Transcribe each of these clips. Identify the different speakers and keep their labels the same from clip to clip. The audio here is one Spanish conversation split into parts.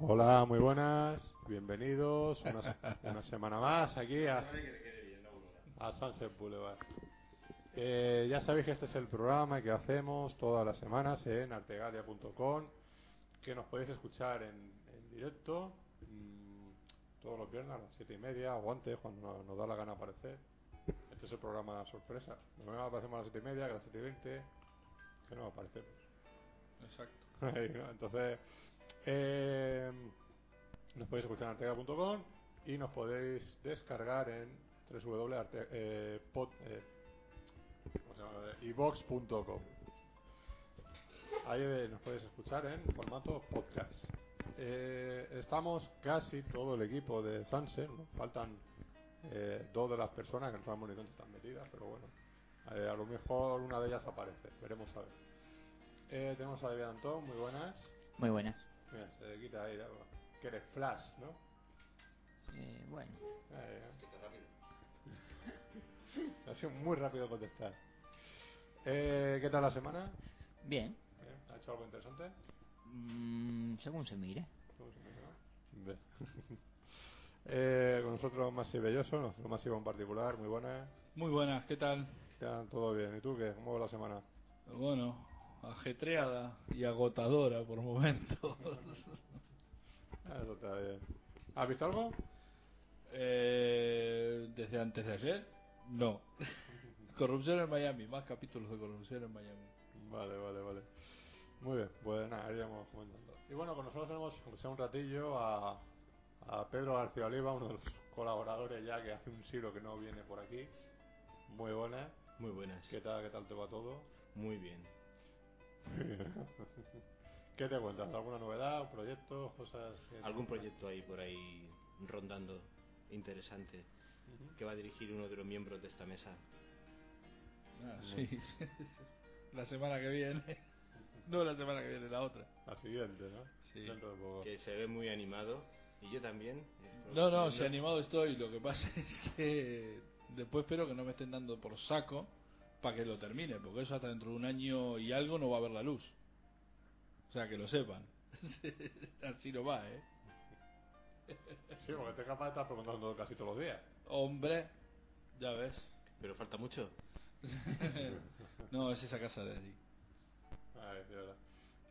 Speaker 1: Hola, muy buenas, bienvenidos una, se- una semana más aquí a, a Sunset Boulevard. Eh, ya sabéis que este es el programa que hacemos todas las semanas en artegalia.com, que nos podéis escuchar en, en directo mm, todos los viernes a las siete y media, aguante cuando nos, nos da la gana aparecer. Este es el programa sorpresa. Nos aparecemos a las siete y media, que a las siete y veinte, que no aparecemos.
Speaker 2: Exacto.
Speaker 1: Ahí, ¿no? Entonces, eh, nos podéis escuchar en artega.com y nos podéis descargar en eh, www.ibox.com. Ahí eh, nos podéis escuchar en formato podcast. Eh, estamos casi todo el equipo de Sunset, nos faltan eh, dos de las personas que no sabemos ni dónde están metidas, pero bueno, eh, a lo mejor una de ellas aparece, veremos a ver. Eh, tenemos a David Antón, muy buenas.
Speaker 3: Muy buenas.
Speaker 1: Mira, se le quita ahí, algo. que eres flash, ¿no?
Speaker 3: Eh, bueno,
Speaker 1: Eh, ha sido muy rápido contestar. Eh, ¿Qué tal la semana?
Speaker 3: bien.
Speaker 1: Bien, ¿Ha hecho algo interesante?
Speaker 3: Mm, según se mire.
Speaker 1: Vamos a empezar. Bien. Eh, con nosotros Masi Belloso, nuestro Masivo en particular, muy buenas.
Speaker 2: Muy buenas, ¿qué tal?
Speaker 1: Ya, todo bien. ¿Y tú qué? ¿Cómo va la semana?
Speaker 2: Bueno, ajetreada y agotadora por momentos.
Speaker 1: Ah, eso está bien. ¿Has visto algo?
Speaker 2: Eh, Desde antes de ayer, no. Corrupción en Miami, más capítulos de corrupción en Miami.
Speaker 1: Vale, vale, vale. Muy bien, pues nada, iríamos comentando. Y bueno, con nosotros tenemos, aunque sea un ratillo, a, a Pedro García Oliva, uno de los colaboradores ya que hace un siglo que no viene por aquí. Muy buena.
Speaker 4: Muy buenas.
Speaker 1: ¿Qué tal, qué tal te va todo?
Speaker 4: Muy bien.
Speaker 1: ¿Qué te cuentas? ¿Alguna novedad, proyectos, cosas? que-
Speaker 4: ¿Algún proyecto ahí por ahí rondando interesante
Speaker 1: Ujú.
Speaker 4: que va a dirigir uno de los miembros de esta mesa?
Speaker 2: Ah, sí, sí. La semana que viene. No la semana que viene, la otra.
Speaker 1: La siguiente, ¿no?
Speaker 2: Sí.
Speaker 1: Dentro de poco.
Speaker 4: Que se ve muy animado. Y yo también. eh,
Speaker 2: No, no, si animado estoy. Lo que pasa es que después espero que no me estén dando por saco para que lo termine, porque eso hasta dentro de un año y algo no va a ver la luz. O sea, que lo sepan. Así no va, ¿eh?
Speaker 1: Sí, porque te capaz de estar preguntando casi todos los días.
Speaker 2: Hombre, ya ves.
Speaker 4: Pero falta mucho.
Speaker 2: no, es esa casa de allí.
Speaker 1: Ay, de verdad.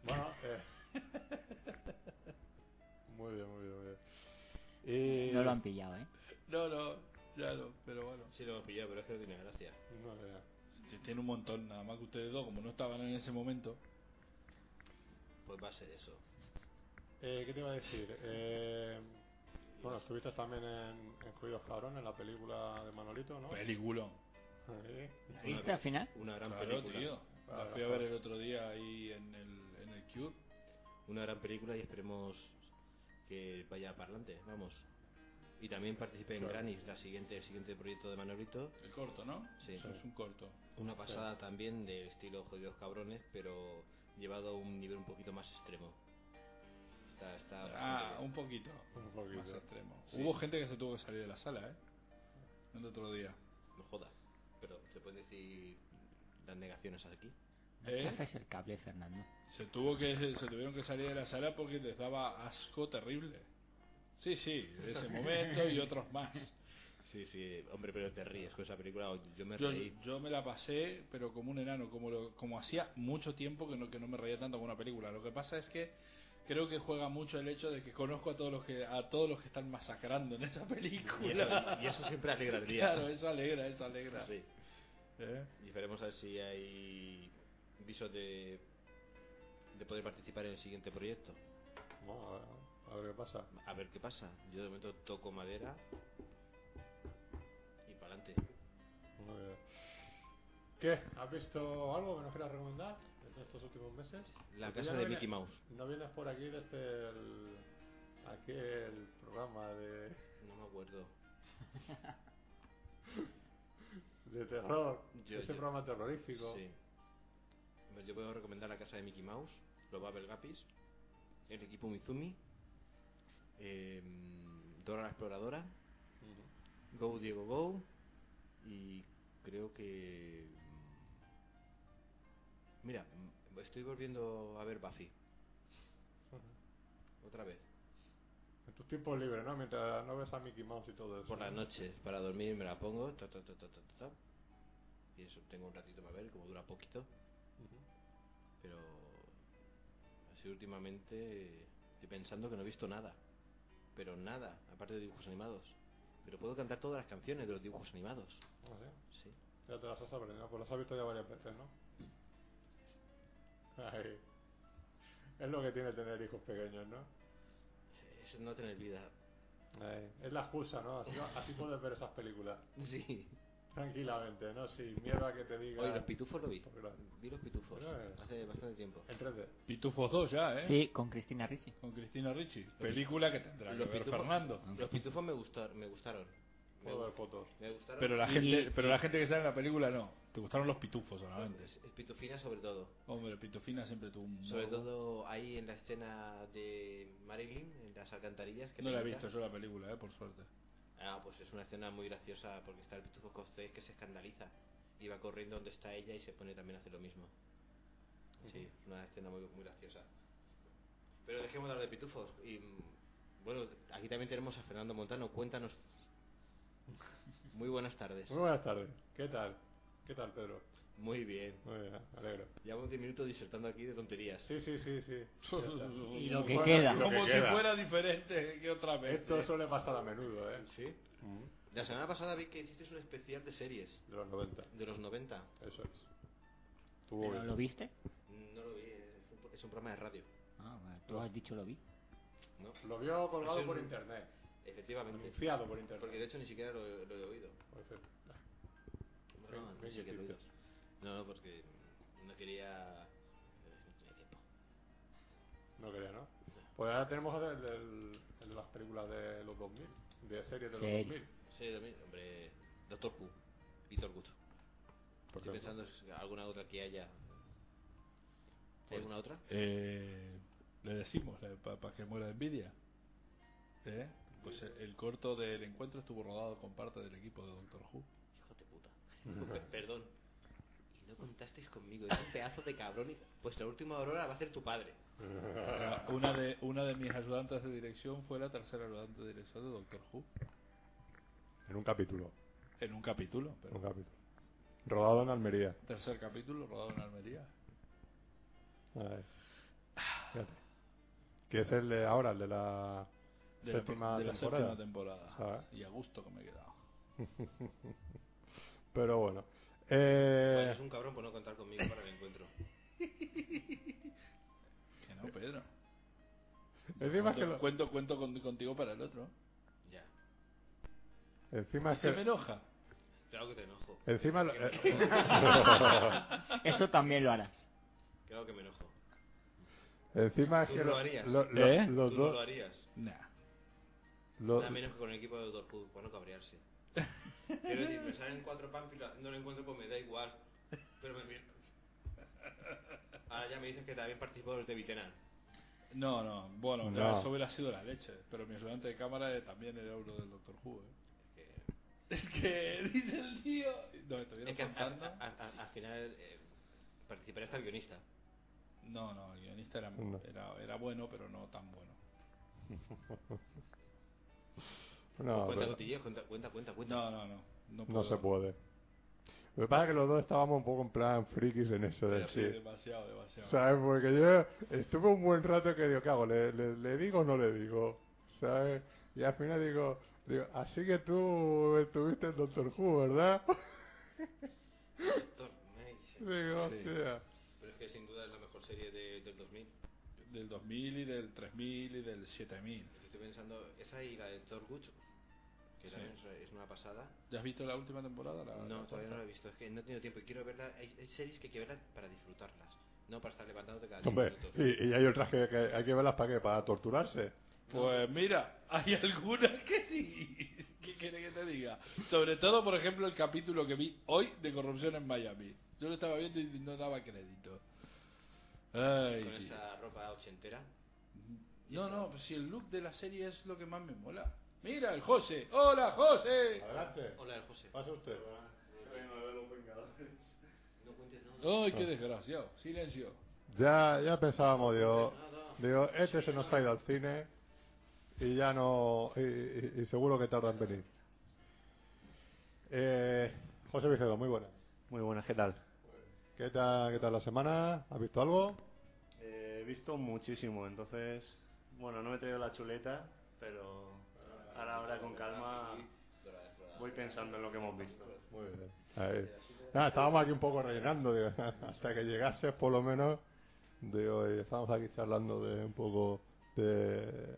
Speaker 1: Bueno, eh. Muy bien, muy bien, muy bien. Y-
Speaker 3: No lo han pillado, ¿eh?
Speaker 2: No, no, ya no, pero bueno.
Speaker 4: Sí lo hemos pillado, pero es que no tiene gracia.
Speaker 1: No, ya, ya.
Speaker 2: Sí, Tiene un montón, nada más que ustedes dos, como no estaban en ese momento.
Speaker 4: Pues va a ser eso.
Speaker 1: Eh, ¿Qué te iba a decir? Eh, bueno, estuviste también en, en Judíos Cabrón, en la película de Manolito, ¿no?
Speaker 2: Peliculón.
Speaker 1: Sí.
Speaker 3: ¿La viste al final?
Speaker 4: Una gran
Speaker 2: Claro,
Speaker 4: película.
Speaker 2: tío. La fui a ver el otro día ahí en el, en el Cure.
Speaker 4: Una gran película y esperemos que vaya para adelante. Vamos. Y también participé en
Speaker 1: Claro.
Speaker 4: Granis, la siguiente, el siguiente proyecto de Manolito.
Speaker 2: El corto, ¿no?
Speaker 4: Sí.
Speaker 2: Eso es un corto.
Speaker 4: Una pasada también del estilo Jodidos Cabrones, pero llevado a un nivel un poquito más extremo. Está, está
Speaker 2: Ah,
Speaker 4: bastante bien.
Speaker 2: un poquito.
Speaker 1: Un poquito.
Speaker 2: Más extremo.
Speaker 4: Sí.
Speaker 2: Hubo gente que se tuvo que salir de la sala, ¿eh? El otro día.
Speaker 4: No joda, pero ¿se puede decir las negaciones aquí?
Speaker 3: No
Speaker 2: ¿Eh?
Speaker 3: trajes el cable, Fernando.
Speaker 2: Se tuvo que se tuvieron que salir de la sala porque les daba asco terrible. Sí, sí, de ese momento y otros más.
Speaker 4: Sí, sí, hombre, pero te ríes con esa película, Ah. yo me
Speaker 2: Yo,
Speaker 4: reí.
Speaker 2: yo me la pasé, pero como un enano, como lo- como hacía mucho tiempo que no, que no me reía tanto con una película. Lo que pasa es que creo que juega mucho el hecho de que conozco a todos los que a todos los que están masacrando en esa película.
Speaker 4: Y eso, y eso siempre alegra el día.
Speaker 2: Claro, eso alegra, eso alegra.
Speaker 4: Sí.
Speaker 2: ¿Eh?
Speaker 4: Y veremos a ver si hay visos de, de poder participar en el siguiente proyecto.
Speaker 1: Bueno, a, ver, a ver qué pasa.
Speaker 4: A ver qué pasa. Yo de momento toco madera y para adelante.
Speaker 1: Muy bien. ¿Qué? ¿Has visto algo que nos quieras recomendar en estos últimos meses?
Speaker 4: La
Speaker 1: Porque
Speaker 4: casa
Speaker 1: ya
Speaker 4: de
Speaker 1: vienes-
Speaker 4: Mickey Mouse.
Speaker 1: No vienes por aquí desde el, aquel programa de,
Speaker 4: No me acuerdo.
Speaker 1: de terror,
Speaker 4: Yo-
Speaker 1: ese
Speaker 4: yo-
Speaker 1: programa terrorífico.
Speaker 4: Sí. Hombre, Yo puedo recomendar la casa de Mickey Mouse, los Babel Gapis, el equipo Mizumi, eh, Dora la Exploradora,
Speaker 1: Ujú.
Speaker 4: Go Diego Go y creo que... mm, Mira, m- estoy volviendo a ver Buffy. Otra vez.
Speaker 1: Tus tiempos libres, ¿no? Mientras no ves a Mickey Mouse y todo eso.
Speaker 4: Pues Por
Speaker 1: ¿no?
Speaker 4: las noches, para dormir me la pongo. ta, ta, ta, ta, ta, ta, ta. Y eso, tengo un ratito para ver, como dura poquito.
Speaker 1: Ujú.
Speaker 4: Pero así últimamente estoy pensando que no he visto nada. Pero nada, aparte de dibujos animados. Pero puedo cantar todas las canciones de los dibujos animados.
Speaker 1: Ah, sí.
Speaker 4: Sí.
Speaker 1: Ya te las has aprendido, pues las has visto ya varias veces, ¿no? Ay. Es lo que tiene tener hijos pequeños, ¿no?
Speaker 4: Es no tener vida.
Speaker 1: Ay. Es la excusa, ¿no? Así, así puedes ver esas películas.
Speaker 4: Sí.
Speaker 1: Tranquilamente, ¿no? Sin miedo a que te digan...
Speaker 4: Hoy los pitufos lo vi.
Speaker 1: Porque lo-
Speaker 4: Vi los pitufos.
Speaker 1: Pero es-
Speaker 4: Hace bastante tiempo.
Speaker 1: En 3D.
Speaker 2: Pitufos 2 ya, ¿eh?
Speaker 3: Sí, con Cristina Ricci.
Speaker 2: Con Cristina Ricci. Película que tendrá que
Speaker 4: Los
Speaker 2: ver
Speaker 4: pitufos-
Speaker 2: Fernando.
Speaker 4: Los pitufos me gustaron. Me gustaron. Me,
Speaker 1: Puedo ver
Speaker 4: gu-
Speaker 1: fotos.
Speaker 4: me gustaron.
Speaker 2: Pero la
Speaker 4: Y-
Speaker 2: gente
Speaker 4: y-
Speaker 2: pero la gente que sale en la película no. Te gustaron los pitufos solamente.
Speaker 4: Es- es Pitufina sobre todo.
Speaker 2: Hombre, Pitufina siempre tuvo un...
Speaker 4: Sobre todo ahí en la escena de Marilyn, en las alcantarillas. Que
Speaker 2: No
Speaker 4: te
Speaker 2: la he
Speaker 4: quita.
Speaker 2: visto yo la película, ¿eh? Por suerte.
Speaker 4: Ah, pues es una escena muy graciosa porque está el pitufo escocés que se escandaliza y va corriendo donde está ella y se pone también a hacer lo mismo. Sí, es una escena muy, muy graciosa. Pero dejemos de hablar de pitufos. Y, mm, bueno, aquí también tenemos a Fernando Montano. Cuéntanos. Muy buenas tardes.
Speaker 1: Muy buenas tardes. ¿Qué tal? ¿Qué tal, Pedro?
Speaker 4: Muy bien.
Speaker 1: Muy bien, me alegro.
Speaker 4: Llevamos 10 minutos disertando aquí de tonterías.
Speaker 1: Sí, sí, sí, sí. Ya está.
Speaker 3: Y lo que
Speaker 2: Bueno,
Speaker 3: queda.
Speaker 1: Lo que
Speaker 2: Como si
Speaker 1: queda.
Speaker 2: fuera diferente que otra vez.
Speaker 1: Esto
Speaker 2: ¿eh?
Speaker 1: suele pasar a menudo, ¿eh?
Speaker 4: ¿Sí? La semana pasada vi que hicisteis un especial de series
Speaker 1: De los 90.
Speaker 4: de los 90.
Speaker 1: Eso es. Tuvo
Speaker 3: ¿Pero
Speaker 1: bien.
Speaker 3: lo viste?
Speaker 4: No lo vi, es un, pro- es un programa de radio.
Speaker 3: Ah, bueno, tú has dicho lo vi.
Speaker 4: ¿no?
Speaker 1: Lo vio colgado
Speaker 4: Así es.
Speaker 1: por internet.
Speaker 4: Efectivamente.
Speaker 1: Anunciado por internet.
Speaker 4: Porque de hecho ni siquiera lo, lo he oído.
Speaker 1: Por fin.
Speaker 4: No, no,
Speaker 1: Bien,
Speaker 4: ni siquiera lo he
Speaker 1: bien
Speaker 4: oído. No, no, porque no quería. eh, No tenía tiempo.
Speaker 1: No quería, ¿no? Pues ahora tenemos el, del- el de las películas de los 2000. De series de los
Speaker 3: Serie.
Speaker 1: 2000.
Speaker 4: Sí, también, hombre. Doctor Who y Torgut.
Speaker 1: Por
Speaker 4: Estoy
Speaker 1: ejemplo.
Speaker 4: pensando en alguna otra que haya. ¿Hay
Speaker 2: Pues-
Speaker 4: alguna otra?
Speaker 2: Eh, le decimos, para que muera de envidia. ¿Eh? Pues el, el corto del encuentro estuvo rodado con parte del equipo de Doctor Who.
Speaker 4: Hijo de puta. Pe- Perdón. Y no contasteis conmigo. Eres un pedazo de cabrón. y- Pues la última aurora va a ser tu
Speaker 1: Eh.
Speaker 4: padre.
Speaker 2: Era Una de, una de mis ayudantes de dirección fue la tercera ayudante de dirección de Doctor Who.
Speaker 1: En un capítulo.
Speaker 2: En un capítulo,
Speaker 1: En un
Speaker 2: pero.
Speaker 1: capítulo. Rodado en Almería.
Speaker 2: Tercer capítulo rodado en Almería.
Speaker 1: Ay. Fíjate. Que es el de ahora, el de la
Speaker 2: De la-
Speaker 1: séptima
Speaker 2: de la,
Speaker 1: temporada.
Speaker 2: séptima temporada.
Speaker 1: Ah.
Speaker 2: Y a gusto que me he quedado.
Speaker 1: Pero bueno.
Speaker 4: Pues
Speaker 1: Eh,
Speaker 4: es un cabrón por no contar conmigo para el encuentro.
Speaker 2: Que no, Pedro.
Speaker 1: encima es que
Speaker 2: cuento,
Speaker 1: lo-
Speaker 2: cuento, cuento con- contigo para el otro.
Speaker 4: Ya.
Speaker 1: encima
Speaker 2: Y
Speaker 1: es
Speaker 2: se me
Speaker 1: que,
Speaker 2: enoja.
Speaker 4: Claro que te enojo.
Speaker 1: encima lo-
Speaker 4: Que me
Speaker 1: eh,
Speaker 3: Eso también lo harás.
Speaker 4: Claro que me enojo.
Speaker 1: encima es
Speaker 4: Tú
Speaker 1: que
Speaker 4: no lo
Speaker 1: lo-
Speaker 4: harías.
Speaker 1: lo- lo- los
Speaker 2: ¿Eh?
Speaker 4: Tú no
Speaker 1: dos
Speaker 4: lo harías.
Speaker 2: Nah.
Speaker 1: lo-
Speaker 4: Nada menos que con el equipo de Doctor Who, para no cabrearse. Quiero decir, me salen cuatro pánfilas, no lo encuentro, pues me da igual. Pero me miro. Ahora ya me dices que también participó de Vitenan.
Speaker 2: No, no, bueno,
Speaker 1: No.
Speaker 2: ya eso hubiera sido la leche, pero mi ayudante de cámara eh, también era uno del Doctor Who. ¿eh?
Speaker 4: Es que,
Speaker 2: Es que dice el tío, nos estuvieron
Speaker 4: es que al-
Speaker 2: contando.
Speaker 4: al- al- al- al final eh, participará hasta el guionista.
Speaker 2: No, no, el guionista era,
Speaker 1: No.
Speaker 2: era, era bueno, pero no tan bueno.
Speaker 1: no,
Speaker 4: cuenta
Speaker 1: Ah, pero-
Speaker 4: cotilleos, cuenta, cuenta, cuenta. cuenta.
Speaker 2: No, no, no. No,
Speaker 1: no
Speaker 2: puedo.
Speaker 1: se puede. Lo que pasa es que los dos estábamos un poco en plan frikis en eso de
Speaker 2: Pero sí,
Speaker 1: sí.
Speaker 2: demasiado, demasiado.
Speaker 1: ¿Sabes? Porque yo estuve un buen rato que digo, ¿qué hago? ¿Le, le, le digo o no le digo? ¿Sabes? Y al final digo, digo, así que tú estuviste en Doctor Who, ¿verdad?
Speaker 4: Doctor, me dice.
Speaker 1: digo,
Speaker 2: Sí.
Speaker 1: hostia.
Speaker 4: Pero es que sin duda es la mejor serie de- del 2000.
Speaker 2: Del 2000 y del 3000 y del 7000.
Speaker 4: Estoy pensando, esa y la de Torgut, que
Speaker 2: Sí.
Speaker 4: también es- es una pasada.
Speaker 2: ¿Ya has visto la última temporada? La-
Speaker 4: No,
Speaker 2: la
Speaker 4: todavía no
Speaker 2: cuarta?
Speaker 4: lo he visto. Es que no he tenido tiempo y quiero verla. Hay, hay series que hay que verlas para disfrutarlas, no para estar levantándote cada 10
Speaker 1: Hombre,
Speaker 4: minutos.
Speaker 1: y, y hay otras que, que hay que verlas para qué, para torturarse.
Speaker 2: Pues mira, hay algunas que sí. ¿Qué quiere que te diga? Sobre todo, por ejemplo, el capítulo que vi hoy de corrupción en Miami. Yo lo estaba viendo y no daba crédito. Ay,
Speaker 4: Con
Speaker 2: tío.
Speaker 4: esa ropa ochentera.
Speaker 2: No, no, pues si el look de la serie es lo que más me mola. Mira, el José. ¡Hola, José!
Speaker 1: Adelante,
Speaker 4: Hola, el José.
Speaker 1: pase usted.
Speaker 4: No cuentes nada.
Speaker 2: ¡Ay,
Speaker 1: Ah.
Speaker 2: qué desgraciado! Silencio.
Speaker 1: Ya, ya pensábamos, digo,
Speaker 4: No, no.
Speaker 1: digo, este se nos ha ido al cine. y ya no. Y, y- y seguro que tarda en venir. Eh, José Vicedo, muy buena.
Speaker 4: Muy buenas, ¿qué tal?
Speaker 1: ¿Qué tal, ¿Qué tal la semana? ¿Has visto algo?
Speaker 4: Eh, he visto muchísimo, entonces, bueno, no me he traído la chuleta, pero ahora, ahora con calma voy pensando en lo que hemos visto.
Speaker 1: Muy bien. Ahí. Nada, estábamos aquí un poco rellenando, digo, hasta que llegases por lo menos. Digo, y estábamos aquí charlando de un poco de...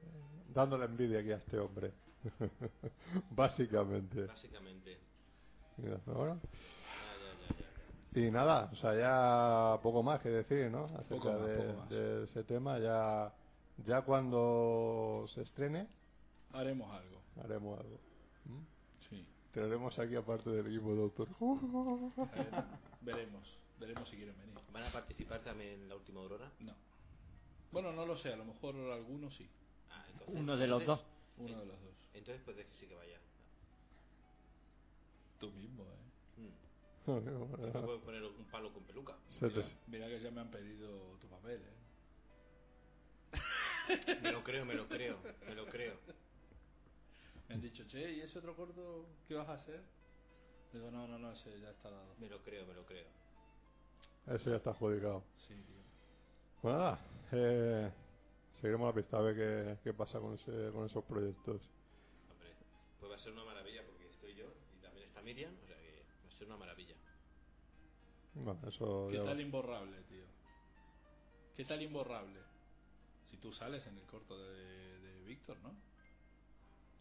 Speaker 1: dándole envidia aquí a este hombre. Básicamente.
Speaker 5: Básicamente.
Speaker 1: Mira, ahora.
Speaker 5: Ya, ya, ya, ya, ya.
Speaker 1: Y nada, o sea, ya poco más que decir, ¿no? Acerca
Speaker 2: Poco más,
Speaker 1: de,
Speaker 2: poco más.
Speaker 1: de ese tema, ya, ya cuando se estrene
Speaker 2: Haremos algo.
Speaker 1: haremos algo. ¿Mm?
Speaker 2: Sí.
Speaker 1: Traeremos aquí aparte del equipo Doctor Who.
Speaker 2: A ver, veremos. Veremos si quieren venir.
Speaker 5: ¿Van a participar también en la última aurora?
Speaker 2: No. Bueno, no lo sé. A lo mejor alguno sí.
Speaker 5: Ah, entonces-
Speaker 3: Uno de los dos.
Speaker 5: entonces-
Speaker 2: Uno de los dos.
Speaker 5: Entonces, pues que sí que vaya.
Speaker 2: Tú mismo, ¿eh?
Speaker 4: Hmm.
Speaker 5: Mm. Puedo poner un palo con peluca.
Speaker 1: Se te-
Speaker 2: Mira, mira que ya me han pedido tu papel, ¿eh?
Speaker 5: Me lo creo, me lo creo, me lo creo.
Speaker 2: Me han dicho, che, ¿y ese otro corto qué vas a hacer? Digo, no, no, no, ese ya está dado.
Speaker 5: Me lo creo, me lo creo.
Speaker 1: Eso ya está adjudicado.
Speaker 2: Sí, tío.
Speaker 1: Bueno, Pues nada, eh, seguiremos la pista a ver qué, qué pasa con, ese- con esos proyectos.
Speaker 5: Hombre, pues va a ser una maravilla porque estoy yo y también está Miriam, o sea que va a ser una maravilla.
Speaker 1: Bueno, eso
Speaker 2: ¿Qué
Speaker 1: Oh, ya-
Speaker 2: tal imborrable, tío? ¿Qué tal imborrable? Si tú sales en el corto de, de Víctor, ¿no?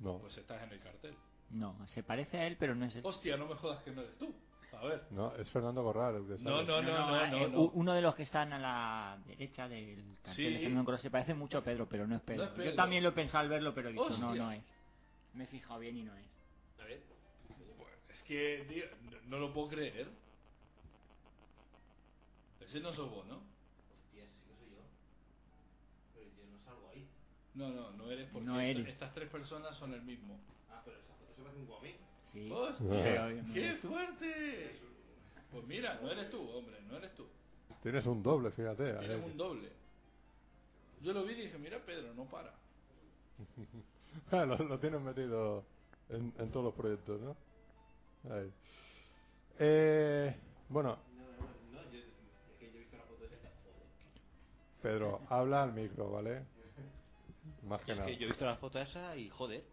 Speaker 1: No,
Speaker 2: Pues estás en el cartel.
Speaker 3: No, se parece a él, pero no es él.
Speaker 2: Hostia, no me jodas que no eres tú. A ver.
Speaker 1: no, es Fernando Corral el que sale.
Speaker 2: No, no, no, no,
Speaker 3: ah,
Speaker 2: no.
Speaker 3: eh,
Speaker 2: no.
Speaker 3: u- Uno de los que están a la derecha del cartel
Speaker 2: Sí.
Speaker 3: de Fernando Cross se parece mucho a Pedro, pero no es Pedro.
Speaker 2: No es Pedro.
Speaker 3: Yo también lo he pensado al verlo, pero he dicho, no,
Speaker 2: Hostia.
Speaker 3: no es. Me he fijado bien y no es.
Speaker 5: A ver,
Speaker 2: Es que, tío, no, no lo puedo creer. Ese no sos vos, ¿no?
Speaker 5: hostia, sí que soy yo. Pero yo no salgo ahí.
Speaker 2: No, no, no eres porque
Speaker 3: No eres.
Speaker 2: esta- estas tres personas son el mismo.
Speaker 5: Ah, pero esa foto se me hace un guamí.
Speaker 3: Sí.
Speaker 2: ¡Hostia!
Speaker 3: Pero, eh, no
Speaker 2: ¡Qué
Speaker 3: eres tú.
Speaker 2: fuerte! Pues mira, no eres tú, hombre, no eres tú.
Speaker 1: Tienes un doble, fíjate. ahí.
Speaker 2: Tienes un doble. Yo lo vi y dije, mira Pedro, no para.
Speaker 1: Ah, lo, lo tienes metido en, en todos los proyectos, ¿no? Ahí. Eh, bueno,
Speaker 5: No, no, no, yo, es que yo he visto la foto de esta. Joder.
Speaker 1: Pedro, habla al micro, ¿vale? Más que
Speaker 5: Es
Speaker 1: nada.
Speaker 5: que yo he visto la foto esa y joder.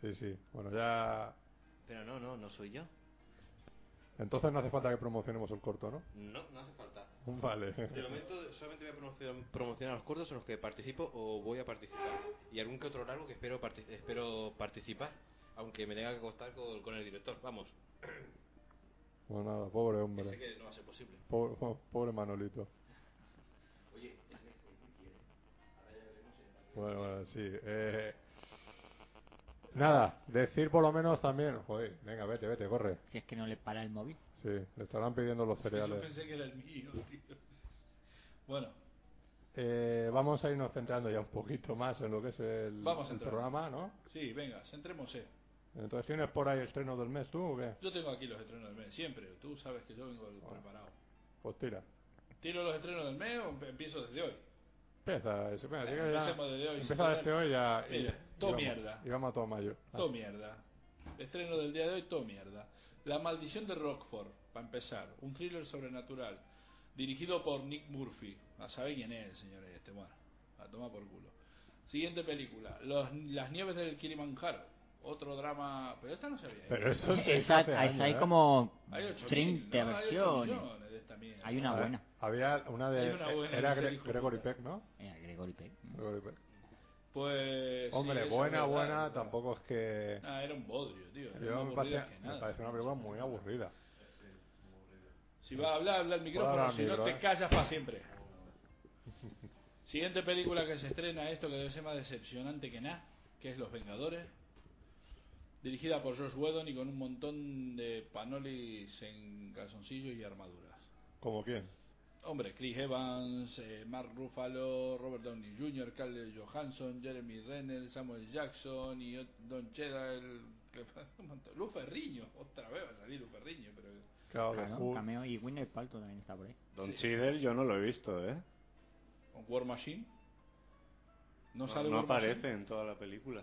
Speaker 1: Sí, sí. Bueno, ya.
Speaker 5: Pero no, no, no soy yo.
Speaker 1: Entonces no hace falta que promocionemos el corto, ¿no?
Speaker 5: No, no hace falta.
Speaker 1: Vale.
Speaker 5: De momento solamente voy a promocio- promocionar los cortos en los que participo o voy a participar. Y algún que otro largo que espero, parti- espero participar, aunque me tenga que costar con, con el director. Vamos,
Speaker 1: Bueno, Pues nada, pobre
Speaker 5: que sé
Speaker 1: hombre.
Speaker 5: que no va a ser posible.
Speaker 1: Pobre, pobre Manolito.
Speaker 5: Oye, ¿qué quiere? Ahora ya veremos si hay
Speaker 1: Bueno, bueno, sí. eh, nada, decir por lo menos también. Joder, venga, vete, vete, corre.
Speaker 3: Si es que no le para el móvil.
Speaker 1: Sí, le estarán pidiendo los
Speaker 2: Es que Yo
Speaker 1: cereales.
Speaker 2: pensé que era el mío, tío. Bueno,
Speaker 1: Eh, vamos a irnos centrando ya un poquito más en lo que es el,
Speaker 2: Vamos a
Speaker 1: el
Speaker 2: entrar.
Speaker 1: programa, ¿no?
Speaker 2: sí, venga, centremos, eh.
Speaker 1: Entonces, ¿tienes por ahí el estreno del mes tú o qué?
Speaker 2: Yo tengo aquí los estrenos del mes, siempre. Tú sabes que yo vengo preparado.
Speaker 1: Pues tira.
Speaker 2: ¿Tiro los estrenos del mes o empiezo desde hoy?
Speaker 1: Empieza, ese- venga,
Speaker 2: Venga,
Speaker 1: si quieres ya-
Speaker 2: empecemos desde hoy, sin
Speaker 1: Empieza
Speaker 2: total.
Speaker 1: desde hoy ya. y-
Speaker 2: Mira,
Speaker 1: y
Speaker 2: todo
Speaker 1: vamos-
Speaker 2: mierda.
Speaker 1: Y vamos a todo mayo. Ah,
Speaker 2: Todo mierda. Estreno del día de hoy, todo mierda. La maldición de Rockford, para empezar. Un thriller sobrenatural. Dirigido por Nick Murphy. A saber quién es el señor este. Bueno, a tomar por culo. Siguiente película. Los- Las nieves del Kilimanjaro. Otro drama... Pero esta no se había
Speaker 1: Pero
Speaker 2: hecho.
Speaker 1: eso se hizo
Speaker 3: Esa,
Speaker 1: hace
Speaker 3: esa
Speaker 1: años,
Speaker 3: hay
Speaker 1: ¿eh?
Speaker 3: como
Speaker 2: Hay 8.000,
Speaker 3: 30
Speaker 2: ¿no? Hay 8
Speaker 3: versiones.
Speaker 2: millones de esta mierda.
Speaker 3: Hay una
Speaker 1: Ah,
Speaker 3: buena.
Speaker 1: Había una de.
Speaker 2: Hay una buena,
Speaker 1: era
Speaker 2: no sé,
Speaker 1: Gre-
Speaker 2: hijo de
Speaker 1: Gregory
Speaker 2: puta.
Speaker 1: Peck, ¿no?
Speaker 3: Mira, Gregory Peck.
Speaker 1: Gregory Peck.
Speaker 2: Pues... sí,
Speaker 1: Hombre,
Speaker 2: esa
Speaker 1: buena,
Speaker 2: es verdad,
Speaker 1: buena,
Speaker 2: es verdad.
Speaker 1: tampoco es que.
Speaker 2: Ah, era un bodrio, tío. Era
Speaker 1: Yo
Speaker 2: más
Speaker 1: me
Speaker 2: aburrida
Speaker 1: parecía,
Speaker 2: que
Speaker 1: me
Speaker 2: nada.
Speaker 1: parecía una película muy aburrida.
Speaker 2: Si vas a hablar, habla al
Speaker 1: Habla
Speaker 2: micrófono,
Speaker 1: al
Speaker 2: si no
Speaker 1: micro,
Speaker 2: te
Speaker 1: eh.
Speaker 2: callas para siempre. Siguiente película que se estrena, esto que debe ser más decepcionante que nada, que es Los Vengadores. Dirigida por Josh Whedon y con un montón de panolis en calzoncillos y armaduras.
Speaker 1: ¿Como quién?
Speaker 2: Hombre, Chris Evans, eh, Mark Ruffalo, Robert Downey Jr., Carl Johansson, Jeremy Renner, Samuel Jackson y ot- Don Cheadle, que- un montón. Lu Ferriño, otra vez va a salir Lu Ferriño, pero
Speaker 1: Claro, de
Speaker 3: Claro,
Speaker 1: Hulk.
Speaker 3: cameo y Winner Paltrow también está por ahí.
Speaker 4: Don Cheadle yo no lo he visto, ¿eh?
Speaker 2: con War Machine. No sale ¿eh?
Speaker 4: no
Speaker 2: Bulma
Speaker 4: aparece
Speaker 2: Sen.
Speaker 4: en toda la película.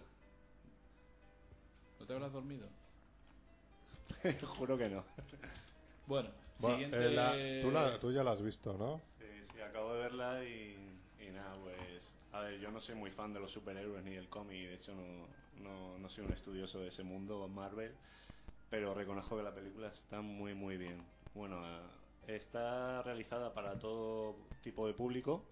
Speaker 2: ¿No te habrás dormido?
Speaker 4: Juro que no.
Speaker 2: Bueno,
Speaker 1: Bueno,
Speaker 2: siguiente...
Speaker 1: eh, la- tú, la- tú ya la has visto, ¿no?
Speaker 4: Sí, sí, acabo de verla y, y nada, pues... A ver, yo no soy muy fan de los superhéroes ni del cómic, de hecho no, no, no soy un estudioso de ese mundo Marvel, pero reconozco que la película está muy, muy bien. Bueno, ah, está realizada para todo tipo de público,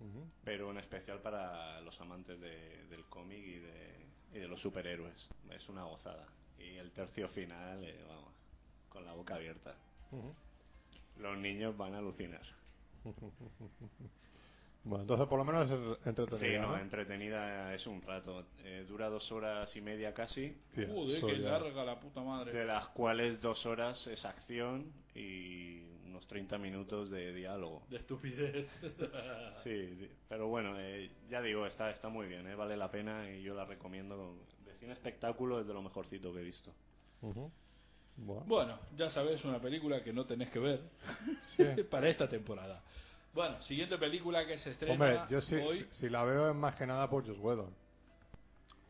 Speaker 1: Ujú.
Speaker 4: pero en especial para los amantes de- del cómic y de, y de los superhéroes. Es una gozada. Y el tercio final, eh, vamos, con la boca abierta.
Speaker 1: Ujú.
Speaker 4: Los niños van a alucinar.
Speaker 1: Bueno, entonces por lo menos es entre-
Speaker 4: Sí,
Speaker 1: entretenida,
Speaker 4: no,
Speaker 1: ¿no?
Speaker 4: entretenida es un rato. Eh, dura dos horas y media casi,
Speaker 1: Tía,
Speaker 2: Joder,
Speaker 1: eso
Speaker 2: que
Speaker 1: ya-
Speaker 2: Uh, larga la puta madre.
Speaker 4: de las cuales dos horas es acción y unos 30 minutos de diálogo.
Speaker 2: De estupidez.
Speaker 4: Sí, di- pero bueno, eh, ya digo, está, está muy bien, eh, vale la pena y yo la recomiendo. De cine espectáculo es de lo mejorcito que he visto.
Speaker 1: Ujú. Bueno.
Speaker 2: bueno, ya sabes, una película que no tenés que ver
Speaker 1: Sí.
Speaker 2: para esta temporada. Bueno, siguiente película que se estrena
Speaker 1: Hombre, yo sí-
Speaker 2: hoy.
Speaker 1: si, si la veo es más que nada por Joss Whedon.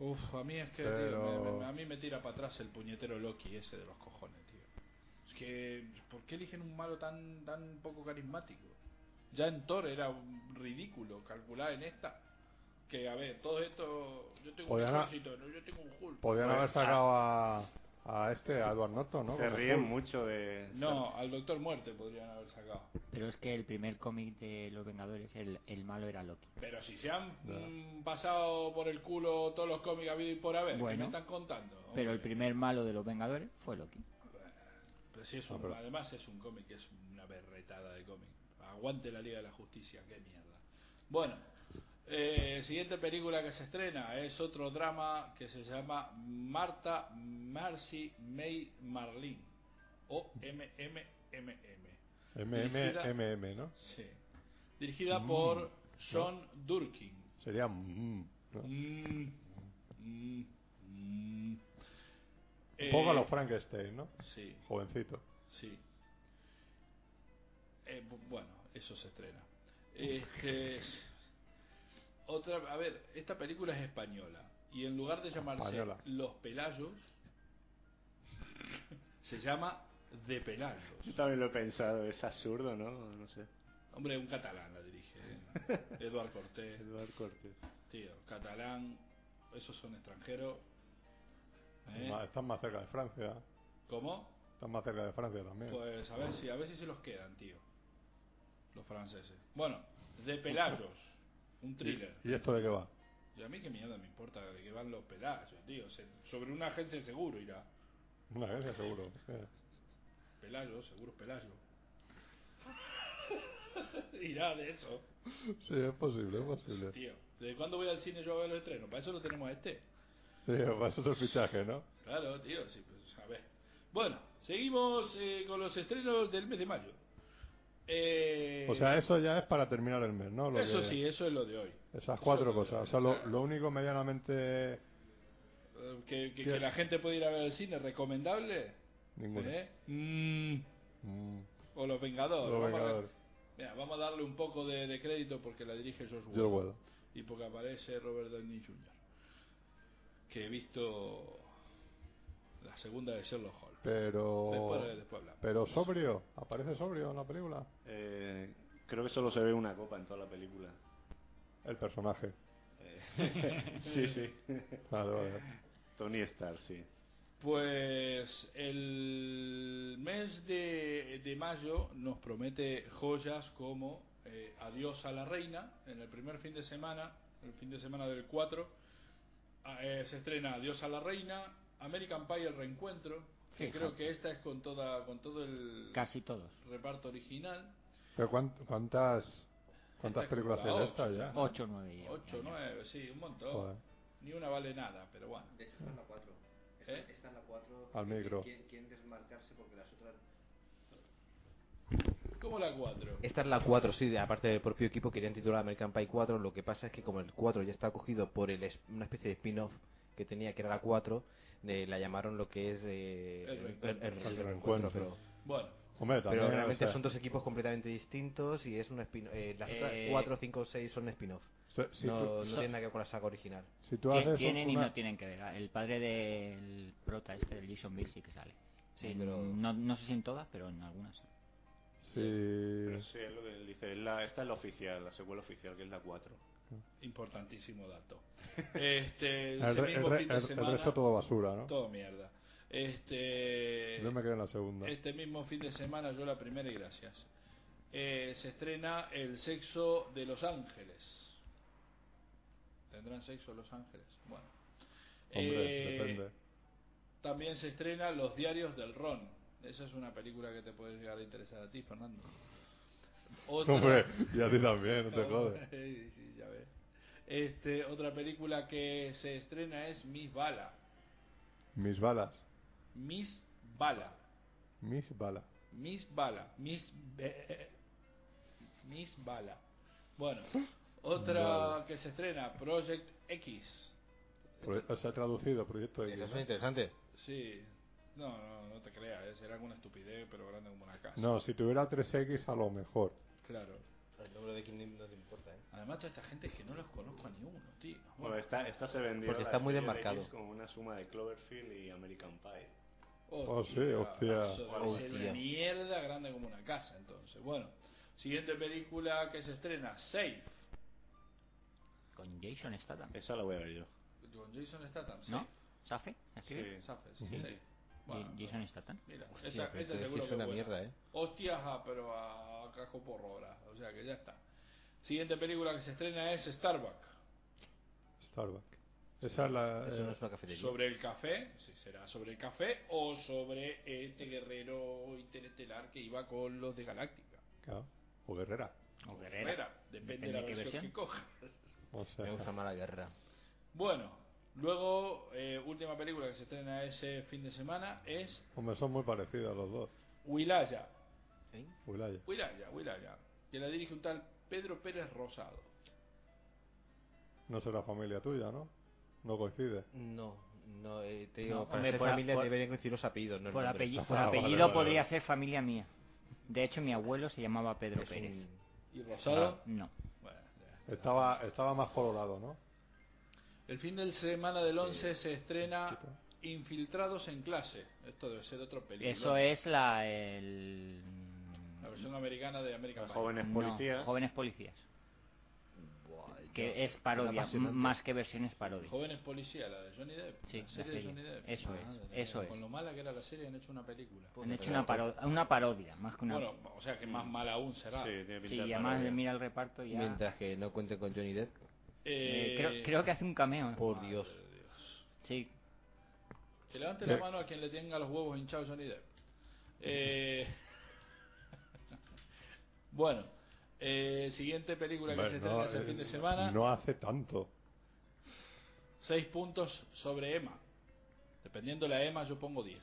Speaker 2: Uf, a mí es que,
Speaker 1: Pero-
Speaker 2: tío, me- me- a mí me tira para atrás el puñetero Loki ese de los cojones, tío. Es que, ¿por qué eligen un malo tan, tan poco carismático? Ya en Thor era un ridículo calcular en esta. Que, a ver, todo esto... Yo tengo
Speaker 1: Podían
Speaker 2: un
Speaker 1: ha-
Speaker 2: ejército, ¿no? yo tengo un Hulk.
Speaker 1: Podrían
Speaker 4: Pues,
Speaker 1: haber sacado a, a este, a Edward Norton, ¿no?
Speaker 4: Se
Speaker 1: Con el
Speaker 4: ríen
Speaker 1: Hulk.
Speaker 4: mucho de...
Speaker 2: No, al Doctor Muerte podrían haber sacado.
Speaker 3: Pero es que el primer cómic de Los Vengadores, el, el malo era Loki.
Speaker 2: Pero si se han
Speaker 1: Ya.
Speaker 2: mm, pasado por el culo todos los cómics habido y por haber, ¿qué
Speaker 3: Bueno,
Speaker 2: me están contando?
Speaker 3: Pero el
Speaker 2: Hombre.
Speaker 3: primer malo de Los Vengadores fue Loki.
Speaker 2: Pero sí es
Speaker 1: No,
Speaker 2: un-
Speaker 1: pero-
Speaker 2: Además es un cómic, es una berretada de cómic. Aguante la Liga de la Justicia, qué mierda. Bueno, eh, siguiente película que se estrena es otro drama que se llama Marta Marcy May Marlene. O MMMM.
Speaker 1: MMMM, ¿no?
Speaker 2: Sí. Dirigida
Speaker 1: Mm,
Speaker 2: por John Durkin.
Speaker 1: Sería... mm, ¿no? Un
Speaker 2: Mm, mm, mm. Eh,
Speaker 1: poco a los Frankenstein, ¿no?
Speaker 2: Sí.
Speaker 1: Jovencito.
Speaker 2: Sí. Eh, bu- bueno, eso se estrena. Este, otra, a ver, esta película es española y en lugar de llamarse
Speaker 1: Española.
Speaker 2: Los Pelayos, se llama De Pelayos.
Speaker 4: Yo también lo he pensado, es absurdo, ¿no? No sé.
Speaker 2: Hombre, un catalán la dirige, ¿eh? Eduard Cortés,
Speaker 4: Eduardo Cortés.
Speaker 2: tío, catalán, esos son extranjeros. ¿eh?
Speaker 1: Ma- Están más cerca de Francia.
Speaker 2: ¿Cómo?
Speaker 1: Están más cerca de Francia también.
Speaker 2: Pues a ver si, a ver si se los quedan, tío. Los franceses. Bueno, de pelagos. Un thriller.
Speaker 1: ¿Y esto de qué va?
Speaker 2: Y a mí qué mierda me importa de que van los pelagos, tío. Se- sobre una agencia de seguro irá.
Speaker 1: Una agencia seguro. Eh.
Speaker 2: Pelagos, seguros pelagos. irá de eso.
Speaker 1: Sí, es posible, es posible.
Speaker 2: Tío, ¿desde cuándo voy al cine yo a ver los estrenos? Para eso lo tenemos a este.
Speaker 1: Sí, para eso es el fichaje, ¿no?
Speaker 2: Claro, tío, sí, pues a ver. Bueno, seguimos eh, con los estrenos del mes de mayo. Eh,
Speaker 1: O sea, eso ya es para terminar el mes, ¿no? Lo
Speaker 2: eso
Speaker 1: que-
Speaker 2: sí, eso es lo de hoy.
Speaker 1: Esas cuatro
Speaker 2: Eso-
Speaker 1: cosas. O sea, lo, lo único medianamente...
Speaker 2: Eh, que, que-
Speaker 1: ¿Qué?
Speaker 2: que la gente puede ir a ver el cine recomendable
Speaker 1: Ninguno.
Speaker 2: ¿Eh? Mm,
Speaker 1: Mm,
Speaker 2: o los Vengadores,
Speaker 1: Los
Speaker 2: Vamos a-
Speaker 1: Vengadores.
Speaker 2: mira, vamos a darle un poco de, de crédito porque la dirige George
Speaker 1: Yo lo
Speaker 2: Whedon
Speaker 1: puedo.
Speaker 2: y porque aparece Robert Downey Jr. que he visto la segunda de Sherlock Holmes
Speaker 1: Pero...
Speaker 2: después, después hablamos
Speaker 1: Pero sobrio, aparece sobrio en la película.
Speaker 4: Eh, creo que solo se ve una copa en toda la película.
Speaker 1: El personaje.
Speaker 4: Eh, sí, sí.
Speaker 1: Vale, vale.
Speaker 4: Tony Stark, sí.
Speaker 2: Pues el mes de, de mayo nos promete joyas como eh, Adiós a la Reina, en el primer fin de semana, el fin de semana del 4, ah, eh, se estrena Adiós a la Reina, American Pie el reencuentro, que
Speaker 3: Fíjate.
Speaker 2: creo que esta es con, toda, con todo el
Speaker 3: Casi todos.
Speaker 2: reparto original,
Speaker 1: Pero cuán- ¿cuántas,
Speaker 2: Esta
Speaker 1: cuántas
Speaker 2: es
Speaker 1: películas
Speaker 2: la
Speaker 1: hay de
Speaker 2: ocho,
Speaker 1: estas
Speaker 2: ya.
Speaker 1: ya?
Speaker 3: 8 o 9.
Speaker 2: 8, 9, sí, un montón.
Speaker 1: Joder.
Speaker 2: Ni una vale nada, pero bueno.
Speaker 5: De hecho, esta es la 4. Esta,
Speaker 2: ¿Eh?
Speaker 5: esta es la 4.
Speaker 1: Al micro.
Speaker 5: Quieren, quieren desmarcarse porque las otras.
Speaker 2: ¿Cómo la 4?
Speaker 6: Esta es la 4, sí, de- aparte del propio equipo querían titular American Pie 4, lo que pasa es que como el 4 ya está cogido por el es- una especie de spin-off que tenía que era la 4, eh, la llamaron lo que es eh,
Speaker 2: El reencuentro.
Speaker 1: El reencuentro.
Speaker 6: pero
Speaker 2: Bueno,
Speaker 1: Hombre, también,
Speaker 6: Pero realmente
Speaker 1: o sea,
Speaker 6: son dos equipos completamente distintos y es un spin eh, Las otras
Speaker 3: Eh,
Speaker 6: 4, 5, 6 son spin-off.
Speaker 1: so- si tú-
Speaker 6: no no tiene nada que ver con la saga original.
Speaker 1: si tú haces un-
Speaker 3: tienen y
Speaker 1: una-
Speaker 3: no tienen que ver. El padre del prota este del Jason Bill sí que sale.
Speaker 6: Sí,
Speaker 3: En-
Speaker 6: pero-
Speaker 3: no, no sé si en todas, pero en algunas. sí.
Speaker 4: Pero
Speaker 1: si-
Speaker 4: sí, es lo que él dice. es la- esta es la oficial, la secuela oficial, que es la 4.
Speaker 2: Importantísimo dato. Este,
Speaker 1: el,
Speaker 2: ese
Speaker 1: re-
Speaker 2: mismo
Speaker 1: el re-
Speaker 2: fin de
Speaker 1: el- el
Speaker 2: semana,
Speaker 1: resto todo basura, ¿no?
Speaker 2: todo mierda. Este,
Speaker 1: Yo me quedo en la segunda.
Speaker 2: este mismo fin de semana, yo la primera y gracias. Eh, se estrena El sexo de Los Ángeles. ¿Tendrán sexo Los Ángeles? Bueno.
Speaker 1: Hombre,
Speaker 2: Eh,
Speaker 1: depende.
Speaker 2: También se estrena Los Diarios del Ron. Esa es una película que te puede llegar a interesar a ti, Fernando. Otra-
Speaker 1: Hombre, y a ti también, no te jodes.
Speaker 2: Sí, sí, ya ves. Este, otra película que se estrena es Miss Bala.
Speaker 1: Mis balas.
Speaker 2: Miss Bala.
Speaker 1: Mis balas.
Speaker 2: Miss Bala. Miss. Be- Miss Bala. Bueno, otra
Speaker 1: Bala.
Speaker 2: que se estrena, Project X.
Speaker 1: Pro- Pues, O sea, traducido, proyecto de
Speaker 6: Eso es
Speaker 1: ¿no?
Speaker 6: interesante.
Speaker 2: Sí. No, no, no te creas, eh, será una estupidez, pero grande como una casa.
Speaker 1: No, si tuviera 3X a lo mejor.
Speaker 2: Claro.
Speaker 6: El número de Kingdom no te importa, ¿eh?
Speaker 2: Además, toda esta gente es que no los conozco a ni uno, tío.
Speaker 4: Bueno, esta, esta se vendió.
Speaker 6: Porque
Speaker 4: la
Speaker 6: está muy
Speaker 4: serie de
Speaker 6: desmarcado.
Speaker 4: X Como una suma de Cloverfield y American Pie.
Speaker 1: Oh, sí, hostia.
Speaker 2: eso debe ser una
Speaker 6: Hostia.
Speaker 2: mierda grande como una casa, entonces. Bueno, siguiente película que se estrena, Safe.
Speaker 3: Con Jason Statham.
Speaker 4: Esa la voy a ver yo.
Speaker 2: Con Jason Statham,
Speaker 3: ¿No?
Speaker 2: Safe.
Speaker 3: ¿Safe? ¿Se escribe?
Speaker 4: Sí.
Speaker 2: Safe, sí,
Speaker 1: Ujú.
Speaker 2: Safe. Bueno,
Speaker 3: Ja- Jason Statham.
Speaker 2: mira,
Speaker 6: Hostia,
Speaker 2: esa,
Speaker 6: pero
Speaker 2: esa
Speaker 6: es que
Speaker 2: seguro
Speaker 6: es
Speaker 2: que
Speaker 6: una
Speaker 2: es buena.
Speaker 6: mierda, ¿eh?
Speaker 2: Hostias, ah, pero a casco porro ahora, o sea que ya está. Siguiente película que se estrena es Starbucks.
Speaker 1: Starbucks. Esa es la.
Speaker 6: Eso
Speaker 1: eh,
Speaker 6: no es una cafetería.
Speaker 2: ¿Sobre el café? Sí, será sobre el café o sobre este guerrero interestelar que iba con los de Galáctica.
Speaker 1: claro, O guerrera.
Speaker 3: O
Speaker 2: Guerrera,
Speaker 3: Guerrera.
Speaker 2: depende, de la
Speaker 3: qué
Speaker 2: versión, que cojas.
Speaker 1: O sea,
Speaker 6: Me gusta más la guerra.
Speaker 2: Bueno, luego, eh, última película que se estrena ese fin de semana es
Speaker 1: hombre, son muy parecidos los dos.
Speaker 2: Wilaya.
Speaker 6: ¿Sí?
Speaker 1: Wilaya.
Speaker 2: Wilaya, Wilaya. Que la dirige un tal Pedro Pérez Rosado.
Speaker 1: No será familia tuya, ¿no? No coincide.
Speaker 6: No, no, eh, te digo,
Speaker 3: No,
Speaker 6: para
Speaker 3: hombre,
Speaker 6: ser
Speaker 3: por a-
Speaker 6: familia
Speaker 3: por-
Speaker 6: deberían coincidir los apellidos, no el
Speaker 3: Por,
Speaker 6: nombre.
Speaker 3: apelli-
Speaker 1: Ah,
Speaker 3: por
Speaker 1: vale,
Speaker 3: apellido
Speaker 1: vale,
Speaker 3: podría
Speaker 1: vale.
Speaker 3: ser familia mía. De hecho, mi abuelo se llamaba Pedro
Speaker 6: Es un-
Speaker 3: Pérez.
Speaker 2: ¿Y Rosado?
Speaker 3: No.
Speaker 2: Bueno, ya.
Speaker 1: Estaba, estaba más colorado, ¿no?
Speaker 2: El fin de semana del 11 se estrena Infiltrados en clase. Esto debe ser otro película.
Speaker 3: Eso es la. El... mm,
Speaker 2: La versión americana de American Pie.
Speaker 4: Jóvenes
Speaker 3: No,
Speaker 4: policías.
Speaker 3: jóvenes policías.
Speaker 6: Buah, yo-
Speaker 3: Que es parodia, m-
Speaker 6: apasionante.
Speaker 3: más que versiones parodia.
Speaker 2: Jóvenes Policía, la de Johnny Depp.
Speaker 3: Sí,
Speaker 2: la
Speaker 3: la
Speaker 2: serie de
Speaker 3: serie.
Speaker 2: Johnny Depp. Ah,
Speaker 3: Eso es,
Speaker 2: Madre
Speaker 3: eso
Speaker 2: mía,
Speaker 3: es.
Speaker 2: Con lo mala que era la serie han hecho una película.
Speaker 6: Puta,
Speaker 3: Han hecho
Speaker 6: pero-
Speaker 3: una, paro- una parodia, más que una.
Speaker 2: Bueno, o sea que más mala aún será. Eh,
Speaker 4: Sí, tiene
Speaker 3: sí,
Speaker 4: pinta de
Speaker 3: y además
Speaker 4: parodia.
Speaker 3: mira el reparto ya.
Speaker 6: Mientras que no cuente con Johnny Depp,
Speaker 3: Eh,
Speaker 2: Eh,
Speaker 3: creo, creo que hace un cameo. ¿eh?
Speaker 6: por
Speaker 2: madre
Speaker 6: Dios.
Speaker 2: de Dios.
Speaker 3: Sí,
Speaker 2: Que levante la
Speaker 1: Sí.
Speaker 2: mano a quien le tenga los huevos hinchados Johnny Depp. Eh, bueno, eh, siguiente película que
Speaker 1: Hombre,
Speaker 2: se estrena ese
Speaker 1: eh,
Speaker 2: fin de semana.
Speaker 1: No hace tanto.
Speaker 2: Seis puntos sobre Emma. Dependiendo la Emma, yo pongo 10.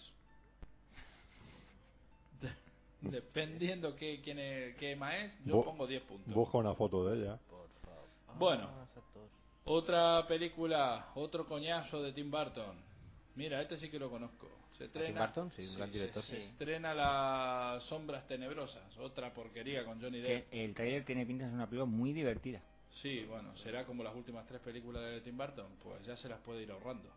Speaker 2: De- Dependiendo qué, quién es- qué Emma es, yo
Speaker 1: Bu-
Speaker 2: pongo 10 puntos.
Speaker 1: Busca una foto de ella.
Speaker 6: Por favor.
Speaker 2: Bueno.
Speaker 6: Ah, ese actor.
Speaker 2: Otra película, otro coñazo de Tim Burton. Mira, este sí que lo conozco. Se estrena,
Speaker 6: Tim Burton? Sí, un gran
Speaker 2: se-
Speaker 6: director.
Speaker 2: Se,
Speaker 6: Sí.
Speaker 2: estrena Las Sombras Tenebrosas, otra porquería con Johnny
Speaker 3: que
Speaker 2: Depp.
Speaker 3: el trailer tiene pinta de ser una película muy divertida.
Speaker 2: Sí, bueno, será como las últimas tres películas de Tim Burton. Pues ya se las puede ir ahorrando.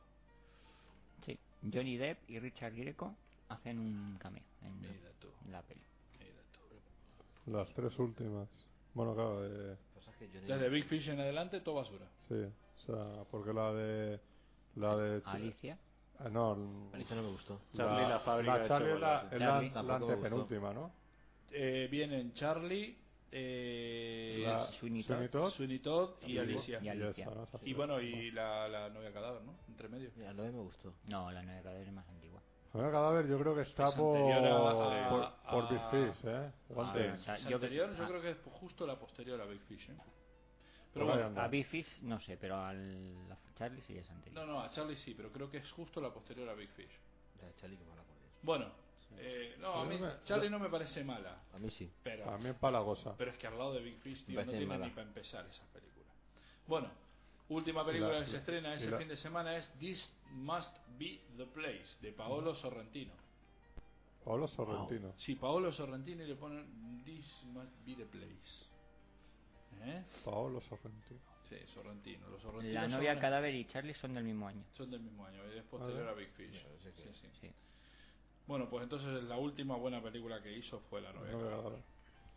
Speaker 3: Sí, Johnny Depp y Richard Greco hacen un cameo en
Speaker 2: Mira tú,
Speaker 3: la peli.
Speaker 2: mira tú.
Speaker 1: Las tres últimas. Bueno, claro, eh,
Speaker 6: Pasa que Johnny
Speaker 2: Desde
Speaker 6: Depp-
Speaker 2: Big Fish en adelante, todo basura.
Speaker 1: sí. O sea, porque la de. La de.
Speaker 3: Alicia,
Speaker 1: Ah, no.
Speaker 6: Alicia no me gustó.
Speaker 4: Charlie, la fábrica de
Speaker 1: Charlie es la,
Speaker 4: chocolate.
Speaker 1: es la-
Speaker 3: Charlie.
Speaker 1: la
Speaker 6: Tampoco me
Speaker 1: antepenúltima, ¿no?
Speaker 2: Eh, vienen Charlie, eh,
Speaker 1: La
Speaker 3: Sweeney Todd.
Speaker 1: Sweeney Todd
Speaker 2: Sweeney Todd y
Speaker 1: y-
Speaker 2: Alicia.
Speaker 1: Y,
Speaker 3: Y Alicia.
Speaker 1: esa, ¿no? Esa fue-
Speaker 2: Y bueno, y la, la novia cadáver, ¿no? Entre medio.
Speaker 6: Mira, no me gustó.
Speaker 3: no, la nueva cadera es más antigua.
Speaker 1: Bueno, el cadáver yo creo que está
Speaker 2: Es
Speaker 1: por,
Speaker 2: anterior a-
Speaker 1: por,
Speaker 2: a-
Speaker 1: por Big Fish, ¿eh?
Speaker 3: Ah,
Speaker 1: Antes.
Speaker 3: o sea,
Speaker 2: Esa
Speaker 3: yo ah. que-
Speaker 2: anterior, yo
Speaker 3: a-
Speaker 2: creo que es justo la posterior a Big Fish, ¿eh?
Speaker 1: Por
Speaker 2: Pero
Speaker 1: ahí
Speaker 2: bueno,
Speaker 1: anda.
Speaker 3: A Biffis no sé, pero al a Charlie sí es
Speaker 2: no,
Speaker 3: anterior.
Speaker 2: no, a Charlie sí, pero creo que es justo la posterior a Big Fish.
Speaker 6: La de Charlie que mala con Dios.
Speaker 2: Bueno, eh, no, a
Speaker 1: Yo
Speaker 2: mí
Speaker 1: me- yo-
Speaker 2: Charlie no me parece mala,
Speaker 6: A mí sí.
Speaker 2: pero,
Speaker 1: También Palagosa.
Speaker 2: pero es que al lado de Big Fish, tío,
Speaker 6: Me
Speaker 2: no
Speaker 6: parece
Speaker 2: tiene
Speaker 6: mala.
Speaker 2: ni para empezar esa película. Bueno, última película
Speaker 1: La-
Speaker 2: que se
Speaker 1: la-
Speaker 2: estrena
Speaker 1: y
Speaker 2: ese
Speaker 1: la-
Speaker 2: fin de semana es This Must Be the Place, de Paolo Sorrentino.
Speaker 1: Paolo Sorrentino.
Speaker 2: Si Paolo Sorrentino y le ponen This must be the place. ¿Eh?
Speaker 1: Paolo Sorrentino.
Speaker 2: Sí, Sorrentino. Los sorrentinos
Speaker 3: La
Speaker 2: son
Speaker 3: novia
Speaker 2: una-
Speaker 3: cadáver y Charlie son del mismo año.
Speaker 2: Son del mismo año, es posterior a Big Fish. Sí, sí.
Speaker 3: Sí.
Speaker 2: Bueno, pues entonces la última buena película que hizo fue La novia.
Speaker 1: No,
Speaker 2: cadáver.
Speaker 1: no, no.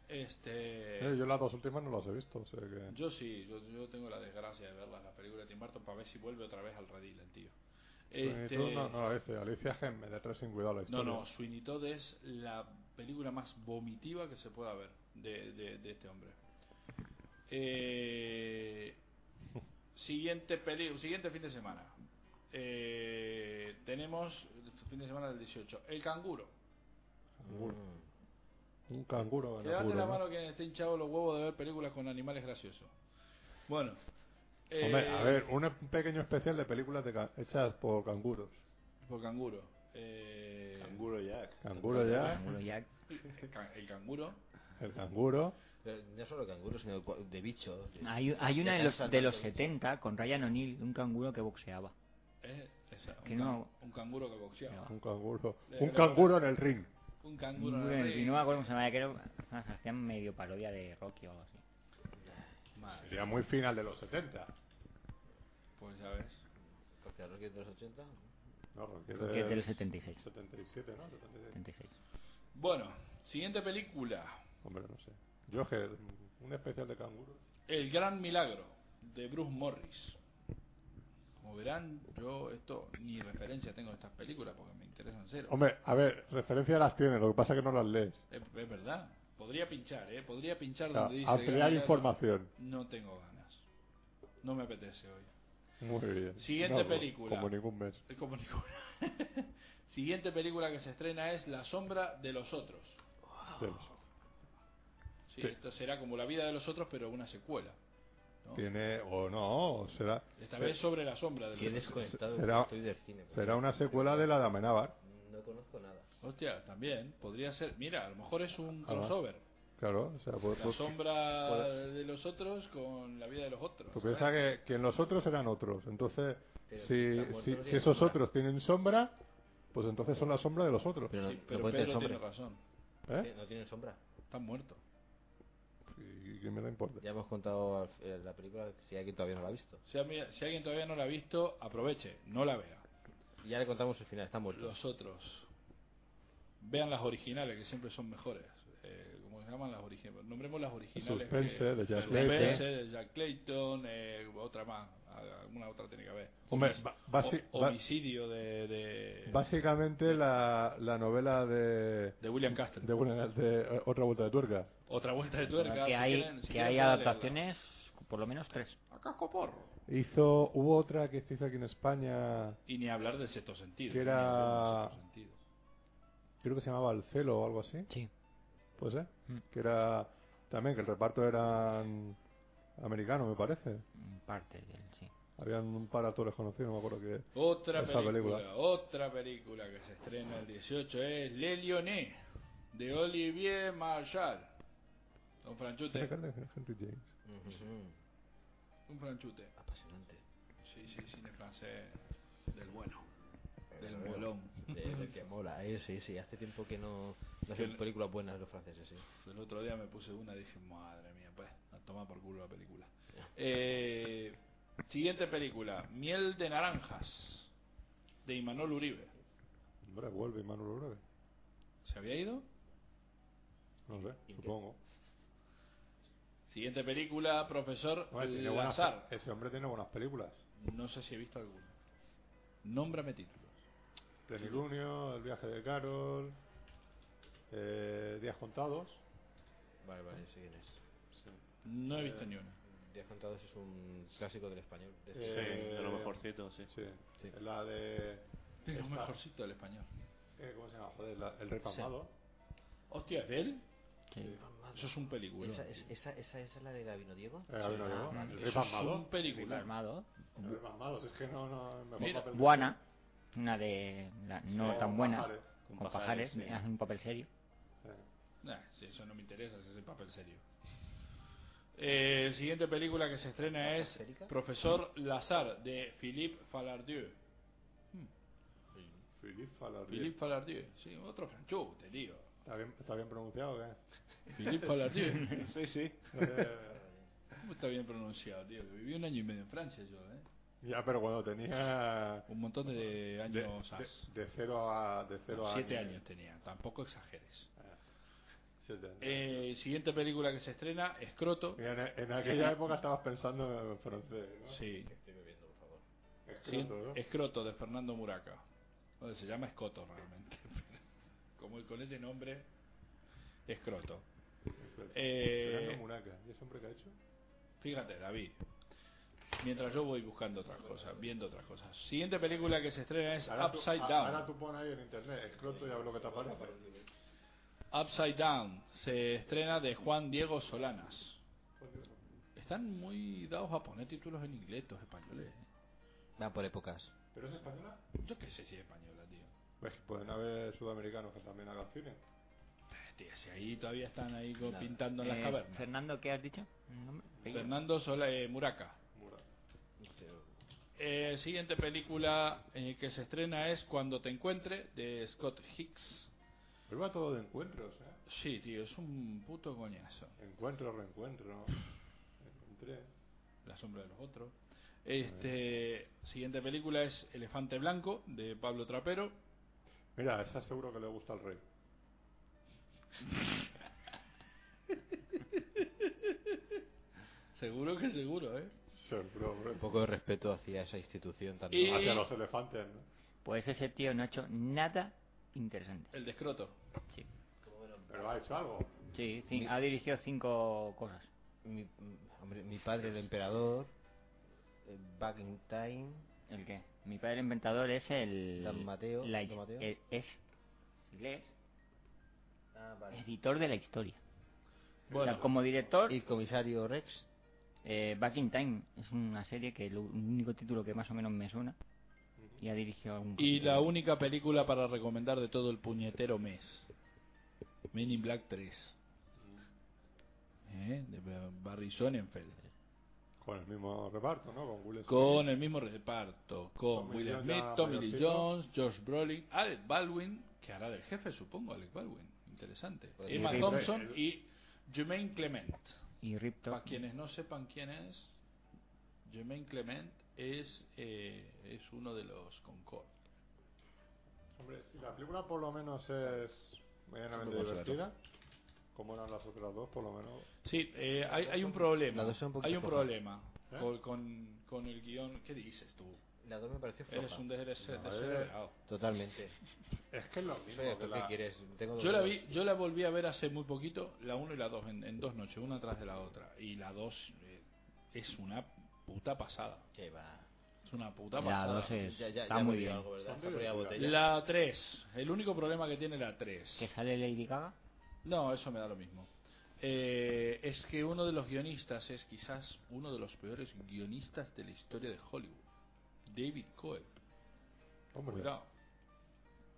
Speaker 2: Este...
Speaker 1: Eh, yo las dos últimas no las he visto, o sea que...
Speaker 2: Yo sí, yo, yo tengo la desgracia de verlas, las películas de Tim Burton, para ver si vuelve otra vez al redil el tío.
Speaker 1: Sweeney
Speaker 2: Este,
Speaker 1: Todd Pues, no, no la viste, Alicia Gemme de Tres sin cuidado la
Speaker 2: no,
Speaker 1: historia.
Speaker 2: no, Sweeney Todd es la película más vomitiva que se pueda ver de, de- de este hombre. Eh, siguiente, peli, siguiente fin de semana. Eh, tenemos el fin de semana del 18, El Canguro.
Speaker 1: Canguro. Un canguro
Speaker 2: Que
Speaker 1: en
Speaker 2: levante
Speaker 1: apuro,
Speaker 2: la
Speaker 1: ¿no?
Speaker 2: mano quien esté hinchado los huevos de ver películas con animales graciosos. Bueno.
Speaker 1: Hombre, a
Speaker 2: eh,
Speaker 1: ver, un un pequeño especial de películas de ca- hechas por canguros.
Speaker 2: Por canguro. Eh,
Speaker 4: Canguro Jack.
Speaker 1: Canguro ya,
Speaker 6: Canguro Jack.
Speaker 2: El, can- el canguro.
Speaker 1: el canguro.
Speaker 6: Pero No solo canguro, sino cua- de bicho. de-
Speaker 3: Hay, hay
Speaker 6: de
Speaker 3: una de los,
Speaker 6: caza,
Speaker 3: de
Speaker 6: tanto
Speaker 3: los
Speaker 6: bicho.
Speaker 3: 70 con Ryan O'Neill, un canguro que boxeaba.
Speaker 2: ¿eh? Esa, un,
Speaker 3: Que
Speaker 2: can-
Speaker 3: no-
Speaker 2: un canguro que boxeaba.
Speaker 3: No.
Speaker 1: Un canguro.
Speaker 2: Eh,
Speaker 1: Un
Speaker 2: pero-
Speaker 1: canguro en el ring.
Speaker 2: Un
Speaker 3: Muy
Speaker 2: canguro. en el
Speaker 3: bien,
Speaker 2: ring.
Speaker 3: Y no me acuerdo cómo se llamaba, creo que se hacían medio parodia de Rocky o algo así.
Speaker 2: Madre,
Speaker 1: Sería muy final de los 70.
Speaker 2: pues ya ves.
Speaker 6: Porque a Rocky es de los 80. ¿no?
Speaker 1: No, Rocky es
Speaker 3: Rocky es del
Speaker 1: del
Speaker 3: 76.
Speaker 1: 77, ¿no? 77.
Speaker 3: 76.
Speaker 2: Bueno, siguiente película.
Speaker 1: Hombre, no sé. Yo es que mm, un especial de canguros.
Speaker 2: El gran milagro de Bruce Morris. Como verán, yo esto ni referencia tengo de estas películas porque me interesan cero.
Speaker 1: Hombre, a ver, referencias las tiene, lo que pasa es que no las lees.
Speaker 2: Es, es verdad. Podría pinchar, ¿eh? Podría pinchar
Speaker 1: O sea,
Speaker 2: donde dice. el gran
Speaker 1: ampliar
Speaker 2: milagro.
Speaker 1: información.
Speaker 2: No tengo ganas. No me apetece hoy.
Speaker 1: Muy bien.
Speaker 2: Siguiente
Speaker 1: co-
Speaker 2: película.
Speaker 1: Como ningún mes.
Speaker 2: Es como ninguna. Siguiente película que se estrena es La sombra de los otros. Ah,
Speaker 1: de los-
Speaker 2: Sí,
Speaker 1: Sí.
Speaker 2: Esto será como La vida de los otros, pero una secuela. ¿no?
Speaker 1: Tiene, o no, o será.
Speaker 2: Esta
Speaker 1: se-
Speaker 2: vez sobre la sombra de
Speaker 6: Qué
Speaker 2: los otros.
Speaker 6: desconectado
Speaker 1: será-
Speaker 6: estoy del cine. pues.
Speaker 1: será una secuela de la de Amenábar.
Speaker 6: No conozco nada.
Speaker 2: Hostia, también podría ser. Mira, a lo mejor es un
Speaker 1: Ah, va.
Speaker 2: crossover.
Speaker 1: Claro, o sea, pues,
Speaker 2: La
Speaker 1: pues-
Speaker 2: sombra de los otros con la vida de los otros.
Speaker 1: tú piensas que, que en los otros eran otros. Entonces,
Speaker 6: Pero
Speaker 1: si,
Speaker 6: la muerte
Speaker 1: si,
Speaker 6: no
Speaker 1: si
Speaker 6: tiene
Speaker 1: esos
Speaker 6: sombra.
Speaker 1: otros tienen sombra, pues entonces son la sombra de los otros.
Speaker 6: Pero no,
Speaker 2: Sí,
Speaker 6: no
Speaker 2: pero
Speaker 6: pueden tener
Speaker 2: Pedro tiene
Speaker 6: sombra.
Speaker 2: razón.
Speaker 1: ¿Eh?
Speaker 6: Eh, No tienen sombra.
Speaker 2: Está muerto.
Speaker 1: ¿Y qué me la importa?
Speaker 6: Ya hemos contado al- eh, la película, si alguien todavía no la ha visto.
Speaker 2: Si, a mí- si alguien todavía no la ha visto, aproveche, no la vea.
Speaker 6: Y ya le contamos el final, está muerto.
Speaker 2: Los otros. Vean las originales, que siempre son mejores. Eh, ¿Cómo se llaman las originales? Nombremos las originales.
Speaker 1: Suspense
Speaker 2: que-
Speaker 1: de Jack
Speaker 2: Suspense
Speaker 6: Clayton.
Speaker 2: de Jack Clayton, eh, otra más. Alguna otra tiene que haber.
Speaker 1: Hombre,
Speaker 2: Homic-
Speaker 1: ba- basi-
Speaker 2: ho-
Speaker 1: ba-
Speaker 2: homicidio de, de,
Speaker 1: Básicamente la, la novela de,
Speaker 2: de William Castle.
Speaker 1: de, una- de, eh, otra vuelta de tuerca.
Speaker 2: Otra vuelta de tuerca. si
Speaker 3: que hay,
Speaker 2: quieren- si
Speaker 3: que
Speaker 2: quieren
Speaker 3: hay
Speaker 2: pueden
Speaker 3: adaptaciones, por lo menos tres.
Speaker 2: leerla. A casco porro.
Speaker 1: Hizo, hubo otra que se hizo aquí en España,
Speaker 2: Y ni hablar del sexto sentido.
Speaker 1: Que
Speaker 2: ni
Speaker 1: era-
Speaker 2: hablar del sexto sentido.
Speaker 1: creo que se llamaba El Celo o algo así.
Speaker 3: Sí.
Speaker 1: Pues eh,
Speaker 3: Mm.
Speaker 1: que era también que el reparto eran americanos, me parece.
Speaker 3: Parte del sí.
Speaker 1: Habían un par de actores conocidos, no me acuerdo qué.
Speaker 2: Otra
Speaker 1: Esa
Speaker 2: película,
Speaker 1: película.
Speaker 2: otra película que se estrena el 18 es Le Lyonnais de Olivier Marchal. Un franchute,
Speaker 1: Tiene cara de Henry James.
Speaker 6: Ujú.
Speaker 2: un franchute.
Speaker 6: Apasionante.
Speaker 2: Sí, sí, cine francés del bueno,
Speaker 1: Eh,
Speaker 2: del molón,
Speaker 6: De- del que mola, eh, sí, sí. Hace tiempo que no, no hacen
Speaker 2: Que-
Speaker 6: películas buenas los franceses, sí.
Speaker 2: Pues El otro día me puse una y dije, madre mía, pues, a tomar por culo la película. Eh, siguiente película, Miel de Naranjas, de Imanol Uribe.
Speaker 1: Hombre, vuelve Manuel Uribe.
Speaker 2: ¿Se había ido?
Speaker 1: No sé, supongo.
Speaker 2: Siguiente película, Profesor
Speaker 1: Hombre, tiene buenas-
Speaker 2: Lazar.
Speaker 1: ese hombre tiene buenas películas.
Speaker 2: No sé si he visto alguna. Nómbrame títulos.
Speaker 1: Plenilunio, El viaje de Carol, eh, Días contados.
Speaker 6: Vale, vale, sí, quién es.
Speaker 2: No he visto ni una.
Speaker 6: Días Contados es un clásico del español. de
Speaker 1: Eh,
Speaker 4: Sí,
Speaker 6: este-
Speaker 4: de lo mejorcito, sí.
Speaker 1: Sí.
Speaker 6: Sí.
Speaker 1: La de.
Speaker 2: Pero
Speaker 1: esta-
Speaker 2: mejorcito el español.
Speaker 1: eh, ¿Cómo se llama? Joder, la- el reclamado.
Speaker 2: Hostia, ¿es de él?
Speaker 3: Sí.
Speaker 2: Eso Ah, es un película.
Speaker 6: Esa, es- esa, esa, esa es la de Gabino Diego.
Speaker 1: Eh, a ver, no digo.
Speaker 6: Ah,
Speaker 1: El
Speaker 2: Eso es
Speaker 1: reclamado.
Speaker 2: un película.
Speaker 3: Armado.
Speaker 1: El reclamado, si es que no, no, mejor
Speaker 2: Mira,
Speaker 1: papel que-
Speaker 3: Guana, una de la no
Speaker 1: Sí,
Speaker 3: tan
Speaker 1: con
Speaker 3: buena,
Speaker 1: pajares.
Speaker 3: con,
Speaker 4: Con
Speaker 3: pajares,
Speaker 4: pajares, sí.
Speaker 3: hace un papel serio.
Speaker 1: Sí.
Speaker 2: Nah, si eso no me interesa, si es el papel serio. Eh, siguiente película que se estrena es
Speaker 6: ¿Esférica?
Speaker 2: Profesor Lazar de Philippe Falardieu.
Speaker 1: Philippe Falardier.
Speaker 2: Hmm. Philippe Falardier, sí, otro franchute, tío.
Speaker 1: ¿Está bien, está bien pronunciado o qué?
Speaker 2: Philippe Falardier.
Speaker 4: Sí, sí.
Speaker 1: Eh,
Speaker 2: ¿Cómo está bien pronunciado, tío? Que viví un año y medio en Francia yo, ¿eh?
Speaker 1: ya, pero cuando tenía...
Speaker 2: Un montón de
Speaker 1: De,
Speaker 2: años. as.
Speaker 1: de- de cero a... De cero a
Speaker 2: siete
Speaker 1: diez.
Speaker 2: años tenía, tampoco exageres.
Speaker 1: Siete años.
Speaker 2: Eh, siguiente película que se estrena, Escroto.
Speaker 1: Mira, en, en aquella época estabas pensando en francés, ¿no?
Speaker 2: Sí, Eh,
Speaker 5: Estoy bebiendo, por favor.
Speaker 2: Siguiente-
Speaker 1: Escroto, ¿no?
Speaker 2: Escroto de Fernando Muraca. Bueno, se llama Escoto realmente. pero Como con ese nombre, Escroto.
Speaker 1: Escroto.
Speaker 2: eh,
Speaker 1: Fernando Muraca. ¿Y ese hombre qué ha hecho?
Speaker 2: Fíjate, David. Mientras yo voy buscando otras cosas, viendo otras cosas. Siguiente película que se estrena es
Speaker 1: Ahora tú-
Speaker 2: Upside
Speaker 1: a-
Speaker 2: Down.
Speaker 1: Ahora tú pon ahí en internet, escroto y hablo que te aparece.
Speaker 2: Upside Down se estrena de Juan Diego Solanas. Están muy dados a poner títulos en inglés, los españoles. ¿eh?
Speaker 6: Va por épocas.
Speaker 1: ¿Pero es española?
Speaker 2: Yo qué sé si es española, tío.
Speaker 1: Pues pueden haber sudamericanos que también hagan cine.
Speaker 2: Eh, tío, si ahí todavía están ahí co-
Speaker 6: Nada.
Speaker 2: pintando en las
Speaker 3: Eh,
Speaker 2: cavernas.
Speaker 3: Fernando, ¿qué has dicho? ¿El nombre? Apellido.
Speaker 2: Fernando Sola, eh, Muraca.
Speaker 1: Muraca.
Speaker 2: Eh, siguiente película eh, que se estrena es Cuando te encuentre, de Scott Hicks.
Speaker 1: Pero va todo de encuentros, ¿eh?
Speaker 2: Sí, tío, es un puto coñazo.
Speaker 1: Encuentro, reencuentro. Encontré.
Speaker 2: La sombra de los otros. Este, siguiente película es Elefante Blanco, de Pablo Trapero.
Speaker 1: Mira, esa seguro que le gusta al rey.
Speaker 2: Seguro que seguro, ¿eh?
Speaker 1: Seguro, hombre.
Speaker 6: Un poco de respeto hacia esa institución tan...
Speaker 2: Y-
Speaker 1: Hacia los elefantes, ¿no?
Speaker 3: Pues ese tío no ha hecho nada interesante.
Speaker 2: El descroto.
Speaker 3: Sí,
Speaker 1: Pero ha hecho algo.
Speaker 3: sí, sí,
Speaker 6: Mi-
Speaker 3: ha dirigido cinco cosas.
Speaker 6: Mi, mm, hombre, mi padre, el emperador, eh, Back in Time,
Speaker 3: ¿El qué? Mi padre inventador es el...
Speaker 6: Dan Mateo,
Speaker 3: la-
Speaker 6: Don Mateo.
Speaker 3: el- es inglés,
Speaker 6: ah,
Speaker 3: editor de la historia.
Speaker 2: Bueno.
Speaker 3: O sea, como director,
Speaker 6: y el comisario Rex.
Speaker 3: eh, Back in Time es una serie que el único título que más o menos me suena y ha dirigido algún
Speaker 2: Y
Speaker 3: capítulo.
Speaker 2: la única película para recomendar de todo el puñetero mes. Men in Black 3. ¿Eh? De Ba- Barry Sonnenfeld.
Speaker 1: Con el mismo reparto, ¿no? Con Will Smith.
Speaker 2: Con el mismo reparto. Con
Speaker 1: Tommy
Speaker 2: Will
Speaker 1: Jones,
Speaker 2: Smith,
Speaker 1: ya
Speaker 2: Tommy Lee
Speaker 1: mayorcito.
Speaker 2: Jones, Josh Brolin, Alec Baldwin, que hará del jefe, supongo, Alec Baldwin. Interesante.
Speaker 6: Pues
Speaker 2: Emma
Speaker 1: sí, sí,
Speaker 2: Thompson
Speaker 1: pero-
Speaker 2: y Jermaine Clement.
Speaker 3: Y Rip Torn.
Speaker 2: Para quienes no sepan quién es, Jermaine Clement es, eh, es uno de los Concord.
Speaker 1: Hombre, si la película por lo menos es medianamente
Speaker 2: Muy bueno,
Speaker 1: divertida, como eran las otras dos, por lo menos.
Speaker 2: Sí, eh, hay, hay un problema.
Speaker 6: las dos son un poquito
Speaker 2: hay un
Speaker 6: flojas.
Speaker 2: problema
Speaker 1: ¿Eh?
Speaker 2: con, con, con el guión. ¿Qué dices tú?
Speaker 6: La dos me pareció floja.
Speaker 2: Eres un desgraci-
Speaker 1: No,
Speaker 2: descerebrado.
Speaker 6: Totalmente.
Speaker 1: Es que es lo
Speaker 6: Sí,
Speaker 1: mismo.
Speaker 6: ¿tú
Speaker 1: que la-
Speaker 6: qué quieres? Tengo
Speaker 2: Yo la
Speaker 6: dos-
Speaker 2: vi, yo la volví a ver hace muy poquito, la 1 y la 2, en, en dos noches, una tras de la otra. Y la 2 es una puta pasada.
Speaker 6: Que va.
Speaker 2: Es una puta
Speaker 3: La
Speaker 2: pasada.
Speaker 3: dos es-
Speaker 5: Ya, ya,
Speaker 3: está
Speaker 5: ya
Speaker 3: muy
Speaker 5: bebió
Speaker 3: bien.
Speaker 5: algo, ¿verdad?
Speaker 1: Son
Speaker 5: Está por ahí a
Speaker 1: divertidas.
Speaker 5: botella.
Speaker 2: La 3, el único problema que tiene la 3.
Speaker 3: Que sale Lady Gaga.
Speaker 2: No, eso me da lo mismo. Eh, es que uno de los guionistas es quizás uno de los peores guionistas de la historia de Hollywood. David Coeb.
Speaker 1: Hombre,
Speaker 2: Cuidado.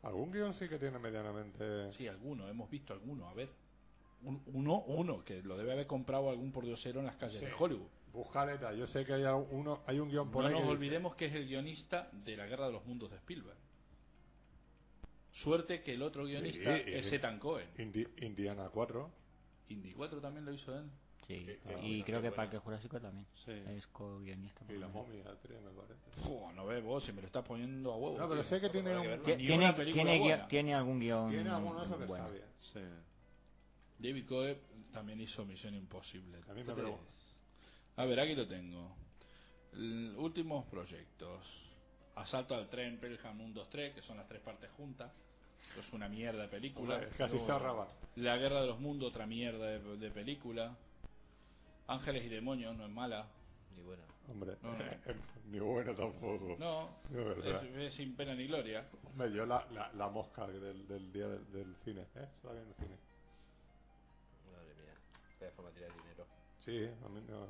Speaker 1: algún guión sí que tiene medianamente.
Speaker 2: Sí, alguno, hemos visto alguno, a ver. Un- uno, uno, que lo debe haber comprado algún pordiosero en las calles
Speaker 1: Sí.
Speaker 2: de Hollywood.
Speaker 1: Buscaleta, yo sé que hay, al- uno, hay un guión por
Speaker 2: No
Speaker 1: ahí.
Speaker 2: nos
Speaker 1: que-
Speaker 2: olvidemos que es el guionista de La Guerra de los Mundos de Spielberg. Suerte que el otro guionista
Speaker 1: Sí, eh.
Speaker 2: es
Speaker 1: sí.
Speaker 2: Ethan Cohen.
Speaker 1: Indi- Indiana 4.
Speaker 2: Indy 4 también lo hizo él.
Speaker 3: Sí.
Speaker 1: Qué- qué
Speaker 3: y
Speaker 1: buena,
Speaker 3: creo
Speaker 1: qué
Speaker 3: que
Speaker 1: buena.
Speaker 3: Parque Jurásico también.
Speaker 1: Sí.
Speaker 3: Es co-guionista. por
Speaker 1: Y
Speaker 3: lo
Speaker 1: la
Speaker 3: menos.
Speaker 1: momia 3, me parece.
Speaker 2: Puh, no ves vos, si me lo estás poniendo a huevo.
Speaker 1: No, pero
Speaker 2: tío.
Speaker 1: sé que tiene,
Speaker 2: habrá
Speaker 1: un-
Speaker 2: que
Speaker 3: Tie-
Speaker 2: Ni
Speaker 3: Tiene,
Speaker 2: una película
Speaker 3: tiene,
Speaker 2: buena.
Speaker 3: guio- tiene algún guión.
Speaker 1: tiene alguno de esos que
Speaker 3: bueno.
Speaker 1: está bien.
Speaker 4: Sí.
Speaker 2: David Coeb también hizo Misión Imposible.
Speaker 1: A mí me
Speaker 2: Tres.
Speaker 1: pregunto.
Speaker 2: A ver, aquí lo tengo. L- últimos proyectos. Asalto al tren, Pelham 1, 2, 3, que son las tres partes juntas. Eso es una mierda de película.
Speaker 1: Hombre, casi se arraba.
Speaker 2: La Guerra de los Mundos, otra mierda de, de película. Ángeles y Demonios, no es mala.
Speaker 6: Ni bueno.
Speaker 1: Hombre,
Speaker 2: No, no.
Speaker 1: ni bueno tampoco.
Speaker 2: No,
Speaker 1: No, es
Speaker 2: es,
Speaker 1: verdad.
Speaker 2: es sin pena ni gloria.
Speaker 1: Me dio la, la, la mosca del, del día del, del cine, ¿eh? Estaba viendo cine.
Speaker 5: Madre mía. Vaya forma de tirar dinero.
Speaker 1: Sí, a mí no.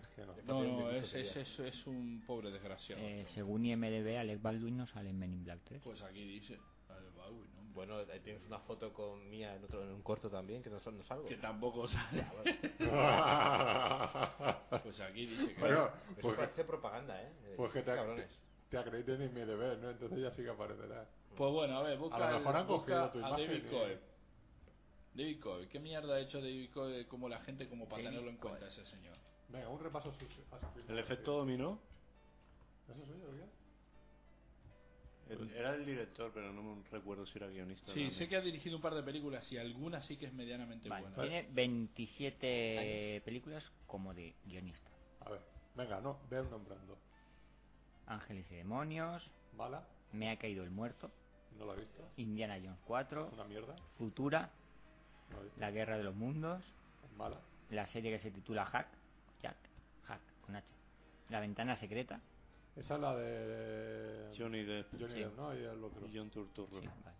Speaker 1: Es que no.
Speaker 2: No, no,
Speaker 6: de
Speaker 2: es, es,
Speaker 6: misoginia.
Speaker 2: es, es un pobre desgraciado.
Speaker 3: Eh, según IMDB, Alex Baldwin no sale en Men in Black 3.
Speaker 2: Pues aquí dice. Al Baldwin, ¿no?
Speaker 6: Bueno, ahí tienes una foto con mía en, otro, en un corto también, que no, son- no salgo.
Speaker 2: Que tampoco sale.
Speaker 1: Ah,
Speaker 2: Pues aquí dice que.
Speaker 1: bueno,
Speaker 6: Eso
Speaker 1: pues,
Speaker 6: parece propaganda, ¿eh?
Speaker 1: pues que te,
Speaker 6: Cabrones.
Speaker 1: te acredité ni mi deber, ¿no? Entonces ya sí que aparecerá.
Speaker 2: Pues bueno, a ver, busca,
Speaker 1: A lo mejor
Speaker 2: el-
Speaker 1: han cogido
Speaker 2: busca
Speaker 1: tu
Speaker 2: a
Speaker 1: imagen eh.
Speaker 2: David
Speaker 1: y-
Speaker 2: Coe. David Coe, ¿qué mierda ha hecho David Coe como la gente como para
Speaker 3: David
Speaker 2: tenerlo en
Speaker 3: Coe.
Speaker 2: cuenta ese señor?
Speaker 1: Venga, un repaso a su, a su filmografía.
Speaker 4: El efecto dominó.
Speaker 1: ¿Eso soy yo, o qué?
Speaker 3: Pues-
Speaker 4: El- Era el director, pero no me recuerdo si era guionista.
Speaker 2: Sí,
Speaker 4: no.
Speaker 2: sé que ha dirigido un par de películas y alguna sí que es medianamente
Speaker 3: Vale,
Speaker 2: buena.
Speaker 3: tiene 27 películas como de guionista.
Speaker 1: A ver, venga, no, ve nombrando.
Speaker 3: Ángeles y demonios,
Speaker 1: Bala,
Speaker 3: Me ha caído el muerto,
Speaker 1: no lo he visto.
Speaker 3: Indiana Jones 4,
Speaker 1: Una mierda,
Speaker 3: Futura,
Speaker 1: no lo he visto.
Speaker 3: La guerra de los mundos,
Speaker 1: Bala,
Speaker 3: la serie que se titula Hack, Jack, Hack con H. La ventana secreta.
Speaker 1: esa es la de.
Speaker 4: Johnny Depp
Speaker 1: Johnny
Speaker 3: Sí.
Speaker 1: Depp, ¿no? Y el otro.
Speaker 4: y John Turturro.
Speaker 3: Sí, vale.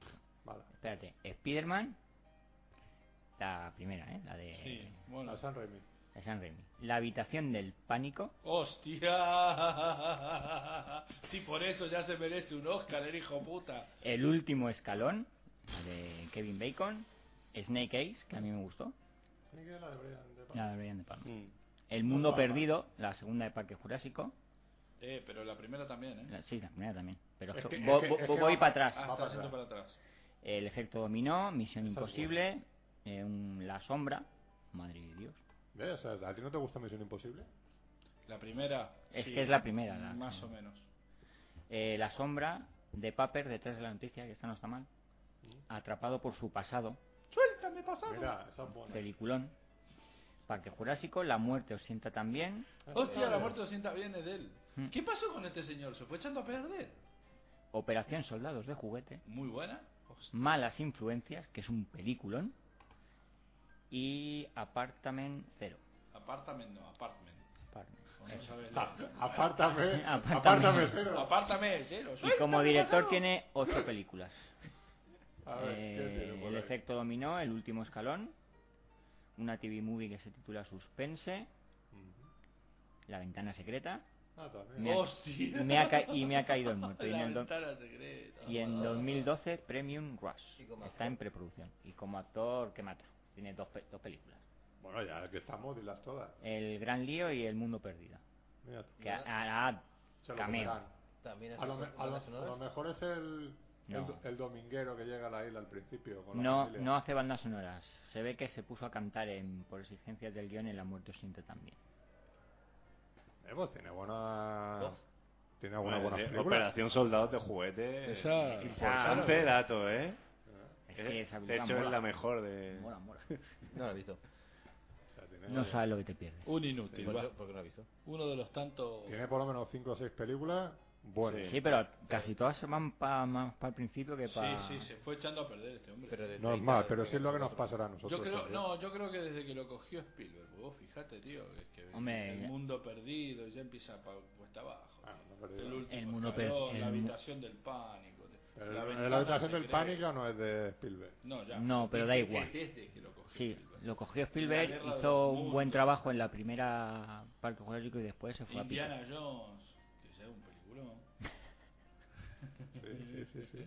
Speaker 1: Bala.
Speaker 3: Espérate, Spider-Man, la primera, ¿eh? La de,
Speaker 2: Sí,
Speaker 1: Bueno,
Speaker 2: bueno.
Speaker 1: San Raimi.
Speaker 3: de Sam Raimi. La habitación del pánico,
Speaker 2: ¡Hostia! Sí, por eso ya se merece un Oscar, el hijo puta.
Speaker 3: El último escalón, la de Kevin Bacon, Snake Eyes, que a mí me gustó,
Speaker 1: Tiene que ver la de Brian de Palma.
Speaker 3: la de Brian De Palma.
Speaker 4: Mm.
Speaker 3: El mundo
Speaker 1: Palma.
Speaker 3: perdido, la segunda de Parque Jurásico,
Speaker 2: Eh, pero la primera también, ¿eh?
Speaker 3: la- sí, la primera también, pero
Speaker 1: Es
Speaker 3: jo-
Speaker 1: que- es
Speaker 3: vo-
Speaker 1: que-
Speaker 3: vo-
Speaker 1: es
Speaker 3: vo-
Speaker 1: que
Speaker 3: voy
Speaker 1: va-
Speaker 3: para atrás.
Speaker 2: Ah,
Speaker 1: Va para
Speaker 2: está haciendo para
Speaker 1: atrás.
Speaker 2: atrás.
Speaker 3: El efecto dominó, Misión
Speaker 1: Esa es
Speaker 3: Imposible, eh, un- La Sombra, madre de Dios.
Speaker 1: ¿Ves? O sea, ¿a ti no te gusta Misión Imposible?
Speaker 2: La primera.
Speaker 3: Es
Speaker 2: sí,
Speaker 3: que es la primera, la-
Speaker 2: Más o menos.
Speaker 3: Eh, la Sombra, de Paper, detrás de la noticia, que esta no está mal.
Speaker 1: Mm.
Speaker 3: Atrapado por su pasado,
Speaker 1: Mira, esa es buena.
Speaker 3: peliculón. Parque Jurásico, La Muerte os sienta también.
Speaker 2: Hostia, la muerte sienta bien es de él.
Speaker 3: Hmm.
Speaker 2: ¿Qué pasó con este señor? ¿Se fue echando a perder?
Speaker 3: Operación Soldados de Juguete.
Speaker 2: Muy buena. Hostia.
Speaker 3: Malas Influencias, que es un peliculón. Y Apartament Cero.
Speaker 2: Apartament, no, apartment.
Speaker 3: Apartment.
Speaker 2: Vamos a ver.
Speaker 6: Ah.
Speaker 1: Apártame,
Speaker 3: Apártame.
Speaker 1: apártame, pero.
Speaker 2: Apartament, cero.
Speaker 3: Y como
Speaker 2: Suéltame,
Speaker 3: director
Speaker 2: pasado.
Speaker 3: tiene ocho películas.
Speaker 1: A ver, ¿qué
Speaker 3: Eh,
Speaker 1: tiene por
Speaker 3: el
Speaker 1: ahí?
Speaker 3: efecto dominó, El último escalón. Una TV movie que se titula Suspense.
Speaker 1: Ujú.
Speaker 3: La ventana secreta.
Speaker 1: Ah, también.
Speaker 3: Me ha-
Speaker 2: Hostia.
Speaker 3: me ha ca- y me ha caído el muerto. Y
Speaker 2: La
Speaker 3: en el do-
Speaker 2: ventana secreta.
Speaker 3: Y en
Speaker 2: Ah.
Speaker 3: 2012 Premium Rush.
Speaker 6: Y como
Speaker 3: Está
Speaker 6: actor.
Speaker 3: en preproducción. Y como actor que mata. Tiene dos, pe- dos películas.
Speaker 1: Oh, Bueno, ya que estamos, dilas todas.
Speaker 3: El Gran Lío y El Mundo Perdido.
Speaker 1: Mira,
Speaker 3: Que
Speaker 6: Ya.
Speaker 3: hará
Speaker 1: se lo
Speaker 3: cameo.
Speaker 1: comerán.
Speaker 6: También
Speaker 1: A lo, me- a lo- a lo mejor es el, el,
Speaker 3: No.
Speaker 1: do- el dominguero que llega a la isla al principio. Con la
Speaker 3: No,
Speaker 1: familia.
Speaker 3: no hace bandas sonoras. Se ve que se puso a cantar en, por exigencias del guión en La Muerte Siente también.
Speaker 1: Eh, pues tiene buena. Tiene alguna
Speaker 4: Bueno,
Speaker 1: buena
Speaker 4: eh,
Speaker 1: película.
Speaker 4: Operación Soldados de Juguete.
Speaker 2: Esa-
Speaker 4: Importante
Speaker 3: esa-
Speaker 4: dato, ¿eh?
Speaker 3: Es
Speaker 4: Eh,
Speaker 3: que esa
Speaker 4: de
Speaker 3: película
Speaker 4: hecho,
Speaker 3: mola.
Speaker 4: es la mejor de.
Speaker 3: Mola, mola.
Speaker 6: No lo he visto.
Speaker 1: O sea, tiene,
Speaker 3: No sabes lo que te pierdes.
Speaker 2: Un
Speaker 6: Sí,
Speaker 2: inútil,
Speaker 6: ¿Por
Speaker 2: va.
Speaker 6: qué, por qué no lo he visto?
Speaker 2: Uno de los tantos.
Speaker 1: tiene por lo menos 5 o 6 películas. Bueno,
Speaker 4: Sí.
Speaker 3: Sí, pero casi todas van pa- más para el principio que
Speaker 2: Sí,
Speaker 3: para...
Speaker 2: sí, se fue echando a perder este hombre.
Speaker 6: Pero de
Speaker 1: no es
Speaker 6: 30,
Speaker 1: mal, pero
Speaker 6: de
Speaker 1: sí es lo que nos
Speaker 6: 34.
Speaker 1: pasará a nosotros.
Speaker 2: yo creo,
Speaker 1: también.
Speaker 2: no, yo creo que desde que lo cogió Spielberg, vos fíjate, tío, que es que
Speaker 3: Hombre,
Speaker 2: el
Speaker 3: ya-
Speaker 2: mundo perdido ya empieza pa, cuesta abajo.
Speaker 1: Ah,
Speaker 2: tío.
Speaker 1: no perdido.
Speaker 2: el último
Speaker 3: El mundo
Speaker 2: escalón,
Speaker 3: per- el
Speaker 2: la
Speaker 3: mu-
Speaker 2: habitación del pánico. tío.
Speaker 1: Pero
Speaker 2: La
Speaker 1: la,
Speaker 2: ventana
Speaker 1: la habitación del
Speaker 2: secreta.
Speaker 1: pánico no es de Spielberg.
Speaker 2: No, ya.
Speaker 3: No, pero da
Speaker 2: Desde que-
Speaker 3: igual.
Speaker 2: Desde que lo cogió
Speaker 3: Sí,
Speaker 2: Spielberg.
Speaker 3: lo cogió
Speaker 2: La
Speaker 3: Spielberg,
Speaker 2: guerra
Speaker 3: hizo
Speaker 2: del
Speaker 3: un buen
Speaker 2: mundo.
Speaker 3: trabajo en la primera Parque Jurásico y después se fue a
Speaker 2: Indiana Jones, que sea un peliculón.
Speaker 1: Sí, sí, sí. sí.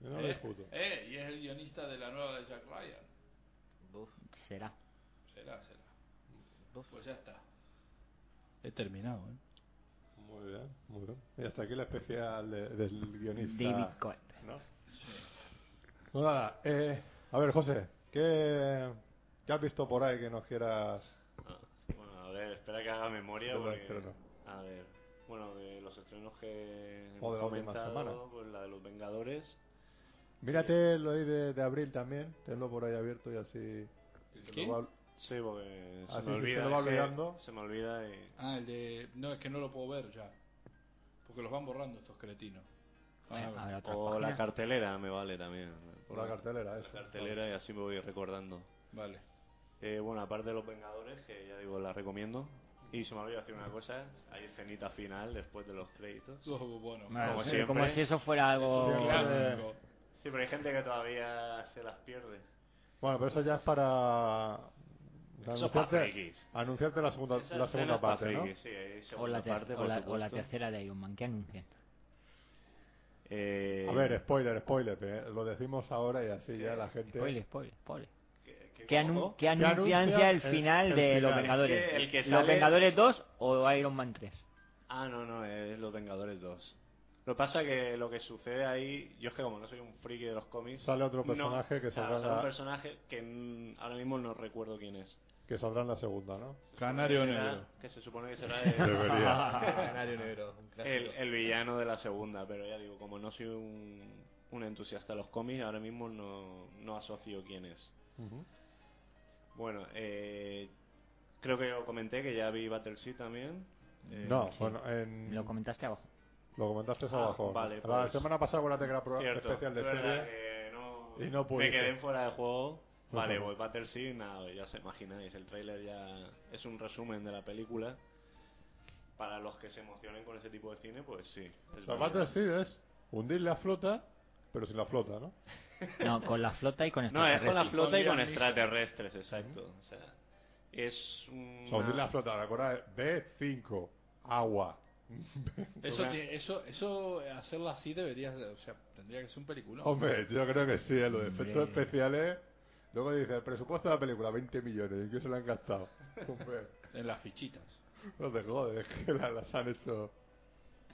Speaker 1: Yo no lo
Speaker 2: eh,
Speaker 1: discuto.
Speaker 2: eh, y es el guionista de la nueva de Jack Ryan.
Speaker 6: Buf,
Speaker 3: pico. Será.
Speaker 2: Será, será.
Speaker 6: buf.
Speaker 2: Pues ya está. He terminado, ¿eh?
Speaker 1: Muy bien, muy bien. Y hasta aquí la especial de- del guionista.
Speaker 3: David Cohen.
Speaker 1: ¿no? No, nada, eh, a ver, José, ¿qué, qué has visto por ahí que nos quieras?
Speaker 4: Ah, bueno, a ver, espera que haga memoria.
Speaker 1: De los
Speaker 4: porque-
Speaker 1: estrenos.
Speaker 4: a ver, bueno, de los estrenos que.
Speaker 1: O de la
Speaker 4: hemos
Speaker 1: última
Speaker 4: comentado,
Speaker 1: semana.
Speaker 4: Pues la de los Vengadores.
Speaker 1: Mírate lo ahí de, de abril también, tenlo por ahí abierto y así.
Speaker 2: ¿El
Speaker 1: se
Speaker 2: qué?
Speaker 1: lo va-
Speaker 4: Sí, porque
Speaker 1: Ah,
Speaker 4: se
Speaker 1: sí,
Speaker 4: me
Speaker 1: sí,
Speaker 4: olvida.
Speaker 1: se lo va
Speaker 4: es que
Speaker 1: olvidando.
Speaker 4: se me olvida y.
Speaker 2: Ah, el de... No, es que no lo puedo ver ya. Porque los van borrando estos cretinos. Ah, Van a ver.
Speaker 3: Habrá otras
Speaker 4: O la
Speaker 3: páginas.
Speaker 4: cartelera me vale también.
Speaker 1: por la cartelera, eso.
Speaker 4: La cartelera y así me voy recordando.
Speaker 2: Vale.
Speaker 4: Eh, bueno, aparte de Los Vengadores, que ya digo, la recomiendo. Y se me olvidó decir una cosa, hay escenita final después de los créditos. Sí,
Speaker 2: Estuvo bueno.
Speaker 3: Bueno,
Speaker 4: Como
Speaker 3: sí,
Speaker 4: siempre.
Speaker 3: como si eso fuera algo...
Speaker 1: Sí, claro.
Speaker 2: Clásico.
Speaker 4: pero hay gente que todavía se las pierde.
Speaker 1: Bueno, pero eso ya es para.
Speaker 4: Eso es para
Speaker 1: Anunciarte,
Speaker 4: frikis.
Speaker 1: anunciarte la segunda,
Speaker 4: Esa
Speaker 1: la
Speaker 4: escena
Speaker 1: segunda
Speaker 4: es pa'
Speaker 1: parte, ¿no?
Speaker 4: frikis, sí, hay
Speaker 3: O la,
Speaker 4: segunda
Speaker 3: ter-
Speaker 4: parte,
Speaker 3: o
Speaker 4: por
Speaker 3: la- o la
Speaker 4: supuesto.
Speaker 3: tercera de Iron Man, que anuncian?
Speaker 4: Eh,
Speaker 1: A ver, spoiler, spoiler, eh, lo decimos ahora y así ya la gente.
Speaker 3: Spoiler, spoiler, spoiler.
Speaker 4: ¿qué- qué-
Speaker 3: ¿Qué,
Speaker 4: cómo?
Speaker 3: anun- qué anuncian
Speaker 1: anuncia
Speaker 3: el
Speaker 1: el-
Speaker 3: final
Speaker 1: el
Speaker 3: de Los
Speaker 1: final?
Speaker 3: Vengadores?
Speaker 4: Es que el que
Speaker 3: ¿Los
Speaker 4: sale-
Speaker 3: Vengadores 2 o Iron Man 3?
Speaker 4: Ah, no, no, es Los Vengadores 2. Lo que pasa que lo que sucede ahí, yo es que como no soy un friki de los cómics...
Speaker 1: Sale otro
Speaker 4: no,
Speaker 1: personaje que
Speaker 4: claro,
Speaker 1: saldrá-
Speaker 4: sale un personaje que mm, ahora mismo no recuerdo quién es.
Speaker 1: Que saldrá en la segunda, ¿no?
Speaker 2: Canario
Speaker 4: Que será-
Speaker 2: Negro.
Speaker 4: Que se supone que será el,
Speaker 1: Debería.
Speaker 6: Canario Negro, un clásico.
Speaker 1: eh,
Speaker 4: el- el villano de la segunda, pero ya digo, como no soy un, un entusiasta de los cómics, ahora mismo no, no asocio quién es.
Speaker 1: Ujú.
Speaker 4: Bueno, eh, creo que lo comenté que ya vi Battleship también. Eh,
Speaker 1: no,
Speaker 3: sí.
Speaker 1: bueno, en-
Speaker 3: Lo comentaste abajo.
Speaker 1: lo comentaste
Speaker 4: Ah,
Speaker 1: abajo.
Speaker 4: vale,
Speaker 1: La
Speaker 4: pues-
Speaker 1: semana pasada acuérdate que era pro-
Speaker 4: Cierto,
Speaker 1: especial de
Speaker 4: es verdad
Speaker 1: serie.
Speaker 4: que no-
Speaker 1: y no
Speaker 4: me
Speaker 1: pudiste.
Speaker 4: quedé en fuera de juego.
Speaker 1: No
Speaker 4: Vale,
Speaker 1: pudiste.
Speaker 4: pues Battleship, nada, ya se imagináis, el tráiler ya es un resumen de la película. Para los que se emocionen con ese tipo de cine, pues sí. es
Speaker 1: O sea,
Speaker 4: verdad.
Speaker 1: Battlefield es hundir la flota, pero sin la flota, ¿no?
Speaker 3: No, con la flota y con
Speaker 4: No, es con la
Speaker 3: extraterrestres.
Speaker 4: flota y
Speaker 2: Con Liam
Speaker 4: con
Speaker 2: Neeson.
Speaker 4: extraterrestres, exacto. O sea, es un...
Speaker 1: O sea, hundir la flota, recuerda, B5, agua.
Speaker 2: Eso,
Speaker 4: Una-
Speaker 2: tiene- eso, eso, eh, hacerlo así debería, o sea, tendría que ser un peliculón.
Speaker 1: Hombre, yo creo que sí, ¿eh? los efectos
Speaker 3: Hombre.
Speaker 1: especiales. Luego dice, el presupuesto de la película, 20 millones, ¿en qué se lo han gastado? Hombre,
Speaker 2: En las fichitas.
Speaker 1: no te jodes, que la- las han hecho...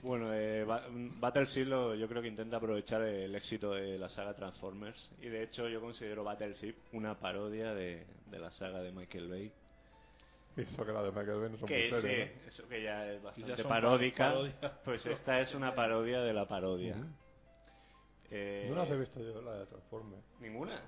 Speaker 4: Bueno, eh, Ba- Battlefield lo- yo creo que intenta aprovechar el éxito de la saga Transformers y de hecho yo considero Battleship una parodia de, de la saga de Michael Bay.
Speaker 1: Eso que la de Michael Bay no son
Speaker 4: Que
Speaker 1: muy serias,
Speaker 4: sí, eso que ya es bastante
Speaker 2: son
Speaker 4: paródica,
Speaker 2: parodias.
Speaker 4: pues esta es una parodia de la parodia.
Speaker 1: Ujú.
Speaker 4: Eh,
Speaker 1: ¿no? No las he visto yo, la de Transformers.
Speaker 4: ¿Ninguna?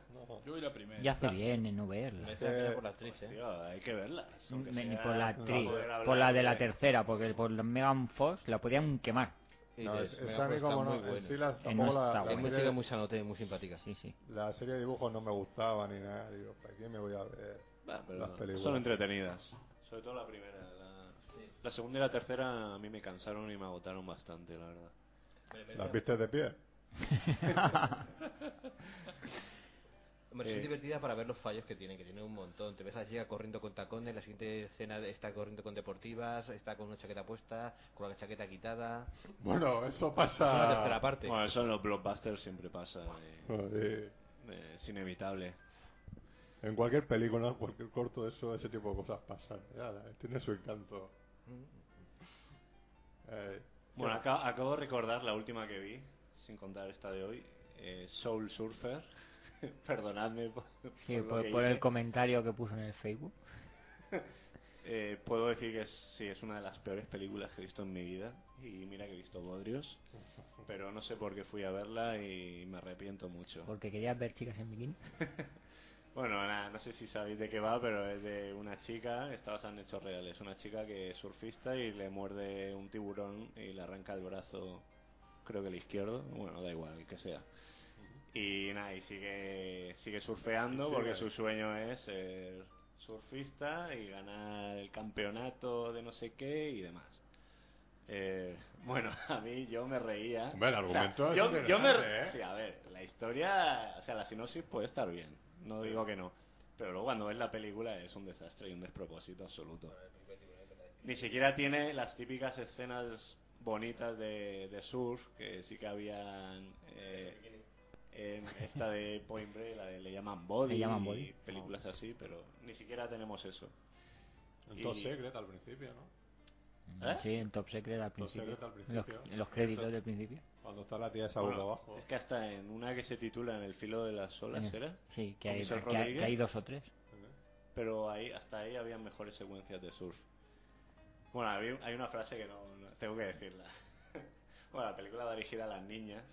Speaker 2: Yo vi la primera.
Speaker 3: Ya hace bien en no verla.
Speaker 6: Merece la pena
Speaker 1: Eh,
Speaker 6: por la actriz, ¿eh?
Speaker 4: Tío, hay que verlas. aunque
Speaker 3: Me- Ni
Speaker 4: sea
Speaker 3: por la
Speaker 4: para
Speaker 3: actriz,
Speaker 4: poder
Speaker 3: por la
Speaker 4: hablar
Speaker 3: de la tercera, porque por la Megan Fox la podían quemar.
Speaker 6: Y
Speaker 1: No,
Speaker 6: de-
Speaker 1: es-
Speaker 6: Megan
Speaker 1: esta a mí
Speaker 6: Fox
Speaker 1: como
Speaker 6: está
Speaker 1: no,
Speaker 6: muy buena.
Speaker 1: en sí las-
Speaker 3: Que
Speaker 1: tampoco
Speaker 3: no
Speaker 1: la-
Speaker 3: está
Speaker 1: la
Speaker 6: Es
Speaker 3: buena.
Speaker 6: muy
Speaker 1: serie-
Speaker 6: chica, muy sanote, muy simpática.
Speaker 3: Sí, sí.
Speaker 1: La serie de dibujos no me gustaba ni nada. Digo, ¿para qué me voy a ver?
Speaker 4: Ah, pero
Speaker 1: Las
Speaker 4: no,
Speaker 1: películas.
Speaker 4: Son entretenidas. Sobre todo la primera. La, la segunda y la tercera a mí me cansaron y me agotaron bastante, la verdad.
Speaker 1: ¿Las viste de pie?
Speaker 6: Hombre, son divertidas para ver los fallos que tienen, que tienen un montón. Te ves a llega corriendo con tacones, la siguiente escena está corriendo con deportivas, está con una chaqueta puesta, con la chaqueta quitada.
Speaker 1: Bueno, eso
Speaker 6: Es una
Speaker 1: pasa.
Speaker 6: tercera parte.
Speaker 4: Bueno, eso en los blockbusters siempre pasa. eh,
Speaker 1: Eh,
Speaker 4: eh, es inevitable.
Speaker 1: en cualquier película, en cualquier corto, eso, ese tipo de cosas pasan. Ya, tiene su encanto. Eh,
Speaker 4: Bueno, aca- acabo de recordar la última que vi, sin contar esta de hoy, eh, Soul Surfer. Perdonadme por,
Speaker 3: Sí,
Speaker 4: por lo
Speaker 3: por,
Speaker 4: que
Speaker 3: por
Speaker 4: hice.
Speaker 3: el comentario que puso en el Facebook.
Speaker 4: Eh, puedo decir que es- sí, es una de las peores películas que he visto en mi vida. Y mira que he visto Bodrios. Pero no sé por qué fui a verla y me arrepiento mucho.
Speaker 3: Porque querías ver chicas en bikini.
Speaker 4: Bueno, nada, no sé si sabéis de qué va, pero es de una chica, está basada en hechos reales, una chica que es surfista y le muerde un tiburón y le arranca el brazo, creo que el izquierdo, bueno, da igual, el que sea. Y nada, y sigue, sigue surfeando
Speaker 1: Y sigue
Speaker 4: porque
Speaker 1: ahí.
Speaker 4: su sueño es ser surfista y ganar el campeonato de no sé qué y demás. Eh, bueno, a mí yo me reía.
Speaker 1: Hombre, el
Speaker 4: O sea,
Speaker 1: argumento es
Speaker 4: yo, yo me
Speaker 1: interesante, ¿eh?
Speaker 4: sí, a ver, la historia, o sea, la sinopsis puede estar bien, no digo que no. Pero luego cuando ves la película es un desastre y un despropósito absoluto. Ni siquiera tiene las típicas escenas bonitas de, de surf, que sí que habían... eh, en esta de Point Break, la de Le llaman Body,
Speaker 3: Le llaman
Speaker 4: y
Speaker 3: Body.
Speaker 4: películas así, pero ni siquiera tenemos eso.
Speaker 1: Entonces,
Speaker 4: Y-
Speaker 1: Secret al principio, ¿no?
Speaker 4: ¿Eh?
Speaker 3: Sí, en Top Secret al principio.
Speaker 1: Secret al
Speaker 3: En los-
Speaker 1: principio.
Speaker 3: en los créditos del principio.
Speaker 1: Cuando está la tía esa boca
Speaker 4: Bueno,
Speaker 1: abajo.
Speaker 4: Es que hasta en una que se titula En el filo de las
Speaker 3: En
Speaker 4: olas,
Speaker 3: el-
Speaker 4: ¿era?
Speaker 3: Sí, que
Speaker 4: ¿Con
Speaker 3: hay,
Speaker 4: Michelle
Speaker 3: que hay-
Speaker 4: Rodríguez?
Speaker 3: que hay dos o tres.
Speaker 4: pero ahí hasta ahí había mejores secuencias de surf. Bueno, había- hay una frase que no, no- tengo que decirla. bueno, la película va dirigida a las niñas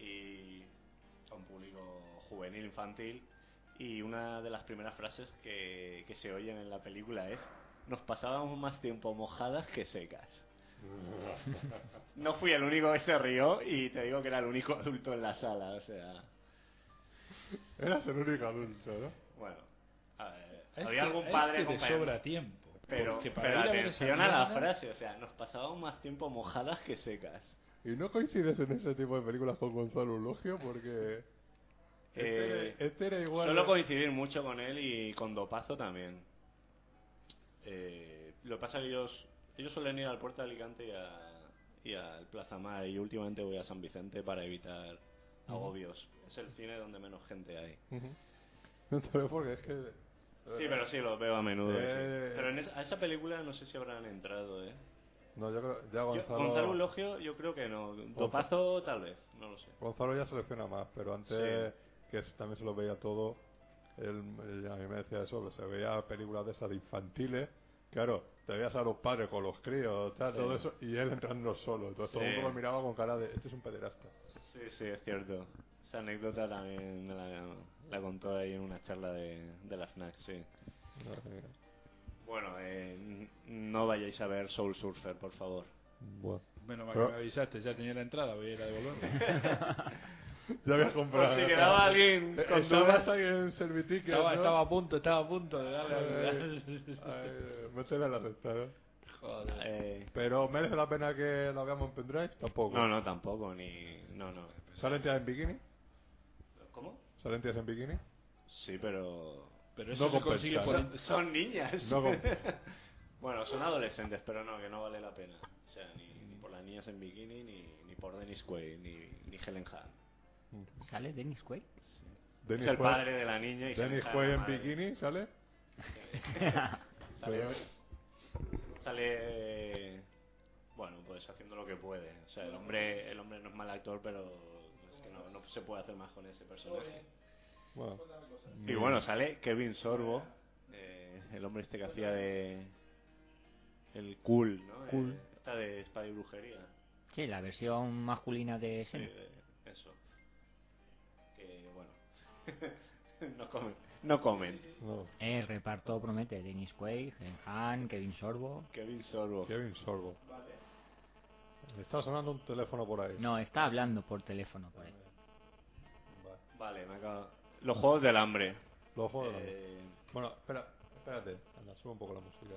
Speaker 4: y a un público juvenil, infantil. Y una de las primeras frases que, que se oyen en la película es: Nos pasábamos más tiempo mojadas que secas. no fui el único que se rió y te digo que era el único adulto en la sala, o sea.
Speaker 1: Eras el único adulto, ¿no?
Speaker 4: Bueno, a ver,
Speaker 2: Es
Speaker 4: había
Speaker 2: que-
Speaker 4: algún
Speaker 2: es
Speaker 4: padre
Speaker 2: que te
Speaker 4: acompañando.
Speaker 2: este sobra tiempo.
Speaker 4: Pero,
Speaker 2: porque
Speaker 4: pero
Speaker 2: para ir a ver esa
Speaker 4: atención a la
Speaker 2: mierda-
Speaker 4: frase, o sea, nos pasábamos más tiempo mojadas que secas.
Speaker 1: Y no coincides en ese tipo de películas con Gonzalo Ulogio porque... Este,
Speaker 4: Eh,
Speaker 1: era, este era igual...
Speaker 4: Suelo coincidir mucho con él y con Dopazo también. Eh, lo que pasa es que ellos, ellos suelen ir al puerto de Alicante y, a- y al Plaza Mar y últimamente voy a San Vicente para evitar agobios. Es el cine donde menos gente hay.
Speaker 1: Ujú. No te veo porque es que...
Speaker 2: Eh,
Speaker 4: Sí, pero sí, los veo a menudo. sí.
Speaker 1: Eh.
Speaker 4: Pero en esa- a esa película no sé si habrán entrado, ¿eh?
Speaker 1: No, yo creo, ya
Speaker 4: Yo-
Speaker 1: Gonzalo.
Speaker 4: Gonzalo Eulogio, yo creo que no. Topazo, tal vez, no lo sé.
Speaker 1: Gonzalo ya selecciona más, pero antes, que es- también se lo veía todo, él, eh, a mí me decía eso, que se veía películas de esas de infantiles, claro, te veías a los padres con los críos, tal, todo eso, y él entrando solo, entonces todo el
Speaker 4: Sí.
Speaker 1: mundo lo miraba con cara de, este es un pederasta.
Speaker 4: Sí, sí, es cierto. Esa anécdota también me la, la contó ahí en una charla de, de la FNAC, sí. Bueno, eh, n- no vayáis a ver Soul Surfer, por favor.
Speaker 1: Bueno.
Speaker 2: Menos mal que
Speaker 1: Pero-
Speaker 2: me avisaste, ya tenía la entrada, voy a ir a devolverla.
Speaker 1: Ya había comprado.
Speaker 4: si quedaba alguien
Speaker 1: Eh,
Speaker 4: con
Speaker 1: Estabas
Speaker 4: dudas.
Speaker 1: ahí en Servitique,
Speaker 2: estaba,
Speaker 1: ¿no?
Speaker 2: estaba a punto, estaba a punto de darle
Speaker 1: Ay,
Speaker 2: al-
Speaker 1: ay, eh, métela en la recta, ¿no?
Speaker 2: Joder.
Speaker 4: Eh,
Speaker 1: Pero merece la pena que la veamos en pendrive, tampoco.
Speaker 4: no, no, tampoco, ni... No, no.
Speaker 1: ¿Salen tías en bikini?
Speaker 4: ¿Cómo?
Speaker 1: ¿Salen tías en bikini?
Speaker 4: Sí, pero...
Speaker 2: Pero eso
Speaker 1: No
Speaker 2: se consigue por
Speaker 1: compensa.
Speaker 4: Son,
Speaker 2: internet.
Speaker 4: son niñas.
Speaker 1: No comp-
Speaker 4: bueno, son adolescentes, pero no, que no vale la pena. O sea, ni, ni por las niñas en bikini, ni, ni por Dennis Quaid, ni, ni Helen Hunt.
Speaker 3: ¿Sale Dennis Quaid?
Speaker 1: Dennis
Speaker 4: es el
Speaker 1: Quaid-
Speaker 4: padre de la niña y
Speaker 1: Dennis
Speaker 4: Helen Hunt,
Speaker 1: Quaid
Speaker 4: la
Speaker 1: en
Speaker 4: madre.
Speaker 1: bikini, ¿sale?
Speaker 4: Sale,
Speaker 1: Pero-
Speaker 4: sale, bueno, pues haciendo lo que puede. O sea, el hombre, el hombre no es mal actor, pero es que no, no se puede hacer más con ese personaje.
Speaker 1: Bueno.
Speaker 4: Y bueno, sale Kevin Sorbo, eh, el hombre este que hacía de... El cool, ¿no?
Speaker 3: Cool.
Speaker 4: Eh, esta de espada y brujería.
Speaker 3: Sí, la versión masculina de
Speaker 4: Sí,
Speaker 3: Sen.
Speaker 4: de- eso. Que bueno. no comen. No comen.
Speaker 1: No,
Speaker 3: El Eh, reparto promete Dennis Quaid, Helen Hunt, Kevin Sorbo.
Speaker 4: Kevin Sorbo.
Speaker 1: Kevin Sorbo. Está sonando un teléfono por ahí.
Speaker 3: No, está hablando por teléfono por ahí.
Speaker 4: Vale, me acabo. Los juegos del hambre.
Speaker 1: Lo jodo.
Speaker 4: Eh,
Speaker 1: Bueno, espera, espérate. Anda, sube un poco la música.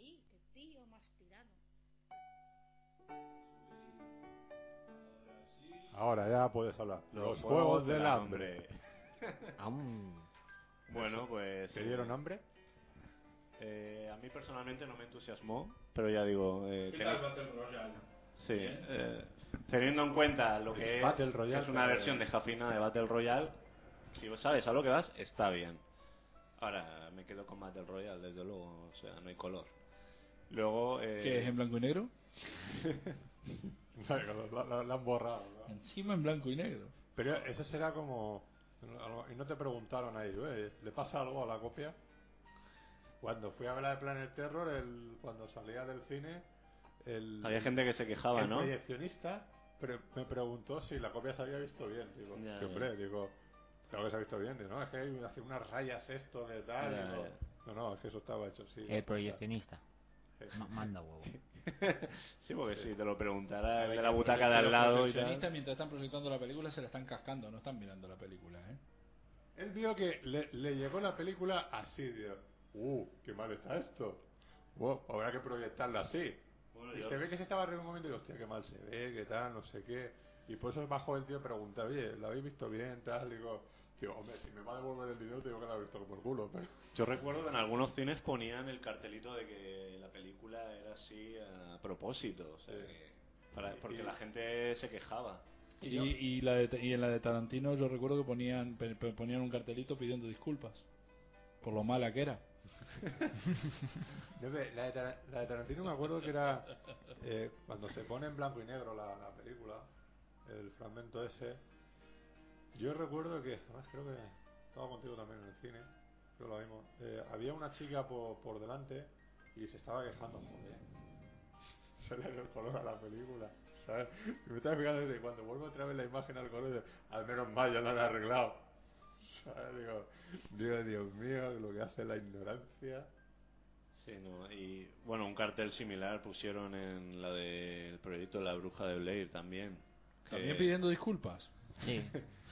Speaker 7: Ay, qué tío más tirano.
Speaker 1: Ahora ya puedes hablar.
Speaker 4: los juegos del hambre.
Speaker 6: Aún.
Speaker 4: Bueno, pues.
Speaker 1: ¿Te dieron hambre?
Speaker 4: eh, a mí personalmente no me entusiasmó, pero ya digo. eh,
Speaker 2: ¿Qué
Speaker 4: teni-
Speaker 2: tal Battle Royale?
Speaker 4: sí, eh, teniendo en cuenta lo que es,
Speaker 1: Battle Royale,
Speaker 4: que es una
Speaker 1: pero-
Speaker 4: versión de Jafina de Battle Royale, si vos sabes a lo que vas, está bien. Ahora me quedo con Battle Royale, desde luego, o sea, no hay color. Luego. eh,
Speaker 2: ¿Qué es en blanco y negro?
Speaker 1: la, la- la han borrado. ¿no?
Speaker 2: Encima en blanco y negro.
Speaker 1: Pero eso será como... algo- Y no te preguntaron a ellos, ¿eh? ¿Le pasa algo a la copia? Cuando fui a ver la de Planet Terror, el, cuando salía del cine... El,
Speaker 4: Había gente que se quejaba,
Speaker 1: el
Speaker 4: ¿no?
Speaker 1: proyeccionista pre- me preguntó si la copia se había visto bien. Digo,
Speaker 4: Ya,
Speaker 1: "Sí, hombre", digo, claro que se ha visto bien. Digo, no, es que hay hace unas rayas esto, que tal.
Speaker 4: Ya,
Speaker 1: digo,
Speaker 4: ya.
Speaker 1: No, no, es que eso estaba hecho así.
Speaker 3: El proyeccionista.
Speaker 1: Es-
Speaker 3: Ma- manda huevo.
Speaker 4: Sí, porque si te lo preguntara
Speaker 2: A
Speaker 4: el
Speaker 2: ver,
Speaker 4: de la
Speaker 2: que
Speaker 4: butaca de al
Speaker 2: los
Speaker 4: lado y
Speaker 2: proyeccionistas,
Speaker 4: tal.
Speaker 2: mientras están proyectando la película se la están cascando, no están mirando la película, ¿eh?
Speaker 1: Él vio que le, le llegó la película así, digo, uh, qué mal está esto. Wow, habrá que proyectarla así.
Speaker 4: Bueno,
Speaker 1: y
Speaker 4: yo-
Speaker 1: se ve que se estaba recomiendo y digo, hostia, qué mal se ve, qué tal, no sé qué. Y por eso bajó el tío y pregunta, oye, ¿la habéis visto bien? Tal, digo, digo, hombre, si me va a devolver el dinero, te digo que la he visto por culo, pero...
Speaker 4: Yo recuerdo que en algunos cines ponían el cartelito de que la película era así a propósito, o sea,
Speaker 1: Sí.
Speaker 4: que- para- porque
Speaker 1: Y-
Speaker 4: la gente se quejaba.
Speaker 2: Y, y, la de- y en la de Tarantino yo recuerdo que ponían pe- pe- ponían un cartelito pidiendo disculpas por lo mala que era.
Speaker 1: Yo que La de, Tara- la de Tarantino me acuerdo que era eh, cuando se pone en blanco y negro la, la película, el fragmento ese. Yo recuerdo que, además creo que estaba contigo también en el cine, creo que lo vimos. eh, había una chica por, por delante y se estaba quejando, joder. Se le ve el color a la película, ¿sabes? Y me estaba fijando desde cuando vuelvo otra vez la imagen al color, digo, al menos mal ya lo han arreglado. ¿Sabes? Digo, digo, Dios mío, lo que hace la ignorancia.
Speaker 4: Sí, no, y bueno, un cartel similar pusieron en la del proyecto La Bruja de Blair también. que-
Speaker 2: También pidiendo disculpas.
Speaker 3: Sí,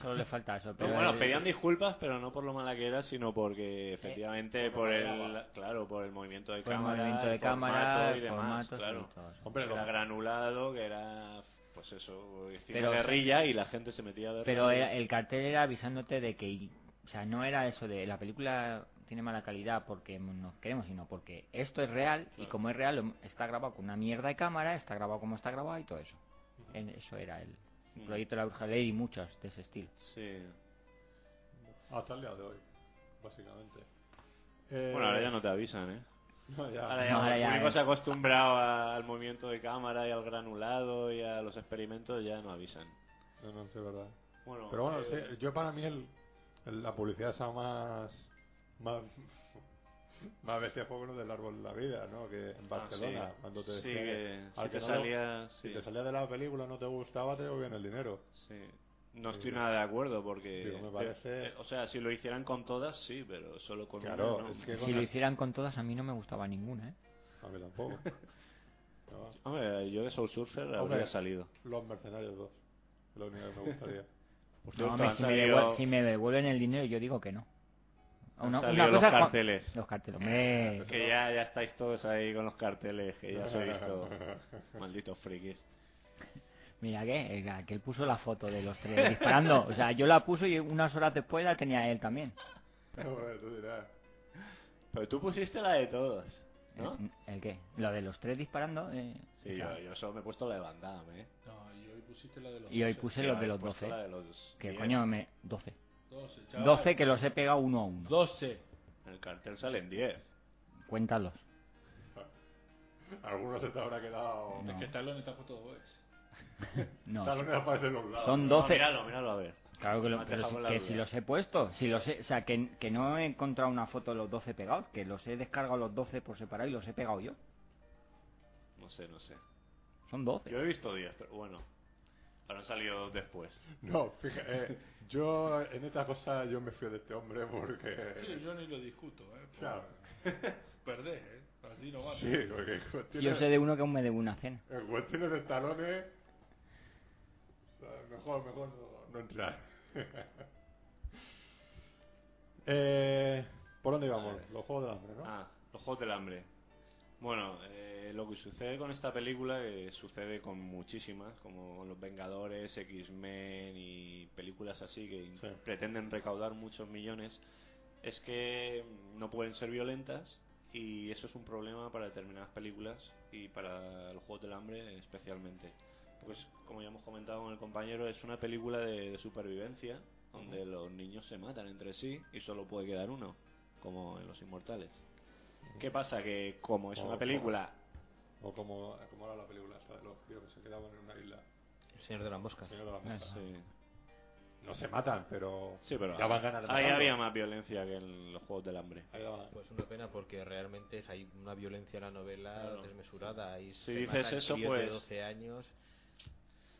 Speaker 3: solo le falta eso.
Speaker 4: No,
Speaker 3: Pero
Speaker 4: bueno,
Speaker 3: eh,
Speaker 4: pedían disculpas, pero no por lo mala que era, sino porque efectivamente
Speaker 1: por
Speaker 4: Eh, por
Speaker 1: lo
Speaker 4: el
Speaker 1: que era.
Speaker 4: claro, por el movimiento de
Speaker 3: por el
Speaker 4: cámara,
Speaker 3: movimiento de
Speaker 4: el
Speaker 3: cámara,
Speaker 4: formato y demás,
Speaker 3: formatos y
Speaker 4: claro.
Speaker 3: todo eso.
Speaker 1: Hombre, lo-
Speaker 4: era granulado, que era pues eso, hicimos
Speaker 3: Pero-
Speaker 4: guerrilla y la gente se metía de
Speaker 3: Pero
Speaker 4: rodillas.
Speaker 3: era- el cartel era avisándote de que, o sea, no era eso de la película tiene mala calidad porque nos queremos, sino porque esto es real y como es real lo- está grabado con una mierda de cámara, está grabado como está grabado y todo eso. En- Eso era el
Speaker 4: Ujú.
Speaker 3: proyecto de la Bruja de Ley y muchos de ese estilo.
Speaker 4: Sí.
Speaker 1: Ah, Hasta el día de hoy, básicamente.
Speaker 4: Bueno, ahora ya no te avisan, ¿eh?
Speaker 1: no, ya.
Speaker 4: Ahora ya,
Speaker 3: No, ahora
Speaker 4: el
Speaker 3: ya,
Speaker 4: público
Speaker 3: eh.
Speaker 4: se ha acostumbrado a- al movimiento de cámara y al granulado y a los experimentos, ya no avisan.
Speaker 1: No, no, sí, es verdad.
Speaker 4: Bueno,
Speaker 1: Pero bueno,
Speaker 4: eh,
Speaker 1: sí, yo para mí el, el- la publicidad esa más. más. más bestia fue uno del árbol de la vida, ¿no? Que en
Speaker 4: ah,
Speaker 1: Barcelona,
Speaker 4: sí.
Speaker 1: cuando te
Speaker 4: Sí,
Speaker 1: decía
Speaker 4: que
Speaker 1: al
Speaker 4: si te
Speaker 1: que no lo-
Speaker 4: salía...
Speaker 1: si
Speaker 4: sí.
Speaker 1: te salía de la película no te gustaba, te devolvían el dinero.
Speaker 4: Sí. No
Speaker 1: Sí.
Speaker 4: estoy nada de acuerdo porque...
Speaker 1: Pues Digo, me parece-
Speaker 4: eh, o sea, si lo hicieran con todas, sí, pero solo con
Speaker 1: Claro,
Speaker 4: una, no.
Speaker 1: es que con
Speaker 3: Si lo
Speaker 1: las-
Speaker 3: hicieran con todas, a mí no me gustaba ninguna, ¿eh?
Speaker 1: A mí tampoco. No,
Speaker 4: Hombre, yo de Soul Surfer
Speaker 1: Hombre.
Speaker 4: habría salido.
Speaker 1: Los Mercenarios 2. es Lo único que me gustaría.
Speaker 3: No,
Speaker 4: Por cierto,
Speaker 3: hombre,
Speaker 4: han
Speaker 3: si, me
Speaker 4: salido-
Speaker 3: devue- si me devuelven el dinero, yo digo que no.
Speaker 4: Han salido los
Speaker 3: es cua-
Speaker 4: carteles.
Speaker 3: Los carteles, hombre.
Speaker 4: Que ya, ya estáis todos ahí con los carteles, que ya os he visto. Malditos frikis.
Speaker 3: Mira que, eh, que él puso la foto de los tres disparando. O sea, yo la puse y unas horas después la tenía él también.
Speaker 1: Bueno, tú dirás.
Speaker 4: Pero tú pusiste la de todos, ¿no?
Speaker 3: ¿El, Eh, el qué? ¿Lo de los tres disparando? eh,
Speaker 4: Sí,
Speaker 3: o sea,
Speaker 4: yo, yo solo me he puesto la de Van Damme, ¿eh?
Speaker 2: No, y hoy pusiste la de los
Speaker 3: Y hoy
Speaker 2: 12.
Speaker 3: puse
Speaker 4: Sí,
Speaker 3: los
Speaker 4: me
Speaker 3: de
Speaker 4: he
Speaker 3: los
Speaker 4: puesto
Speaker 3: 12.
Speaker 4: la de los
Speaker 3: Que
Speaker 4: 10.
Speaker 3: coño, me... 12.
Speaker 2: 12, chaval.
Speaker 3: 12 que los he pegado uno a uno.
Speaker 2: 12.
Speaker 4: En el cartel salen 10.
Speaker 3: Cuéntalos.
Speaker 1: Algunos se te habrá quedado.
Speaker 3: No.
Speaker 2: Es que Stallone está por todos lados.
Speaker 3: No,
Speaker 1: Tal vez me aparecen los lados.
Speaker 3: son
Speaker 4: No,
Speaker 3: 12.
Speaker 4: míralo, míralo, a ver.
Speaker 3: Claro que, lo-
Speaker 4: me has
Speaker 3: pero
Speaker 4: dejado
Speaker 3: si-
Speaker 4: la
Speaker 3: que
Speaker 4: duda.
Speaker 3: si los he puesto. Si los he- o sea, que, que no he encontrado una foto de los 12 pegados. Que los he descargado los 12 por separado y los he pegado yo.
Speaker 4: No sé, no sé.
Speaker 3: Son 12.
Speaker 4: Yo he visto 10, pero bueno. Ahora han salido después.
Speaker 1: No, fíjate, eh, yo en esta cosa yo me fío de este hombre porque...
Speaker 2: Sí, yo ni lo discuto, ¿eh? por-
Speaker 1: Claro.
Speaker 2: Perdés, ¿eh? Así no va.
Speaker 1: Sí, porque en
Speaker 3: Yo
Speaker 1: cuestiones,
Speaker 3: sé de uno que aún me debo una cena.
Speaker 1: en cuestiones de talones... Mejor, mejor no, no entrar. eh, ¿Por dónde íbamos? Los Juegos del Hambre, ¿no?
Speaker 4: Ah, los Juegos del Hambre. Bueno, eh, lo que sucede con esta película, eh, sucede con muchísimas, como con Los Vengadores, X-Men y películas así que
Speaker 1: Sí.
Speaker 4: pretenden recaudar muchos millones, es que mm, no pueden ser violentas y eso es un problema para determinadas películas y para los Juegos del Hambre especialmente. Pues como ya hemos comentado con el compañero, es una película de, de supervivencia donde los niños se matan entre sí y solo puede quedar uno, como en Los Inmortales. ¿Qué pasa? Que como es
Speaker 1: Como-
Speaker 4: una película...
Speaker 1: O como, como era la película esta de los tíos que se quedaban en una isla.
Speaker 6: El señor de las moscas.
Speaker 1: Señor de las
Speaker 3: Ah,
Speaker 1: Moscas.
Speaker 4: Sí,
Speaker 1: No se matan, pero...
Speaker 4: Sí, pero
Speaker 1: Ya van ganas de
Speaker 4: ahí
Speaker 1: matarlo.
Speaker 4: había más violencia que en los Juegos del Hambre.
Speaker 1: Ahí daban-
Speaker 6: Pues una pena porque realmente es- hay una violencia en la novela
Speaker 4: Claro.
Speaker 6: desmesurada. Y
Speaker 4: Si dices eso,
Speaker 6: De
Speaker 4: pues-
Speaker 6: 12 años.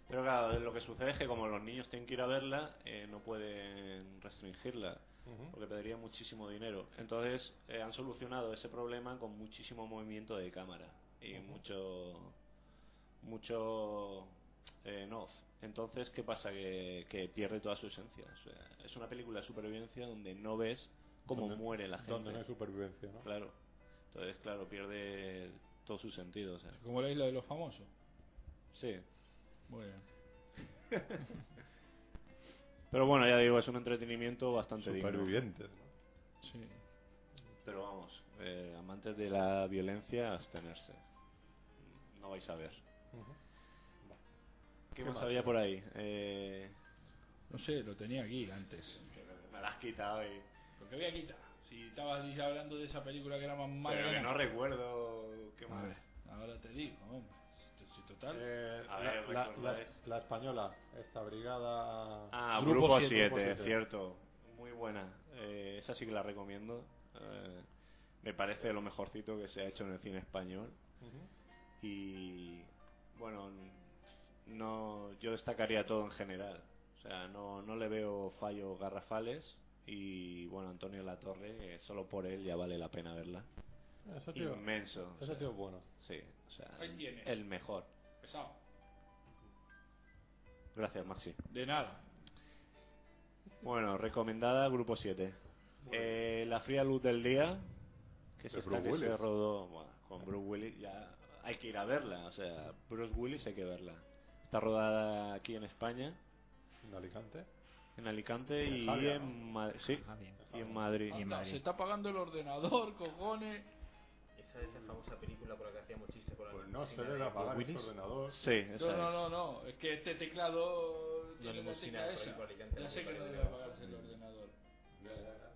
Speaker 4: Pero claro, lo que sucede es que como los niños tienen que ir a verla, eh, no pueden restringirla,
Speaker 1: Ujú.
Speaker 4: porque pediría muchísimo dinero. Entonces eh, han solucionado ese problema con muchísimo movimiento de cámara y mucho... mucho... eh, en off. Entonces, ¿qué pasa? Que, que pierde toda su esencia. O sea, es una película de supervivencia donde no ves cómo
Speaker 1: Donde-
Speaker 4: muere la gente.
Speaker 1: Donde no hay supervivencia, ¿no?
Speaker 4: Claro. Entonces, claro, pierde todo su sentido. o sea.
Speaker 2: Como la isla de los famosos.
Speaker 4: Sí.
Speaker 2: Muy bien.
Speaker 4: Pero bueno, ya digo, es un entretenimiento bastante digno.
Speaker 1: Supervivientes, ¿no?
Speaker 2: Sí.
Speaker 4: Pero vamos, eh, amantes de la violencia, abstenerse. No vais a ver. ¿Qué,
Speaker 1: ¿Qué
Speaker 4: más
Speaker 1: más?
Speaker 4: había por ahí? Eh,
Speaker 2: No sé, lo tenía aquí antes.
Speaker 4: me la has quitado y...
Speaker 2: Lo que había quitado. Si estabas ya hablando de esa película que era más mala.
Speaker 4: Pero que
Speaker 2: era-
Speaker 4: no recuerdo qué
Speaker 2: A
Speaker 4: más.
Speaker 2: ver, ahora te digo, hombre. Si- Si total.
Speaker 1: Eh,
Speaker 4: A
Speaker 1: la-
Speaker 4: ver,
Speaker 1: la,
Speaker 4: recordad.
Speaker 1: la- la española, esta brigada.
Speaker 4: Ah,
Speaker 2: Grupo
Speaker 4: Grupo
Speaker 2: siete,
Speaker 4: 7,
Speaker 1: Grupo siete.
Speaker 4: cierto. Muy buena. Eh, esa sí que la recomiendo. Eh, me parece lo mejorcito que se ha hecho en el cine español.
Speaker 1: Ujú.
Speaker 4: y bueno n- no yo destacaría todo en general o sea no, no le veo fallos garrafales y bueno Antonio Latorre eh, solo por él ya vale la pena verla
Speaker 1: Ese tío,
Speaker 4: inmenso o
Speaker 1: ese
Speaker 4: sea,
Speaker 1: tío es bueno.
Speaker 4: sí o sea,
Speaker 2: Ahí tienes.
Speaker 4: el mejor
Speaker 2: Pesado.
Speaker 4: gracias Maxi
Speaker 2: De nada.
Speaker 4: bueno recomendada grupo 7 Eh, la fría luz del día que
Speaker 1: De
Speaker 4: se, está,
Speaker 1: Bruce
Speaker 4: que se
Speaker 1: Willis.
Speaker 4: rodó bueno, con Bruce Willis ya hay que ir a verla o sea Bruce Willis hay que verla está rodada aquí en España
Speaker 1: En Alicante.
Speaker 4: En Alicante
Speaker 1: En
Speaker 4: y
Speaker 1: Javier,
Speaker 4: en Madrid. Sí,
Speaker 3: Ah, bien.
Speaker 4: y en Madrid.
Speaker 3: Y en
Speaker 2: Anda,
Speaker 3: Madrid.
Speaker 2: se está apagando el ordenador, cojones.
Speaker 6: Esa es la famosa película con la que hacíamos chistes con la
Speaker 1: Pues no se
Speaker 6: limusina
Speaker 1: debe
Speaker 6: de-
Speaker 1: apagar
Speaker 4: Willis.
Speaker 1: el ordenador.
Speaker 4: Sí, esa
Speaker 2: No, no,
Speaker 4: es.
Speaker 2: no, no. Es que este teclado tiene la tecla
Speaker 6: limusina por ahí
Speaker 2: esa.
Speaker 6: por Alicante,
Speaker 2: Ya
Speaker 6: la
Speaker 2: sé que
Speaker 6: que
Speaker 2: no
Speaker 6: parece
Speaker 2: debe
Speaker 6: que va.
Speaker 2: apagarse el ordenador.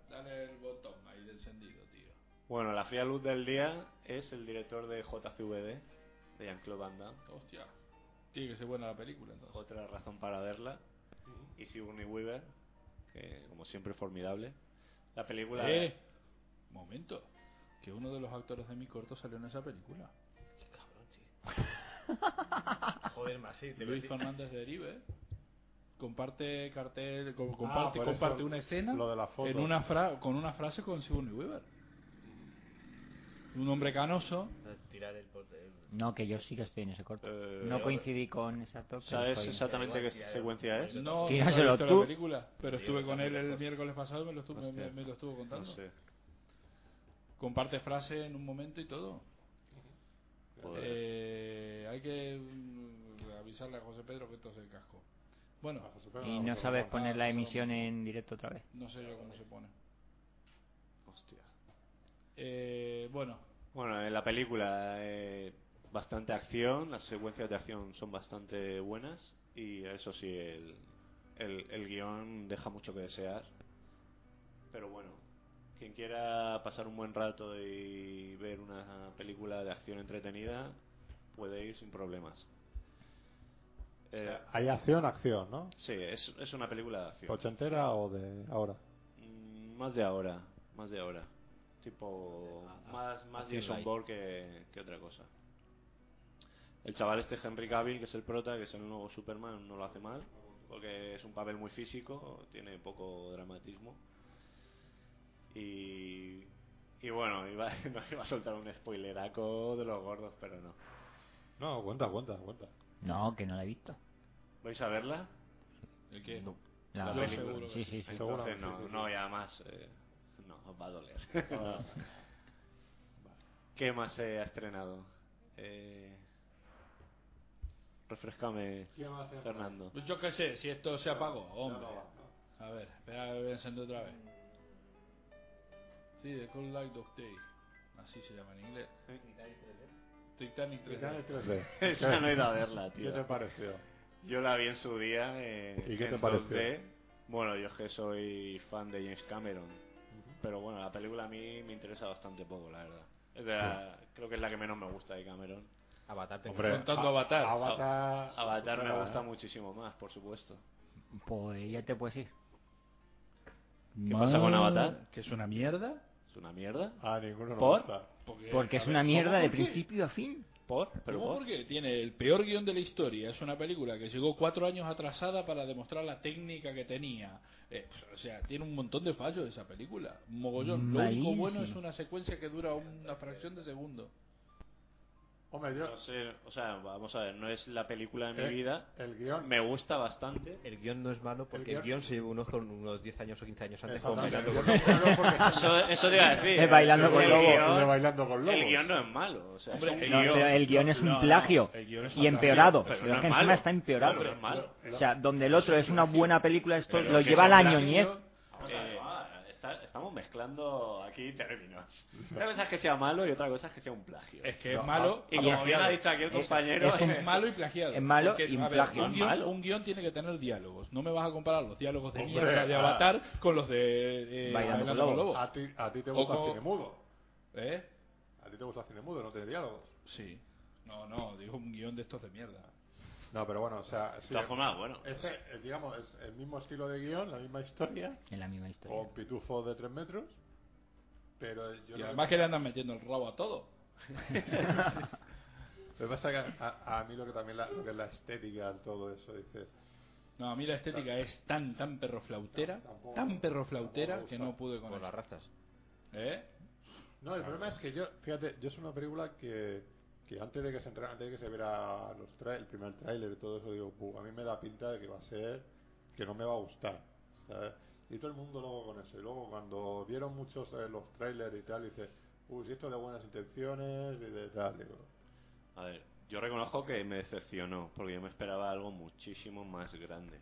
Speaker 2: Dale el botón ahí de encendido, tío.
Speaker 4: Bueno, La Fría Luz del Día es el director de JCVD, de Jean-Claude Van Damme.
Speaker 2: Hostia. Tiene que ser buena la película entonces.
Speaker 4: Otra razón para verla. Y Sigourney Weaver, que como siempre es formidable. La película.
Speaker 2: Eh, momento. Que uno de los actores de mi corto salió en esa película.
Speaker 6: Qué cabrón, sí. Joder, más sí. te
Speaker 2: Luis
Speaker 6: metí-
Speaker 2: Fernández de Eribe. Comparte cartel, co-
Speaker 1: Ah,
Speaker 2: comparte,
Speaker 1: por eso
Speaker 2: comparte una escena
Speaker 1: Lo de la foto.
Speaker 2: en una fra- con una frase con Sigourney Weaver. Un hombre canoso.
Speaker 6: Tirar el porte- el-
Speaker 3: No, que yo sí que estoy en ese corto.
Speaker 4: Eh,
Speaker 3: no coincidí con ese actor. pero
Speaker 4: ¿Sabes
Speaker 3: soy-
Speaker 4: exactamente qué
Speaker 6: Igual,
Speaker 4: secuencia es?
Speaker 2: No,
Speaker 3: Tíraselo
Speaker 2: nunca he visto
Speaker 3: tú.
Speaker 2: la película, pero
Speaker 6: Sí,
Speaker 2: estuve
Speaker 6: yo
Speaker 2: con él el
Speaker 6: tampoco.
Speaker 2: miércoles pasado y me lo estuvo, me,
Speaker 4: Hostia.
Speaker 2: me lo estuvo contando.
Speaker 4: No sé.
Speaker 2: Comparte frase en un momento y todo.
Speaker 4: Joder.
Speaker 2: Eh, hay que mm, avisarle a José Pedro que esto es el casco. Bueno,
Speaker 1: Ah, José Pedro,
Speaker 3: Y
Speaker 1: vamos
Speaker 3: no
Speaker 1: a
Speaker 3: sabes
Speaker 1: ver.
Speaker 3: poner la
Speaker 2: Ah, eso-
Speaker 3: emisión en directo otra vez.
Speaker 2: no sé yo cómo se pone.
Speaker 4: Hostia.
Speaker 2: Eh, bueno,
Speaker 4: Bueno, en la película eh, bastante acción, las secuencias de acción son bastante buenas y eso sí, el, el, el guión deja mucho que desear. Pero bueno, quien quiera pasar un buen rato y ver una película de acción entretenida puede ir sin problemas. Eh,
Speaker 1: Hay acción, acción, ¿no?
Speaker 4: sí, es, es una película de acción.
Speaker 1: ¿Ochentera o de ahora?
Speaker 4: Mm, Más de ahora, más de ahora. Tipo, más, más
Speaker 6: Acción
Speaker 4: Jason
Speaker 6: light.
Speaker 4: Bourne que, que otra cosa. El chaval este Henry Cavill, que es el prota, que es el nuevo Superman, no lo hace mal, porque es un papel muy físico, tiene poco dramatismo. Y, y bueno, iba, no iba a soltar un spoileraco de los gordos, pero no.
Speaker 1: No, cuenta, cuenta, cuenta.
Speaker 3: No, que no la he visto.
Speaker 4: ¿Vais a verla?
Speaker 2: ¿el qué?
Speaker 3: La,
Speaker 4: La película.
Speaker 2: Seguro que sí.
Speaker 3: Sí, sí, sí.
Speaker 4: Entonces
Speaker 1: Seguramente,
Speaker 4: no,
Speaker 1: sí, sí.
Speaker 4: no, y además, eh, no, os va a doler. ¿Qué más se ha estrenado? Eh, refrescame, Fernando.
Speaker 2: Pues Yo qué sé, si esto se apagó, hombre. A ver, espera, lo voy a encender otra vez. Sí, The Cold Light of Day. Así se llama en inglés. ¿eh? Titanic 3D.
Speaker 1: Titanic 3D.
Speaker 4: Esa no he ido a verla,
Speaker 1: ¿Qué
Speaker 4: tío.
Speaker 1: te pareció?
Speaker 4: Yo la vi en su día. eh,
Speaker 1: ¿Y qué
Speaker 4: en
Speaker 1: te pareció?
Speaker 4: 2D. Bueno, yo es que soy fan de James Cameron. Pero bueno, la película a mí me interesa bastante poco, la verdad. Es de la- creo que es la que menos me gusta de Cameron.
Speaker 6: Avatar te
Speaker 1: Hombre,
Speaker 6: encanta.
Speaker 2: Contando
Speaker 1: a-
Speaker 2: Avatar.
Speaker 1: Avatar.
Speaker 4: Avatar me
Speaker 1: Ah,
Speaker 4: gusta muchísimo más, por supuesto.
Speaker 3: Pues ya te puedes ir.
Speaker 4: ¿Qué pasa con Avatar?
Speaker 2: Que es una mierda.
Speaker 4: ¿Es una mierda?
Speaker 1: A ninguno nos
Speaker 4: ¿Por?
Speaker 1: gusta.
Speaker 2: Porque,
Speaker 3: Porque
Speaker 2: a
Speaker 3: es
Speaker 2: ver,
Speaker 3: una
Speaker 2: ¿cómo
Speaker 3: mierda de
Speaker 2: por qué?
Speaker 3: principio a fin.
Speaker 4: ¿Por? ¿Pero
Speaker 2: ¿Cómo
Speaker 4: por?
Speaker 2: porque tiene el peor guión de la historia. Es una película que llegó cuatro años atrasada para demostrar la técnica que tenía. Eh, o sea, tiene un montón de fallos esa película. Un Mogollón. Lo único
Speaker 3: Malísimo.
Speaker 2: bueno es una secuencia que dura una fracción de segundo.
Speaker 1: Hombre, yo.
Speaker 4: No sé, o sea, vamos a ver, no es la película de mi
Speaker 1: eh,
Speaker 4: vida.
Speaker 1: El guión.
Speaker 4: Me gusta bastante.
Speaker 6: El guión no es malo porque el
Speaker 1: guión-
Speaker 6: guión se lleva unos con unos 10 años o 15 años antes con
Speaker 1: Exactamente,
Speaker 6: Bailando
Speaker 1: el guión
Speaker 6: con Lobos.
Speaker 1: no es bueno porque-
Speaker 4: Eso, eso te iba a decir.
Speaker 3: De Bailando
Speaker 4: El
Speaker 3: con
Speaker 1: el
Speaker 3: Lobos,
Speaker 4: guión-
Speaker 1: de bailando con lobos.
Speaker 4: El guión no es malo. O sea,
Speaker 2: Hombre,
Speaker 4: es un
Speaker 2: El
Speaker 3: No,
Speaker 4: guión.
Speaker 3: pero el guión es un
Speaker 2: no, no,
Speaker 3: plagio.
Speaker 2: el guión es un
Speaker 3: y empeorado.
Speaker 4: plagio, pero
Speaker 3: Pero,
Speaker 4: no
Speaker 3: es
Speaker 4: es
Speaker 3: que
Speaker 4: malo.
Speaker 3: encima está empeorado.
Speaker 4: Claro, no es malo.
Speaker 3: O sea, donde el otro es una buena película, esto
Speaker 4: Pero
Speaker 3: lo
Speaker 4: que
Speaker 3: lleva
Speaker 4: es
Speaker 3: al
Speaker 4: un
Speaker 3: año,
Speaker 4: plagio,
Speaker 3: Nief.
Speaker 4: Eh, está- estamos mezclando aquí términos. Una cosa es que sea malo y otra cosa es que sea un plagio.
Speaker 2: Es que
Speaker 4: No,
Speaker 2: es malo
Speaker 4: Y
Speaker 2: y
Speaker 4: como bien
Speaker 2: plagiado.
Speaker 4: ha dicho aquí el
Speaker 3: Eso,
Speaker 4: compañero,
Speaker 3: eso
Speaker 2: Es malo y plagiado.
Speaker 3: Es malo
Speaker 2: Porque,
Speaker 3: y
Speaker 2: a ver,
Speaker 3: plagio.
Speaker 2: un, guión,
Speaker 4: Malo.
Speaker 2: un guión tiene que tener diálogos. No me vas a comparar los diálogos de
Speaker 1: Hombre,
Speaker 2: mierda de
Speaker 1: ah.
Speaker 2: Avatar con los de eh,
Speaker 3: Bailando con
Speaker 2: con
Speaker 3: Lobos.
Speaker 2: Lobos.
Speaker 1: A ti, a ti te
Speaker 2: O
Speaker 1: gusta el
Speaker 2: como-
Speaker 1: cine mudo.
Speaker 2: ¿Eh?
Speaker 1: A ti te gusta el cine mudo, no tiene diálogos.
Speaker 2: Sí. No, no, digo un guión de estos de mierda.
Speaker 1: No, pero bueno, o sea, sí,
Speaker 4: de todas formas, bueno.
Speaker 1: ese, eh, digamos, es el mismo estilo de guión, la misma historia,
Speaker 3: En la misma historia.
Speaker 1: con pitufos de tres metros, pero yo
Speaker 2: Y
Speaker 1: no-
Speaker 2: además que le andan metiendo el rabo a todo.
Speaker 1: Lo que pasa es que a, a mí lo que también la, lo que es la estética, todo eso, dices.
Speaker 2: No, a mí la estética es tan, tan perroflautera,
Speaker 1: No, tampoco-
Speaker 2: tan perroflautera
Speaker 1: tampoco me
Speaker 2: que
Speaker 1: gusta.
Speaker 2: no pude con
Speaker 6: Con las
Speaker 2: ella.
Speaker 6: razas.
Speaker 2: ¿Eh?
Speaker 1: No, el problema es que yo, fíjate, yo es una película que, que antes de que se entrara, antes de que se viera los tra- el primer tráiler y todo eso, digo, "Bu, a mí me da pinta de que va a ser, que no me va a gustar, ¿sabes? Y todo el mundo luego con eso. Y luego cuando vieron muchos eh, los trailers y tal, dice, uy, si esto es de buenas intenciones y de tal, digo.
Speaker 4: A ver, yo reconozco que me decepcionó, porque yo me esperaba algo muchísimo más grande.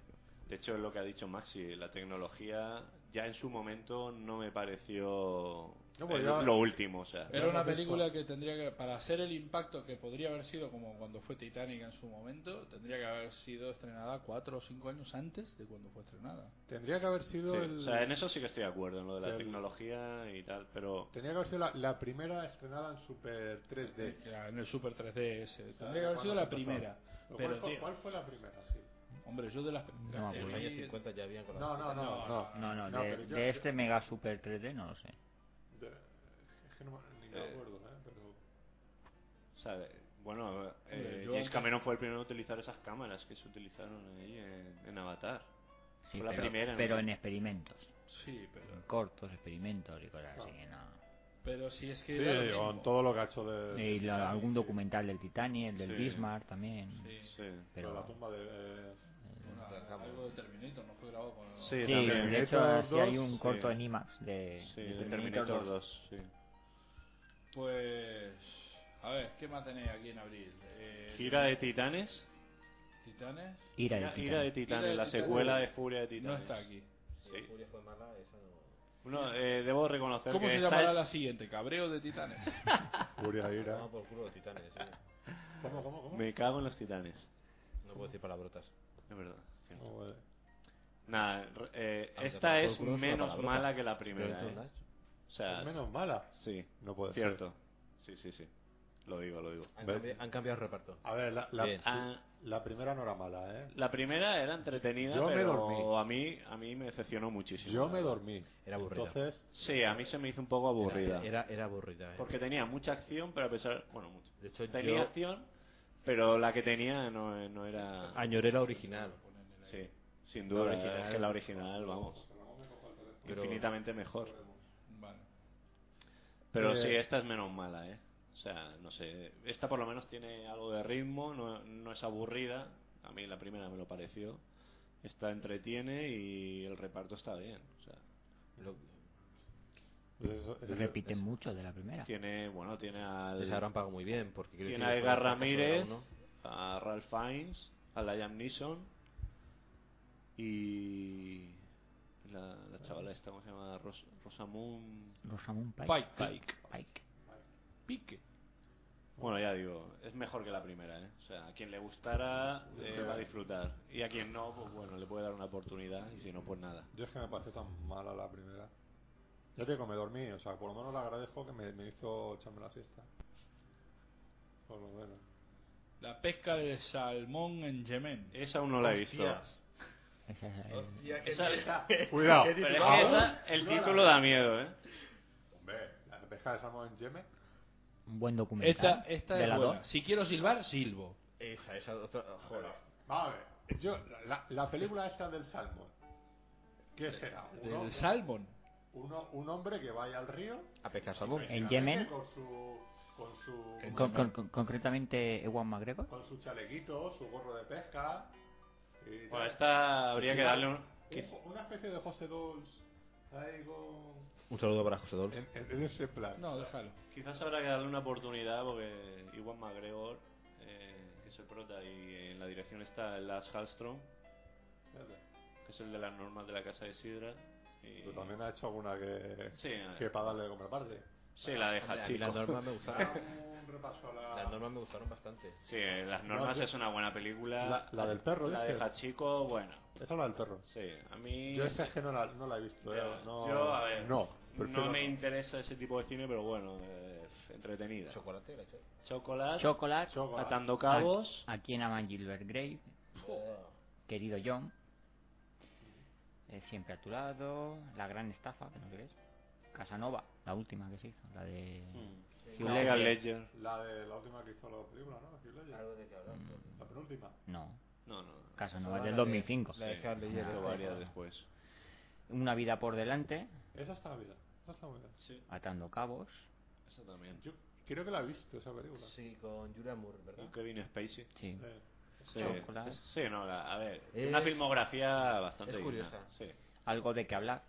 Speaker 4: De hecho, es lo que ha dicho Maxi, la tecnología ya en su momento no me pareció
Speaker 1: No, pues
Speaker 4: el-
Speaker 1: ya-
Speaker 4: lo último, o sea.
Speaker 2: Era una
Speaker 1: hemos visto.
Speaker 2: película que tendría que, para hacer el impacto que podría haber sido como cuando fue Titanic en su momento, tendría que haber sido estrenada cuatro o cinco años antes de cuando fue estrenada.
Speaker 1: Tendría que haber sido
Speaker 4: Sí,
Speaker 1: el-
Speaker 4: O sea, en e-". eso sí que estoy de acuerdo, en lo de la
Speaker 1: el-
Speaker 4: tecnología y tal, pero...
Speaker 1: Tendría que haber sido la, la primera estrenada en Super 3D.
Speaker 2: Era en el Super 3DS.
Speaker 1: O sea,
Speaker 2: Tendría que haber
Speaker 1: cuando
Speaker 2: sido
Speaker 1: ¿Eh? se
Speaker 2: la
Speaker 1: empezó.
Speaker 2: primera.
Speaker 1: Pero
Speaker 2: Pero,
Speaker 1: ¿cuál, fue,
Speaker 2: tío,
Speaker 1: cuál fue la primera? Sí.
Speaker 2: hombre, yo de las.
Speaker 3: No,
Speaker 2: eh,
Speaker 6: En los
Speaker 3: pues,
Speaker 2: ahí-
Speaker 6: años 50 ya habían con las
Speaker 1: No, no, no, no.
Speaker 3: No, no, de,
Speaker 1: pero yo-
Speaker 3: de este mega super 3D no lo sé.
Speaker 1: De- es que no me- ni me
Speaker 4: Eh.
Speaker 1: acuerdo, ¿eh? Pero...
Speaker 4: o sea, bueno, eh,
Speaker 2: yo
Speaker 4: James
Speaker 2: antes-
Speaker 4: Cameron fue el primero en utilizar esas cámaras que se utilizaron ahí en, en Avatar.
Speaker 3: Sí,
Speaker 4: Fue la
Speaker 3: pero,
Speaker 4: primera, ¿no?
Speaker 3: pero en experimentos.
Speaker 2: Sí,
Speaker 3: En
Speaker 2: pero,
Speaker 3: cortos experimentos y cosas así
Speaker 1: Ah.
Speaker 3: que no.
Speaker 2: pero si es que.
Speaker 1: Sí,
Speaker 2: era lo
Speaker 1: con
Speaker 2: mismo.
Speaker 1: todo lo que ha hecho de...
Speaker 3: Y
Speaker 1: de-
Speaker 3: la-
Speaker 1: de-
Speaker 3: algún documental del Titanic, el del
Speaker 4: Sí.
Speaker 3: Bismarck también.
Speaker 2: Sí.
Speaker 4: Sí,
Speaker 1: de la
Speaker 3: Pero,
Speaker 1: tumba de... eh,
Speaker 2: Una- algo de Terminator, no fue grabado con.
Speaker 4: Sí,
Speaker 3: sí,
Speaker 4: también.
Speaker 3: de hecho
Speaker 1: Terminator
Speaker 3: sí hay
Speaker 1: 2,
Speaker 3: un corto
Speaker 4: sí.
Speaker 3: en IMAX de,
Speaker 4: sí,
Speaker 3: de
Speaker 4: de Terminator 2, sí.
Speaker 2: Pues. A ver, ¿qué más tenéis aquí en abril? Eh,
Speaker 4: Gira de Titanes.
Speaker 2: Titanes.
Speaker 3: Ira de
Speaker 4: Ira, Ira de
Speaker 3: Titanic.
Speaker 4: Titanes,
Speaker 2: Ira de
Speaker 4: la
Speaker 2: Titanes.
Speaker 4: secuela de Furia de Titanes.
Speaker 2: No está aquí.
Speaker 4: Sí.
Speaker 6: Si Furia fue mala, esa no.
Speaker 4: Uno, eh, debo reconocer
Speaker 2: ¿Cómo
Speaker 4: que
Speaker 2: se
Speaker 4: esta
Speaker 2: llamará
Speaker 4: es-
Speaker 2: la siguiente? Cabreo de Titanes.
Speaker 3: Ah,
Speaker 1: Furia de Ira.
Speaker 6: No, por culo los titanes. ¿eh? sí.
Speaker 1: ¿Cómo, cómo, cómo?
Speaker 4: Me cago en los Titanes.
Speaker 6: No puedo decir palabrotas.
Speaker 4: Es verdad. cierto.
Speaker 1: No, eh,
Speaker 4: Nada, re- eh,
Speaker 6: Aunque
Speaker 4: esta
Speaker 6: para
Speaker 4: es
Speaker 6: Goku no es una
Speaker 4: menos
Speaker 6: palabrota.
Speaker 4: mala que la primera.
Speaker 6: Pero
Speaker 4: eh.
Speaker 6: tú, Nacho.
Speaker 4: O sea,
Speaker 1: es menos mala.
Speaker 4: sí,
Speaker 1: No puede ser.
Speaker 4: cierto. Sí, sí, sí. Lo digo, lo digo.
Speaker 6: Han,
Speaker 1: ¿Ves?
Speaker 6: cambi- han cambiado el reparto.
Speaker 1: A ver, la, la,
Speaker 6: Bien.
Speaker 4: Ah,
Speaker 1: la primera no era mala, ¿eh?
Speaker 4: la primera era entretenida,
Speaker 1: Yo me
Speaker 4: pero
Speaker 1: dormí.
Speaker 4: a mí a mí me decepcionó muchísimo.
Speaker 1: Yo
Speaker 4: la
Speaker 1: me
Speaker 4: verdad.
Speaker 1: dormí.
Speaker 6: Era aburrida.
Speaker 1: Entonces,
Speaker 4: Sí, a mí se me hizo un poco aburrida.
Speaker 6: Era, era, era aburrida. eh.
Speaker 4: Porque tenía mucha acción, pero a pesar... Bueno, mucho.
Speaker 6: de hecho,
Speaker 4: Tenía
Speaker 6: yo
Speaker 4: acción, pero la que tenía no, no era...
Speaker 6: añoré la original.
Speaker 4: Sí, sin
Speaker 6: La
Speaker 4: duda.
Speaker 6: original.
Speaker 4: Es que la original, vamos,
Speaker 6: Pero-
Speaker 4: infinitamente mejor.
Speaker 2: Vale.
Speaker 4: Pero
Speaker 1: Eh,
Speaker 4: sí, esta es menos mala, ¿eh? O sea, no sé. Esta por lo menos tiene algo de ritmo, no, no es aburrida. A mí la primera me lo pareció. Esta entretiene y el reparto está bien. O sea,
Speaker 6: Lo-
Speaker 1: pues eso- eso-
Speaker 3: Repiten mucho de la primera.
Speaker 4: tiene, bueno, tiene al...
Speaker 6: les habrán pagado muy bien. Porque quiero
Speaker 4: Tiene a
Speaker 6: decir,
Speaker 4: Edgar
Speaker 6: por el fracaso de la
Speaker 4: Ramírez,
Speaker 6: uno.
Speaker 4: a Ralph Fiennes, a Liam Neeson y la, la chavala esta, ¿cómo se llama? Ros- Rosamund...
Speaker 3: Rosamund Pike.
Speaker 2: Pike.
Speaker 3: Pike.
Speaker 2: Pique.
Speaker 4: Bueno, ya digo, es mejor que la primera, ¿eh? O sea, a quien le gustara eh, va a disfrutar. Y a quien no, pues bueno, le puede dar una oportunidad y si no, pues nada.
Speaker 1: Yo es que me pareció tan mala la primera. Ya te digo, me dormí, o sea, por lo menos le agradezco que me, me hizo echarme la siesta. Por lo menos.
Speaker 2: La pesca de salmón en Yemen.
Speaker 4: Esa aún no la he visto.
Speaker 2: Hostias.
Speaker 3: Esa es eh, la-
Speaker 4: Esa,
Speaker 1: Cuidado.
Speaker 4: pero es que esa, el título da miedo, ¿eh?
Speaker 1: Hombre, la pesca de salmón en Yemen.
Speaker 3: un buen
Speaker 2: Esta,
Speaker 3: documental.
Speaker 2: esta
Speaker 3: de
Speaker 2: es
Speaker 3: la
Speaker 2: buena.
Speaker 3: dos.
Speaker 2: Si quiero silbar, silbo.
Speaker 6: Esa, esa otra. Joder.
Speaker 1: Vamos a ver, yo, la, la película esta del salmón. ¿Qué será? Un,
Speaker 2: Del
Speaker 1: hom-
Speaker 2: salmón.
Speaker 1: uno- un hombre que vaya al río.
Speaker 6: A pescar salmón.
Speaker 3: En Yemen. Eh,
Speaker 1: Con su. Con su.
Speaker 2: En
Speaker 3: Con- con- con- concretamente Ewan McGregor.
Speaker 1: con su chalequito, su gorro de pesca. y tal.
Speaker 4: Bueno, Pues esta habría que darle un...
Speaker 1: Un jo- Una especie de José Dolls. Ahí con.
Speaker 6: Un saludo para José Dolce.
Speaker 1: En, en ese plan.
Speaker 2: No, déjalo.
Speaker 4: Quizás habrá que darle una oportunidad porque Iwan McGregor, eh, que es el prota, y en la dirección está Lars Hallström,
Speaker 1: Espérate.
Speaker 4: que es el de las normas de la casa de Sidra, Y-
Speaker 1: Pero también ha hecho alguna que,
Speaker 4: Sí, a ver.
Speaker 1: que para darle de comer parte.
Speaker 4: Sí, la de
Speaker 6: Hombre, a mí
Speaker 4: Hachiko.
Speaker 6: las normas me gustaron.
Speaker 1: Un repaso a la...
Speaker 6: Las normas me gustaron bastante.
Speaker 4: Sí, eh, Las Normas
Speaker 1: yo-
Speaker 4: es una buena película.
Speaker 1: La- la del perro,
Speaker 4: La de
Speaker 1: dices.
Speaker 4: Hachiko, bueno.
Speaker 1: Esa es la del perro.
Speaker 4: Sí, a mí...
Speaker 1: Yo esa es que no la, no la he visto. eh,
Speaker 4: Ya,
Speaker 1: no-
Speaker 4: yo, a ver,
Speaker 1: No. prefiero
Speaker 4: no me interesa ese tipo de cine, pero bueno, eh, entretenida.
Speaker 6: Chocolate, la chévere.
Speaker 4: Chocolate,
Speaker 3: Chocolate.
Speaker 1: Chocolate.
Speaker 4: atando cabos.
Speaker 3: A, a quien aman Gilbert Grape. Querido John. eh, siempre a tu lado. La gran estafa, que no sé qué es. Casanova, la última que se hizo. La de.
Speaker 4: Hmm.
Speaker 3: Hugh
Speaker 4: Con
Speaker 3: Ledger.
Speaker 4: Heath Ledger.
Speaker 1: La de la última que hizo la película, ¿no? Hugh Ledger.
Speaker 6: Algo de que hablar.
Speaker 1: La penúltima.
Speaker 3: No.
Speaker 4: No, no.
Speaker 3: Casanova es del 2005.
Speaker 6: La de Harley
Speaker 3: Sí.
Speaker 6: Jack.
Speaker 4: Hizo
Speaker 3: Ah.
Speaker 4: varias después.
Speaker 3: Una vida por delante.
Speaker 1: Esa está bien. Esa está muy bien.
Speaker 3: Atando cabos.
Speaker 4: Eso también.
Speaker 1: Yo creo que la he visto esa película.
Speaker 6: Sí, con Julia Moore, ¿verdad?
Speaker 4: Con Kevin Spacey.
Speaker 3: Sí.
Speaker 1: Eh,
Speaker 4: Sí,
Speaker 3: Chocolate.
Speaker 4: sí no, la- a ver.
Speaker 6: Es-
Speaker 4: Una filmografía bastante
Speaker 6: es
Speaker 4: digna,
Speaker 6: curiosa.
Speaker 4: Sí.
Speaker 3: Algo de que hablar.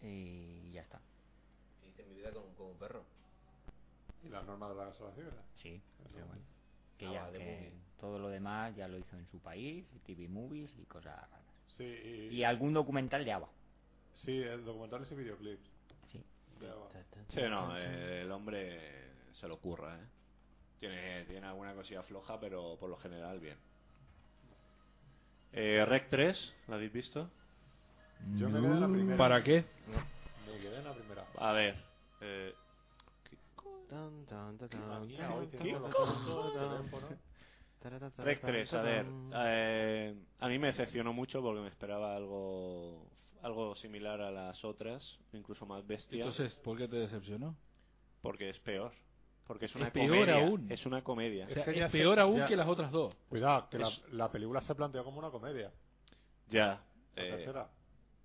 Speaker 3: Y ya está.
Speaker 6: Que hice mi vida con, con un perro.
Speaker 1: y las normas de la casa de la fibra.
Speaker 3: Sí, pero
Speaker 1: Pero-
Speaker 3: bueno. Que
Speaker 6: Ah,
Speaker 3: ya
Speaker 6: vale,
Speaker 3: que
Speaker 6: muy bien.
Speaker 3: todo lo demás ya lo hizo en su país, y TV movies y cosas raras.
Speaker 1: Sí, y,
Speaker 3: Y algún documental de ABBA.
Speaker 1: sí, el documental y videoclips.
Speaker 3: Sí.
Speaker 1: Ya va.
Speaker 4: Sí,
Speaker 2: Ah,
Speaker 4: no, eh, el hombre se lo curra, ¿eh? Tiene, tiene alguna cosilla floja, pero por lo general bien. Eh, Rec 3, ¿la habéis visto?
Speaker 1: Yo me quedé en la primera.
Speaker 2: Mm, ¿Para qué?
Speaker 1: Me quedé en la primera.
Speaker 4: A ver. Eh,
Speaker 1: Mira, hoy
Speaker 4: Ah, ¿Qué
Speaker 1: tengo los
Speaker 4: cojones? Ah.
Speaker 1: teléfonos.
Speaker 4: Rec 3, a ver. eh, a mí me decepcionó mucho porque me esperaba algo algo similar a las otras, incluso más bestia,
Speaker 2: Entonces, ¿por qué te decepcionó?
Speaker 4: porque es peor. Porque es una
Speaker 2: Es peor
Speaker 4: comedia.
Speaker 2: aún.
Speaker 4: Es una comedia.
Speaker 2: O sea,
Speaker 1: que ya
Speaker 2: es
Speaker 1: se-
Speaker 2: peor aún
Speaker 1: ya-
Speaker 2: que las otras dos.
Speaker 1: Cuidado, que la,
Speaker 4: Es-
Speaker 1: la película se planteó como una comedia.
Speaker 4: Ya.
Speaker 1: La
Speaker 4: eh,
Speaker 1: tercera.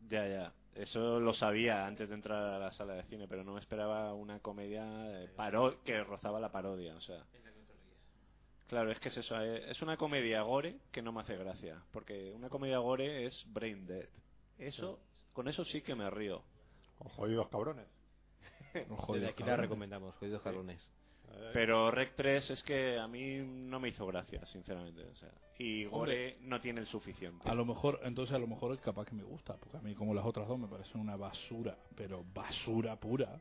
Speaker 4: Ya, ya. Eso lo sabía antes de entrar a la sala de cine, pero no me esperaba una comedia eh, paro que rozaba la parodia, o sea. Claro, es que es eso. eh, Es una comedia gore que no me hace gracia, porque una comedia gore es brain dead. Eso, con eso sí que me río.
Speaker 1: Con jodidos cabrones.
Speaker 6: Desde aquí la recomendamos, jodidos
Speaker 4: Sí.
Speaker 6: cabrones.
Speaker 1: Eh,
Speaker 4: Pero Rec 3 es que a mí no me hizo gracia, sinceramente. o sea. y gore no tiene el suficiente.
Speaker 2: A lo mejor, entonces a lo mejor capaz que me gusta, porque a mí como las otras dos me parecen una basura, pero basura pura.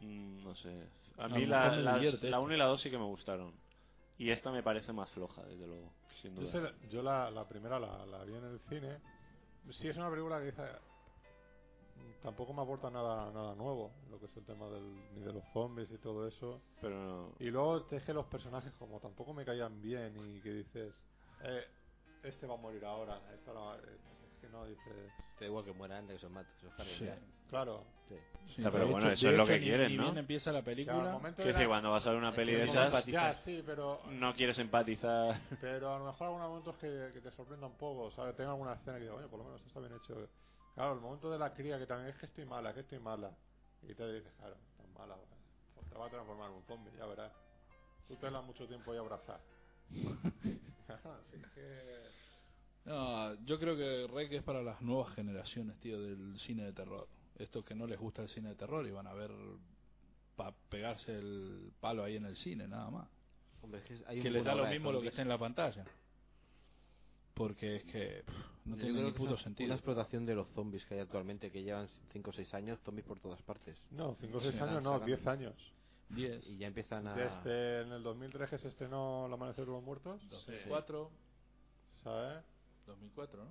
Speaker 4: Mm, No sé. A
Speaker 2: A
Speaker 4: mí
Speaker 2: lo
Speaker 4: la,
Speaker 2: mejor me
Speaker 4: las-
Speaker 2: divierte
Speaker 4: la
Speaker 2: esto.
Speaker 4: 1 y la 2 sí que me gustaron. Y esta me parece más floja, desde luego. Sin
Speaker 1: Yo,
Speaker 4: duda.
Speaker 1: sé la- yo la, la primera la, la vi en el cine. Sí, es una película que dice. mm, Tampoco me aporta nada nada nuevo, lo que es el tema del, ni de los zombies y todo eso.
Speaker 4: Pero no-
Speaker 1: Y luego te es que los personajes, como tampoco me caían bien, y que dices, eh, este va a morir ahora, esta no va- eh, es que no dices.
Speaker 6: Te da igual que muera antes que son matos, son Harley Jack.
Speaker 1: Claro,
Speaker 2: Sí,
Speaker 4: Ah, pero
Speaker 2: de
Speaker 4: bueno,
Speaker 2: hecho-
Speaker 4: eso
Speaker 2: de
Speaker 4: es lo
Speaker 2: hecho,
Speaker 4: que
Speaker 2: ni-
Speaker 4: quieren,
Speaker 2: ni
Speaker 4: ¿no?
Speaker 2: bien empieza la
Speaker 1: que al
Speaker 2: película.
Speaker 1: momento
Speaker 4: Que
Speaker 1: era-
Speaker 4: si cuando vas a ver una peli de
Speaker 6: Como
Speaker 4: esas,
Speaker 1: Ya, sí, pero,
Speaker 4: no quieres empatizar.
Speaker 1: pero a lo mejor algunos momentos que, que te sorprenda un poco, ¿sabes? Tengo alguna escena que digo, oye, por lo menos esto está bien hecho. Claro, el momento de la cría, que también es que estoy mala, que estoy mala. Y te dices, claro, estás mala, bueno, pues te va a transformar en un zombie, ya verás. Tú te das mucho tiempo y abrazar. Así que...
Speaker 2: No, yo creo que Rec es para las nuevas generaciones, tío, del cine de terror. Estos que no les gusta el cine de terror y van a ver para pegarse el palo ahí en el cine, nada más.
Speaker 6: Hombre, es que hay un
Speaker 2: Que les da
Speaker 6: mundo
Speaker 2: lo
Speaker 6: ahora de
Speaker 2: mismo lo que
Speaker 6: zombies.
Speaker 2: está en la pantalla. Porque es que pff, no
Speaker 6: Yo
Speaker 2: tiene
Speaker 6: creo
Speaker 2: ni
Speaker 6: que
Speaker 2: puto
Speaker 6: es Una
Speaker 2: sentido.
Speaker 6: explotación de los zombies que hay actualmente, que llevan 5 o 6 años, zombies por todas partes.
Speaker 1: No, 5 o 6
Speaker 2: Sí,
Speaker 1: años, no,
Speaker 6: sacan-
Speaker 1: 10 años.
Speaker 2: Diez,
Speaker 6: Y ya empiezan a...
Speaker 1: Desde en el 2003 que se estrenó El Amanecer de los Muertos,
Speaker 2: 2004,
Speaker 1: ¿sabes?
Speaker 2: 2004, ¿no?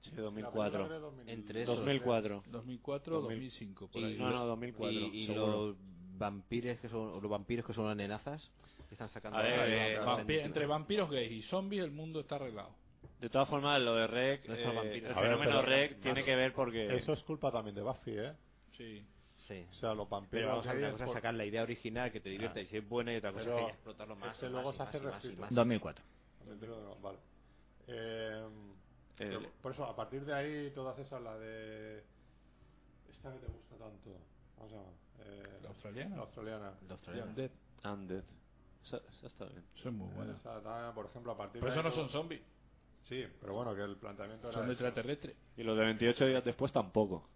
Speaker 4: Sí,
Speaker 1: La película
Speaker 4: 2004.
Speaker 1: creo que
Speaker 6: Entre esos,
Speaker 4: 2004.
Speaker 2: 2004,
Speaker 4: 2000.
Speaker 2: 2005, por
Speaker 6: Y-
Speaker 2: ahí.
Speaker 4: No, no, 2004.
Speaker 6: y, y
Speaker 4: seguro.
Speaker 6: los vampiros que son los vampiros que son amenazas que están sacando
Speaker 4: A ver,
Speaker 6: ahora,
Speaker 4: eh,
Speaker 6: que van a
Speaker 2: Vampi-
Speaker 6: hacer en-
Speaker 2: entre vampiros gays y zombies el mundo está arreglado.
Speaker 4: De todas formas, lo de Rec.
Speaker 6: No está
Speaker 4: eh,
Speaker 6: vampiro.
Speaker 4: el
Speaker 1: A ver,
Speaker 4: fenómeno
Speaker 1: pero-
Speaker 4: Rec tiene que ver
Speaker 6: eh.
Speaker 4: porque.
Speaker 1: Eso es culpa también de Buffy, ¿eh?
Speaker 2: Sí.
Speaker 6: sí.
Speaker 1: O sea, los
Speaker 6: pero
Speaker 1: vampiros
Speaker 6: vamos a ver,
Speaker 1: gays,
Speaker 6: una cosa es
Speaker 1: por-
Speaker 6: sacar la idea original que te divierta y si es buena y otra cosa
Speaker 1: Pero
Speaker 6: es que ya explotarlo más
Speaker 1: ese
Speaker 6: y
Speaker 1: luego
Speaker 6: más y
Speaker 1: se hace
Speaker 6: más y
Speaker 1: refrito.
Speaker 6: más y más.
Speaker 3: 2004.
Speaker 1: Vale. Eh,
Speaker 4: El-
Speaker 1: pero Por eso, a partir de ahí, todas esas, la de... Esta que te gusta tanto. ¿Cómo se llama? Eh,
Speaker 2: ¿La australiana?
Speaker 1: La australiana.
Speaker 6: Los trailers.
Speaker 2: Dead.
Speaker 4: Undead. Eso, eso está bien.
Speaker 2: Son muy buenas.
Speaker 1: Esa, da, por ejemplo, a partir
Speaker 2: Pero
Speaker 1: de
Speaker 2: eso
Speaker 1: ahí
Speaker 2: no
Speaker 1: todo-
Speaker 2: son zombies,
Speaker 1: Sí, pero bueno, que el planteamiento era...
Speaker 2: son
Speaker 1: eso.
Speaker 2: extraterrestres.
Speaker 4: Y los de 28 días después tampoco.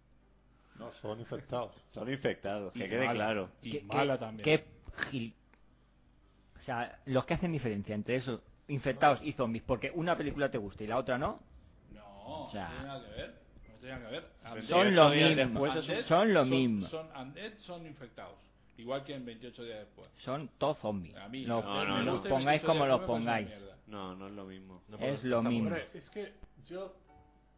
Speaker 1: No, son infectados.
Speaker 4: Son infectados, que
Speaker 2: Y
Speaker 4: quede
Speaker 2: mala.
Speaker 4: claro.
Speaker 2: Y
Speaker 3: ¿Qué-
Speaker 2: mala
Speaker 3: qué-
Speaker 2: también.
Speaker 3: qué gil- O sea, los que hacen diferencia entre esos infectados y zombies, porque una película te gusta y la otra no,
Speaker 2: No, No,
Speaker 3: O sea-
Speaker 2: no tiene nada que ver. No tiene nada que ver. Undead-
Speaker 3: 28
Speaker 8: Son lo días mismo. después es un-
Speaker 2: Undead
Speaker 3: son lo mismo.
Speaker 2: Son, undead son infectados. Igual que en 28 días después.
Speaker 3: Son todos zombies.
Speaker 2: A mí,
Speaker 3: Los-
Speaker 4: no, no,
Speaker 3: los
Speaker 4: no.
Speaker 3: pongáis como los
Speaker 2: lo
Speaker 3: pongáis.
Speaker 4: No, no es lo mismo.
Speaker 6: No,
Speaker 3: Es
Speaker 6: porque
Speaker 3: lo
Speaker 6: está muy-
Speaker 3: mismo.
Speaker 1: Hombre, es que yo.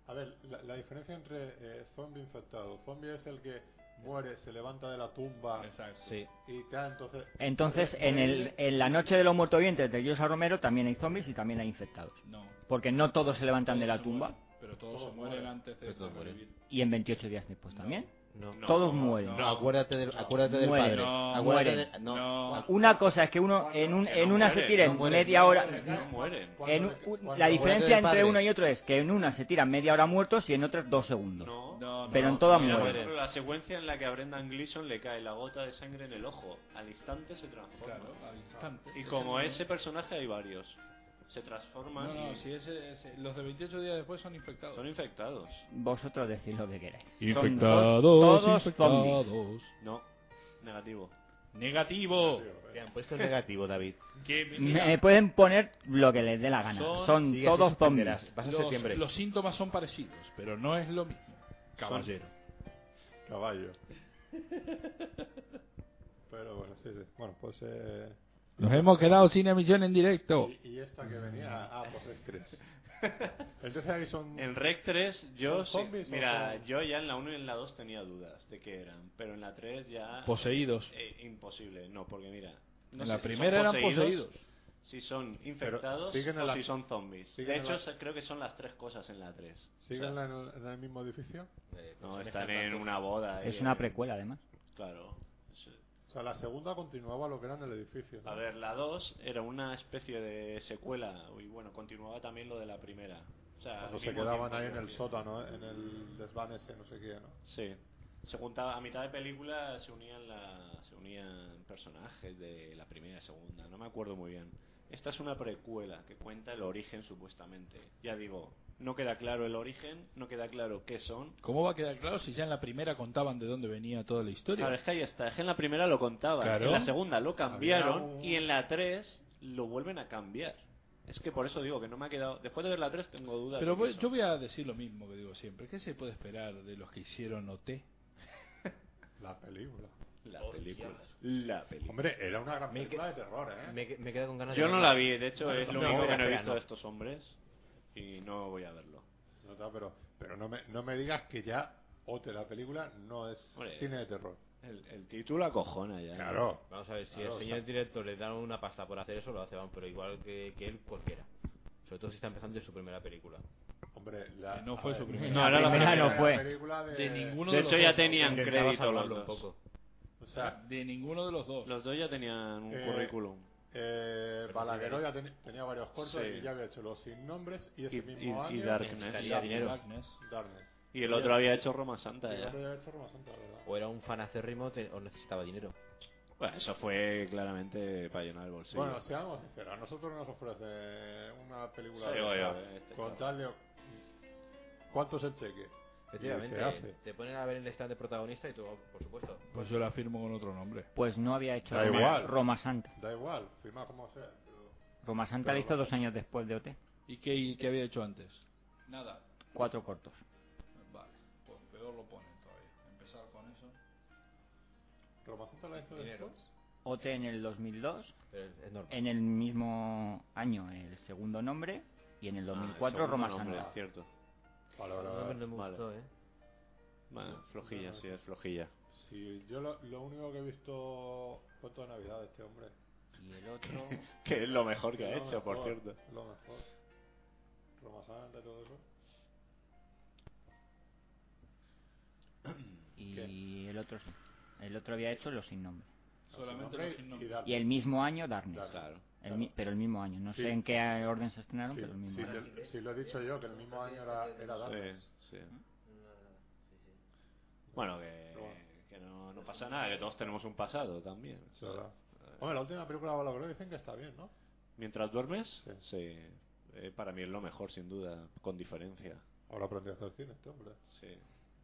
Speaker 1: A ver, la, la diferencia entre eh, zombie infectado. Zombie es el que muere, se levanta de la
Speaker 3: Ah,
Speaker 1: tumba
Speaker 2: Exacto.
Speaker 6: Sí.
Speaker 1: y tal, entonces.
Speaker 3: Entonces, en,
Speaker 6: eh,
Speaker 3: el, en la noche de los muertovientes de Josa Romero también hay zombies y también hay infectados.
Speaker 2: No.
Speaker 3: Porque no todos se levantan
Speaker 2: todos
Speaker 3: de la
Speaker 2: se
Speaker 3: tumba.
Speaker 2: mueren, pero todos,
Speaker 1: Todos
Speaker 2: se mueren
Speaker 1: mueren.
Speaker 2: antes de
Speaker 6: Pero todos mueren.
Speaker 2: sobrevivir.
Speaker 3: Y en 28 días después también.
Speaker 6: No.
Speaker 3: todos mueren.
Speaker 6: No, acuérdate del, acuérdate del
Speaker 3: Mueren.
Speaker 6: padre.
Speaker 2: No,
Speaker 6: acuérdate
Speaker 3: Ah, mueren.
Speaker 6: de- no.
Speaker 2: No.
Speaker 3: Una cosa es que uno en, un,
Speaker 4: Que
Speaker 3: en
Speaker 4: no
Speaker 3: una
Speaker 4: mueren,
Speaker 3: se tira
Speaker 6: no
Speaker 3: en
Speaker 6: mueren,
Speaker 3: media hora.
Speaker 4: No mueren.
Speaker 1: cuando
Speaker 3: En
Speaker 1: le-
Speaker 3: un- un-
Speaker 1: cuando
Speaker 3: la
Speaker 1: le-
Speaker 6: diferen-
Speaker 3: diferencia entre
Speaker 6: padre.
Speaker 3: uno y otro es que en una se tiran media hora muertos y en otras dos segundos.
Speaker 4: No.
Speaker 2: No, no,
Speaker 3: Pero en
Speaker 2: no,
Speaker 3: todas
Speaker 4: Mira, por
Speaker 3: mueren.
Speaker 4: ejemplo, la secuencia en la que a Brendan Gleeson le cae la gota de sangre en el ojo, al instante se transforma.
Speaker 2: Claro, al instante.
Speaker 4: Y como
Speaker 2: Ese
Speaker 4: ese personaje hay varios, se
Speaker 2: No,
Speaker 4: transforman
Speaker 2: no, no,
Speaker 4: y
Speaker 2: si ese, ese- los de 28 días después son infectados.
Speaker 4: son infectados.
Speaker 3: Vosotros decís lo que queráis. Son
Speaker 2: Infectados,
Speaker 3: todos
Speaker 2: infectados.
Speaker 3: zombies.
Speaker 4: No, negativo.
Speaker 2: Negativo. pues,
Speaker 6: Te han puesto el negativo, David.
Speaker 2: Que, mira,
Speaker 3: Me pueden poner lo que les dé la gana.
Speaker 2: Son-
Speaker 3: Son,
Speaker 6: Sigue así,
Speaker 3: todos zombies.
Speaker 6: suspenderás. Vas a
Speaker 2: los,
Speaker 6: septiembre.
Speaker 2: los síntomas son parecidos, pero no es lo mismo. Caballero.
Speaker 1: Caballo. Pero bueno, sí, sí. Bueno, pues. Eh,
Speaker 2: Nos hemos quedado sin emisión en directo.
Speaker 1: y, y esta que
Speaker 4: Mm.
Speaker 1: venía. Ah, pues es Chris. Entonces ahí son.
Speaker 4: En Rec 3,
Speaker 1: ¿Son
Speaker 4: yo. sí-
Speaker 1: zombies o
Speaker 4: mira,
Speaker 1: son-
Speaker 4: yo ya en la 1 y en la 2 tenía dudas de qué eran, pero en la 3 ya.
Speaker 2: Poseídos.
Speaker 4: eh, imposible, no, porque mira. no
Speaker 2: En
Speaker 4: sé
Speaker 2: la
Speaker 4: si son
Speaker 2: primera eran poseídos.
Speaker 4: Si son infectados
Speaker 1: siguen en
Speaker 4: o
Speaker 1: la-
Speaker 4: si son zombies.
Speaker 1: siguen
Speaker 4: De
Speaker 1: en
Speaker 4: hecho,
Speaker 1: la-
Speaker 4: se- creo que son las tres cosas en la 3.
Speaker 1: ¿Siguen en, el, en el mismo edificio?
Speaker 4: No, están en una boda.
Speaker 3: Es
Speaker 4: eh,
Speaker 3: una precuela, además.
Speaker 4: Claro. Sí.
Speaker 1: O sea, la segunda continuaba lo que era en el edificio. ¿no?
Speaker 4: A ver, la 2 era una especie de secuela y bueno, continuaba también lo de la primera. O sea,
Speaker 1: Cuando
Speaker 4: al
Speaker 1: se
Speaker 4: mismo
Speaker 1: quedaban
Speaker 4: tiempo,
Speaker 1: ahí en
Speaker 4: quiero
Speaker 1: el
Speaker 4: decir.
Speaker 1: sótano, ¿eh? en el desván ese, no sé qué, ¿no?
Speaker 4: Sí. Se juntaba, a mitad de película se unían, la, se unían personajes de la primera y segunda, no me acuerdo muy bien. Esta es una precuela que cuenta el origen supuestamente. Ya digo, no queda claro el origen, no queda claro qué son.
Speaker 2: ¿Cómo va a quedar claro si ya en la primera contaban de dónde venía toda la historia?
Speaker 4: Claro, es que ahí está, es que en la primera lo contaba,
Speaker 2: Claro.
Speaker 4: en la segunda lo cambiaron
Speaker 1: Había un-
Speaker 4: y en la 3 lo vuelven a cambiar. Es que por eso digo que no me ha quedado... Después de ver la 3 tengo dudas.
Speaker 2: Pero
Speaker 4: de
Speaker 2: voy-
Speaker 4: qué
Speaker 2: yo
Speaker 4: son.
Speaker 2: voy a decir lo mismo que digo siempre. ¿Qué se puede esperar de los que hicieron OT?
Speaker 1: La película.
Speaker 4: La película. La película.
Speaker 1: Hombre, era una gran
Speaker 6: Me
Speaker 1: película de terror, ¿eh?
Speaker 6: Me, me quedo con ganas de
Speaker 4: Yo no
Speaker 6: verla.
Speaker 4: la vi, de hecho es lo
Speaker 6: No,
Speaker 4: único que no he
Speaker 6: espera,
Speaker 4: visto
Speaker 6: no.
Speaker 4: de estos hombres y no voy a verlo.
Speaker 1: No, está, pero pero no, me, no me digas que ya otra la película no es
Speaker 4: Hombre.
Speaker 1: cine de terror.
Speaker 4: El, el título acojona ya. ¿eh?
Speaker 1: Claro.
Speaker 6: Vamos a ver, si
Speaker 1: Claro,
Speaker 6: el
Speaker 1: o
Speaker 6: señor
Speaker 1: sea-
Speaker 6: director le da una pasta por hacer eso, lo hace, vamos, pero igual que, que él, cualquiera. Sobre todo si está empezando en su primera película.
Speaker 1: Hombre, la,
Speaker 2: Que Eh, no
Speaker 1: a
Speaker 2: fue
Speaker 1: ver,
Speaker 2: su primera.
Speaker 4: No, era la
Speaker 3: primera no fue.
Speaker 1: película de,
Speaker 2: De ninguno
Speaker 4: De
Speaker 2: los
Speaker 4: hecho ya
Speaker 2: dos.
Speaker 4: tenían
Speaker 6: Intentaba
Speaker 4: crédito los
Speaker 6: salvarlo
Speaker 4: dos.
Speaker 6: un poco.
Speaker 1: O sea,
Speaker 2: De ninguno de los dos.
Speaker 4: Los dos ya tenían un
Speaker 1: Eh,
Speaker 4: currículum.
Speaker 1: eh,
Speaker 6: Pero
Speaker 1: Balagueró
Speaker 6: sí,
Speaker 1: ya teni- tenía varios cortos
Speaker 4: Sí.
Speaker 1: y ya había hecho Los Sin Nombres y ese
Speaker 4: Y, y-
Speaker 1: mismo
Speaker 4: y
Speaker 1: año...
Speaker 4: Darkness.
Speaker 6: Necesitaría dinero.
Speaker 2: Agnes.
Speaker 1: Darkness.
Speaker 4: Y el otro había hecho Roma Santa
Speaker 1: Y el
Speaker 4: ya.
Speaker 1: otro ya había hecho Roma Santa, ¿verdad?
Speaker 4: Pues
Speaker 6: O era un fan acérrimo te- o necesitaba dinero.
Speaker 4: Bueno, eso fue claramente para llenar el bolsillo.
Speaker 1: Bueno, seamos sinceros, a nosotros nos ofrece una película
Speaker 4: Sí,
Speaker 1: de
Speaker 4: oye,
Speaker 1: esa,
Speaker 4: oye, este
Speaker 1: con
Speaker 4: cabrón.
Speaker 1: tal de- ¿Cuánto es el cheque? Y se hace.
Speaker 6: Efectivamente, te ponen a ver el stand de protagonista y tú, oh, por supuesto.
Speaker 2: Pues yo la firmo con otro nombre.
Speaker 3: Pues no había hecho
Speaker 1: Da
Speaker 3: Roma,
Speaker 1: igual.
Speaker 3: Roma Santa.
Speaker 1: Da igual, firma como sea. pero-
Speaker 3: Roma Santa
Speaker 1: Pero
Speaker 3: la hizo
Speaker 1: Roma
Speaker 3: dos años después de OT.
Speaker 2: ¿Y qué, y qué había hecho antes? Nada.
Speaker 3: Cuatro cortos.
Speaker 2: Vale, pues peor lo ponen todavía. Empezar con eso.
Speaker 1: ¿Roma Santa la hizo
Speaker 6: Dinero.
Speaker 1: después?
Speaker 3: OT en el 2002,
Speaker 6: Pero es- es normal.
Speaker 3: en el mismo año el segundo nombre y en el
Speaker 4: Ah, el
Speaker 3: 2004
Speaker 4: segundo
Speaker 3: Roma
Speaker 4: nombre,
Speaker 3: Santa.
Speaker 4: cierto.
Speaker 1: Vale,
Speaker 6: No,
Speaker 1: vale,
Speaker 6: no,
Speaker 1: vale.
Speaker 6: no me
Speaker 4: vale.
Speaker 6: gustó, ¿eh?
Speaker 4: Bueno, flojilla,
Speaker 1: no,
Speaker 4: sí, es flojilla.
Speaker 1: Si yo lo, lo único que he visto fue toda Navidad de este hombre.
Speaker 3: Y el otro
Speaker 4: Que es lo mejor que ha
Speaker 1: Lo
Speaker 4: hecho, por
Speaker 1: mejor,
Speaker 4: cierto.
Speaker 1: Lo mejor. Roma Santa y todo eso.
Speaker 3: y el otro sí. El otro había hecho los sin nombre.
Speaker 2: Solamente
Speaker 1: Nombre
Speaker 2: los sin nombre.
Speaker 1: y Darkness.
Speaker 3: Y el mismo año Darkness.
Speaker 1: Claro.
Speaker 4: Claro.
Speaker 3: El mi- pero el mismo año. No
Speaker 1: Sí.
Speaker 3: sé en qué orden se estrenaron,
Speaker 1: Sí,
Speaker 3: pero el mismo
Speaker 1: sí,
Speaker 3: año.
Speaker 1: te- sí, lo he dicho yo, que el mismo año era, era Darkness.
Speaker 4: Sí, sí. Bueno, que,
Speaker 1: Pero bueno.
Speaker 4: que no, no pasa nada, que todos tenemos un pasado también.
Speaker 1: Sí, ¿verdad? Hombre, la última película de Balagueró dicen que está bien, ¿no?
Speaker 4: Mientras duermes,
Speaker 1: Sí.
Speaker 4: sí. Eh, para mí es lo mejor, sin duda, con diferencia.
Speaker 1: Ahora aprendió a hacer cine este hombre.
Speaker 4: Sí.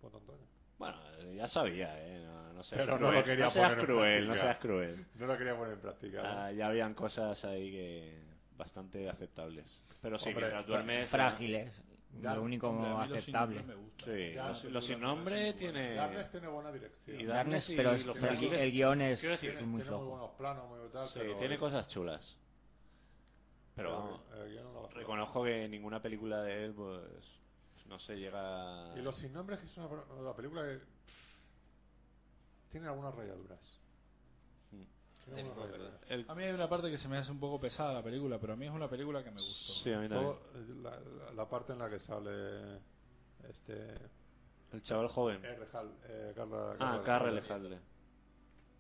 Speaker 1: Por tanto años.
Speaker 4: Bueno, eh, ya sabía, ¿eh? No, no seas
Speaker 1: Pero no
Speaker 4: cruel,
Speaker 1: lo quería
Speaker 4: seas
Speaker 1: poner en
Speaker 4: cruel, no
Speaker 1: práctica.
Speaker 4: seas cruel.
Speaker 1: No lo quería poner en práctica. ¿no?
Speaker 4: Ah, ya habían cosas ahí que bastante aceptables. Pero sí,
Speaker 1: Hombre,
Speaker 4: mientras
Speaker 1: fra-
Speaker 4: duermes...
Speaker 3: Frágiles.
Speaker 1: Gar-
Speaker 3: lo único
Speaker 2: Hombre, a mí los
Speaker 3: aceptable.
Speaker 2: Sin Nombre me gusta.
Speaker 4: Sí,
Speaker 1: Ya,
Speaker 4: los,
Speaker 1: sí,
Speaker 4: los
Speaker 1: sí,
Speaker 4: sin
Speaker 1: sí,
Speaker 4: nombre
Speaker 2: sí,
Speaker 3: eh,
Speaker 4: tiene...
Speaker 1: Darkness tiene buena dirección.
Speaker 4: Y
Speaker 1: Tiene-
Speaker 4: Darkness
Speaker 3: Darkness,
Speaker 4: y
Speaker 3: pero
Speaker 4: los
Speaker 3: el-
Speaker 4: franceses-
Speaker 3: el guión es,
Speaker 4: quiero decir,
Speaker 3: es muy
Speaker 1: tiene muy
Speaker 3: flojo.
Speaker 1: buenos planos, muy tal,
Speaker 4: Sí,
Speaker 1: pero-
Speaker 4: tiene cosas chulas. Pero vamos,
Speaker 1: el guion no lo-
Speaker 4: reconozco que ninguna película de él, pues, no sé, llega...
Speaker 1: Y Los Sin Nombres es una, una película que tiene algunas rayaduras.
Speaker 4: Mm.
Speaker 1: Tiene algunas
Speaker 5: Tenemos,
Speaker 1: rayaduras.
Speaker 4: El-
Speaker 2: A mí hay una parte que se me hace un poco pesada la película, pero a mí es una película que me gustó.
Speaker 4: Sí, a mí también.
Speaker 1: Todo- la, la- la parte en la que sale este
Speaker 4: El chaval joven.
Speaker 1: R. Hall, eh, Carla,
Speaker 4: ah,
Speaker 1: Carla-
Speaker 4: Carre Alejandre.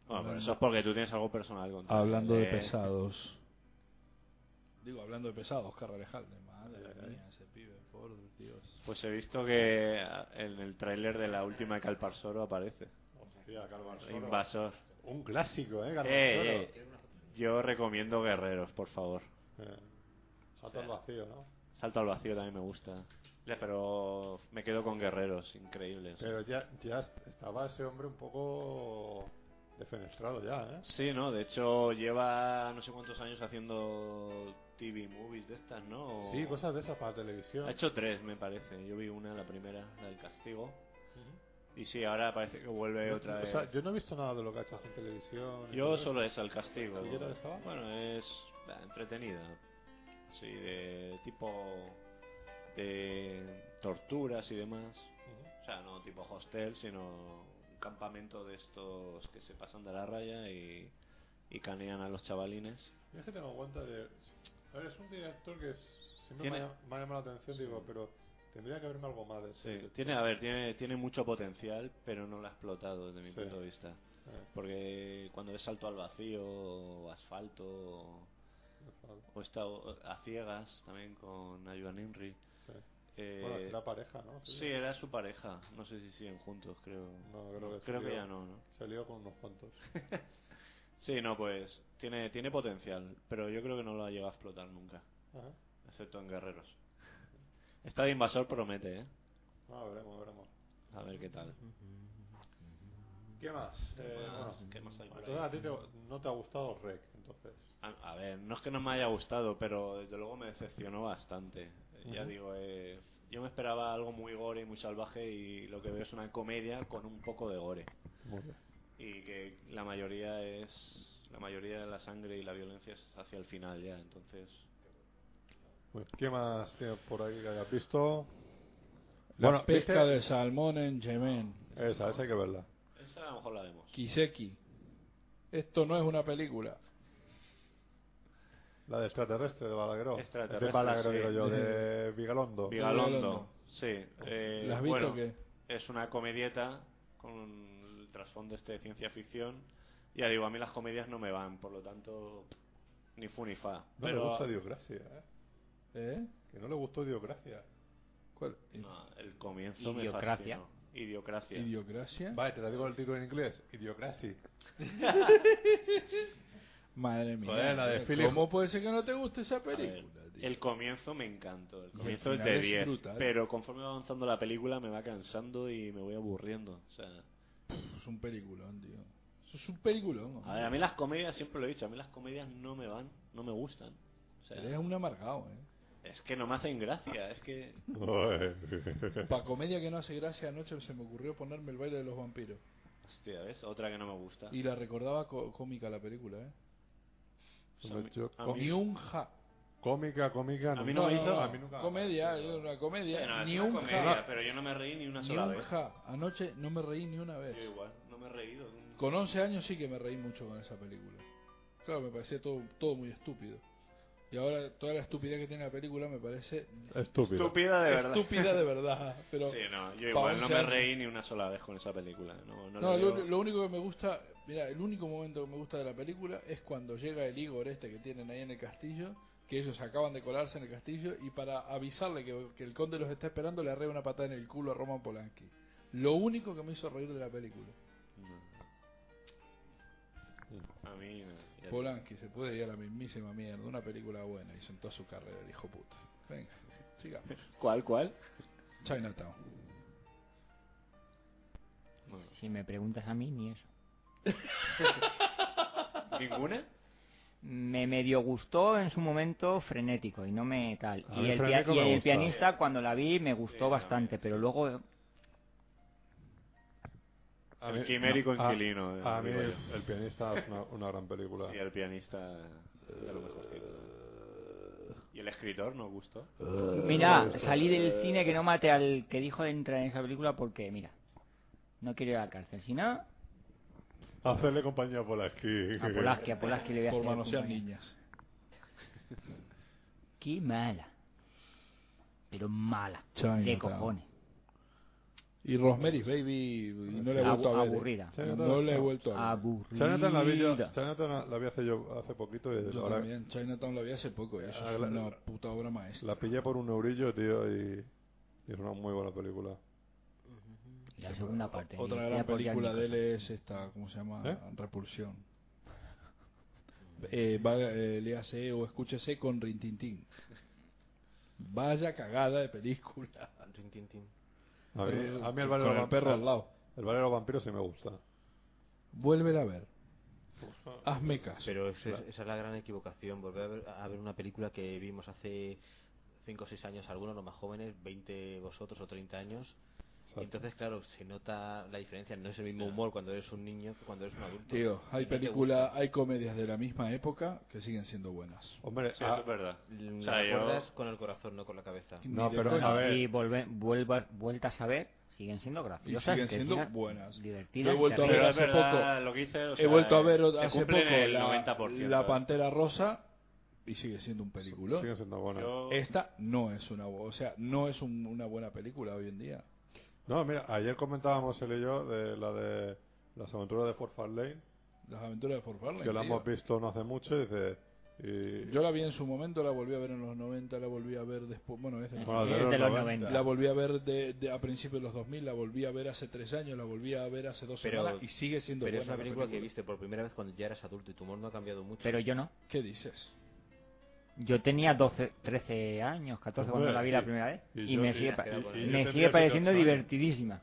Speaker 4: Bueno, pero eso es porque tú tienes algo personal contra
Speaker 2: Mm. Hablando de
Speaker 4: él, ¿eh?
Speaker 2: pesados. Digo, hablando de pesados, Carrera Halde. Madre
Speaker 1: Eh.
Speaker 2: mía, ese pibe, por Dios.
Speaker 4: Pues he visto que ah, en el tráiler de la última de Calparsoro aparece.
Speaker 1: Hostia, Carla Soro.
Speaker 4: Invasor.
Speaker 1: Un clásico, ¿eh? Carla Soro.
Speaker 4: Eh, eh, yo recomiendo Guerreros, por favor.
Speaker 1: Eh, Salto al vacío, ¿no?
Speaker 4: Salto al vacío también me gusta. Pero me quedo con Guerreros, increíbles.
Speaker 1: Pero ya, ya estaba ese hombre un poco defenestrado ya, ¿eh?
Speaker 4: Sí, ¿no? De hecho, lleva no sé cuántos años haciendo TV movies de estas, ¿no? O-
Speaker 1: Sí, cosas de esas para televisión.
Speaker 4: Ha hecho tres, me parece. Yo vi una, la primera, la del castigo. Y sí, ahora parece que vuelve
Speaker 1: Yo-
Speaker 4: otra
Speaker 1: o
Speaker 4: vez.
Speaker 1: sea, yo no he visto nada de lo que ha hecho en televisión. y todo
Speaker 4: Yo
Speaker 1: eso.
Speaker 4: solo es el castigo.
Speaker 1: ¿Y qué tal estaba?
Speaker 4: Bueno, es bah, entretenida. Sí, de tipo de torturas y demás.
Speaker 1: Ujú.
Speaker 4: O sea, no tipo hostel, sino un campamento de estos que se pasan de la raya y, y canean a los chavalines.
Speaker 1: Yo es que tengo cuenta de. A ver, es un director que es- siempre me
Speaker 4: Tiene-
Speaker 1: ha, me ha llamado la atención, digo, pero tendría que haberme algo más de ese
Speaker 4: Sí,
Speaker 1: director.
Speaker 4: tiene, a ver, tiene, tiene mucho potencial, pero no lo ha explotado desde mi
Speaker 1: Sí.
Speaker 4: punto de vista.
Speaker 1: Eh,
Speaker 4: Porque cuando es salto al vacío, o asfalto, o-
Speaker 1: no es mal,
Speaker 4: o he estado a ciegas también con Ayuan Inri.
Speaker 1: sí.
Speaker 4: eh,
Speaker 1: Bueno, es la pareja, ¿no?
Speaker 4: Sí, eh, era su pareja. No sé si siguen juntos, creo.
Speaker 1: No, creo que
Speaker 4: creo
Speaker 1: sí,
Speaker 4: que
Speaker 1: creo.
Speaker 4: ya no, ¿no?
Speaker 1: Se lió con unos cuantos.
Speaker 4: Sí, no, pues tiene, tiene potencial, pero yo creo que no lo ha llegado a explotar nunca,
Speaker 1: Ajá.
Speaker 4: excepto en Guerreros. Esta de Invasor promete, ¿eh?
Speaker 1: No, Ah, veremos, veremos.
Speaker 4: A ver qué tal.
Speaker 1: ¿Qué más?
Speaker 4: ¿Qué
Speaker 1: Eh,
Speaker 4: más?
Speaker 1: bueno,
Speaker 4: ¿Qué más hay por
Speaker 1: entonces a ti
Speaker 4: ahí?
Speaker 1: te- no te ha gustado Rec, entonces.
Speaker 4: A, a ver, no es que no me haya gustado, pero desde luego me decepcionó bastante. Eh, Ya
Speaker 1: Ujú.
Speaker 4: digo, eh, yo me esperaba algo muy gore y muy salvaje y lo que veo es una comedia con un poco de gore.
Speaker 1: Muy bien.
Speaker 4: y que la mayoría es la mayoría de la sangre y la violencia es hacia el final ya entonces
Speaker 1: Bueno, ¿Qué más tienes por aquí que hayas visto?
Speaker 2: La
Speaker 1: Bueno,
Speaker 2: pesca
Speaker 1: ¿viste?
Speaker 2: de salmón en Yemen.
Speaker 1: Esa, esa hay que verla.
Speaker 4: esa a lo mejor la vemos
Speaker 2: Kiseki. Esto no es una película.
Speaker 1: La de extraterrestre de Balagueró.
Speaker 4: Extraterrestre,
Speaker 1: de Balagueró,
Speaker 4: sí.
Speaker 1: digo yo, de Vigalondo.
Speaker 4: Vigalondo
Speaker 2: Vigalondo.
Speaker 4: sí eh,
Speaker 2: ¿La has visto
Speaker 4: bueno
Speaker 2: o qué?
Speaker 4: es una comedieta con el trasfondo este de ciencia ficción ya digo a mí las comedias no me van por lo tanto ni fu ni fa
Speaker 1: No le gusta Diocracia, ¿eh?
Speaker 2: ¿Eh?
Speaker 1: Que no le gustó Diocracia.
Speaker 2: ¿Cuál? ¿Eh?
Speaker 4: no, el comienzo me
Speaker 3: Idiocracia.
Speaker 4: fascinó idiocracia
Speaker 2: ¿Idiocracia?
Speaker 1: Vale, te la digo el título en inglés. Idiocracy.
Speaker 2: Madre mía.
Speaker 1: Joder, la de
Speaker 2: tío,
Speaker 1: Philip-
Speaker 2: ¿Cómo puede ser que no te guste esa
Speaker 4: A ver,
Speaker 2: película? tío?
Speaker 4: el comienzo me encantó,
Speaker 2: Y
Speaker 4: el
Speaker 2: el
Speaker 4: comienzo es
Speaker 2: final
Speaker 4: de
Speaker 2: es
Speaker 4: 10,
Speaker 2: brutal.
Speaker 4: pero conforme va avanzando la película me va cansando y me voy aburriendo. O sea,
Speaker 2: Eso es un peliculón, tío. Eso es un peliculón.
Speaker 4: a, ver, a mí las comedias, siempre lo he dicho, a mí las comedias no me van, no me gustan. O sea,
Speaker 2: Eres un amargado, ¿eh?
Speaker 4: es que no me hacen gracia, es que...
Speaker 2: Para comedia que no hace gracia anoche se me ocurrió ponerme el baile de los vampiros.
Speaker 4: Hostia, ¿ves? Otra que no me gusta.
Speaker 2: Y la recordaba co- cómica la película, ¿eh?
Speaker 4: O sea, a mí-
Speaker 1: Yo-
Speaker 4: a mí-
Speaker 2: Ni un ja.
Speaker 1: Cómica, cómica.
Speaker 4: A mí no me hizo-
Speaker 1: a mí nunca me-
Speaker 2: Comedia, es una
Speaker 4: Sí,
Speaker 2: comedia.
Speaker 4: no, es
Speaker 2: ni
Speaker 4: una
Speaker 2: un
Speaker 4: comedia,
Speaker 2: ja.
Speaker 4: pero yo no me reí ni una
Speaker 2: Ni
Speaker 4: sola
Speaker 2: un
Speaker 4: vez.
Speaker 2: ja. Anoche no me reí ni una vez.
Speaker 4: Yo igual, no me he reído. de un-
Speaker 2: Con 11 años sí que me reí mucho con esa película. Claro, me parecía todo, todo muy estúpido. Y ahora toda la estupidez que tiene la película me parece
Speaker 1: Estúpido.
Speaker 4: Estúpida de verdad.
Speaker 2: estúpida de verdad. Pero
Speaker 4: Sí, no, yo
Speaker 2: Pa'
Speaker 4: igual no
Speaker 2: 11
Speaker 4: me
Speaker 2: años.
Speaker 4: reí ni una sola vez con esa película. No, no,
Speaker 2: No,
Speaker 4: le
Speaker 2: lo,
Speaker 4: veo-
Speaker 2: lo único que me gusta, mira, el único momento que me gusta de la película es cuando llega el Igor este que tienen ahí en el castillo, que ellos acaban de colarse en el castillo y para avisarle que, que el conde los está esperando le arrea una patada en el culo a Roman Polanski. Lo único que me hizo reír de la película.
Speaker 4: A mí no, ya te-
Speaker 2: Polanski se puede ir a la mismísima mierda, una película buena hizo en toda su carrera, el hijo puta. Venga, sigamos.
Speaker 4: ¿Cuál, cuál?
Speaker 2: Chinatown.
Speaker 3: Si me preguntas a mí, ni eso.
Speaker 4: ¿Ninguna?
Speaker 3: me medio gustó en su momento frenético y no me tal.
Speaker 1: A
Speaker 3: Y
Speaker 1: mí
Speaker 3: el, pia-
Speaker 1: Frenético
Speaker 3: y
Speaker 1: me
Speaker 3: el
Speaker 1: gusta.
Speaker 3: pianista cuando la vi me
Speaker 4: Sí, a
Speaker 3: gustó
Speaker 4: mí
Speaker 3: bastante,
Speaker 4: sí.
Speaker 3: pero luego
Speaker 1: A
Speaker 4: El
Speaker 1: mí-
Speaker 4: quimérico
Speaker 1: no, a-
Speaker 4: inquilino, eh,
Speaker 1: A, mí
Speaker 4: digo
Speaker 1: el,
Speaker 4: yo.
Speaker 1: el pianista es una, una gran
Speaker 2: Ah.
Speaker 1: película.
Speaker 4: Y el pianista de lo mejor que- Y el escritor nos gustó.
Speaker 2: Ah.
Speaker 3: Mira, salí del cine que no mate al que dijo de entrar en esa película porque, mira, no quiero ir a la cárcel. Si no, a
Speaker 1: Hacerle compañía por aquí.
Speaker 3: Polaski, a Polaski le voy a
Speaker 2: Por
Speaker 3: hacer
Speaker 2: manosear
Speaker 3: compañía.
Speaker 2: niñas.
Speaker 3: Qué mala. Pero mala.
Speaker 2: Chinatown.
Speaker 3: de cojones.
Speaker 2: Y Rosemary's Baby y no le he
Speaker 3: Abu-
Speaker 2: vuelto a ver. eh.
Speaker 3: aburrida.
Speaker 2: No le he vuelto a ver.
Speaker 3: Aburrida.
Speaker 1: Chinatown la vi yo- Chinatown la vi hace yo hace poquito y
Speaker 2: Yo
Speaker 1: ahora
Speaker 2: también. Chinatown la vi hace poco. y Eso
Speaker 1: Ah,
Speaker 2: es
Speaker 1: la-
Speaker 2: una puta obra maestra.
Speaker 1: la pillé por un eurillo, tío, y, y es una muy buena película.
Speaker 3: Y La segunda parte.
Speaker 2: Otra
Speaker 3: dirigida
Speaker 2: gran
Speaker 3: por
Speaker 2: película
Speaker 3: Jack
Speaker 2: de él
Speaker 3: Nicholson.
Speaker 2: es esta, ¿cómo se llama?
Speaker 1: ¿Eh?
Speaker 2: Repulsión. Eh, va- eh, léase o escúchese con Rintintín. Vaya cagada de película.
Speaker 5: Rin, tin, tin.
Speaker 1: A mí,
Speaker 3: Eh,
Speaker 1: a mí el
Speaker 2: con
Speaker 1: barrio de
Speaker 2: el
Speaker 1: los
Speaker 2: perro
Speaker 1: vampiros,
Speaker 2: al lado.
Speaker 1: el barrio de los vampiros sí me gusta.
Speaker 2: Vuélvela a ver. Hazme caso.
Speaker 5: Pero ese- esa es la gran equivocación, volver a ver, a ver una película que vimos hace 5 o 6 años, algunos los más jóvenes, 20 vosotros o 30 años.
Speaker 1: Exacto.
Speaker 4: Ah,
Speaker 5: Entonces, claro, se nota la diferencia, no es el mismo humor cuando eres un niño que cuando eres un adulto.
Speaker 2: Tío,
Speaker 5: Y
Speaker 2: hay
Speaker 5: no te
Speaker 2: películas,
Speaker 5: gusta.
Speaker 2: hay comedias de la misma época que siguen siendo buenas.
Speaker 1: Hombre, ah,
Speaker 4: Sí,
Speaker 1: a-
Speaker 4: eso es verdad.
Speaker 5: Mm,
Speaker 4: O sea, yo-
Speaker 5: recuerdas con el corazón, no con la cabeza.
Speaker 2: Ni
Speaker 1: No,
Speaker 2: de
Speaker 1: pero
Speaker 2: coña.
Speaker 1: a ver.
Speaker 3: Y volve- vuelva- vueltas a ver, siguen siendo graciosas.
Speaker 2: siguen
Speaker 3: te
Speaker 2: siendo
Speaker 3: siguen
Speaker 2: buenas.
Speaker 3: Divertidas.
Speaker 2: Yo he vuelto a
Speaker 3: te
Speaker 2: ver
Speaker 4: Pero
Speaker 3: ríes.
Speaker 4: es
Speaker 2: hace
Speaker 4: verdad
Speaker 2: poco.
Speaker 4: lo que hice. o
Speaker 2: He
Speaker 4: sea,
Speaker 2: vuelto a ver
Speaker 4: eh,
Speaker 2: otra-
Speaker 4: se
Speaker 2: hace poco
Speaker 4: cumplen el
Speaker 2: la,
Speaker 4: 90%,
Speaker 2: la
Speaker 4: eh.
Speaker 2: Pantera Rosa y sigue siendo un película.
Speaker 1: siguen siendo buenas.
Speaker 4: Yo-
Speaker 2: Esta no es una, bu- o sea, no es un- una buena película hoy en día.
Speaker 1: No, mira, ayer comentábamos él y yo de la de las aventuras de Fort Farlane,
Speaker 2: Las aventuras de Fort Farlane,
Speaker 1: que la
Speaker 2: tío.
Speaker 1: hemos visto no hace mucho y dice... y-
Speaker 2: Yo la vi en su momento, la volví a ver en los 90, la volví a ver después, bueno, es de los
Speaker 1: Bueno, Ah, de
Speaker 2: 90.
Speaker 1: los
Speaker 3: de los
Speaker 1: 90.
Speaker 3: 90.
Speaker 2: La volví a ver de, de- a principios de los 2000, la volví a ver hace tres años, la volví a ver hace dos
Speaker 5: Pero-
Speaker 2: semanas y sigue siendo
Speaker 5: Pero
Speaker 2: buena.
Speaker 5: es una
Speaker 2: la
Speaker 5: película que viste por primera vez cuando ya eras adulto y tu humor no ha cambiado mucho.
Speaker 3: Pero yo no.
Speaker 2: ¿Qué dices?
Speaker 3: Yo tenía 12, 13 años, 14 cuando la vi la
Speaker 1: Y-
Speaker 3: primera vez.
Speaker 1: y
Speaker 3: Y,
Speaker 1: yo-
Speaker 3: me
Speaker 1: y-
Speaker 3: sigue,
Speaker 1: y-
Speaker 3: pa-
Speaker 1: y- y yo
Speaker 3: me
Speaker 1: tendría
Speaker 3: sigue
Speaker 1: 7, 8
Speaker 3: pareciendo
Speaker 1: años.
Speaker 3: divertidísima.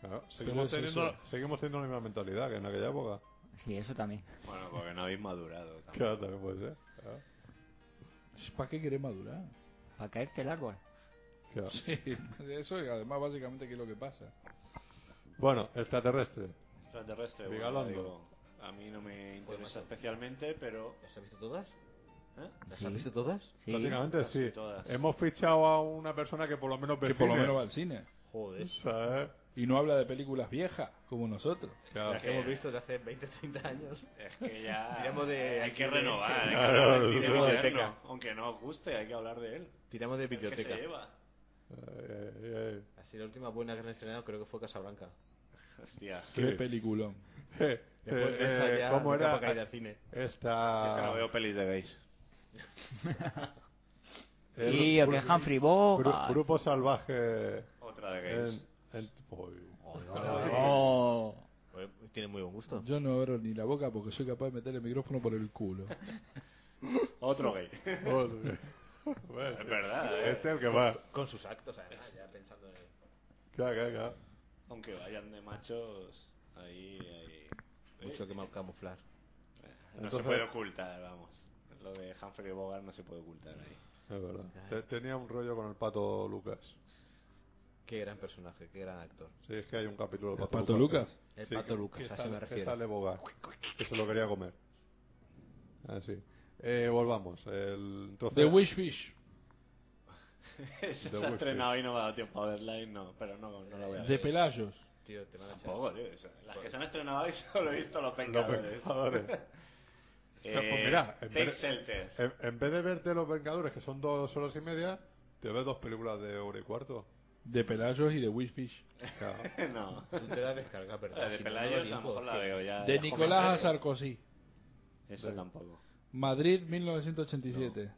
Speaker 1: Claro, seguimos,
Speaker 2: es
Speaker 1: teniendo,
Speaker 2: eso.
Speaker 1: seguimos teniendo la misma mentalidad que en aquella época.
Speaker 3: Sí, eso también.
Speaker 4: Bueno, porque no habéis madurado. tampoco.
Speaker 1: Claro, también puede ser. claro,
Speaker 2: ¿Para qué querés madurar?
Speaker 3: Para caerte el árbol.
Speaker 1: claro.
Speaker 2: Sí, eso es además básicamente que es lo que pasa.
Speaker 1: Bueno, extraterrestre.
Speaker 4: Extraterrestre,
Speaker 1: Vigalondo.
Speaker 4: bueno, digo, a mí no me interesa especialmente, pero...
Speaker 5: ¿Las has visto todas?
Speaker 4: ¿eh?
Speaker 5: ¿Las
Speaker 3: Sí.
Speaker 5: has visto todas?
Speaker 3: Sí.
Speaker 1: Prácticamente
Speaker 4: casi
Speaker 1: sí.
Speaker 4: todas.
Speaker 1: Hemos fichado a una persona que por lo menos ve
Speaker 2: Que por lo
Speaker 1: cine,
Speaker 2: menos va al cine.
Speaker 5: Joder.
Speaker 1: ¿sabes?
Speaker 2: Y no habla de películas viejas, como nosotros.
Speaker 1: Claro.
Speaker 4: Las
Speaker 5: Las que hemos visto de hace 20, 30 años.
Speaker 4: Es que ya
Speaker 5: Tiramos de-
Speaker 4: hay que
Speaker 5: de-
Speaker 4: renovar, hay que
Speaker 1: Claro,
Speaker 4: hablar del
Speaker 1: de
Speaker 4: cine
Speaker 1: biblioteca.
Speaker 4: moderno. Aunque no os guste, hay que hablar de él.
Speaker 5: Tiramos de
Speaker 4: Es que
Speaker 5: biblioteca.
Speaker 4: se lleva.
Speaker 1: Eh, eh,
Speaker 5: Así la última buena gran estrenada creo que fue Casablanca.
Speaker 4: Hostia.
Speaker 1: Sí.
Speaker 2: Qué peliculón.
Speaker 1: eh, eh,
Speaker 5: Después
Speaker 1: eh,
Speaker 5: de esa ya
Speaker 1: ¿Cómo
Speaker 5: nunca para caer
Speaker 1: era?
Speaker 5: al cine.
Speaker 4: Es que no
Speaker 1: Esta...
Speaker 4: veo pelis de gays.
Speaker 1: el
Speaker 3: Y o que
Speaker 1: gru-
Speaker 3: Humphrey
Speaker 1: gru-
Speaker 3: Bogart.
Speaker 1: grupo salvaje...
Speaker 4: Otra de gays.
Speaker 1: En, en- uy.
Speaker 4: Ah.
Speaker 3: Oh.
Speaker 5: Pues, Tiene muy buen gusto.
Speaker 2: Yo no abro ni la boca porque soy capaz de meter el micrófono por el culo.
Speaker 4: Otro gay.
Speaker 1: eh. Bueno,
Speaker 4: es verdad, eh.
Speaker 1: Este es el que va.
Speaker 5: Con sus actos, además, ya pensando en...
Speaker 1: Claro, claro, claro.
Speaker 4: Aunque vayan de machos, ahí... ahí.
Speaker 5: Mucho que mal camuflar.
Speaker 4: No se
Speaker 1: Entonces-
Speaker 4: puede ocultar, vamos. Lo de Humphrey Bogart no se puede ocultar ahí.
Speaker 1: Es verdad. Te- Tenía un rollo con el pato Lucas.
Speaker 5: Qué gran personaje, qué gran actor.
Speaker 1: Sí, es que hay un capítulo del
Speaker 2: ¿El
Speaker 1: pato,
Speaker 2: Pato Lucas?
Speaker 5: El
Speaker 1: Sí,
Speaker 5: Pato
Speaker 1: que-
Speaker 5: Lucas,
Speaker 1: que
Speaker 5: a eso
Speaker 1: sale-
Speaker 5: me refiero.
Speaker 1: Que sale Bogart. Que se lo quería comer. Así. Eh, volvamos. El, entonces,
Speaker 2: The Wishfish.
Speaker 4: se
Speaker 1: The
Speaker 4: ha
Speaker 1: Wish
Speaker 4: estrenado y no me ha dado tiempo a verla y no, pero no, no la voy a ver.
Speaker 2: De Pelayos.
Speaker 5: Tío, te van a echar.
Speaker 4: Tampoco, tío. o sea, las que se han estrenado hoy solo he visto los
Speaker 1: Los
Speaker 4: pecadores.
Speaker 1: Vengadores.
Speaker 4: Eh,
Speaker 1: Pues mira, en
Speaker 4: Take
Speaker 1: vez-
Speaker 4: Shelter.
Speaker 1: En, en vez de verte Los Vengadores, que son dos horas y media, te ves dos películas de hora y cuarto.
Speaker 2: De Pelayos y de Wishfish.
Speaker 1: Claro.
Speaker 4: no.
Speaker 5: Tú te la descargas, ¿verdad?
Speaker 4: La de
Speaker 5: Si no, no da
Speaker 4: Pelayos a lo
Speaker 5: tiempo,
Speaker 4: mejor Ah, la
Speaker 5: tío.
Speaker 4: veo ya.
Speaker 2: De
Speaker 4: ya
Speaker 2: Nicolás a
Speaker 4: comentaré.
Speaker 2: Sarkozy.
Speaker 4: Eso tampoco.
Speaker 2: Madrid 1987.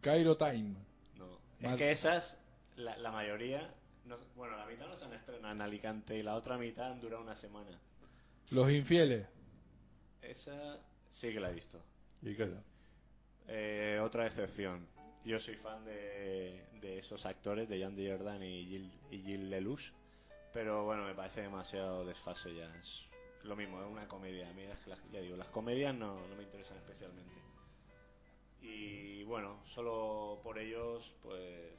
Speaker 2: Cairo Time.
Speaker 4: No.
Speaker 2: Mal.
Speaker 4: Es que esas, la, la mayoría, no- bueno, la mitad no se han estrenado en Alicante y la otra mitad han durado una semana.
Speaker 2: Los infieles.
Speaker 4: Esa sí que la he visto.
Speaker 1: Y calla.
Speaker 4: Eh, otra excepción. Yo soy fan de, de esos actores, de Jan de Jordan y Gil, y Gil Lelouch, pero bueno, me parece demasiado desfase ya. Es, lo mismo, es una comedia. A mí, las- las- ya digo, las comedias no, no me interesan especialmente. Y bueno, solo por ellos, pues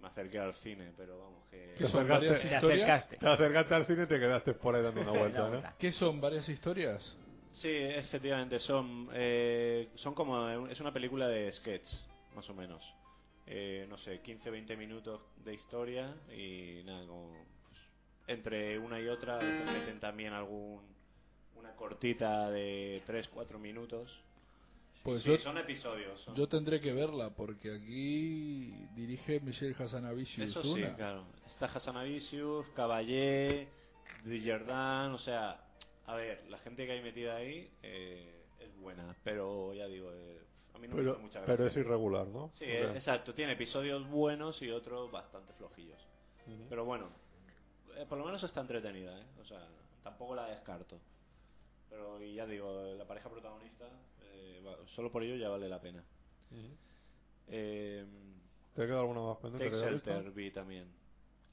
Speaker 4: me acerqué al cine, pero vamos, que.
Speaker 1: Te acercaste.
Speaker 2: son varias
Speaker 1: Te
Speaker 3: Te
Speaker 2: historias.
Speaker 3: acercaste.
Speaker 1: Te acercaste al cine y te quedaste por ahí dando una vuelta,
Speaker 3: La
Speaker 1: ¿no?
Speaker 3: otra.
Speaker 2: ¿Qué son? ¿Varias historias?
Speaker 4: Sí, efectivamente, son, eh, son como. Es una película de sketch, más o menos. Eh, no sé, 15-20 minutos de historia y nada, como. pues, entre una y otra, a veces meten también algún. Una cortita de 3-4 minutos.
Speaker 2: Pues
Speaker 4: sí,
Speaker 2: yo,
Speaker 4: son episodios. son-
Speaker 2: yo tendré que verla porque aquí dirige Michelle Hasanavishi
Speaker 4: Eso sí,
Speaker 2: Osuna.
Speaker 4: claro. Está Hasanavicius, Caballé, Dijardin, o sea, a ver, la gente que hay metida ahí eh, es buena, pero ya digo, eh, a mí no me
Speaker 1: Pero,
Speaker 4: hizo mucha gracia.
Speaker 1: pero es irregular, ¿no?
Speaker 4: Sí,
Speaker 1: O
Speaker 4: eh,
Speaker 1: sea,
Speaker 4: exacto, tiene episodios buenos y otros bastante flojillos.
Speaker 1: ujú.
Speaker 4: Pero bueno, eh, por lo menos está entretenida, ¿eh? O sea, tampoco la descarto. Pero y ya digo, la pareja protagonista, eh, va- solo por ello ya vale la pena.
Speaker 1: Ujú.
Speaker 4: Eh,
Speaker 1: ¿Te queda alguna más pendiente?
Speaker 4: Take
Speaker 1: que hayas visto?
Speaker 4: Shelter vi también.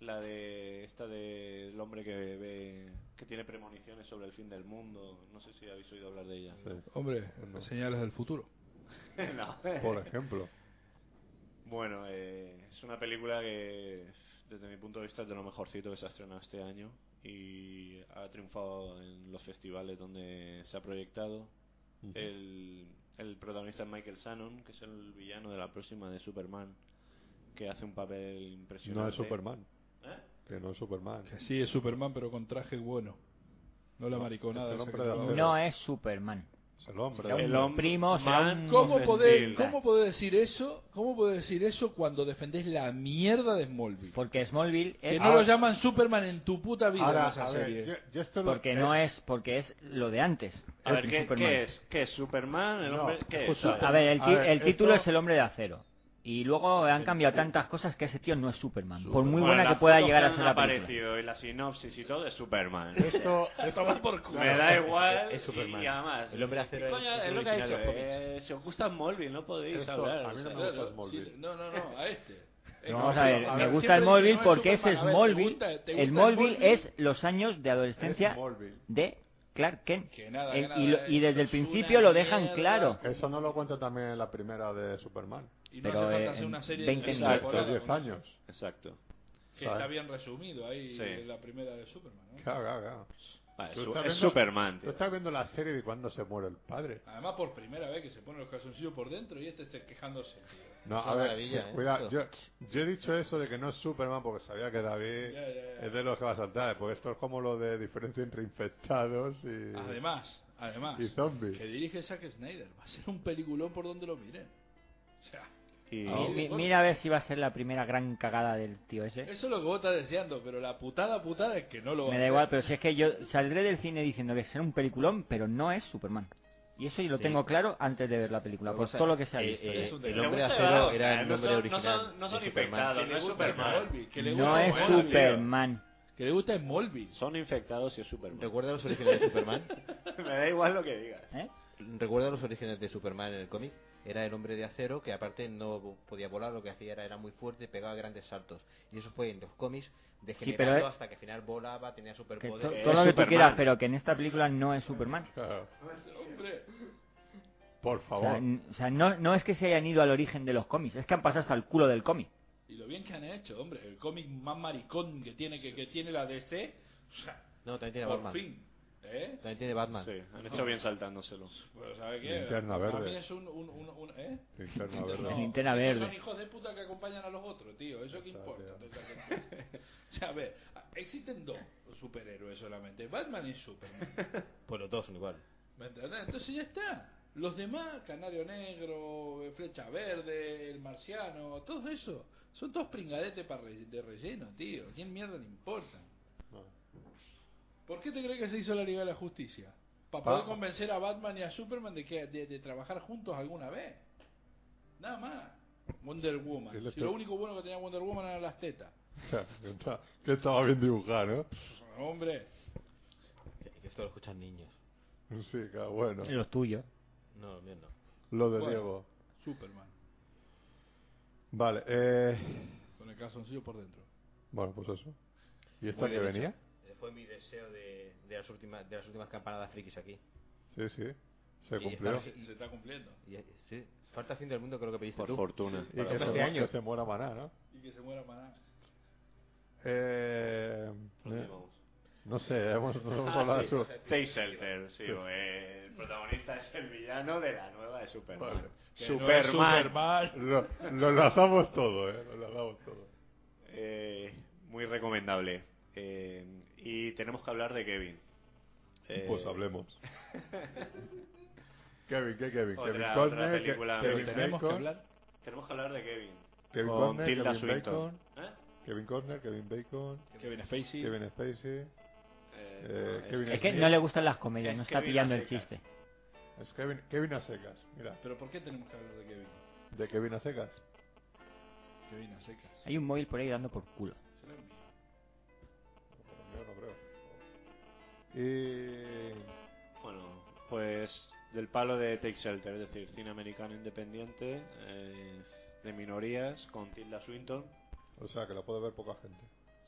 Speaker 4: La de esta de el hombre que ve que tiene premoniciones sobre el fin del mundo. No sé si habéis oído hablar de ella.
Speaker 1: Sí,
Speaker 2: Hombre,
Speaker 1: No.
Speaker 2: señales del futuro.
Speaker 4: No.
Speaker 1: por ejemplo.
Speaker 4: Bueno, eh, es una película que desde mi punto de vista es de lo mejorcito que se ha estrenado este año y ha triunfado en los festivales donde se ha proyectado. El, el protagonista es Michael Shannon, que es el villano de la próxima de Superman, que hace un papel impresionante.
Speaker 1: No es Superman,
Speaker 4: ¿Eh?
Speaker 1: que no es Superman.
Speaker 2: Que sí es Superman, pero con traje bueno. No la
Speaker 1: No,
Speaker 2: mariconada.
Speaker 1: es el
Speaker 2: esa
Speaker 1: hombre
Speaker 2: que
Speaker 1: de
Speaker 2: llevaba.
Speaker 1: acero.
Speaker 3: No es Superman.
Speaker 1: Es el hombre.
Speaker 3: Será
Speaker 1: ¿no?
Speaker 3: un
Speaker 4: El hombre
Speaker 3: primo, será
Speaker 4: man
Speaker 3: un-
Speaker 2: ¿Cómo
Speaker 4: of
Speaker 2: podés,
Speaker 4: Steel.
Speaker 2: ¿Cómo podés decir eso? ¿Cómo podés decir eso cuando defendés la mierda de Smallville?
Speaker 3: Porque Smallville
Speaker 2: Que
Speaker 3: es...
Speaker 2: no lo llaman Superman en tu puta vida
Speaker 1: Ahora,
Speaker 2: en esa
Speaker 1: a ver,
Speaker 2: serie.
Speaker 1: yo, yo esto lo-
Speaker 3: Porque
Speaker 1: eh,
Speaker 3: no es... Porque es lo de antes.
Speaker 4: A ver,
Speaker 3: Es
Speaker 4: ¿qué,
Speaker 3: Superman.
Speaker 4: qué es? ¿Qué es Superman? ¿El
Speaker 1: No,
Speaker 4: hombre? ¿Qué es?
Speaker 1: justo-
Speaker 4: A ver.
Speaker 3: A ver, el,
Speaker 1: A
Speaker 3: ti-
Speaker 1: ver,
Speaker 3: el
Speaker 1: esto-
Speaker 3: título es El Hombre de Acero. Y luego han cambiado tantas cosas que ese tío no es Superman. Por muy
Speaker 4: Bueno,
Speaker 3: buena
Speaker 4: las
Speaker 3: que pueda
Speaker 4: fotos
Speaker 3: llegar a
Speaker 4: han
Speaker 3: ser la película.
Speaker 4: aparecido y la sinopsis y todo es Superman.
Speaker 1: Esto, esto
Speaker 4: Me da igual
Speaker 6: Es- es Superman.
Speaker 4: y además.
Speaker 6: El hombre de acero
Speaker 4: ¿qué coño?
Speaker 6: es- es
Speaker 4: es lo que ha
Speaker 6: original
Speaker 4: dicho.
Speaker 6: de los
Speaker 4: Eh, si os gusta móvil no podéis
Speaker 1: Esto,
Speaker 4: hablar.
Speaker 1: a mí no
Speaker 4: o sea,
Speaker 1: me gusta
Speaker 2: Claro,
Speaker 1: Smallville.
Speaker 2: sí, no, no, no, a este. Eh,
Speaker 1: No,
Speaker 2: no,
Speaker 3: Vamos a
Speaker 1: pero-
Speaker 3: ver,
Speaker 1: a
Speaker 3: me
Speaker 1: ver,
Speaker 3: gusta el
Speaker 2: siempre
Speaker 3: móvil
Speaker 2: digo, no es
Speaker 3: porque ese
Speaker 2: Superman. A ver, ¿te
Speaker 3: Smallville.
Speaker 2: gusta- te gusta
Speaker 3: El
Speaker 2: el
Speaker 3: móvil
Speaker 2: Smallville?
Speaker 3: es los años de adolescencia
Speaker 1: Smallville.
Speaker 3: de Clark Kent.
Speaker 2: Que nada,
Speaker 3: El-
Speaker 2: que nada,
Speaker 3: y, lo- y
Speaker 2: eh,
Speaker 3: desde el
Speaker 2: sos una
Speaker 3: principio lo dejan
Speaker 2: mierda.
Speaker 3: claro.
Speaker 1: Eso no lo cuenta también en la primera de Superman.
Speaker 2: Y no
Speaker 3: pero,
Speaker 2: hace
Speaker 3: eh,
Speaker 2: falta hacer
Speaker 3: en
Speaker 2: una serie
Speaker 3: 20
Speaker 2: tres
Speaker 3: minutos.
Speaker 1: Exacto, 10
Speaker 2: temporadas, ¿no?
Speaker 1: años.
Speaker 4: Exacto.
Speaker 2: Que
Speaker 1: ¿sabes?
Speaker 2: está bien resumido ahí
Speaker 4: Sí.
Speaker 2: en la primera de Superman. ¿no?
Speaker 1: Claro, claro, claro.
Speaker 4: Vale,
Speaker 1: Tú
Speaker 4: su-
Speaker 1: estás
Speaker 4: Ah, es
Speaker 1: viendo-
Speaker 4: Superman.
Speaker 1: Tú
Speaker 4: tío.
Speaker 1: estás viendo la serie de cuando se muere el padre.
Speaker 2: Además, por primera vez que se ponen los calzoncillos por dentro y este está quejándose. tío.
Speaker 1: No,
Speaker 6: Eso
Speaker 1: a
Speaker 6: es
Speaker 1: ver,
Speaker 6: maravilla, ¿eh?
Speaker 1: cuidado.
Speaker 6: Eso.
Speaker 1: Yo, yo he dicho eso de que no es Superman porque sabía que David
Speaker 2: Ya, ya, ya.
Speaker 1: es de los que va a saltar. Porque esto es como lo de diferencia entre infectados y.
Speaker 2: Además, además,
Speaker 1: Y zombies.
Speaker 2: que dirige Zack Snyder. Va a ser un peliculón por donde lo mire. O sea,
Speaker 3: Mi-
Speaker 4: Y-
Speaker 2: Sí,
Speaker 3: mi-
Speaker 2: bueno.
Speaker 3: mira a ver si va a ser la primera gran cagada del tío ese.
Speaker 2: eso es lo que vos estás deseando, pero la putada putada es que no lo va
Speaker 3: ¿Eh? Me
Speaker 2: a
Speaker 3: da
Speaker 2: hacer.
Speaker 3: igual, pero si es que yo saldré del cine diciendo que será un peliculón, pero no es Superman. Y eso yo lo
Speaker 6: Sí.
Speaker 3: tengo claro antes de ver la película, por
Speaker 6: Vamos a-
Speaker 3: todo lo que se ha
Speaker 6: eh,
Speaker 3: visto.
Speaker 6: eh,
Speaker 2: Es un
Speaker 6: el
Speaker 2: desastre.
Speaker 6: hombre de
Speaker 4: No te
Speaker 6: acero
Speaker 4: va,
Speaker 6: era
Speaker 4: no
Speaker 6: el nombre
Speaker 4: son-
Speaker 6: original.
Speaker 4: no son- no
Speaker 6: de
Speaker 4: son
Speaker 6: Superman.
Speaker 4: infectados.
Speaker 2: Que le
Speaker 4: no es
Speaker 2: gusta
Speaker 4: Superman.
Speaker 2: Smallville, que le
Speaker 3: No
Speaker 2: gusta
Speaker 3: es
Speaker 2: Smallville.
Speaker 3: Superman.
Speaker 2: Que le gusta Smallville.
Speaker 4: Son infectados y es Superman.
Speaker 6: ¿Recuerda los orígenes de Superman?
Speaker 4: me da igual lo que digas.
Speaker 3: ¿eh?
Speaker 6: ¿Recuerda los orígenes de Superman en el cómic? Era el hombre de acero que aparte no podía volar, lo que hacía era, era muy fuerte, pegaba grandes saltos. Y eso fue en los cómics degenerando
Speaker 3: pero, eh,
Speaker 6: hasta que al final volaba, tenía
Speaker 3: Que to-
Speaker 6: superpoderes.
Speaker 3: todo
Speaker 4: es
Speaker 3: lo que tú
Speaker 4: Superman.
Speaker 3: quieras, pero que en esta película no es Superman.
Speaker 1: Claro.
Speaker 2: Hombre,
Speaker 1: Por
Speaker 3: O sea,
Speaker 1: favor.
Speaker 3: n- o sea, no, no es que se hayan ido al origen de los cómics, es que han pasado hasta el culo del cómic.
Speaker 2: y lo bien que han hecho, hombre. El cómic más maricón que tiene que, que tiene la DC. O sea,
Speaker 6: No, también tiene
Speaker 2: por
Speaker 6: Batman.
Speaker 2: fin. ¿Eh?
Speaker 6: También tiene Batman.
Speaker 4: Sí, han hecho bien saltándoselo.
Speaker 2: Pero Pues, ¿sabe qué?
Speaker 1: Linterna
Speaker 2: A
Speaker 1: verde.
Speaker 2: mí es un... un, un, un- ¿eh?
Speaker 1: Linterna
Speaker 2: No,
Speaker 1: verde.
Speaker 3: Linterna
Speaker 2: esos
Speaker 3: verde.
Speaker 2: Son hijos de puta que acompañan a los otros, tío. ¿Eso qué importa?
Speaker 1: tío.
Speaker 2: Toda esa gente. o sea, a ver, existen dos superhéroes solamente, Batman y Superman.
Speaker 6: Pues los dos son igual.
Speaker 2: ¿Me entendés? Entonces ya está. Los demás, Canario Negro, eh, Flecha Verde, El Marciano, todo eso, son todos pringadetes pa' re- de relleno, tío. ¿Quién mierda le importa?
Speaker 1: No.
Speaker 2: ¿Por qué te crees que se hizo la Liga de la Justicia? ¿Para
Speaker 1: Pa-
Speaker 2: poder convencer a Batman y a Superman de, que, de, de trabajar juntos alguna vez? Nada más. Wonder
Speaker 1: Yo
Speaker 2: Woman.
Speaker 1: le
Speaker 2: Si lo
Speaker 1: estoy-
Speaker 2: único bueno que tenía Wonder Woman eran las tetas.
Speaker 1: Que está- que estaba bien dibujado, ¿no?
Speaker 2: Hombre,
Speaker 6: Y que esto lo escuchan niños.
Speaker 1: Sí, claro, bueno.
Speaker 3: Los tuyos.
Speaker 6: No, los míos no.
Speaker 1: Lo de
Speaker 2: Bueno.
Speaker 1: Diego.
Speaker 2: Superman.
Speaker 1: Vale, eh.
Speaker 2: Con el calzoncillo por dentro.
Speaker 1: Bueno, pues eso. ¿Y esta
Speaker 6: Muy
Speaker 1: que
Speaker 6: bien hecho.
Speaker 1: venía?
Speaker 6: Eh, Fue mi deseo de, de las últimas, de las últimas campanadas frikis aquí.
Speaker 1: Sí, sí. Se
Speaker 6: Y
Speaker 1: cumplió.
Speaker 6: estaba-
Speaker 2: Se, se está cumpliendo.
Speaker 6: Y, eh, sí, falta fin del mundo creo que pediste
Speaker 4: Por
Speaker 6: tú.
Speaker 4: fortuna.
Speaker 1: Y que
Speaker 6: hace
Speaker 1: se, mu-
Speaker 6: años.
Speaker 1: que se muera Maná, ¿no?
Speaker 2: Y que se muera Maná.
Speaker 1: Eh, eh,
Speaker 4: Continuamos.
Speaker 1: no sé, eh, hemos, nos hemos
Speaker 4: Ah,
Speaker 1: hablado de
Speaker 4: sí.
Speaker 1: su...
Speaker 4: Tay Shelter, sí, o, eh, el protagonista es el villano de la nueva de Superman.
Speaker 1: Vale.
Speaker 2: Que no es
Speaker 4: Superman.
Speaker 2: Superman.
Speaker 1: Lo, lo enlazamos todo, ¿eh? Lo enlazamos todo.
Speaker 4: Eh, muy recomendable. Eh, y tenemos que hablar de Kevin. Eh,
Speaker 1: Pues hablemos. Kevin, ¿qué Kevin?
Speaker 4: Otra-
Speaker 1: Kevin
Speaker 4: otra
Speaker 1: Conner, Ke-
Speaker 4: película.
Speaker 1: Kevin
Speaker 4: Pero
Speaker 2: Tenemos que
Speaker 1: Bacon,
Speaker 2: hablar.
Speaker 4: Tenemos que hablar de Kevin.
Speaker 1: Kevin
Speaker 4: con
Speaker 1: Conner,
Speaker 4: Tilda
Speaker 1: Kevin
Speaker 4: Swinton.
Speaker 1: Bacon,
Speaker 4: ¿Eh?
Speaker 1: Kevin Conner, Kevin Bacon,
Speaker 2: Kevin Spacey.
Speaker 1: Kevin Spacey.
Speaker 4: Eh,
Speaker 1: Eh,
Speaker 4: no,
Speaker 1: Kevin
Speaker 4: es
Speaker 3: Es que no le gustan las comedias,
Speaker 4: Es
Speaker 3: no está
Speaker 4: Kevin
Speaker 3: pillando el
Speaker 4: Aceca.
Speaker 3: chiste.
Speaker 1: Es Kevin, Kevin a secas, mira,
Speaker 2: Pero ¿por qué tenemos que hablar de Kevin?
Speaker 1: de Kevin a secas.
Speaker 2: Kevin a secas.
Speaker 3: Hay un móvil por ahí dando por culo.
Speaker 2: Se lo envío.
Speaker 1: Yo no creo. Y
Speaker 4: Bueno, pues del palo de Take Shelter, es decir, cine americano independiente, eh, de minorías, con Tilda Swinton.
Speaker 1: o sea que la puede ver poca gente.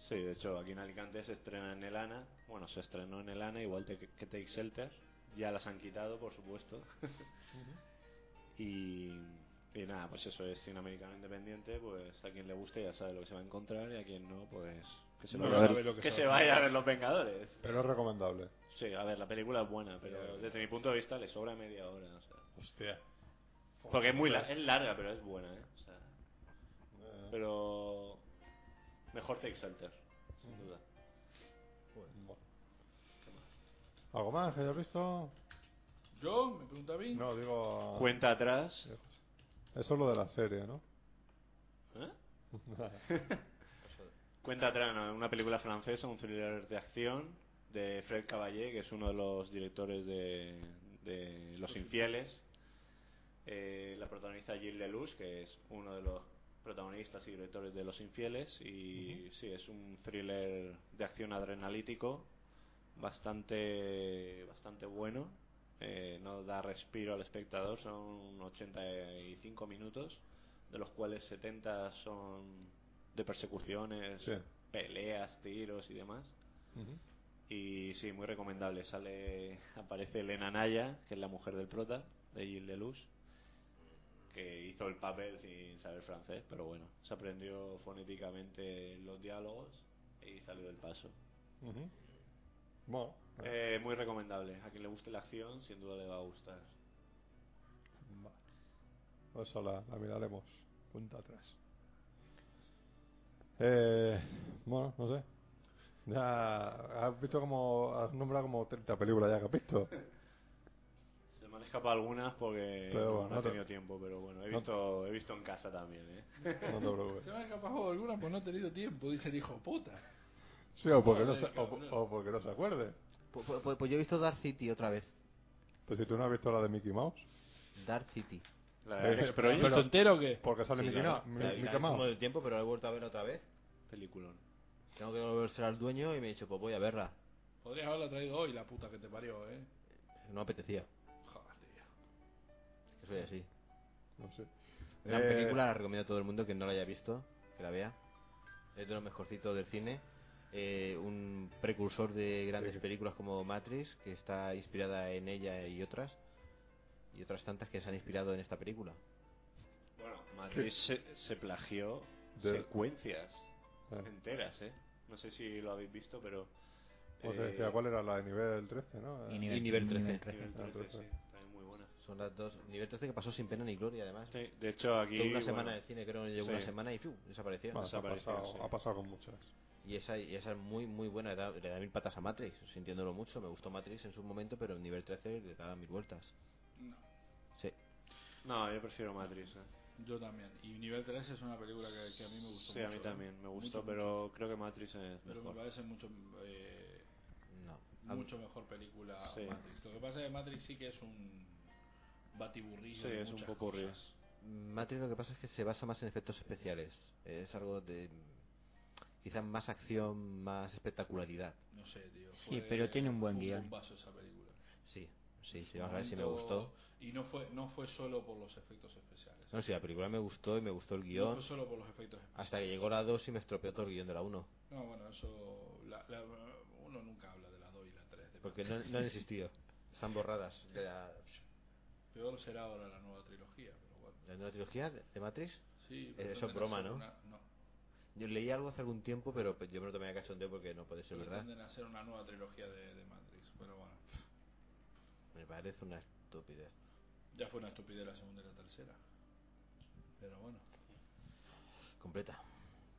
Speaker 4: Sí, de hecho, aquí en Alicante se estrena en el ANA. Bueno, se estrenó en el ANA, igual te- que Take Shelter. Ya las han quitado, por supuesto. y, y nada, pues eso es cine americano independiente. Pues a quien le guste ya sabe lo que se va a encontrar y a quien no, pues que se,
Speaker 2: No
Speaker 4: vaya,
Speaker 2: sabe lo que
Speaker 4: que
Speaker 2: se
Speaker 4: se
Speaker 2: va a
Speaker 4: vaya a ver Los Vengadores.
Speaker 1: Pero es recomendable.
Speaker 4: Sí, a ver, la película es buena, pero desde mi punto de vista le sobra media hora. o sea.
Speaker 1: Hostia.
Speaker 4: Porque es muy la- es larga, pero es buena, ¿eh? O sea,
Speaker 1: Eh,
Speaker 4: pero mejor Take Shelter, sin duda.
Speaker 1: bueno. ¿Algo más que hayas visto?
Speaker 2: ¿Yo? ¿Me pregunta a mí?
Speaker 1: No, digo.
Speaker 4: Cuenta atrás.
Speaker 1: Eso es lo de la serie, ¿no?
Speaker 4: ¿eh? Cuenta atrás, ¿no? una película francesa, un thriller de acción de Fred Caballé, que es uno de los directores de, de Los Infieles. Eh, la protagonista Gilles Lelouch, que es uno de los protagonistas y directores de Los Infieles. Y sí, es un thriller de acción adrenalítico bastante, bastante bueno. Eh, no da respiro al espectador, son 85 minutos, de los cuales 70 son de persecuciones,
Speaker 1: Sí.
Speaker 4: peleas, tiros y demás.
Speaker 1: Ujú.
Speaker 4: Y sí, muy recomendable. Sale, aparece Elena Naya, que es la mujer del prota, de Gilles Deleuze, que hizo el papel sin saber francés, pero bueno, se aprendió fonéticamente los diálogos y salió del paso.
Speaker 1: Ujú. Bueno, eh,
Speaker 4: Eh, muy recomendable. A quien le guste la acción, sin duda le va a gustar.
Speaker 1: va. Pues eso la, la miraremos. Cuenta atrás. Eh, bueno, no sé. Ya has visto como. Has nombrado como 30 películas ya que has visto.
Speaker 4: Se me han escapado algunas porque
Speaker 1: Pero
Speaker 4: no-
Speaker 1: bueno,
Speaker 4: no,
Speaker 1: no
Speaker 4: he
Speaker 1: te-
Speaker 4: tenido tiempo, pero bueno, he
Speaker 1: no
Speaker 4: visto, he visto en casa también, ¿eh?
Speaker 1: No te preocupes.
Speaker 2: Se me han escapado algunas por no he tenido tiempo, dice el hijo puta.
Speaker 1: Sí, o porque, no
Speaker 2: Joder,
Speaker 1: se, o,
Speaker 2: cabrón.
Speaker 1: o porque no se acuerde.
Speaker 6: Pues, pues- pues yo he visto Dark City otra vez.
Speaker 1: Pues si tú no has visto la de Mickey Mouse,
Speaker 6: Dark City.
Speaker 4: La de Alex
Speaker 1: Eh,
Speaker 4: Proy,
Speaker 1: pero-
Speaker 2: ¿Esto entero o qué?
Speaker 1: porque sale
Speaker 6: Sí,
Speaker 1: Mickey,
Speaker 6: la-
Speaker 1: Mouse-
Speaker 6: la- la-
Speaker 1: Mickey
Speaker 6: la- como
Speaker 1: Mouse.
Speaker 6: del tiempo, pero la he vuelto a ver otra vez.
Speaker 4: peliculón.
Speaker 6: Tengo que volverse al dueño y me he dicho, pues voy a verla.
Speaker 2: Podrías haberla traído hoy, la puta que te parió, ¿eh?
Speaker 6: No apetecía.
Speaker 2: Joder, tío.
Speaker 6: Que soy así.
Speaker 1: No sé.
Speaker 6: Gran
Speaker 1: Eh,
Speaker 6: película, la recomiendo a todo el mundo que no la haya visto, que la vea. Es de los mejorcitos del cine. Eh, un precursor de grandes
Speaker 1: Sí.
Speaker 6: películas como Matrix, que está inspirada en ella y otras. Y otras tantas que se han inspirado en esta película.
Speaker 4: Bueno, Matrix se, se plagió
Speaker 1: De-
Speaker 4: secuencias
Speaker 1: Eh,
Speaker 4: enteras, ¿eh? No sé si lo habéis visto, pero...
Speaker 1: o sea,
Speaker 4: eh,
Speaker 1: decía, ¿cuál era la de nivel 13, no? Eh,
Speaker 6: y nivel
Speaker 4: nivel 13,
Speaker 1: Ah, 13.
Speaker 4: sí, también muy buena.
Speaker 6: Son las dos. Nivel 13 que pasó sin pena ni gloria, además.
Speaker 4: Sí, de hecho aquí...
Speaker 6: Tuvo una
Speaker 4: bueno,
Speaker 6: semana en el cine, creo que llegó
Speaker 4: Sí.
Speaker 6: una semana y ¡fiu! desapareció.
Speaker 1: bueno, eso ha,
Speaker 4: desapareció,
Speaker 1: pasado,
Speaker 4: sí.
Speaker 1: ha pasado con muchas.
Speaker 6: Y esa, y esa es muy, muy buena. Le da, le da mil patas a Matrix, sintiéndolo mucho. Me gustó Matrix en su momento, pero en nivel 13 le daba mil vueltas.
Speaker 2: No,
Speaker 6: Sí.
Speaker 4: No, yo prefiero Matrix, ¿eh?
Speaker 2: yo también. Y Nivel 3 es una película que, que a mí me gustó
Speaker 4: Sí,
Speaker 2: mucho.
Speaker 4: a mí
Speaker 2: ¿eh?
Speaker 4: también, me gustó,
Speaker 2: Mucho,
Speaker 4: pero creo que Matrix es
Speaker 2: Pero me
Speaker 4: mejor.
Speaker 2: parece mucho... eh,
Speaker 6: No.
Speaker 2: mucho mejor película
Speaker 4: Sí.
Speaker 2: Matrix. Lo que pasa es que Matrix sí que es un batiburrillo.
Speaker 4: Sí,
Speaker 2: de
Speaker 4: es un
Speaker 2: muchas
Speaker 4: poco
Speaker 2: cosas.
Speaker 4: ríos.
Speaker 6: Matrix lo que pasa es que se basa más en efectos especiales. Es algo de. Quizás más acción, más espectacularidad.
Speaker 2: No sé, tío.
Speaker 3: Sí, pero tiene un buen
Speaker 2: fue
Speaker 3: guión.
Speaker 2: bombazo esa película.
Speaker 6: Sí, sí, sí. Vamos a ver si me
Speaker 2: Momento-
Speaker 6: gustó.
Speaker 2: Y no fue, no fue solo por los efectos especiales.
Speaker 6: No, sí, la película me gustó y me gustó el
Speaker 2: No
Speaker 6: guión.
Speaker 2: fue solo por los efectos especiales.
Speaker 6: Hasta que llegó la 2 y me estropeó todo el guión de la 1.
Speaker 2: No, bueno, eso. la- la- uno nunca habla de la 2 y la 3 de
Speaker 6: Porque no, no han existido. Están borradas. De la,
Speaker 2: Peor será ahora la nueva trilogía, pero bueno.
Speaker 6: la nueva trilogía de Matrix.
Speaker 2: Sí,
Speaker 6: Eh,
Speaker 2: pero
Speaker 6: eso es
Speaker 2: pretenden
Speaker 6: broma,
Speaker 2: hacer
Speaker 6: ¿no?
Speaker 2: una- no.
Speaker 6: Yo leí algo hace algún tiempo, pero pues, yo me lo tomé a cachondeo porque no puede ser verdad.
Speaker 2: Pretenden hacer una nueva trilogía de, de Matrix, pero bueno.
Speaker 6: Me parece una estupidez.
Speaker 2: Ya fue una estupidez la segunda y la tercera. Pero bueno.
Speaker 6: Completa.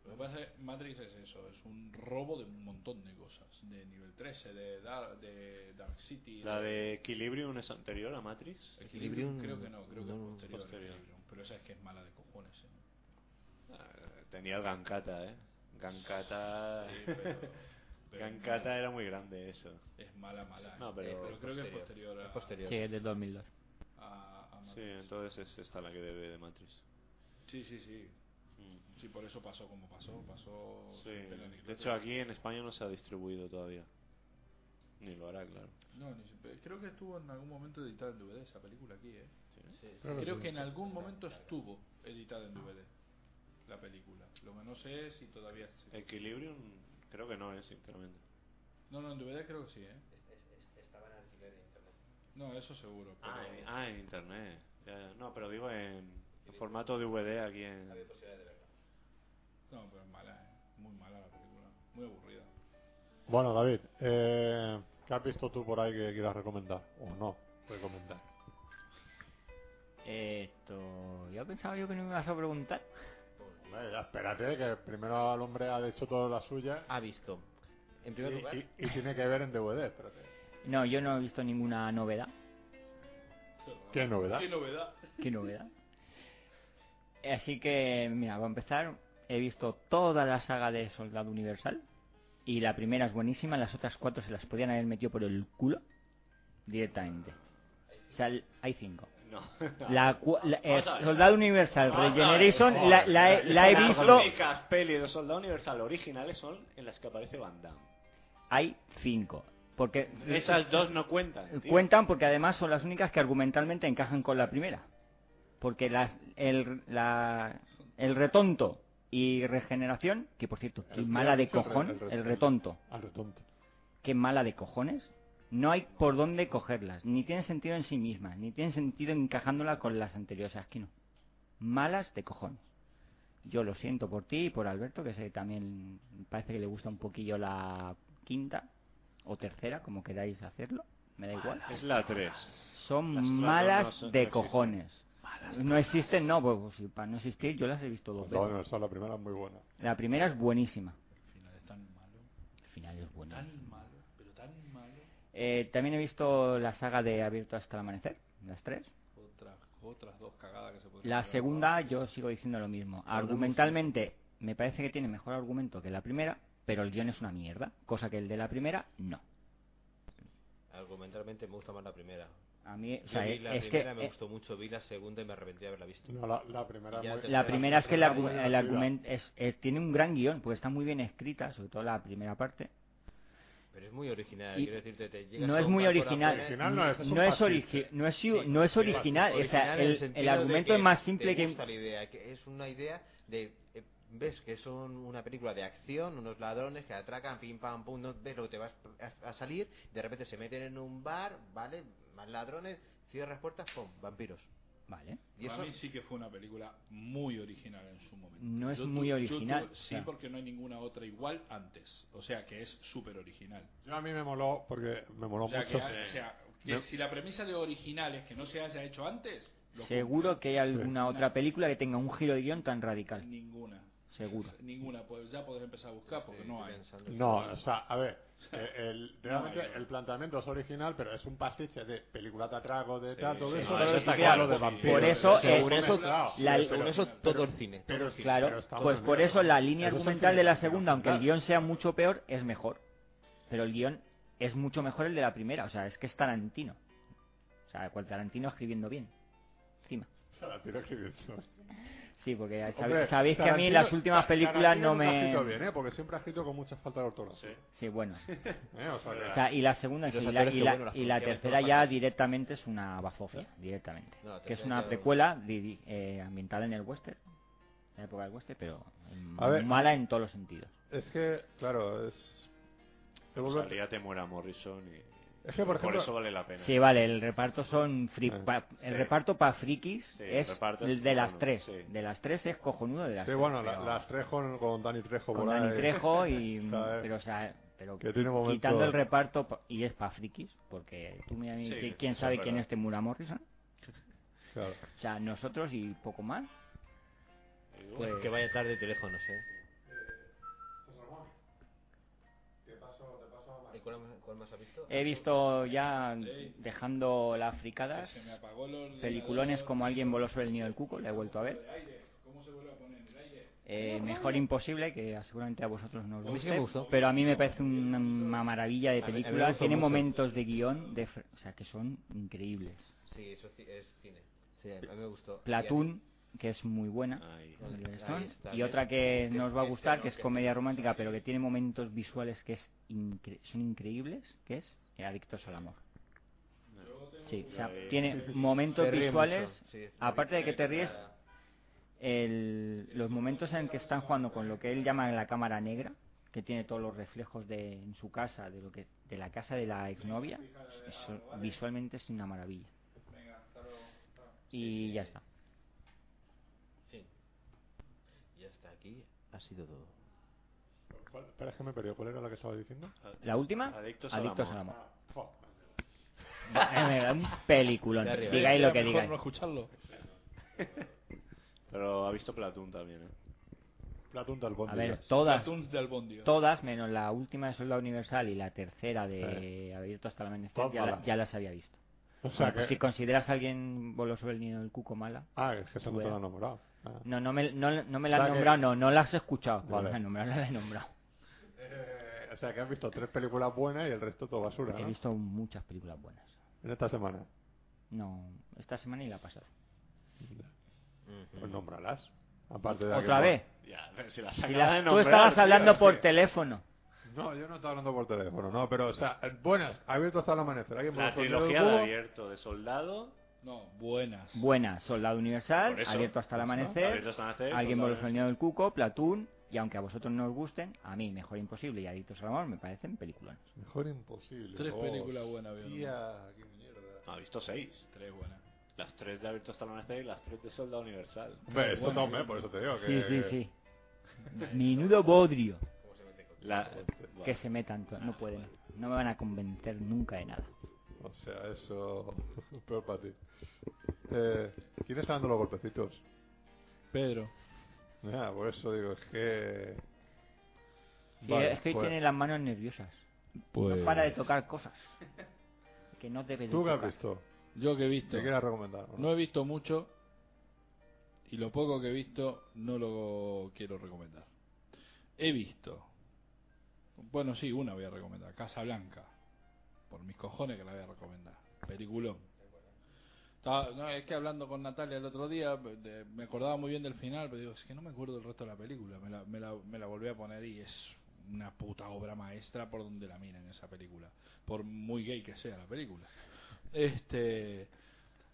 Speaker 2: Lo que pasa es que Matrix es eso, es un robo de un montón de cosas. De nivel 13, de Dark, de Dark City.
Speaker 4: ¿La de Equilibrium es anterior a Matrix?
Speaker 2: Equilibrium,
Speaker 6: Equilibrium,
Speaker 2: creo que no, creo que
Speaker 6: no,
Speaker 2: es posterior, a
Speaker 4: posterior.
Speaker 2: Equilibrium. Pero esa es que es mala de cojones, ¿eh?
Speaker 4: Ah, Tenía el Gankata, ¿eh? Gankata...
Speaker 2: Sí, pero- pero es
Speaker 4: Gankata
Speaker 2: mala.
Speaker 4: era muy grande eso.
Speaker 2: Es mala, mala. ¿eh?
Speaker 4: No, pero-
Speaker 2: Eh, creo que es posterior a,
Speaker 6: Es posterior.
Speaker 3: Sí, es del 2002.
Speaker 2: a- a
Speaker 4: Sí,
Speaker 2: Matrix.
Speaker 4: entonces es esta la que debe de Matrix.
Speaker 2: Sí, sí, sí. Sí, por eso pasó como pasó. Pasó.
Speaker 4: Sí,
Speaker 2: sin pena ni
Speaker 4: de
Speaker 2: gloria.
Speaker 4: hecho aquí en España no se ha distribuido todavía. Ni lo hará, claro.
Speaker 2: No, ni siquiera- creo que estuvo en algún momento editada en DVD esa película aquí, ¿eh?
Speaker 1: Creo que
Speaker 2: Creo
Speaker 1: sí.
Speaker 2: que en algún momento estuvo editada en DVD la película. Lo que no sé es si todavía. se-
Speaker 1: Eh.
Speaker 4: Equilibrium creo que no, ¿eh? Sinceramente.
Speaker 2: No, no, en DVD creo que sí, ¿eh? No, eso seguro. Pero...
Speaker 4: Ah, en, ah, en internet. Ya, ya. No, pero digo en formato DVD aquí en...
Speaker 2: No, pero es mala, ¿eh? Muy mala la película. Muy aburrida.
Speaker 1: Bueno, David, eh, ¿qué has visto tú por ahí que quieras recomendar? O no recomendar.
Speaker 3: Esto. Ya pensaba yo que no me ibas a preguntar.
Speaker 1: Hombre, ya espérate, que primero el hombre ha hecho toda la suya
Speaker 3: Ah,
Speaker 6: Ha visto. En
Speaker 1: y,
Speaker 6: primer lugar,
Speaker 1: y- y tiene que ver en DVD, espérate.
Speaker 3: No, yo no he visto ninguna novedad.
Speaker 1: ¿Qué novedad?
Speaker 2: ¿Qué novedad?
Speaker 3: ¿Qué novedad? Así que, mira, para empezar, he visto toda la saga de Soldado Universal. Y la primera es buenísima, las otras cuatro se las podían haber metido por el culo directamente. O sea, el- hay cinco.
Speaker 4: No.
Speaker 3: La, cua- la- eh,
Speaker 4: Otra vez.
Speaker 3: Soldado Universal,
Speaker 4: Otra vez.
Speaker 3: Regeneration, la, la he- la he
Speaker 4: Las
Speaker 3: visto.
Speaker 4: únicas pelis de Soldado Universal originales son en las que aparece Van Damme.
Speaker 3: Hay cinco. Porque
Speaker 4: Esas dos no cuentan. tío.
Speaker 3: Cuentan porque además son las únicas que argumentalmente encajan con la primera. Porque las- el, la- el retonto y regeneración, que por cierto,
Speaker 1: El
Speaker 3: es mala de
Speaker 1: que ha dicho
Speaker 3: cojón,
Speaker 1: re-
Speaker 3: el retonto,
Speaker 1: Al retonto.
Speaker 3: que mala de cojones, no hay por dónde cogerlas. Ni tiene sentido en sí mismas, ni tiene sentido encajándola con las anteriores. Aquí no. Malas de cojones. Yo lo siento por ti y por Alberto, que sé, también parece que le gusta un poquillo la quinta o tercera, como queráis hacerlo. Me da igual
Speaker 4: Es la 3.
Speaker 3: son
Speaker 4: Las otras dos
Speaker 3: malas
Speaker 4: no son-
Speaker 3: de
Speaker 4: no existen.
Speaker 3: cojones. no existen, no, pues si para no existir yo las he visto dos
Speaker 1: Soldado
Speaker 3: veces.
Speaker 1: Universal, la primera es muy buena.
Speaker 3: La primera es buenísima.
Speaker 2: Al final es tan malo.
Speaker 3: El final es bueno.
Speaker 2: Tan malo, pero tan malo.
Speaker 3: Eh, también he visto la saga de Abierto hasta el amanecer, las tres.
Speaker 2: Otras, otras dos cagadas que se podrían
Speaker 3: La
Speaker 2: haber
Speaker 3: segunda yo sigo diciendo lo mismo. Argumentalmente me parece que tiene mejor argumento que la primera, pero el guión es una mierda, cosa que el de la primera no.
Speaker 6: argumentalmente me gusta más la primera.
Speaker 3: A mí, o
Speaker 6: Yo
Speaker 3: sea,
Speaker 6: vi
Speaker 3: eh,
Speaker 6: la
Speaker 3: es que
Speaker 6: primera, me
Speaker 3: eh,
Speaker 6: gustó mucho, vi la segunda y me arrepentí de haberla visto.
Speaker 1: No, la, la primera es
Speaker 6: Ya
Speaker 1: muy-
Speaker 6: te-
Speaker 3: La primera es que el, argu-
Speaker 1: Muy
Speaker 3: el
Speaker 1: divertida.
Speaker 3: argumento es, es- tiene un gran guión, porque está muy bien escrita, sobre todo la primera parte.
Speaker 6: Pero es muy original,
Speaker 3: Y
Speaker 6: quiero decirte, te llegas
Speaker 3: No
Speaker 6: a ¿eh?
Speaker 3: es
Speaker 6: un
Speaker 3: muy
Speaker 6: bar por
Speaker 3: original.
Speaker 6: afuera-
Speaker 1: Original no es, es un
Speaker 3: no, es
Speaker 1: pastiche.
Speaker 3: origi- no es,
Speaker 6: Sí,
Speaker 3: no es
Speaker 6: sí,
Speaker 3: original. o sea,
Speaker 6: original en
Speaker 3: el- el,
Speaker 6: sentido de
Speaker 3: argumento
Speaker 6: que
Speaker 3: es más
Speaker 6: te
Speaker 3: simple que.
Speaker 6: gusta la idea, que es una idea de eh, ves que son una película de acción, unos ladrones que atracan, pim pam pum, no ves lo que te vas a, a salir, de repente se meten en un bar, vale, más ladrones, cierras puertas, pum, vampiros.
Speaker 3: Vale.
Speaker 6: Y
Speaker 2: Para
Speaker 6: eso
Speaker 2: mí sí que fue una película muy original en su momento.
Speaker 3: No es
Speaker 2: tu-
Speaker 3: muy original,
Speaker 2: tu-
Speaker 3: o
Speaker 2: sí,
Speaker 3: sea.
Speaker 2: porque no hay ninguna otra igual antes. O sea, que es súper original.
Speaker 1: Yo a mí me moló, porque me moló
Speaker 2: O sea, que,
Speaker 1: mucho.
Speaker 2: ha- o sea, que
Speaker 1: Yo-
Speaker 2: si la premisa de original es que no se haya hecho antes, lo
Speaker 3: Seguro
Speaker 2: cumple.
Speaker 3: que hay alguna
Speaker 2: Sí.
Speaker 3: otra película que tenga un giro de guión tan radical.
Speaker 2: Ninguna.
Speaker 3: Seguro.
Speaker 2: Ninguna. Pues ya podés empezar a buscar porque no hay.
Speaker 1: No, o sea, a ver, eh, el, realmente
Speaker 2: no.
Speaker 1: el planteamiento es original, pero es un pastiche de película de atraco, de tal, todo
Speaker 4: sí,
Speaker 1: eso,
Speaker 4: no,
Speaker 1: pero
Speaker 4: eso
Speaker 1: es
Speaker 4: está
Speaker 1: igual
Speaker 4: claro,
Speaker 1: lo de
Speaker 4: sí.
Speaker 1: vampiros.
Speaker 3: Por eso,
Speaker 1: pero
Speaker 3: eh, por
Speaker 1: está
Speaker 3: eso
Speaker 1: mezclado.
Speaker 3: la-
Speaker 1: Pero-
Speaker 6: por eso todo el cine.
Speaker 1: pero-
Speaker 6: todo el
Speaker 1: pero
Speaker 6: cine.
Speaker 3: Claro,
Speaker 1: está
Speaker 3: pues
Speaker 1: muy
Speaker 3: por
Speaker 1: bien.
Speaker 3: eso la línea
Speaker 1: Eso es
Speaker 3: argumental de la
Speaker 1: original,
Speaker 3: segunda, aunque el
Speaker 1: claro.
Speaker 3: guión sea mucho peor, es mejor. Pero el guión es mucho mejor el de la primera. O sea, es que es Tarantino. O sea, cual Tarantino escribiendo bien. Encima.
Speaker 1: Tarantino escribió eso.
Speaker 3: Sí, porque ya sabe-
Speaker 1: Hombre,
Speaker 3: sabéis que a mí
Speaker 1: Tarantino-
Speaker 3: las últimas
Speaker 1: Ta-
Speaker 3: películas
Speaker 1: Tarantino
Speaker 3: no
Speaker 1: nunca ha
Speaker 3: me...
Speaker 1: escrito bien, ¿eh? Porque siempre ha escrito con mucha falta de ortografía.
Speaker 3: Sí, bueno.
Speaker 1: ¿eh? O sea, que-
Speaker 3: O sea, y la segunda
Speaker 6: Y los
Speaker 3: sí, y la,
Speaker 6: actores
Speaker 3: y
Speaker 6: que,
Speaker 3: la-
Speaker 6: bueno, las
Speaker 3: y la
Speaker 6: pronunciaban
Speaker 3: tercera
Speaker 6: todas
Speaker 3: ya
Speaker 6: mal.
Speaker 3: directamente es una bazofia, directamente.
Speaker 6: No, la
Speaker 3: que es
Speaker 6: tercera
Speaker 3: una
Speaker 6: ya-
Speaker 3: precuela di- di- eh, ambientada en el western, en la época del western, pero mm,
Speaker 1: A ver.
Speaker 3: mala en todos los sentidos. pues
Speaker 1: es que, claro, es... es volver-
Speaker 4: Salía Temora Morrison y...
Speaker 1: Es que, por ejemplo,
Speaker 4: eso vale la pena.
Speaker 3: Sí, vale, el reparto son fri-
Speaker 1: Ah,
Speaker 3: pa- el
Speaker 4: sí.
Speaker 3: reparto para frikis
Speaker 4: Sí, el
Speaker 3: es
Speaker 4: reparto
Speaker 3: el
Speaker 4: es
Speaker 3: de las
Speaker 4: cojonudo,
Speaker 3: tres.
Speaker 4: sí.
Speaker 3: De las tres es cojonudo de las
Speaker 1: sí,
Speaker 3: tres,
Speaker 1: bueno, la-
Speaker 3: este, pero
Speaker 1: las Trejo con- con Dani Trejo
Speaker 3: con
Speaker 1: por
Speaker 3: Dani
Speaker 1: ahí.
Speaker 3: Trejo y
Speaker 1: ¿Sabes?
Speaker 3: pero o sea, pero
Speaker 1: Que tiene momentos-
Speaker 3: quitando el reparto pa- y es para frikis, porque tú mira,
Speaker 4: Sí,
Speaker 3: ¿qui- quién
Speaker 4: eso
Speaker 3: sabe
Speaker 4: es
Speaker 3: quién
Speaker 4: verdad.
Speaker 3: es Temura Morrison,
Speaker 1: Claro.
Speaker 3: o sea, nosotros y poco más. Pues-
Speaker 5: Que vaya tarde de teléfonos, ¿eh?
Speaker 6: cuál, más has visto?
Speaker 3: He visto ya dejando las fricadas
Speaker 2: Se me apagó el ordenador.
Speaker 3: peliculones como Alguien voló sobre el nido del cuco, la he vuelto a ver.
Speaker 2: El aire, ¿Cómo se vuelve a poner el aire?
Speaker 3: Eh, mejor imposible, que seguramente a vosotros no os
Speaker 6: A mí sí
Speaker 3: guste,
Speaker 6: me gustó.
Speaker 3: pero a mí me parece una, una maravilla de
Speaker 6: A mí- a mí me
Speaker 3: película.
Speaker 6: gustó
Speaker 3: Tiene
Speaker 6: mucho.
Speaker 3: momentos de guión, de, fr- o sea, que son increíbles.
Speaker 6: Sí, eso ci- es cine. Sí, a mí me gustó.
Speaker 3: Platón, que es muy buena,
Speaker 4: Ahí.
Speaker 3: de Oliver
Speaker 6: ahí
Speaker 3: Stone,
Speaker 6: está,
Speaker 3: y
Speaker 6: ¿ves?
Speaker 3: otra que
Speaker 6: Ves,
Speaker 3: no os va a
Speaker 6: ese
Speaker 3: gustar,
Speaker 6: no,
Speaker 3: que es
Speaker 6: que-
Speaker 3: comedia romántica, pero que tiene momentos visuales que es incre- son increíbles, que es Adictos al Amor. Sí, o sea,
Speaker 4: Yo, eh,
Speaker 3: tiene momentos
Speaker 6: Te ríes
Speaker 3: visuales,
Speaker 6: mucho, sí, es una
Speaker 3: aparte de que te
Speaker 6: película
Speaker 3: ríes,
Speaker 6: nada.
Speaker 3: el- los momentos en que están jugando con lo que él llama la cámara negra, que tiene todos los reflejos de en su casa, de lo que de la casa de la exnovia, eso visualmente es una maravilla. Y ya está.
Speaker 6: Fin. Y hasta aquí ha sido todo.
Speaker 1: ¿Cuál- Espera, es que me he perdido. ¿Cuál era la que estaba diciendo?
Speaker 3: La última,
Speaker 4: Adictos al
Speaker 3: al
Speaker 4: amor. Ah,
Speaker 3: amor. Eh, Un peliculón,
Speaker 6: Te ríes.
Speaker 4: eh,
Speaker 3: digáis lo
Speaker 2: Era
Speaker 3: que
Speaker 2: mejor
Speaker 3: digáis.
Speaker 2: no escucharlo.
Speaker 4: Pero ha visto Platoon también, ¿eh?
Speaker 1: Platón tal
Speaker 3: A ver, todas,
Speaker 2: Atún de albóndiga.
Speaker 3: todas menos la última de Soldado Universal y la tercera de Abierto hasta la Amanecer,
Speaker 1: Todas
Speaker 3: ya, la-
Speaker 1: malas.
Speaker 3: ya las había visto.
Speaker 1: O sea
Speaker 3: Bueno, pues
Speaker 1: que...
Speaker 3: Si consideras a alguien voló sobre el nido del cuco mala.
Speaker 1: Ah, es que se no te
Speaker 3: Fuera.
Speaker 1: lo han nombrado. Ah.
Speaker 3: No, no me, no, no me la
Speaker 1: O
Speaker 3: has
Speaker 1: sea que-
Speaker 3: nombrado, no, no la has escuchado.
Speaker 1: Vale.
Speaker 3: No la he nombrado, no la he nombrado.
Speaker 1: Eh, o sea que has visto tres películas buenas y el resto todo basura,
Speaker 3: He
Speaker 1: ¿no?
Speaker 3: visto muchas películas buenas.
Speaker 1: En esta semana.
Speaker 3: No, esta semana y la pasada.
Speaker 1: Pues nómbralas. Aparte de la que-
Speaker 3: ¿Otra vez?
Speaker 4: Ya, pero si la
Speaker 3: Y
Speaker 4: sacas
Speaker 3: la-
Speaker 4: de
Speaker 3: tú
Speaker 4: nombrar,
Speaker 3: estabas
Speaker 4: tío,
Speaker 3: hablando
Speaker 4: es
Speaker 3: por
Speaker 4: que-
Speaker 3: teléfono.
Speaker 1: No, yo no estaba hablando por teléfono, no, pero, o sea, eh, buenas, abierto hasta el amanecer. ¿Alguien me
Speaker 4: La
Speaker 1: lo soltó del
Speaker 4: trilogía de
Speaker 1: cubo?
Speaker 4: abierto, de soldado,
Speaker 2: No, buenas.
Speaker 3: Buena, Soldado Universal,
Speaker 4: Por eso.
Speaker 3: Abierto hasta el
Speaker 4: Eso.
Speaker 3: amanecer,
Speaker 4: Abierto hasta el amanecer,
Speaker 3: Alguien
Speaker 4: Soldado
Speaker 3: voló sobre el nido del cuco, Platoon, y aunque a vosotros no os gusten, a mí Mejor Imposible y Adictos al Amor me parecen peliculones.
Speaker 1: Mejor imposible. Oh,
Speaker 2: Tres películas buenas, veo.
Speaker 1: Hostia, qué mierda.
Speaker 4: no, ha visto seis.
Speaker 2: Tres buenas.
Speaker 4: Las tres de abierto hasta la amanecer y las tres de soldado universal.
Speaker 1: Hombre, eso
Speaker 2: Bueno,
Speaker 1: tomé, por eso te digo que...
Speaker 3: Sí, sí, sí. Menudo bodrio
Speaker 4: La, eh,
Speaker 3: que se metan, to- no pueden, no me van a convencer nunca de nada.
Speaker 1: O sea, eso... Peor para ti. Eh, ¿Quién está dando los golpecitos?
Speaker 2: Pedro.
Speaker 1: Ah, por eso digo, es que...
Speaker 3: Sí,
Speaker 1: Vale, pues,
Speaker 3: es que hoy
Speaker 1: joder.
Speaker 3: tiene las manos nerviosas.
Speaker 2: Pues.
Speaker 3: No para de tocar cosas que no debe de
Speaker 1: ¿Tú qué has
Speaker 3: tocar.
Speaker 1: visto?
Speaker 2: Yo que he visto.
Speaker 1: ¿Te quieres recomendar? o
Speaker 2: No he visto mucho. Y lo poco que he visto no lo quiero recomendar. He visto. Bueno, sí, una voy a recomendar. Casa Blanca. Por mis cojones que la voy a recomendar. Peliculón. Estaba- no, es que hablando con Natalia el otro día de- me acordaba muy bien del final, pero digo, es que no me acuerdo del resto de la película. Me la, me la, me la volví a poner y es una puta obra maestra por donde la miren esa película. Por muy gay que sea la película. Este.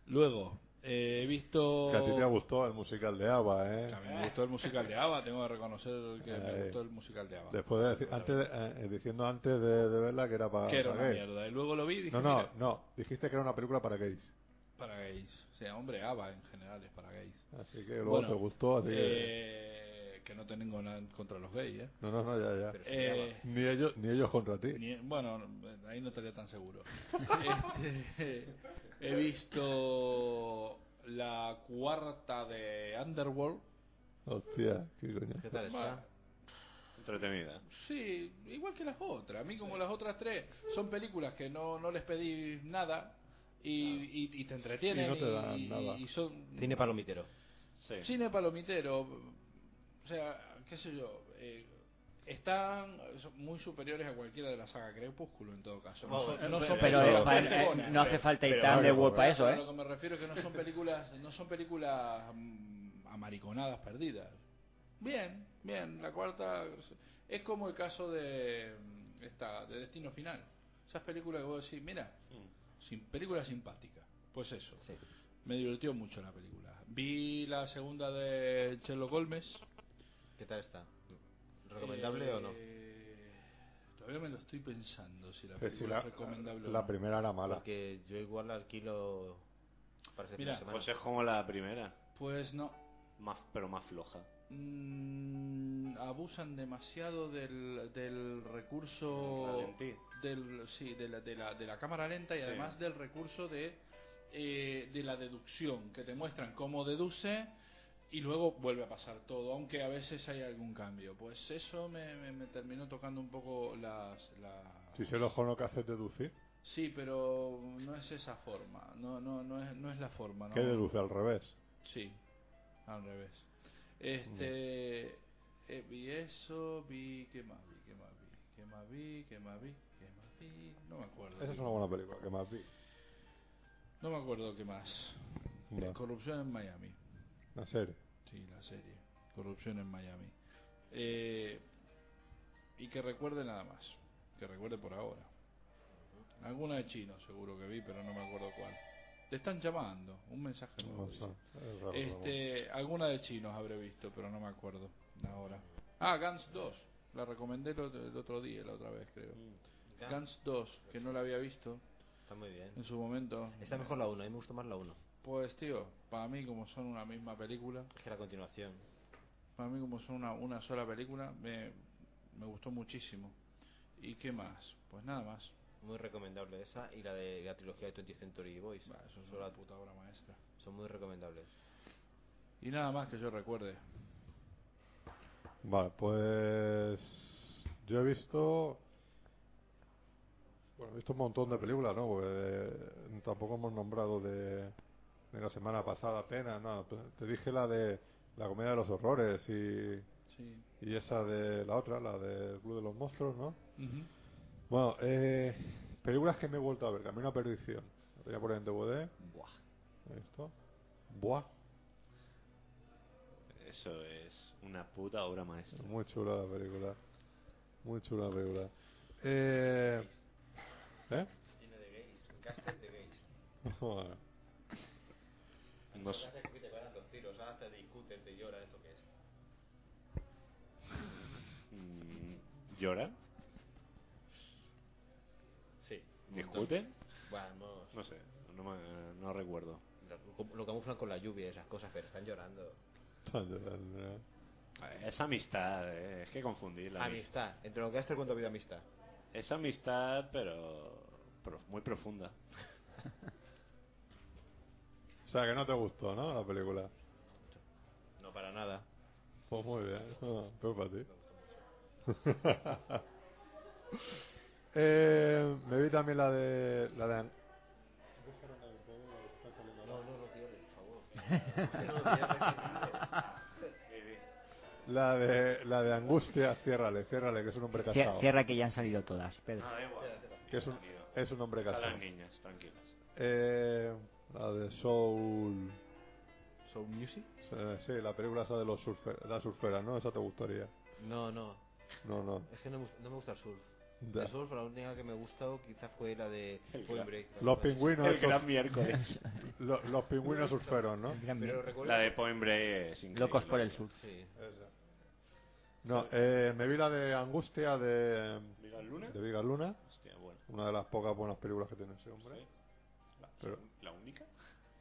Speaker 2: Luego, eh, he visto.
Speaker 1: Que a ti te gustó el musical de ABBA,
Speaker 2: Que a
Speaker 1: ¿eh?
Speaker 2: mí me gustó el musical de ABBA, tengo que reconocer que me
Speaker 1: Ay.
Speaker 2: gustó el musical de ABBA.
Speaker 1: Después Eh, de decir- antes de- eh, diciendo antes de, de verla que era para,
Speaker 2: que era
Speaker 1: para
Speaker 2: una
Speaker 1: gays.
Speaker 2: mierda. Y luego lo vi y dije,
Speaker 1: No, no,
Speaker 2: "Mira,
Speaker 1: no. Dijiste que era una película para gays.
Speaker 2: para gays. O sea, hombre, ABBA en general es para gays.
Speaker 1: Así que luego
Speaker 2: Bueno,
Speaker 1: te gustó, así que...
Speaker 2: eh, que no tengo nada en contra de los gays, ¿eh?
Speaker 1: No, no, no, ya, ya.
Speaker 6: Pero se llama.
Speaker 2: Eh,
Speaker 1: Ni ellos, ni ellos contra ti.
Speaker 2: Ni- bueno, ahí no estaría tan seguro. Este, he visto la cuarta de Underworld.
Speaker 1: Hostia, qué coño.
Speaker 6: ¿Qué tal
Speaker 2: Bueno,
Speaker 6: está?
Speaker 4: entretenida.
Speaker 2: Sí, igual que las otras. A mí como las otras tres son películas que no, no les pedí nada y, y- y te entretienen.
Speaker 1: Y no te dan
Speaker 2: y-
Speaker 1: nada.
Speaker 2: y son
Speaker 6: Cine palomitero.
Speaker 4: Sí.
Speaker 2: cine palomitero. O sea, qué sé yo. eh, están son muy superiores a cualquiera de la saga Crepúsculo en todo caso. No son, no son
Speaker 3: Pero eh,
Speaker 2: películas
Speaker 3: para- eh,
Speaker 2: peliculonas.
Speaker 3: no hace falta ir
Speaker 1: pero
Speaker 3: tan
Speaker 1: vale,
Speaker 3: de web
Speaker 1: joder.
Speaker 3: para eso,
Speaker 2: Pero
Speaker 3: ¿eh?
Speaker 2: Lo que me refiero es que no son películas, no son películas mm, amariconadas perdidas. Bien, bien, la cuarta es como el caso de mm, esta de Destino Final. Esas películas que vos decís, mira,
Speaker 3: Mm.
Speaker 2: sin película simpática. Pues eso. Me divirtió mucho la película. Vi la segunda de Sherlock Holmes.
Speaker 6: ¿Qué tal está? ¿Recomendable o no?
Speaker 2: Eh, Todavía me lo estoy pensando si la
Speaker 1: Que Eh, si
Speaker 2: película
Speaker 1: la,
Speaker 2: es recomendable o
Speaker 1: la
Speaker 2: no.
Speaker 1: primera era mala.
Speaker 6: Porque yo igual la alquilo para ese fin
Speaker 2: Mira,
Speaker 6: de semana.
Speaker 4: Pues es como la primera,
Speaker 2: Pues no.
Speaker 4: más, pero más floja.
Speaker 2: Mm, abusan demasiado del, del recurso
Speaker 4: Ralentí.
Speaker 2: del sí de la, de la, de la cámara lenta y
Speaker 4: Sí.
Speaker 2: además del recurso de eh, de la deducción que te muestran cómo deduce y luego vuelve a pasar todo aunque a veces hay algún cambio pues eso me, me- me terminó tocando un poco las, las-
Speaker 1: Si se lo lo que haces deducir,
Speaker 2: sí pero no es esa forma no no no es no es la forma ¿no?
Speaker 1: ¿qué deduce al revés?
Speaker 2: Sí, al revés. Este. eh, vi eso, vi. ¿Qué más vi? ¿Qué más vi? ¿Qué más vi? ¿Qué más vi? ¿Qué más vi? No me acuerdo.
Speaker 1: Esa es una buena película, que más vi.
Speaker 2: No me acuerdo qué más.
Speaker 1: Vale.
Speaker 2: Eh, Corrupción en Miami.
Speaker 1: La serie.
Speaker 2: Sí, la serie. Corrupción en Miami. Eh, y que recuerde nada más. Que recuerde por ahora. Alguna de chino seguro que vi, pero no me acuerdo cuál. Te están llamando. Un mensaje
Speaker 1: No
Speaker 2: nuevo. dice.
Speaker 1: sé, es raro,
Speaker 2: Este, alguna de chinos habré visto, pero no me acuerdo ahora. Ah, Guns 2. La recomendé el otro, el otro día, la otra vez, creo.
Speaker 6: Gans.
Speaker 2: Guns 2, que no la había visto
Speaker 6: Está muy bien.
Speaker 2: en su momento.
Speaker 6: Está mejor la 1, a mí me gustó más la 1.
Speaker 2: Pues, tío, para mí, como son una misma película,
Speaker 6: Es que la continuación.
Speaker 2: para mí, como son una, una sola película, me, me gustó muchísimo. ¿Y qué más? Pues nada más.
Speaker 6: Muy recomendable esa y la de la trilogía de 20th Century Boys.
Speaker 2: Bah, eso es
Speaker 6: Son la-
Speaker 2: una puta obra maestra.
Speaker 6: son muy recomendables.
Speaker 2: Y nada más que yo recuerde.
Speaker 1: Vale, pues yo he visto bueno, he visto un montón de películas, ¿no? Porque eh, tampoco hemos nombrado de, de la semana pasada apenas, ¿no? Te dije la de la comedia de los horrores y,
Speaker 2: Sí.
Speaker 1: y esa de la otra, la del Club de los Monstruos, ¿no?
Speaker 2: Ujú.
Speaker 1: Bueno, eh, películas que me he vuelto a ver, Camino a Perdición. La tenía por ahí en DVD,
Speaker 3: Buah.
Speaker 1: esto. Buah,
Speaker 4: Eso es una puta obra maestra.
Speaker 1: Muy chula la película. Muy chula la película. Eh... ¿Eh?
Speaker 6: Llena de gays. Caster de gays.
Speaker 1: Joder.
Speaker 4: No sé.
Speaker 6: que te paran los tiros, ahora te discuten, te lloran, ¿esto qué es?
Speaker 4: Mm, ¿Lloran?
Speaker 6: Sí.
Speaker 4: ¿Discuten?
Speaker 6: Vamos.
Speaker 4: No sé, no, me- no recuerdo.
Speaker 6: Lo, lo camuflan con la lluvia y esas cosas, pero están llorando.
Speaker 1: Están llorando, ¿eh?
Speaker 4: Es amistad, eh, es que confundí la amistad.
Speaker 6: amistad. Entre los gangsters, ¿cuánto vida amistad?
Speaker 4: Es amistad, pero pro- muy profunda.
Speaker 1: O sea, que no te gustó, ¿no? La película.
Speaker 6: No, para nada.
Speaker 1: Pues muy bien. Ah, Pero para ti. eh, me vi también la de... La de...
Speaker 6: No, no, no llores, por favor.
Speaker 1: La de, la de Angustia, ciérrale, ciérrale, que es un hombre
Speaker 3: Cier-
Speaker 1: casado.
Speaker 3: Cierra que ya han salido todas. Pedro.
Speaker 4: da Ah, igual.
Speaker 1: Que es un, es un hombre
Speaker 4: A
Speaker 1: casado.
Speaker 4: las niñas, tranquilas.
Speaker 1: Eh, la de Soul...
Speaker 2: Soul Music.
Speaker 1: Eh, Sí, la película esa de los surfer, la surfera, ¿no? Esa te gustaría.
Speaker 6: No, no.
Speaker 1: No, no.
Speaker 6: Es que no me, gust- no me gusta el surf.
Speaker 1: Ya.
Speaker 6: El surf, la única que me gustó quizás fue la de
Speaker 4: El
Speaker 6: Point
Speaker 4: gran-
Speaker 6: Break.
Speaker 1: Los pingüinos,
Speaker 4: El
Speaker 1: estos-
Speaker 4: gran miércoles.
Speaker 1: lo- los pingüinos surferos, ¿no?
Speaker 3: El gran
Speaker 6: Pero
Speaker 3: bien.
Speaker 6: recuerdo.
Speaker 4: la de Point Break es increíble.
Speaker 3: Locos por el sur.
Speaker 6: Sí.
Speaker 1: No, eh, me vi la de Angustia de,
Speaker 4: ¿Mira Luna?
Speaker 1: de Vigas Luna,
Speaker 4: Hostia, bueno.
Speaker 1: una de las pocas buenas películas que tiene ese hombre.
Speaker 4: Sí. La,
Speaker 1: Pero-
Speaker 4: ¿La única?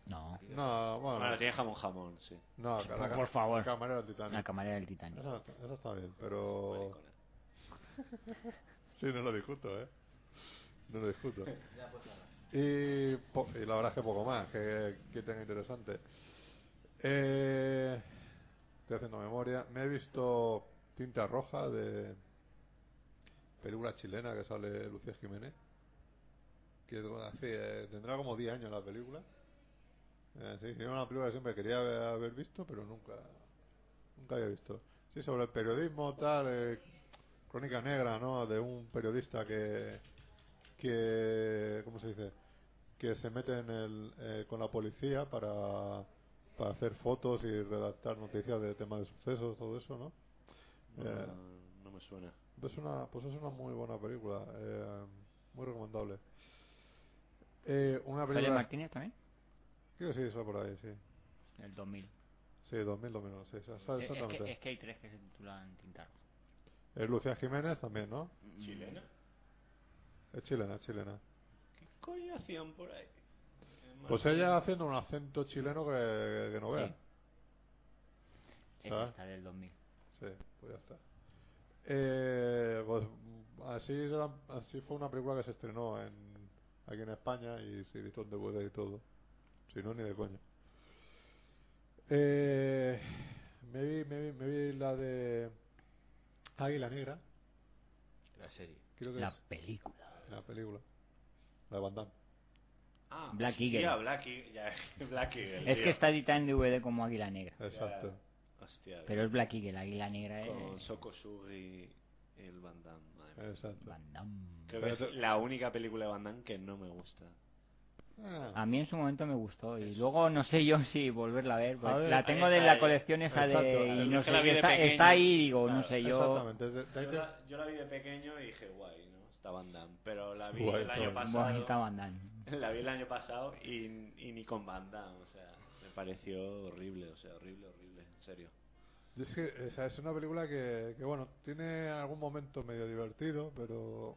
Speaker 3: No.
Speaker 1: No,
Speaker 3: Ah,
Speaker 1: bueno,
Speaker 4: Bueno, tiene jamón jamón, sí.
Speaker 1: no, la,
Speaker 3: Por-
Speaker 1: ca-
Speaker 3: por favor.
Speaker 1: Camarera del
Speaker 3: La
Speaker 1: Titanic.
Speaker 3: camarera del Titanic.
Speaker 1: Esa, esa está bien,
Speaker 3: Oh.
Speaker 1: pero.
Speaker 4: Maricona.
Speaker 1: Sí, no lo discuto, ¿eh? No lo discuto. Y, po- y la verdad es que poco más, que, que tenga interesante. Eh, estoy haciendo memoria. Me he visto Tinta Roja de película chilena que sale Lucía Jiménez. Que es una- sí, eh, tendrá como 10 años la película. Eh, sí, sí, era una película que siempre quería haber visto, pero nunca nunca había visto. Sí, sobre el periodismo, tal, eh, crónica negra, ¿no? De un periodista que, que ¿cómo se dice? Que se mete en el, eh, con la policía para, para hacer fotos y redactar noticias de temas de sucesos, todo eso, ¿no? Eh,
Speaker 4: No, no me suena.
Speaker 1: es una, pues es una muy buena película, eh, muy recomendable. Eh, una
Speaker 3: ¿Sale
Speaker 1: película...
Speaker 3: Martínez también?
Speaker 1: Creo que sí, eso por ahí, sí.
Speaker 3: El 2000.
Speaker 1: Sí, 2000, 2006, esa-
Speaker 3: Eh, Es
Speaker 1: exactamente.
Speaker 3: que, es que hay tres que se titulan Tintar.
Speaker 1: Es Lucía Jiménez también, ¿no?
Speaker 4: Mm. ¿Chilena?
Speaker 1: Es chilena, es chilena.
Speaker 4: ¿Qué coño hacían por ahí?
Speaker 1: Pues ella haciendo un acento chileno que, que no veas.
Speaker 3: Sí,
Speaker 1: ¿Sabes?
Speaker 3: está del 2000.
Speaker 1: Sí, pues ya está. Eh, pues, así, era- así fue una película que se estrenó en, aquí en España y se editó en DVD y todo. Si no, ni de coña. Eh, me, vi, me, vi, me vi la de Águila Negra,
Speaker 5: La serie.
Speaker 1: creo que
Speaker 3: La
Speaker 1: es
Speaker 3: película.
Speaker 1: la película. La de Van Damme.
Speaker 4: Ah,
Speaker 3: Black
Speaker 4: hostia,
Speaker 3: Eagle.
Speaker 4: Black Eagle. Ya, Black Eagle,
Speaker 3: Es
Speaker 4: tío.
Speaker 3: que está editada en DVD como Águila Negra.
Speaker 4: Ya,
Speaker 1: Exacto.
Speaker 4: Hostia.
Speaker 3: Pero es Black Eagle, Águila Negra
Speaker 4: Con
Speaker 3: es...
Speaker 4: Soko Sugi y el Van Damme. madre mía.
Speaker 1: Exacto.
Speaker 3: Van Damme.
Speaker 4: Creo que
Speaker 1: Pero
Speaker 4: es
Speaker 1: te-
Speaker 4: la única película de Van Damme que no me gusta.
Speaker 1: Ah.
Speaker 3: A mí en su momento me gustó y luego no sé yo si volverla a ver. porque
Speaker 1: A ver,
Speaker 3: la tengo
Speaker 4: ahí
Speaker 3: de
Speaker 4: está,
Speaker 3: la colección esa
Speaker 1: exacto,
Speaker 3: de...
Speaker 4: yo
Speaker 3: Y no
Speaker 4: que
Speaker 3: sé,
Speaker 4: la vi de
Speaker 3: está,
Speaker 4: pequeño.
Speaker 3: está ahí digo, no
Speaker 4: Claro,
Speaker 3: sé yo...
Speaker 1: Exactamente. de- de ahí
Speaker 4: Yo
Speaker 1: te-
Speaker 4: la, yo la vi de pequeño y dije, guay, ¿no? Está Van Damme. Pero la vi
Speaker 1: Guay,
Speaker 4: el año
Speaker 1: guay.
Speaker 3: Bonita
Speaker 4: pasado.
Speaker 3: Van Damme.
Speaker 4: La vi el año pasado y, y ni con Van Damme. O sea, me pareció horrible, o sea, horrible, horrible. En serio.
Speaker 1: Y Es que o sea, es una película que, que, bueno, tiene algún momento medio divertido, pero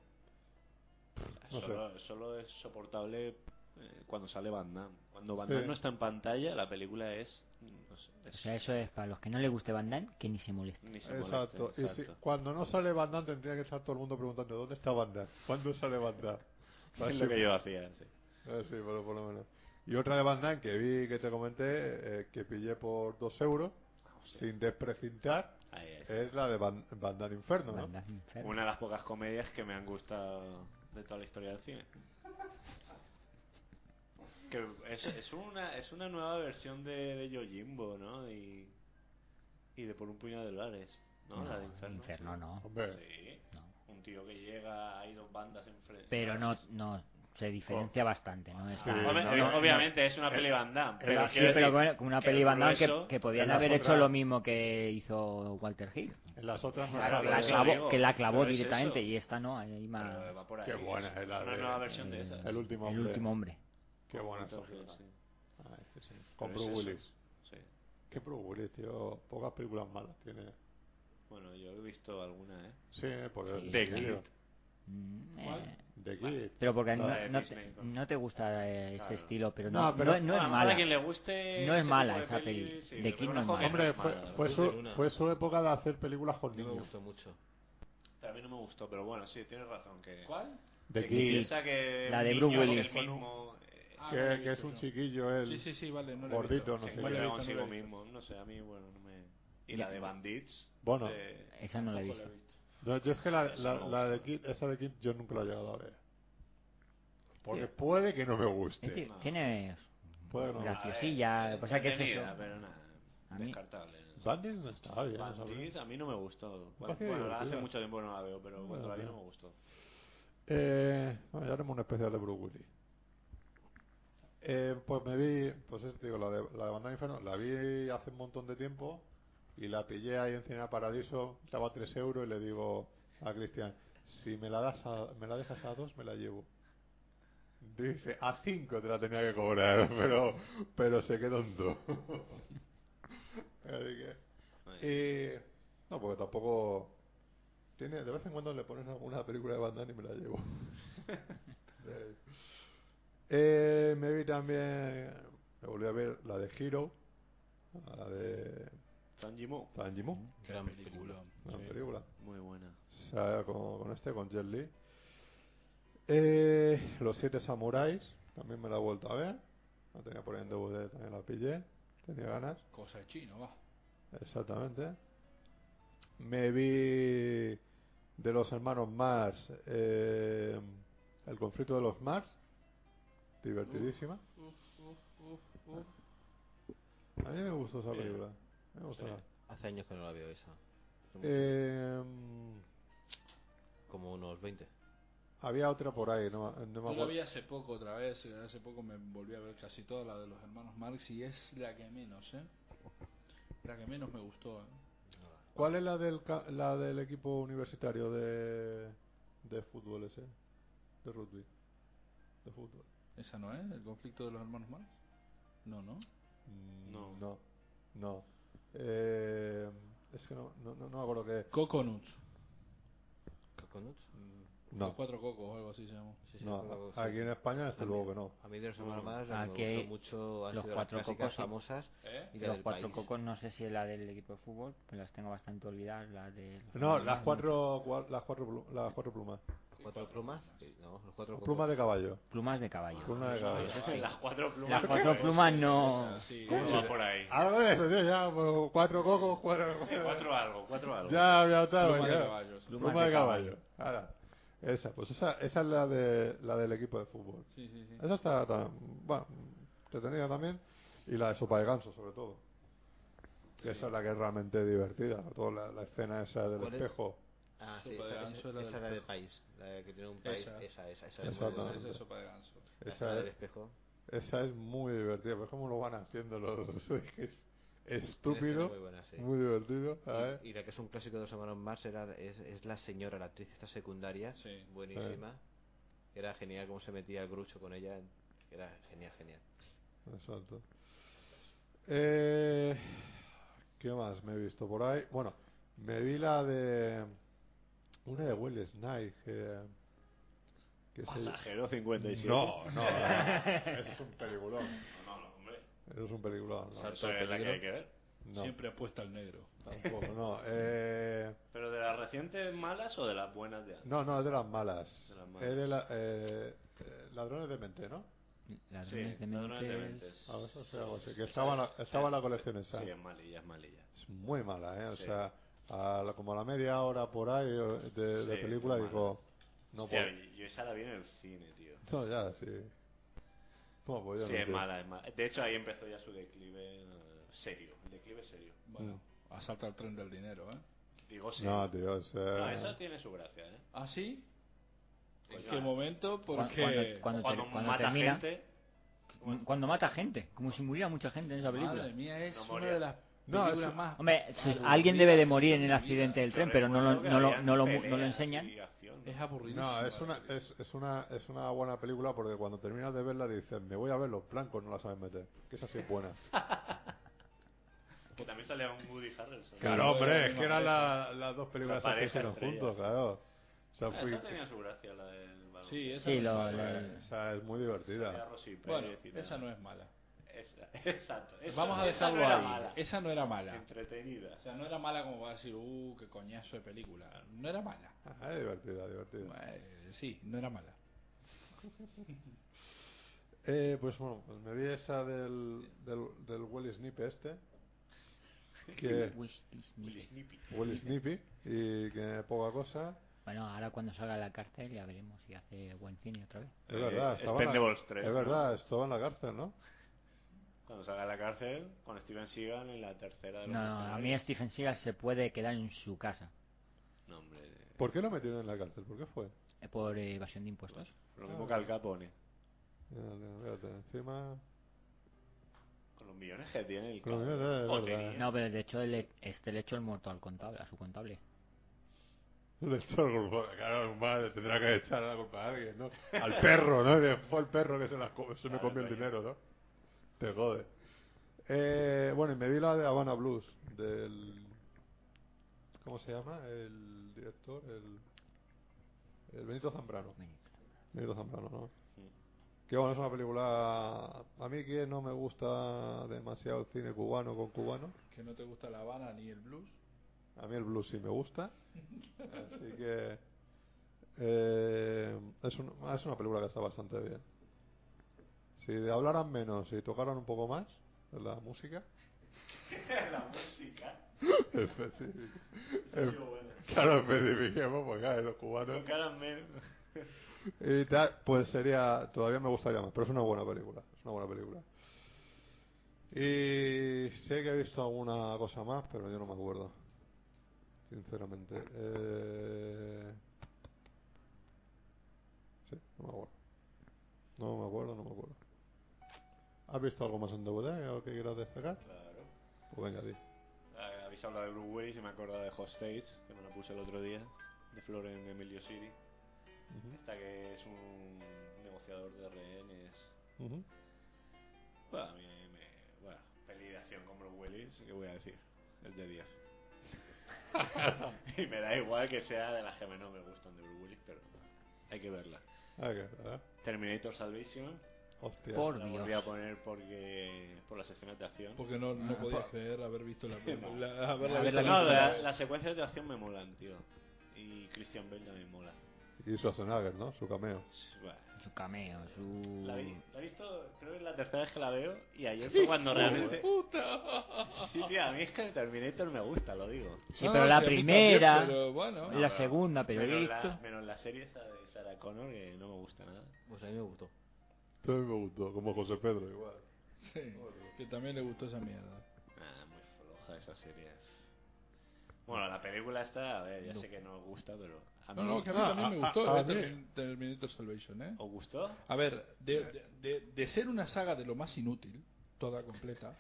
Speaker 1: No sé.
Speaker 4: Solo, solo es soportable eh, cuando sale Van Damme. Cuando Van
Speaker 1: Sí.
Speaker 4: Damme no está en pantalla, la película es. No sé,
Speaker 3: O
Speaker 4: es-
Speaker 3: sea, eso es para los que no les guste Van Damme, que ni se moleste.
Speaker 4: ni se molesta,
Speaker 1: exacto. Y si-
Speaker 4: exacto.
Speaker 1: cuando no sale Van Damme tendría que estar todo el mundo preguntando ¿dónde está Van Damme? ¿Cuándo sale Van Damme?
Speaker 4: Es lo que yo hacía, sí.
Speaker 1: Eh, sí, por, por lo menos. Y otra de Van Damme que vi, que te comenté, eh, que pillé por dos euros, sin desprecintar,
Speaker 4: Ahí es.
Speaker 1: es la de Van, Van Damme Inferno, ¿no?
Speaker 3: Van Damme enfermo.
Speaker 4: Una de las pocas comedias que me han gustado de toda la historia del cine. Que es, es una es una nueva versión de, de Yojimbo, ¿no? Y, y de Por un puñado de dólares, ¿no?
Speaker 3: No,
Speaker 4: la de Inferno.
Speaker 3: Inferno no.
Speaker 1: Hombre,
Speaker 4: Sí.
Speaker 3: no.
Speaker 4: Un tío que llega, hay dos bandas enfrente.
Speaker 3: Pero no, no, se diferencia bastante, ¿no? Esa-
Speaker 1: Sí,
Speaker 4: Obvi-
Speaker 1: no,
Speaker 4: eh,
Speaker 1: no,
Speaker 4: obviamente es una peli Van Damme,
Speaker 1: el
Speaker 4: pero
Speaker 1: ají,
Speaker 3: Sí,
Speaker 4: quiero
Speaker 3: pero
Speaker 4: decir
Speaker 3: con- con una
Speaker 4: que
Speaker 3: peli
Speaker 4: el
Speaker 3: Van Damme que,
Speaker 4: grueso-
Speaker 3: que podían
Speaker 1: las
Speaker 3: haber hecho
Speaker 1: otras-
Speaker 3: lo mismo que hizo Walter Hill.
Speaker 1: en las otras no
Speaker 4: Claro,
Speaker 1: sale.
Speaker 4: pero
Speaker 3: la
Speaker 4: eso
Speaker 3: clavó-
Speaker 4: digo,
Speaker 3: que la clavó
Speaker 4: pero es
Speaker 3: directamente
Speaker 4: eso.
Speaker 3: y esta no, hay más... Eh,
Speaker 4: Pero va por ahí.
Speaker 1: Qué buena es la
Speaker 4: una
Speaker 1: de-
Speaker 4: nueva versión de esas.
Speaker 1: El último
Speaker 3: El
Speaker 1: hombre.
Speaker 3: último hombre.
Speaker 1: Qué buena esa
Speaker 4: Entonces,
Speaker 1: película.
Speaker 4: sí.
Speaker 1: Ay, que sí. Con
Speaker 4: Pero es
Speaker 1: Bruce
Speaker 4: eso,
Speaker 1: Willis.
Speaker 4: sí.
Speaker 1: Qué Bruce Willis, tío. Pocas películas malas tiene.
Speaker 4: Bueno, yo he visto alguna, ¿eh?
Speaker 1: Sí, porque...
Speaker 3: Sí.
Speaker 4: The
Speaker 1: sí,
Speaker 4: Kid.
Speaker 1: tío.
Speaker 3: Mm, eh,
Speaker 4: ¿Cuál?
Speaker 1: The Kid.
Speaker 3: Pero porque
Speaker 4: La
Speaker 3: no,
Speaker 4: de
Speaker 3: no
Speaker 4: Disney,
Speaker 3: te,
Speaker 4: ¿no?
Speaker 3: no te gusta eh, ese
Speaker 4: Claro.
Speaker 3: estilo, pero
Speaker 1: No,
Speaker 3: no, no,
Speaker 1: pero-
Speaker 3: no
Speaker 4: Bueno,
Speaker 3: es
Speaker 4: a lo mejor
Speaker 3: mala.
Speaker 4: A quien le guste.
Speaker 3: No es
Speaker 4: ese tipo
Speaker 3: mala
Speaker 4: de
Speaker 3: esa
Speaker 4: peli,
Speaker 3: peli.
Speaker 4: sí,
Speaker 3: The
Speaker 4: pero
Speaker 3: Kid no
Speaker 4: conozco
Speaker 3: es mala.
Speaker 4: que
Speaker 1: Hombre, pues, fue,
Speaker 4: mala.
Speaker 1: fue,
Speaker 5: Bruce
Speaker 1: su,
Speaker 5: Luna.
Speaker 1: fue su época de hacer películas con
Speaker 5: No me
Speaker 1: niños.
Speaker 5: gustó mucho.
Speaker 4: A mí no me gustó, pero bueno, sí, tienes razón. Que...
Speaker 2: ¿Cuál?
Speaker 1: The
Speaker 4: que
Speaker 1: Kid,
Speaker 4: piensa que
Speaker 3: La
Speaker 4: un
Speaker 3: de
Speaker 4: niño
Speaker 3: Bruce
Speaker 4: es
Speaker 3: Willis.
Speaker 4: el mismo, eh,
Speaker 2: Ah, no la
Speaker 1: que, que
Speaker 2: he
Speaker 1: es
Speaker 2: visto,
Speaker 1: un
Speaker 2: no.
Speaker 1: chiquillo él.
Speaker 2: Sí, sí, sí, vale, no la he
Speaker 1: Gordito,
Speaker 2: visto.
Speaker 1: no
Speaker 4: se
Speaker 1: sé
Speaker 2: No la he
Speaker 4: encuentra
Speaker 2: visto, no la
Speaker 4: consigo
Speaker 2: he visto.
Speaker 4: mismo. No sé, a mí, bueno, no me. Y
Speaker 3: Ya.
Speaker 4: la de Bandits. eh,
Speaker 1: Bueno.
Speaker 4: de-
Speaker 3: Esa no la he
Speaker 2: Tampoco
Speaker 3: visto.
Speaker 1: No, yo es que la,
Speaker 4: Esa
Speaker 1: la,
Speaker 4: no me
Speaker 1: la de
Speaker 4: gusta.
Speaker 1: Kid, esa de Kid yo nunca la he llegado a ver. Porque puede que no me
Speaker 3: Es que
Speaker 1: guste.
Speaker 4: no.
Speaker 3: tiene
Speaker 1: Puede que no.
Speaker 4: A ver,
Speaker 3: graciosilla, o sea que pues, es
Speaker 4: entretenida,
Speaker 3: eso.
Speaker 4: eh, pero nada,
Speaker 3: A mí-
Speaker 4: descartable. ¿no?
Speaker 1: Bandits no estaba bien. Pues, no sabía.
Speaker 4: Bandits a mí no me gustó. Bueno,
Speaker 1: Bastante
Speaker 4: bueno, hace
Speaker 1: divertida.
Speaker 4: mucho tiempo que no la veo, pero cuando la vi no me gustó.
Speaker 1: Eh, bueno, ya haremos un especial de Bruce Willis. Eh, pues me vi, pues es, digo, la de, la de Banda Inferno, la vi hace un montón de tiempo y la pillé ahí en Cine Paradiso, estaba a 3 euros y le digo a Cristian, si me la, das a- me la dejas a 2 me la llevo. Dice, a 5 te la tenía que cobrar, pero, pero se quedó en 2. Así que... Y no, porque tampoco tiene de vez en cuando le pones alguna película de Van Damme y me la llevo. Eh, eh, me vi también me volví a ver la de Hero, la de
Speaker 4: Tanjimo,
Speaker 1: Tanjimo,
Speaker 2: Gran película.
Speaker 1: una
Speaker 2: Sí.
Speaker 1: película.
Speaker 4: muy buena.
Speaker 1: O sea, con, con este, con Jet Li. Eh, Los siete samuráis, también me la he vuelto a ver. La tenía por ahí en DVD, también la pillé. Tenía ganas.
Speaker 2: Cosa china, va.
Speaker 1: Exactamente. Me vi de los hermanos Mars, eh, el conflicto de los Mars, divertidísima.
Speaker 2: Uf, uf, uf, uf.
Speaker 1: A mí me gustó esa
Speaker 4: Mira.
Speaker 1: película. Me gustó.
Speaker 6: Hace años que no la veo esa.
Speaker 1: Eh,
Speaker 6: Como unos 20.
Speaker 1: había otra por ahí, no, no me
Speaker 2: Yo la
Speaker 1: acuerdo.
Speaker 2: vi hace poco otra vez, eh, hace poco me volví a ver casi toda la de los hermanos Marx y es la que menos, ¿eh? La que menos me gustó, ¿eh?
Speaker 1: ¿Cuál es la del, ca- la del equipo universitario de, de fútbol ese? De rugby. De fútbol.
Speaker 2: ¿Esa no es? ¿El conflicto de los hermanos Marx? No, no.
Speaker 1: Mm,
Speaker 4: No.
Speaker 1: No. no. Eh, es que no, no, no- no me acuerdo qué.
Speaker 2: Coconuts.
Speaker 6: ¿Coconuts?
Speaker 1: Mm, No.
Speaker 2: Los cuatro cocos o algo así se llamó.
Speaker 6: Sí, sí,
Speaker 1: No,
Speaker 6: como-
Speaker 1: a- aquí en España desde
Speaker 6: A mí-
Speaker 1: luego que no.
Speaker 6: A mí de los hermanos
Speaker 3: Ah,
Speaker 6: más
Speaker 3: que
Speaker 6: me gustó mucho han
Speaker 3: los
Speaker 6: sido
Speaker 3: cuatro
Speaker 6: las clásicas
Speaker 3: cocos, sí.
Speaker 6: famosas
Speaker 2: ¿Eh?
Speaker 6: y la
Speaker 3: Los
Speaker 6: del
Speaker 3: cuatro
Speaker 6: país.
Speaker 3: cocos, no sé si es la del equipo de fútbol, pues las tengo bastante olvidadas. La de los
Speaker 1: No,
Speaker 3: animales,
Speaker 1: las
Speaker 3: no.
Speaker 1: cuatro, cua- las cuatro, plu- las cuatro plumas.
Speaker 6: Los cuatro plumas, eh, no, los cuatro cocos.
Speaker 1: Plumas de caballo.
Speaker 3: Plumas de caballo.
Speaker 1: Plumas de caballo.
Speaker 3: Eso sí.
Speaker 4: Las cuatro plumas.
Speaker 3: Las cuatro plumas no.
Speaker 2: Esa, sí,
Speaker 4: ¿Cómo
Speaker 2: esa.
Speaker 4: va por ahí?
Speaker 1: Algo de Ah, eso, tío, ya, pues, cuatro cocos, cuatro...
Speaker 4: Cuatro algo, cuatro algo.
Speaker 1: Ya había estado.
Speaker 2: Pluma de
Speaker 1: ya.
Speaker 2: caballos.
Speaker 1: Pluma, de caballo. Ahora, esa, pues esa, esa es la, de, la del equipo de fútbol.
Speaker 2: Sí, sí, sí.
Speaker 1: Esa está, tan, bueno, entretenida también. Y la de sopa de ganso, sobre todo. Que esa es la que es realmente divertida. Toda la, la escena esa del
Speaker 6: ¿Cuál es?
Speaker 1: espejo.
Speaker 6: Ah, sí,
Speaker 2: Sopa de
Speaker 6: esa,
Speaker 2: ganso
Speaker 6: esa,
Speaker 2: era
Speaker 6: esa
Speaker 2: del
Speaker 6: es la del
Speaker 2: espejo.
Speaker 6: país, la que tiene un país,
Speaker 2: Esa.
Speaker 6: esa, esa, esa, es muy
Speaker 1: Exactamente.
Speaker 2: Esa
Speaker 6: buena.
Speaker 2: es sopa de ganso.
Speaker 6: La
Speaker 1: Esa
Speaker 6: del
Speaker 1: es-
Speaker 6: espejo.
Speaker 1: Esa es muy divertida, pues cómo lo van haciendo los dos. Es que es
Speaker 6: Esa
Speaker 1: estúpido,
Speaker 6: es muy buena, sí.
Speaker 1: muy divertido.
Speaker 6: Y-
Speaker 1: ¿eh?
Speaker 6: Y la que es un clásico de los hermanos más era, es, es la señora, la actriz esta secundaria,
Speaker 2: Sí.
Speaker 6: buenísima.
Speaker 3: Eh.
Speaker 6: Era genial cómo se metía el grucho con ella, era genial, genial.
Speaker 1: Exacto. Eh, ¿Qué más me he visto por ahí? Bueno, me vi la de. Una de Will Snipes que. que se-
Speaker 4: Pasajero 57.
Speaker 1: No, no, no. Eso es un peliculón.
Speaker 4: no, no, hombre.
Speaker 1: Eso es un peliculón. No,
Speaker 4: Eso es la que hay que ver.
Speaker 1: no,
Speaker 2: Siempre apuesta al negro.
Speaker 1: tampoco, no. Eh,
Speaker 4: ¿Pero de las recientes malas o de las buenas de antes?
Speaker 1: no, no, es de las malas.
Speaker 4: De las malas.
Speaker 1: Es de la, eh, eh, Ladrones de Mente, ¿no?
Speaker 3: Ladrones de
Speaker 4: Ladrones de
Speaker 3: mentes.
Speaker 4: mentes.
Speaker 1: A ver, o sea, o sea, que estaba en la, estaba en la colección esa.
Speaker 4: Sí, es malilla, es malilla.
Speaker 1: Es muy mala, ¿eh? O
Speaker 4: Sí.
Speaker 1: sea, a la- como a la media hora por ahí eh, de, de
Speaker 4: Sí,
Speaker 1: película
Speaker 4: muy
Speaker 1: digo, no
Speaker 4: Hostia,
Speaker 1: puedo.
Speaker 4: yo esa la vi en el cine, tío.
Speaker 1: No, ya, sí. No, pues ya
Speaker 4: Sí,
Speaker 1: no,
Speaker 4: es
Speaker 1: tío.
Speaker 4: mala, es mala. De hecho, ahí empezó ya su declive eh, serio. El declive serio.
Speaker 2: Bueno, asalta el tren del dinero, ¿eh?
Speaker 4: Digo sí.
Speaker 1: No, tío, es, eh,
Speaker 4: No, esa tiene su gracia, ¿eh?
Speaker 2: ¿Ah, sí? ¿En
Speaker 4: Pues
Speaker 2: qué
Speaker 4: ya.
Speaker 2: momento?
Speaker 3: Cuan-
Speaker 2: Porque...
Speaker 3: cuando- cuando,
Speaker 4: Cuando
Speaker 3: te- cuando
Speaker 4: mata
Speaker 3: termina,
Speaker 4: gente.
Speaker 3: mm, cuando mata gente, como si muriera mucha gente en esa película.
Speaker 2: Madre mía, es
Speaker 4: No
Speaker 2: una
Speaker 4: moría.
Speaker 2: de las
Speaker 1: No,
Speaker 2: películas
Speaker 1: eso-
Speaker 2: más...
Speaker 3: Hombre, si-
Speaker 2: aburridas
Speaker 3: alguien debe de morir en
Speaker 2: mi
Speaker 3: el
Speaker 2: vida.
Speaker 3: accidente del
Speaker 4: Yo
Speaker 3: tren, pero no lo,
Speaker 4: recuerdo que
Speaker 3: no lo,
Speaker 4: habían
Speaker 3: no lo, no lo
Speaker 4: peleas
Speaker 3: enseñan.
Speaker 4: y acción.
Speaker 2: Es aburridísimo.
Speaker 1: No, es una, es, es una, es una buena película porque cuando terminas de verla dices, me voy a ver los blancos, no la saben meter. Que esa sí es buena.
Speaker 4: Que también salía un Woody Harrelson.
Speaker 1: claro,
Speaker 2: era la
Speaker 1: hombre, es
Speaker 2: misma
Speaker 1: que eran
Speaker 2: pareja.
Speaker 1: la- las dos películas esas
Speaker 4: La
Speaker 1: que
Speaker 4: pareja
Speaker 1: hicieron
Speaker 4: estrella.
Speaker 1: juntos, claro. O sea,
Speaker 4: Ah,
Speaker 1: fui-
Speaker 4: Esa tenía su gracia, la del balón.
Speaker 2: Sí, esa
Speaker 3: Sí,
Speaker 2: no
Speaker 3: lo-
Speaker 2: es mala.
Speaker 3: la-
Speaker 1: o sea, es muy
Speaker 4: Salía
Speaker 1: divertida.
Speaker 4: Rosy Pérez
Speaker 2: Bueno,
Speaker 4: y tal.
Speaker 2: esa no es mala.
Speaker 4: Esa- exacto. esa-
Speaker 2: Vamos a
Speaker 4: esa
Speaker 2: dejarlo
Speaker 4: no era
Speaker 2: ahí.
Speaker 4: mala.
Speaker 2: Esa no era mala.
Speaker 4: Entretenida.
Speaker 2: O sea, no era mala como va a decir, uh, qué coñazo de película. No era mala.
Speaker 1: Ajá, Ah, es divertida, divertida.
Speaker 2: Eh, sí, no era mala.
Speaker 1: Eh, pues bueno, pues me vi esa del, del, del Willy Snipe este, que
Speaker 3: Wish Disney.
Speaker 4: Willy Snippy.
Speaker 1: Willy Snippy, y que poca cosa.
Speaker 3: Bueno, ahora cuando salga de la cárcel ya veremos si hace buen cine otra vez.
Speaker 1: Es
Speaker 4: Eh,
Speaker 1: verdad, estaba en la,
Speaker 4: Expendables 3,
Speaker 1: es
Speaker 4: ¿no?
Speaker 1: verdad, estaba en la cárcel, ¿no?
Speaker 4: Cuando salga de la cárcel, con Steven Seagal en la tercera de los
Speaker 3: No, no, a mí
Speaker 4: mercenarios.
Speaker 3: Stephen Seagal se puede quedar en su casa
Speaker 4: No, hombre. eh,
Speaker 1: ¿Por qué lo metieron en la cárcel? ¿Por qué fue?
Speaker 3: eh, por eh, evasión de impuestos.
Speaker 4: Lo mismo que Al Capone.
Speaker 1: Mira, mira, fíjate, encima...
Speaker 4: Con los millones que tiene el
Speaker 1: Con los
Speaker 4: Capone.
Speaker 1: millones, es
Speaker 4: O
Speaker 1: verdad.
Speaker 4: tenía.
Speaker 3: No, pero de hecho el, este le echó el muerto al contable, a su contable.
Speaker 1: Le echó el grupo, claro, madre, tendrá que echar la culpa a alguien, ¿no? Al perro, ¿no? Que Fue el perro que se, las co- se me
Speaker 4: Claro,
Speaker 1: comió el
Speaker 4: coño.
Speaker 1: dinero, ¿no? Te jode. Eh, bueno, y me vi la de Habana Blues, del... ¿Cómo se llama? El director, el... El Benito Zambrano. Benito Zambrano, ¿no?
Speaker 4: Sí.
Speaker 1: Que bueno, es una película... A mí que no me gusta demasiado el cine cubano con cubano.
Speaker 2: Que no te gusta La Habana ni el blues.
Speaker 1: A mí el blues sí me gusta. Así que. eh, es, un- es una película que está bastante bien. Si de hablaran menos y tocaran un poco más de la música.
Speaker 4: la música.
Speaker 1: específico-
Speaker 4: Qué
Speaker 1: em-
Speaker 4: bueno.
Speaker 1: claro, especifiquemos, pues claro, los cubanos.
Speaker 4: Con caramelo.
Speaker 1: Y tal, pues sería. Todavía me gustaría más, pero es una buena película. Es una buena película. Y sé que he visto alguna cosa más, pero yo no me acuerdo. Sinceramente. Eh... Sí, no me acuerdo. No me acuerdo, no me acuerdo. ¿Has visto algo más en DVD o que quieras destacar?
Speaker 4: Claro.
Speaker 1: Pues venga, di.
Speaker 4: Ah, Habéis hablado de Bruce Willis y me he acordado de Hostage, que me la puse el otro día, de Flor en Emilio City. Esta que es un negociador de rehenes.
Speaker 1: Ujú, ujú.
Speaker 4: Bueno,
Speaker 3: Ah.
Speaker 4: a mí me. Bueno, peli de acción con Bruce Willis, ¿qué voy a decir? Es de 10. y me da igual que sea de las que menos me gustan de Bruce Willis, pero. Hay que verla.
Speaker 1: Ah, que- ¿verdad?
Speaker 4: Terminator Salvation.
Speaker 1: Hostia.
Speaker 3: Por
Speaker 4: La volví
Speaker 3: Dios.
Speaker 4: a poner porque por las escenas de acción.
Speaker 2: Porque no, no
Speaker 4: Ah,
Speaker 2: podías
Speaker 4: por-
Speaker 2: creer haber visto la
Speaker 4: No.
Speaker 2: película. Haberla
Speaker 3: A ver
Speaker 2: visto
Speaker 3: la
Speaker 4: No,
Speaker 2: primera
Speaker 4: la-
Speaker 2: vez.
Speaker 4: las secuencias de acción me molan, tío. Y Christian Bale también mola.
Speaker 1: Y Schwarzenegger, ¿no? Su cameo.
Speaker 4: Bueno,
Speaker 3: Su cameo, su...
Speaker 4: La, vi- la he visto, creo que es la tercera vez que la veo y ayer fue
Speaker 3: Uh.
Speaker 4: cuando realmente... Sí, tío, a mí es que Terminator me gusta, lo digo.
Speaker 3: Sí,
Speaker 2: No,
Speaker 3: pero
Speaker 2: no,
Speaker 3: la
Speaker 2: sí, a mí
Speaker 3: primera, Ah.
Speaker 2: también, pero bueno.
Speaker 3: la segunda, pero he
Speaker 4: menos,
Speaker 3: visto...
Speaker 4: la, menos la serie esa de Sarah Connor que no me gusta nada.
Speaker 6: Pues a mí me gustó.
Speaker 1: También me gustó, como José Pedro, igual.
Speaker 2: Sí, que también le gustó esa mierda.
Speaker 4: Ah, muy floja esa serie. Bueno, la película está, a ver, ya
Speaker 6: No.
Speaker 4: sé que no os gusta, pero... A mí,
Speaker 2: No, no, que a mí
Speaker 1: Ah,
Speaker 2: también me
Speaker 1: a-
Speaker 2: gustó
Speaker 1: a-
Speaker 2: eh,
Speaker 1: a mí-
Speaker 2: Termin- Terminator Salvation, ¿eh?
Speaker 4: ¿Os gustó?
Speaker 2: A ver, de, de- de- de ser una saga de lo más inútil, toda completa,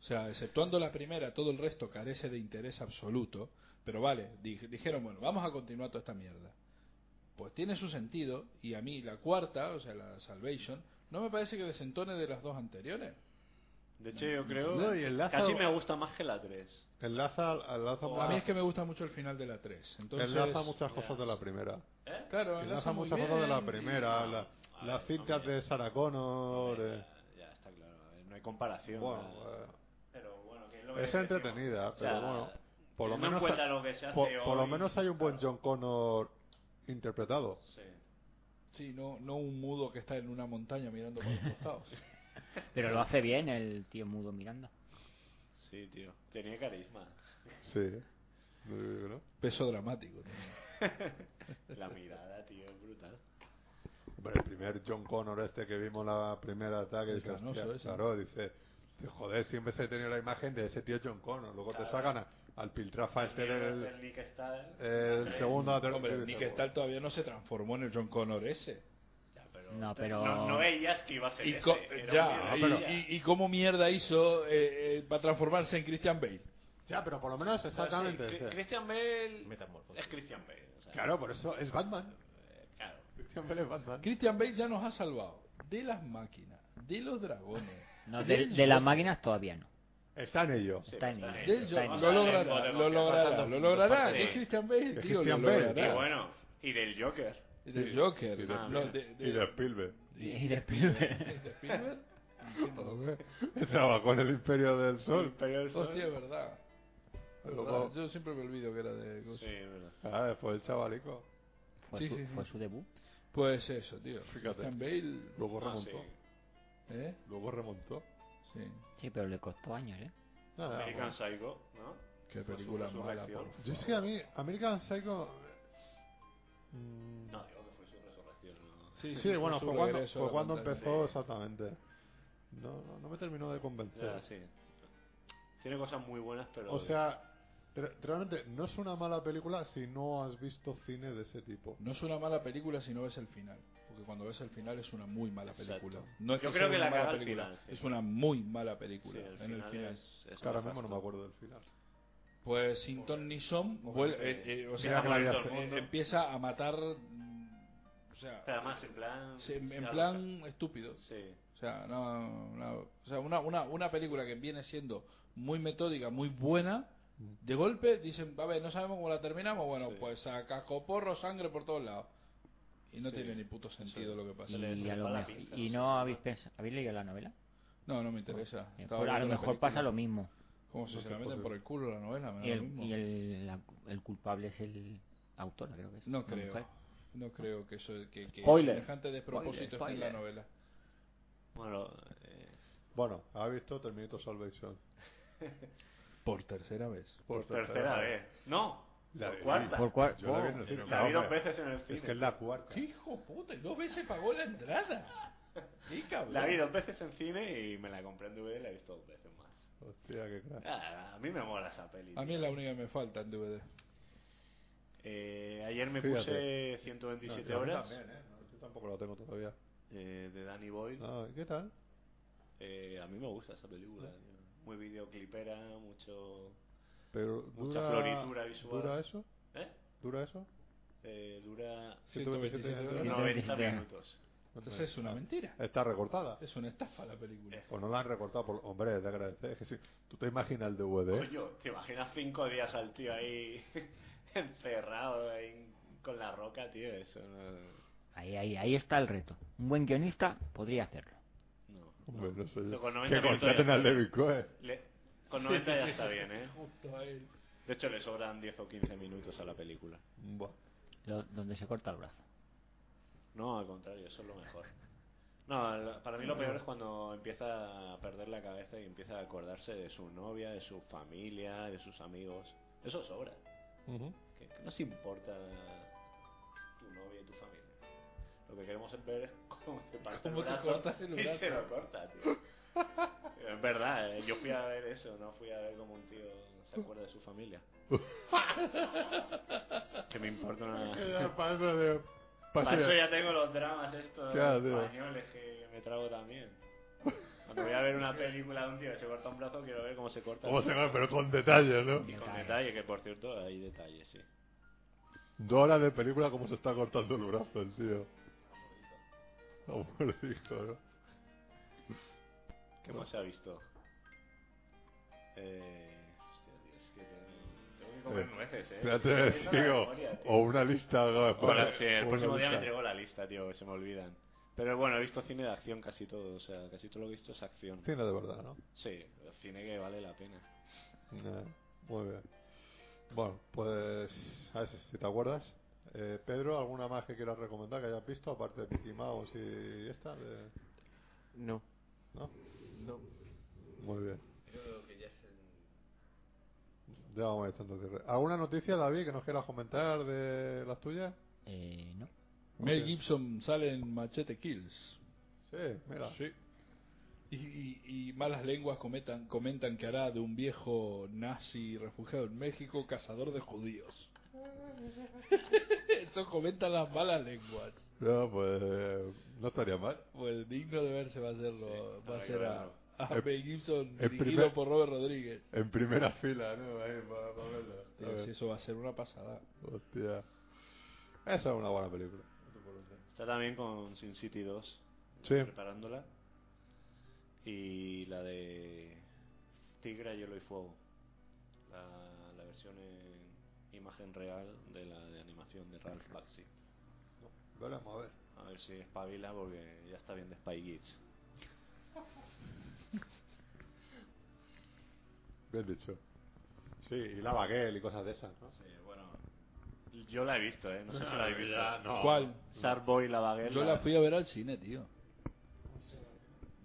Speaker 2: o sea, exceptuando la primera, todo el resto carece de interés absoluto, pero vale, di- dijeron, bueno, vamos a continuar toda esta mierda. Pues tiene su sentido, y a mí la cuarta, o sea, la Salvation, no me parece que desentone de las dos anteriores.
Speaker 4: De hecho, yo creo...
Speaker 1: Mm, No, y enlaza-
Speaker 4: Casi me gusta más que la 3.
Speaker 1: Enlaza, enlaza,
Speaker 4: O
Speaker 2: A mí
Speaker 1: muchas-
Speaker 2: es que me gusta mucho el final de la 3. Entonces,
Speaker 1: enlaza muchas
Speaker 4: ya.
Speaker 1: cosas de la primera.
Speaker 4: ¿Eh?
Speaker 2: claro,
Speaker 1: Enlaza
Speaker 2: muy
Speaker 1: muchas cosas de la
Speaker 2: bien, y- ah,
Speaker 1: primera.
Speaker 4: y-
Speaker 1: la-
Speaker 4: A
Speaker 1: las
Speaker 4: ver,
Speaker 1: cintas
Speaker 4: hombre.
Speaker 1: de Sarah Connor.
Speaker 4: Hombre,
Speaker 1: eh,
Speaker 4: ya, ya está claro, a ver, no hay comparación.
Speaker 1: bueno,
Speaker 4: la-
Speaker 1: eh,
Speaker 4: pero bueno, que es lo que
Speaker 1: es
Speaker 4: decimos.
Speaker 1: entretenida,
Speaker 4: O sea,
Speaker 1: pero bueno. Por lo,
Speaker 4: teniendo en
Speaker 1: menos,
Speaker 4: cuenta lo que se hace
Speaker 1: por,
Speaker 4: hoy,
Speaker 1: por lo menos hay un buen
Speaker 4: claro,
Speaker 1: John Connor interpretado.
Speaker 4: sí.
Speaker 2: Sí, no, no un mudo que está en una montaña mirando por los costados.
Speaker 3: Pero lo hace bien el tío mudo Miranda.
Speaker 4: Sí, tío. Tenía carisma.
Speaker 1: Sí. Yo digo, ¿no?
Speaker 2: Peso dramático. también.
Speaker 4: La mirada, tío, es brutal.
Speaker 1: Hombre, el primer John Connor este que vimos la primera ataque,
Speaker 2: El
Speaker 1: dice,
Speaker 2: canoso
Speaker 1: hostia,
Speaker 2: ese.
Speaker 1: claro, dice, dice, joder, siempre se ha tenido la imagen de ese tío John Connor. Luego te
Speaker 4: Claro.
Speaker 1: sacan a- al piltrafa este
Speaker 4: Tenía
Speaker 1: del
Speaker 4: que hacer Nick Stahl.
Speaker 1: el
Speaker 4: Hombre,
Speaker 1: segundo la ter-
Speaker 2: Hombre,
Speaker 1: dice,
Speaker 2: Nick Stahl todavía no se transformó en el John Connor ese.
Speaker 4: Ya, pero,
Speaker 3: No, pero-
Speaker 4: No, no veías que iba a ser
Speaker 2: Y,
Speaker 4: ese,
Speaker 2: co-
Speaker 4: era un
Speaker 2: ya, y,
Speaker 4: tío de
Speaker 2: y- y cómo mierda hizo eh, eh, para transformarse en Christian Bale.
Speaker 1: Ya, pero por lo menos exactamente.
Speaker 4: Sí, Cri-
Speaker 1: dice,
Speaker 4: Christian Bale
Speaker 6: Metamorfosis.
Speaker 4: es Christian Bale. o sea,
Speaker 1: claro, por eso es Batman.
Speaker 4: eh, claro.
Speaker 1: Christian Bale es Batman.
Speaker 2: Christian Bale ya nos ha salvado de las máquinas, de los dragones.
Speaker 3: No, de,
Speaker 2: del
Speaker 3: de las
Speaker 2: Joker.
Speaker 3: máquinas todavía no.
Speaker 1: Está en ello.
Speaker 4: Sí,
Speaker 3: Está en
Speaker 4: está
Speaker 3: ello,
Speaker 4: en
Speaker 2: Del
Speaker 4: ello.
Speaker 3: está
Speaker 2: Joker.
Speaker 3: en
Speaker 4: Vamos
Speaker 2: Lo
Speaker 4: a ver,
Speaker 2: logrará,
Speaker 4: podemos
Speaker 2: lo
Speaker 4: confiar.
Speaker 2: logrará,
Speaker 6: Faltan
Speaker 2: lo
Speaker 6: dos
Speaker 2: logrará.
Speaker 6: partes.
Speaker 2: Es Christian Bale,
Speaker 1: Es
Speaker 2: tío,
Speaker 1: Christian
Speaker 2: lo
Speaker 1: Bale,
Speaker 2: logrará.
Speaker 4: Y bueno, y del Joker.
Speaker 2: Del Joker.
Speaker 1: Y de-
Speaker 2: no, de- de-
Speaker 1: Y de Spielberg.
Speaker 3: Y de Spielberg.
Speaker 2: de Spielberg.
Speaker 1: Hombre, Trabajó en el Imperio del
Speaker 4: El
Speaker 1: Sol.
Speaker 4: Imperio del Sol.
Speaker 2: Hostia, es verdad.
Speaker 1: Luego-
Speaker 2: Yo siempre me olvido que era de...
Speaker 4: Sí, es verdad.
Speaker 1: Ah, fue el chavalico.
Speaker 3: Fue,
Speaker 2: Sí,
Speaker 3: su,
Speaker 2: sí, sí.
Speaker 3: fue su debut.
Speaker 2: Pues eso, tío.
Speaker 1: Fíjate.
Speaker 2: Christian Bale,
Speaker 1: Luego
Speaker 4: Ah,
Speaker 1: remontó.
Speaker 4: sí.
Speaker 2: ¿eh?
Speaker 1: Luego remontó.
Speaker 2: Sí.
Speaker 3: Sí, pero le costó años, ¿eh?
Speaker 1: Nada,
Speaker 4: American
Speaker 1: Ah, bueno.
Speaker 4: Psycho, ¿no?
Speaker 2: Qué
Speaker 4: Pues Su
Speaker 2: película mala, por
Speaker 4: resurrección.
Speaker 2: favor.
Speaker 1: Yo es que a mí, American Psycho. mm,
Speaker 4: No, digo que fue su resurrección, ¿no?
Speaker 1: Sí,
Speaker 2: fue
Speaker 1: bueno,
Speaker 2: su
Speaker 1: fue cuando,
Speaker 2: regreso a
Speaker 1: fue
Speaker 2: la
Speaker 1: cuando
Speaker 2: pantalla.
Speaker 1: empezó exactamente. No, no, no me terminó de convencer.
Speaker 4: Ya, sí. Tiene cosas muy buenas, pero...
Speaker 1: o sea, re- realmente no es una mala película si no has visto cine de ese tipo.
Speaker 2: No es una mala película si no ves el final. Porque cuando ves el final es una muy mala
Speaker 4: Exacto.
Speaker 2: película. No es
Speaker 4: Yo
Speaker 2: que
Speaker 4: creo
Speaker 2: sea
Speaker 4: que
Speaker 2: una
Speaker 4: la
Speaker 2: mala
Speaker 4: caga al
Speaker 2: película.
Speaker 4: final, sí.
Speaker 2: Es una muy mala
Speaker 4: Sí,
Speaker 2: película
Speaker 4: el
Speaker 2: en el final.
Speaker 4: es-
Speaker 1: Es
Speaker 4: es
Speaker 1: que ahora
Speaker 4: nefasto.
Speaker 1: mismo no me acuerdo del final.
Speaker 2: Pues sin Tom ni Son, vuelve- eh, eh, o sea,
Speaker 4: Empieza a morir
Speaker 2: eh,
Speaker 4: todo el mundo.
Speaker 2: empieza a matar... mm, O sea,
Speaker 4: Pero además, en plan...
Speaker 2: se- en, en
Speaker 4: se
Speaker 2: plan estúpido.
Speaker 4: aloca. Sí.
Speaker 2: O sea, no- no- o sea, una, una, una película que viene siendo muy metódica, muy buena,
Speaker 3: Mm.
Speaker 2: de golpe dicen, a ver, no sabemos cómo la terminamos, bueno,
Speaker 4: Sí.
Speaker 2: pues a cascoporro, sangre por todos lados. Y no
Speaker 4: Sí.
Speaker 2: tiene ni puto sentido
Speaker 4: Sí.
Speaker 2: lo que pasa.
Speaker 4: Se le- se
Speaker 3: Y,
Speaker 4: le
Speaker 3: a lo
Speaker 4: va la
Speaker 3: mejor-
Speaker 4: pinza,
Speaker 3: y
Speaker 4: no sé.
Speaker 3: no habéis pens- ¿habéis leído la novela.
Speaker 2: No, no me interesa.
Speaker 3: Eh,
Speaker 2: Estaba
Speaker 3: pues a lo
Speaker 2: viendo la
Speaker 3: mejor
Speaker 2: película.
Speaker 3: pasa lo mismo.
Speaker 2: Como si
Speaker 1: No
Speaker 2: se
Speaker 1: sé
Speaker 2: la meten
Speaker 1: por
Speaker 2: por
Speaker 1: qué.
Speaker 2: el culo la novela, me da
Speaker 3: Y,
Speaker 2: lo
Speaker 3: el,
Speaker 2: mismo.
Speaker 3: y el, la- el culpable es el autor, creo que es.
Speaker 2: No
Speaker 3: la
Speaker 2: creo.
Speaker 3: mujer.
Speaker 2: No creo que eso que, que
Speaker 4: Spoiler.
Speaker 2: semejante despropósito esté en la
Speaker 3: Spoiler.
Speaker 2: novela.
Speaker 4: Bueno, eh,
Speaker 1: Bueno, ¿has visto Terminator Salvation?
Speaker 2: Por tercera vez.
Speaker 4: por tercera vez. No,
Speaker 1: La-
Speaker 4: por cuarta.
Speaker 3: Por cua-
Speaker 1: Yo la vi en el
Speaker 3: oh,
Speaker 1: cine,
Speaker 4: La vi dos
Speaker 1: hombre.
Speaker 4: veces en el cine.
Speaker 1: Es que es la cuarta.
Speaker 2: ¡Qué hijo puta! Y dos veces pagó la entrada. ¡Qué cabrón!
Speaker 4: La vi dos veces en cine y me la compré en DVD y la he visto dos veces más.
Speaker 1: Hostia, qué crack.
Speaker 4: Ah, a mí me mola esa peli.
Speaker 2: A mí
Speaker 4: tío.
Speaker 2: es la única que me falta en DVD.
Speaker 4: Eh, ayer me
Speaker 1: Fíjate.
Speaker 4: puse
Speaker 1: No,
Speaker 4: 127
Speaker 1: yo a mí
Speaker 4: horas
Speaker 1: también, ¿eh? No, Yo tampoco lo tengo todavía.
Speaker 4: eh, de Danny Boyle.
Speaker 1: No, ¿y ¿Qué tal?
Speaker 4: Eh, a mí me gusta esa película.
Speaker 1: Ah.
Speaker 4: tío. Muy videoclipera, mucho...
Speaker 1: Pero
Speaker 4: Mucha
Speaker 1: dura,
Speaker 4: floritura visual.
Speaker 1: ¿Dura eso?
Speaker 4: ¿Eh?
Speaker 1: ¿Dura eso?
Speaker 4: Eh, dura
Speaker 2: 127 horas.
Speaker 4: 90
Speaker 3: 127.
Speaker 4: minutos.
Speaker 2: Entonces es una mentira.
Speaker 1: Está recortada.
Speaker 2: Es una estafa la película.
Speaker 1: O no la han recortado por... Hombre, es de agradecer. Es que si tú te imaginas el DVD...
Speaker 4: Coño, ¿te imaginas cinco días al tío ahí encerrado ahí Con la roca, tío, eso no.
Speaker 3: Ahí, ahí, ahí está el reto. Un buen guionista podría hacerlo.
Speaker 4: no.
Speaker 1: Hombre, no sé yo.
Speaker 4: Con 90
Speaker 1: Que
Speaker 4: minutos
Speaker 1: contraten
Speaker 4: ya.
Speaker 1: al David Coe.
Speaker 4: Le- Con 90 ya está bien, ¿eh?
Speaker 2: Justo a él.
Speaker 4: De hecho, le sobran 10 o 15 minutos a la película.
Speaker 3: Lo- donde se corta el brazo.
Speaker 4: No, al contrario, eso es lo mejor. No, lo- para mí lo peor es cuando empieza a perder la cabeza y empieza a acordarse de su novia, de su familia, de sus amigos. Eso sobra.
Speaker 1: Ujú.
Speaker 4: Que, que no se importa tu novia y tu familia. Lo que queremos es ver es cómo te parte el
Speaker 2: Cómo te
Speaker 4: brazo
Speaker 2: cortas el
Speaker 4: y se
Speaker 2: brazo.
Speaker 4: lo corta, tío. es verdad, eh, yo fui a ver eso, no fui a ver cómo un tío se acuerda de su familia. que me importa una...
Speaker 1: Era paso de. paso
Speaker 4: Para eso
Speaker 1: de-
Speaker 4: ya tengo los dramas estos
Speaker 1: Claro, tío.
Speaker 4: españoles que me trago también. Cuando voy a ver una película de un tío que se corta un brazo, quiero ver cómo se corta. el
Speaker 1: ¿Cómo se
Speaker 4: brazo.
Speaker 1: llama? Pero con detalles, ¿no?
Speaker 4: Y con
Speaker 3: Detalle.
Speaker 4: detalle, que por cierto hay detalles, sí.
Speaker 1: Dos horas de película, cómo se está cortando el brazo el tío. Amordido, ¿no?
Speaker 4: ¿Qué más se ha visto? Eh, hostia, tío, es que tengo- tengo que comer
Speaker 1: Eh,
Speaker 4: nueces, eh.
Speaker 1: Espérate,
Speaker 4: Estoy perdiendo la
Speaker 1: digo.
Speaker 4: memoria, tío.
Speaker 1: O una lista.
Speaker 4: Hola, sí, el
Speaker 1: o una
Speaker 4: próximo día me
Speaker 1: lista.
Speaker 4: entregó la lista, tío, que se me olvidan. Pero bueno, he visto cine de acción casi todo, o sea, casi todo lo que he visto es acción.
Speaker 1: Cine de verdad, ¿no?
Speaker 4: Sí, cine que vale la pena.
Speaker 1: Eh, muy bien. Bueno, pues a ver si te acuerdas. Eh, Pedro, ¿alguna más que quieras recomendar que hayas visto? Aparte de Mickey Mouse y esta. de-
Speaker 6: No.
Speaker 1: ¿No?
Speaker 6: No.
Speaker 1: Muy bien.
Speaker 5: Creo que ya se...
Speaker 1: Ya vamos echando cierre. ¿Alguna noticia, David, que nos quieras comentar de las tuyas?
Speaker 3: Eh, no.
Speaker 2: Mel
Speaker 1: Ok.
Speaker 2: Gibson sale en Machete Kills.
Speaker 1: Sí, mira.
Speaker 2: Sí. Y, y- y malas lenguas comentan, comentan que hará de un viejo nazi refugiado en México cazador de judíos. Eso comentan las malas lenguas.
Speaker 1: Ya, pues eh, no estaría mal.
Speaker 2: Pues digno de verse va a ser, lo-
Speaker 4: Sí,
Speaker 2: va a,
Speaker 4: habrá que
Speaker 2: ser a,
Speaker 4: verlo.
Speaker 2: a
Speaker 1: El-
Speaker 2: Mel Gibson
Speaker 1: el
Speaker 2: dirigido
Speaker 1: primer-
Speaker 2: por Robert Rodríguez.
Speaker 1: En primera fila, ¿no? Ahí, para, verla. A
Speaker 2: Entonces,
Speaker 1: ver.
Speaker 2: eso va a ser una pasada.
Speaker 1: Hostia. Esa es una buena película.
Speaker 4: Está también con Sin City 2,
Speaker 1: Sí.
Speaker 4: preparándola. Y la de Tigra, Hielo y Fuego. La, la versión en imagen real de la de animación de Ralph Baxi.
Speaker 1: Veremos, a ver.
Speaker 4: A ver si espabila porque ya está bien de Spy Kids.
Speaker 1: Bien dicho. Sí, y la Baguel y cosas de esas, ¿no?
Speaker 4: Sí, bueno. Yo la he visto, ¿eh? No sé si
Speaker 1: Ah,
Speaker 4: la he visto.
Speaker 2: ¿Cuál?
Speaker 4: Sarboy la Baguette.
Speaker 2: Yo la fui a ver al cine, tío.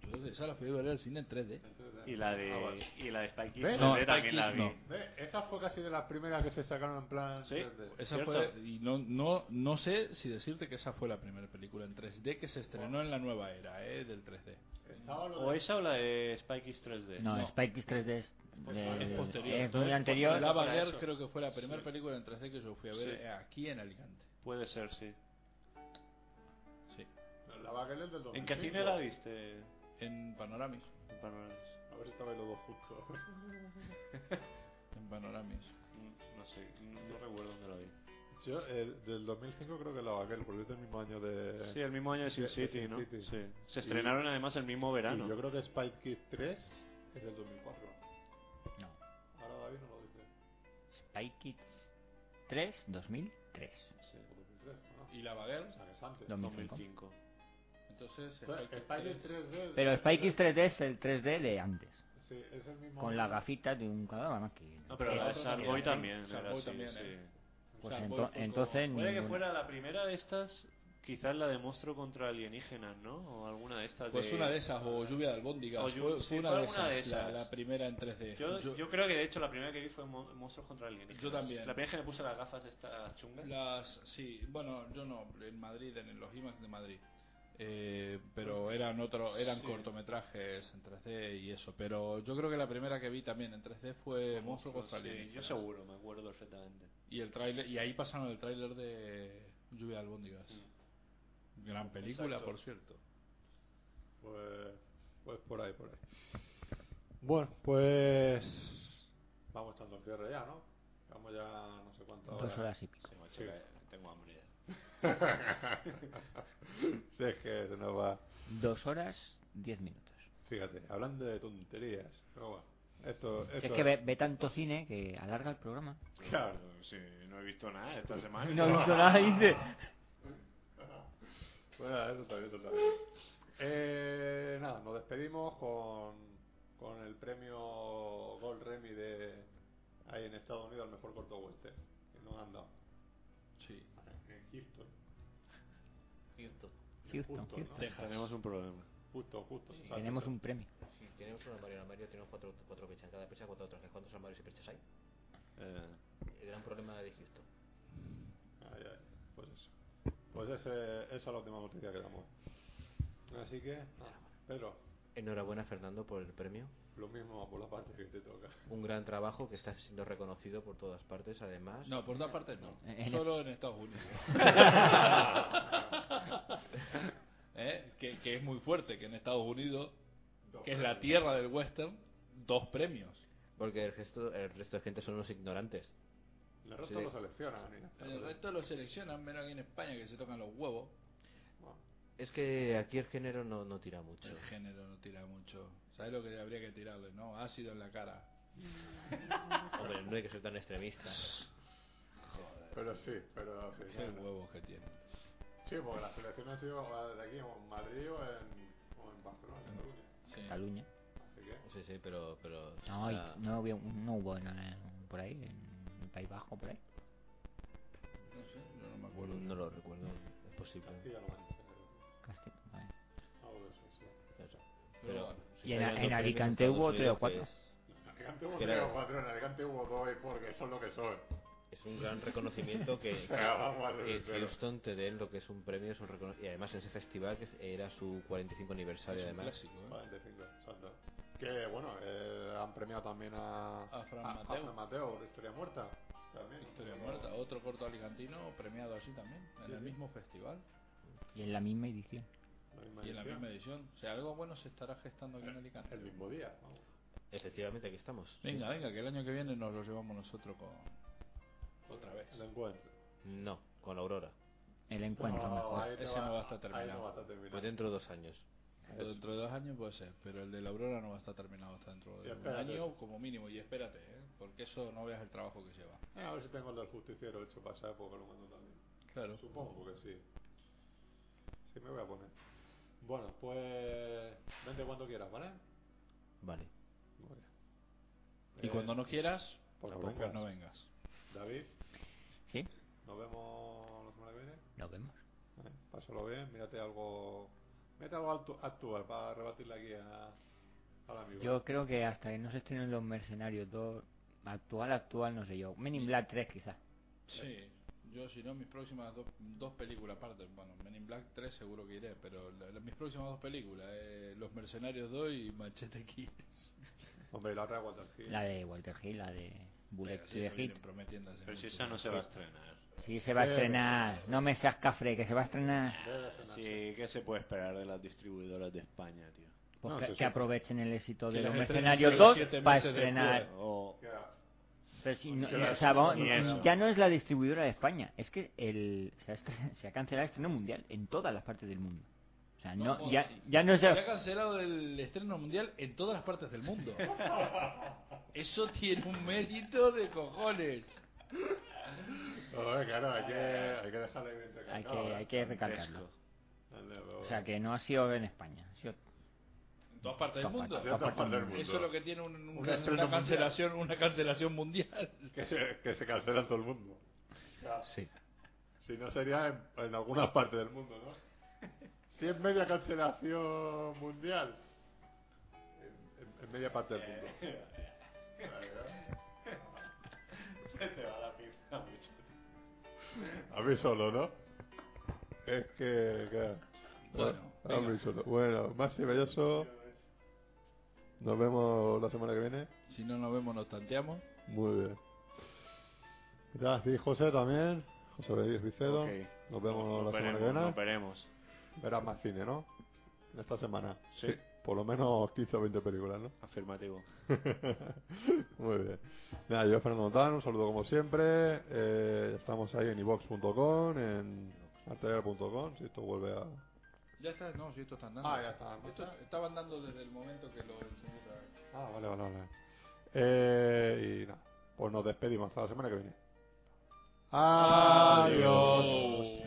Speaker 2: Yo esa la fui a ver al cine en 3D.
Speaker 4: Y la de,
Speaker 1: Ah, vale.
Speaker 4: y la de Spy Kids
Speaker 1: ¿Ves?
Speaker 4: no,
Speaker 2: No,
Speaker 4: también
Speaker 2: Spy
Speaker 4: la
Speaker 2: Kids
Speaker 4: vi.
Speaker 2: no.
Speaker 1: Ve, Esa fue casi de las primeras que se sacaron en plan.
Speaker 4: Sí.
Speaker 1: 3D.
Speaker 2: Esa
Speaker 4: ¿Cierto?
Speaker 2: fue, y no, no, no sé si decirte que esa fue la primera película en 3D que se estrenó en la nueva era eh, del 3D.
Speaker 1: Estaba lo
Speaker 4: O
Speaker 1: de-
Speaker 4: esa o la de Spy Kids 3D.
Speaker 3: No,
Speaker 2: No.
Speaker 3: Spike X 3D es, de-
Speaker 2: es posterior.
Speaker 3: es muy anterior.
Speaker 2: La
Speaker 4: para
Speaker 2: Baguer
Speaker 4: eso.
Speaker 2: creo que fue la primera
Speaker 4: Sí.
Speaker 2: película en 3D que yo fui a ver
Speaker 4: Sí.
Speaker 2: eh, aquí en Alicante.
Speaker 4: Puede ser, sí.
Speaker 2: Sí.
Speaker 1: La Baguel es del 2005.
Speaker 4: ¿En qué cine la viste?
Speaker 2: En Panoramis.
Speaker 4: En Panoramas.
Speaker 1: A ver si estabais los dos juntos.
Speaker 2: En Panoramis.
Speaker 4: Mm, No sé, no, no recuerdo dónde la vi.
Speaker 1: Yo, el del 2005 creo que la Baguel, porque es del mismo año de.
Speaker 4: Sí, el mismo año de Sin
Speaker 1: de- de
Speaker 4: City,
Speaker 1: Sin
Speaker 4: ¿no?
Speaker 1: City.
Speaker 4: Sí. Se
Speaker 1: Y-
Speaker 4: estrenaron además el mismo verano.
Speaker 1: Y yo creo que Spike Kids 3 es del 2004.
Speaker 3: No.
Speaker 1: Ahora David no lo dice.
Speaker 3: Spike Kids 3, 2003.
Speaker 4: Sí,
Speaker 1: 2003, ¿no?
Speaker 2: ¿Y la Baguer?
Speaker 1: O sea, que es antes.
Speaker 3: 2005.
Speaker 4: 2005.
Speaker 2: Entonces,
Speaker 1: Spike
Speaker 2: Spike
Speaker 1: Kids
Speaker 2: Kids-
Speaker 1: 3D.
Speaker 3: Pero Spike Kids 3D es el 3D de antes.
Speaker 1: Sí, es el mismo.
Speaker 3: Con la gafita de un cadáver. ¿no? que-
Speaker 4: No, pero la de
Speaker 2: Era-
Speaker 4: Sarboy
Speaker 2: era-
Speaker 4: también.
Speaker 2: Sarboy
Speaker 4: era así,
Speaker 2: también, ¿eh?
Speaker 4: sí.
Speaker 3: Pues
Speaker 2: O sea,
Speaker 3: ento-
Speaker 2: voy- voy
Speaker 3: entonces.
Speaker 4: Puede que
Speaker 3: ningún-
Speaker 4: fuera la primera de estas, quizás la de Monstruo contra Alienígenas, ¿no? O alguna de estas.
Speaker 2: Pues
Speaker 4: de...
Speaker 2: una de esas, o Lluvia de Albóndigas.
Speaker 4: O
Speaker 2: fue,
Speaker 4: llu-
Speaker 2: fue
Speaker 4: sí,
Speaker 2: una
Speaker 4: fue
Speaker 2: de
Speaker 4: alguna
Speaker 2: esas,
Speaker 4: de
Speaker 2: La,
Speaker 4: esas.
Speaker 2: la primera en 3D.
Speaker 4: Yo,
Speaker 2: Yo-
Speaker 4: yo creo que de hecho la primera que vi fue Mon- Monstruos contra Alienígenas.
Speaker 2: Yo también.
Speaker 4: La primera que me puse las gafas estas chungas.
Speaker 2: Las, sí, bueno, yo no, en Madrid, en los IMAX de Madrid. Eh, pero eran otro, eran
Speaker 4: Ah. Sí.
Speaker 2: cortometrajes en 3D y eso. Pero yo creo que la primera que vi también en 3D fue Monstruo contra
Speaker 4: sí,
Speaker 2: Alienígenas.
Speaker 4: Yo seguro, me acuerdo perfectamente.
Speaker 2: Y el tráiler, y ahí pasaron el tráiler de Lluvia de Albóndigas. Gran película,
Speaker 4: Mm. Exacto.
Speaker 2: por cierto.
Speaker 1: Pues, pues por ahí, por ahí. Bueno, pues. Vamos tanto en cierre ya, ¿no? Vamos ya no sé cuántas
Speaker 3: Dos horas y pico.
Speaker 4: Sí, macho,
Speaker 1: Sí.
Speaker 4: que tengo hambre ya.
Speaker 1: sí, es que se nos va.
Speaker 3: Dos horas, diez minutos.
Speaker 1: Fíjate, hablando de tonterías. no va. Esto, esto
Speaker 3: Es que ve, ve tanto cine que alarga el programa.
Speaker 4: Claro, sí, no he visto nada esta semana.
Speaker 3: No he visto nada, dice.
Speaker 1: Bueno, eso está bien, eso está bien. Eh, nada, nos despedimos con, con el premio Gold Remy de ahí en Estados Unidos al mejor corto western que nos han dado.
Speaker 2: Sí.
Speaker 1: En Houston.
Speaker 5: Houston.
Speaker 3: Houston,
Speaker 1: justo,
Speaker 3: Houston.
Speaker 4: Ah.
Speaker 1: ¿no?
Speaker 2: Texas.
Speaker 4: Tenemos un problema.
Speaker 1: Justo, justo. se salió.
Speaker 3: Tenemos un premio.
Speaker 5: Sí, tenemos un armario, un armario, tenemos cuatro, cuatro pechas, cada pecha cuatro trajes. ¿Cuántos armarios y pechas hay?
Speaker 4: Eh,
Speaker 5: El gran problema de Houston.
Speaker 1: Ay, ay, pues eso. Pues ese- esa es la última noticia que damos. Así que, nada, Pedro,
Speaker 5: Enhorabuena, Fernando, por el premio.
Speaker 1: lo mismo por la parte que te toca.
Speaker 5: Un gran trabajo que está siendo reconocido por todas partes, además.
Speaker 2: No, por todas partes no.
Speaker 3: En-
Speaker 2: Solo en Estados Unidos. ¿Eh? que, que es muy fuerte que en Estados Unidos, que es la tierra del western, dos premios.
Speaker 5: Porque el resto, el resto de gente son unos ignorantes.
Speaker 1: El resto
Speaker 5: Sí.
Speaker 1: lo seleccionan. y ya está.
Speaker 2: El resto lo seleccionan, menos aquí en España que se tocan los huevos.
Speaker 1: Bueno,
Speaker 5: Es que aquí el género no, no tira mucho.
Speaker 2: El género no tira mucho. ¿Sabes lo que habría que tirarle? No, ácido en la cara.
Speaker 5: Hombre, no hay que ser tan extremista.
Speaker 1: Pero sí, pero sí.
Speaker 2: Qué
Speaker 1: bueno.
Speaker 2: huevos que tiene.
Speaker 1: Sí, porque la selección ha sido o de aquí o en Madrid o en, o en Barcelona, en Cataluña.
Speaker 2: Sí.
Speaker 3: Cataluña.
Speaker 1: Así que,
Speaker 5: Sí, sí, pero... pero
Speaker 3: No, y
Speaker 6: Ah.
Speaker 5: está-
Speaker 3: no, hubo, no hubo en, eh, por ahí, en el País Bajo, por ahí.
Speaker 2: No sé, yo no me acuerdo.
Speaker 5: no lo recuerdo. Es posible.
Speaker 1: Castilla lo van a hacer.
Speaker 3: Castilla, vale.
Speaker 1: Algo de eso, sí.
Speaker 5: Eso.
Speaker 2: Pero
Speaker 5: Pero,
Speaker 2: bueno.
Speaker 5: si
Speaker 3: Y en-
Speaker 5: hay
Speaker 3: en
Speaker 5: dos premios
Speaker 3: Alicante
Speaker 5: Estados
Speaker 3: hubo tres
Speaker 5: Unidos,
Speaker 3: o cuatro.
Speaker 5: pues,
Speaker 1: En Alicante hubo
Speaker 5: Que
Speaker 1: tres
Speaker 5: era-
Speaker 1: o cuatro, en Alicante hubo dos, porque son lo que son.
Speaker 5: Es un gran reconocimiento que,
Speaker 1: Pero vamos a
Speaker 2: Eh,
Speaker 5: que
Speaker 1: ver, pero-
Speaker 5: Houston te den lo que es un premio, es un recono- y además ese festival que era su 45 aniversario
Speaker 2: Es un
Speaker 5: además.
Speaker 2: clásico, ¿eh?
Speaker 1: 45, exacto. Que bueno, eh, han premiado también a,
Speaker 2: A Fran
Speaker 1: a-
Speaker 2: Mateo.
Speaker 1: Fran Mateo, por Historia Muerta. También.
Speaker 2: Historia muerta, oh. otro corto alicantino premiado así también, en el mismo festival
Speaker 3: Y en la misma edición.
Speaker 1: La misma
Speaker 2: y en la
Speaker 1: edición.
Speaker 2: misma edición. O sea, algo bueno se estará gestando aquí en
Speaker 1: El
Speaker 2: Alicante.
Speaker 1: mismo día. vamos.
Speaker 5: Efectivamente, aquí estamos.
Speaker 2: Venga, venga, que el año que viene nos lo llevamos nosotros con otra vez.
Speaker 1: El encuentro.
Speaker 5: No, con la Aurora.
Speaker 3: El encuentro
Speaker 1: No,
Speaker 3: mejor.
Speaker 1: ahí
Speaker 2: Ese no va a estar
Speaker 1: Ahí
Speaker 2: terminado.
Speaker 1: no va a estar
Speaker 5: Pues
Speaker 1: terminado.
Speaker 5: dentro de dos años.
Speaker 2: Dentro de dos años puede ser, pero el de la Aurora no va a estar terminado hasta dentro
Speaker 1: Y
Speaker 2: de un
Speaker 1: espérate.
Speaker 2: año como mínimo. Y espérate, ¿eh? porque eso no veas el trabajo que lleva.
Speaker 1: Eh, a ver si tengo el del justiciero hecho para esa época, lo mando también.
Speaker 2: Claro.
Speaker 1: Supongo que sí. Sí, me voy a poner. Bueno, pues. Vente cuando quieras, ¿vale?
Speaker 5: Vale.
Speaker 1: Muy bien.
Speaker 2: Y
Speaker 1: Eh,
Speaker 2: cuando no quieras,
Speaker 1: pues no
Speaker 2: tampoco
Speaker 1: vengas.
Speaker 2: no vengas.
Speaker 1: David,
Speaker 3: ¿Sí?
Speaker 1: nos vemos la semana que viene.
Speaker 3: Nos vemos.
Speaker 1: Eh, Pásalo bien, mírate algo. Mírate algo actu- actual para rebatirle aquí a, al amigo.
Speaker 3: Yo creo que hasta que no se estrenen los mercenarios 2, actual, actual, no sé yo. Men in Black 3 quizás.
Speaker 2: Sí, yo si no, mis próximas dos, dos películas, aparte, bueno, Men in Black 3 seguro que iré, pero la- la- mis próximas dos películas, eh, Los Mercenarios 2 y Machete Kill.
Speaker 1: Hombre, la otra de Walter Hill.
Speaker 3: La de Walter Hill, la de Bullet
Speaker 2: Pero
Speaker 3: to
Speaker 2: sí,
Speaker 3: the
Speaker 2: eso
Speaker 3: Hit.
Speaker 2: vienen prometiendo hace
Speaker 4: Pero si
Speaker 2: mucho.
Speaker 4: esa no se va a estrenar.
Speaker 3: Sí, se va a
Speaker 1: Eh,
Speaker 3: estrenar. No me seas cafre, que se va a estrenar.
Speaker 1: Debe estrenarse.
Speaker 4: Sí, ¿qué se puede esperar de las distribuidoras de España, tío?
Speaker 3: Pues
Speaker 1: No,
Speaker 3: que,
Speaker 1: que
Speaker 3: que
Speaker 1: sí.
Speaker 3: aprovechen el éxito de
Speaker 2: Que
Speaker 3: los
Speaker 2: las estrenen
Speaker 3: mercenarios
Speaker 2: seis,
Speaker 3: 2
Speaker 2: siete
Speaker 3: para
Speaker 2: meses
Speaker 3: estrenar.
Speaker 2: después.
Speaker 4: O
Speaker 1: Que a-
Speaker 3: Pero si no-
Speaker 1: Que las-
Speaker 3: o sea, vamos,
Speaker 4: ni
Speaker 3: no-
Speaker 4: eso.
Speaker 3: ya no es la distribuidora de España, es que el, se, ha, estre- se ha cancelado el estreno mundial en todas las partes del mundo. O sea,
Speaker 2: No
Speaker 3: Ah, no, ya,
Speaker 2: jodas.
Speaker 3: ya no es...
Speaker 2: Se ha cancelado el estreno mundial en todas las partes del mundo. Eso tiene un mérito de cojones.
Speaker 1: Hombre, claro, hay que, hay que dejarle bien recalcado.
Speaker 3: Eh, Hay que, hay que recalcarlo.
Speaker 4: fresco.
Speaker 1: Dale,
Speaker 3: O
Speaker 1: pues.
Speaker 3: sea, que no ha sido en España, ha sido
Speaker 2: En todas partes del
Speaker 3: Todas
Speaker 2: mundo.
Speaker 3: partes,
Speaker 1: todas partes del mundo.
Speaker 2: Eso es lo que tiene un- un-
Speaker 1: Un
Speaker 2: una,
Speaker 1: estreno
Speaker 2: cancelación, una cancelación mundial.
Speaker 1: que se, que se cancela todo el mundo.
Speaker 5: Sí.
Speaker 1: Si no sería en, en alguna parte del mundo, ¿no? Si es media cancelación mundial, en, en- en media parte del mundo. A mí solo, ¿no? Es que... claro.
Speaker 2: Bueno,
Speaker 1: a mí
Speaker 2: venga.
Speaker 1: solo. Bueno, más y Belloso. Nos vemos la semana que viene.
Speaker 2: si no nos vemos, nos tanteamos.
Speaker 1: Muy bien. Gracias, José, también. José Benítez Vicedo.
Speaker 4: Ok.
Speaker 1: Nos vemos la
Speaker 4: Nos
Speaker 1: semana que
Speaker 4: veremos,
Speaker 1: viene.
Speaker 4: nos veremos.
Speaker 1: Verás más cine, ¿no? En Esta semana.
Speaker 4: Sí.
Speaker 1: Por lo menos 15 o 20 películas, ¿no?
Speaker 4: Afirmativo.
Speaker 1: Muy bien. Nada, yo Fernando Tan, un saludo como siempre. Eh, estamos ahí en ibox.com, en arteagar.com, si esto vuelve a...
Speaker 2: Ya está, no, si esto están dando.
Speaker 1: Ah, ya está.
Speaker 2: Esto estaban dando desde el momento que lo encendí otra vez.
Speaker 1: Ah, vale, vale, vale. Eh, y nada, pues nos despedimos hasta la semana que viene. Adiós.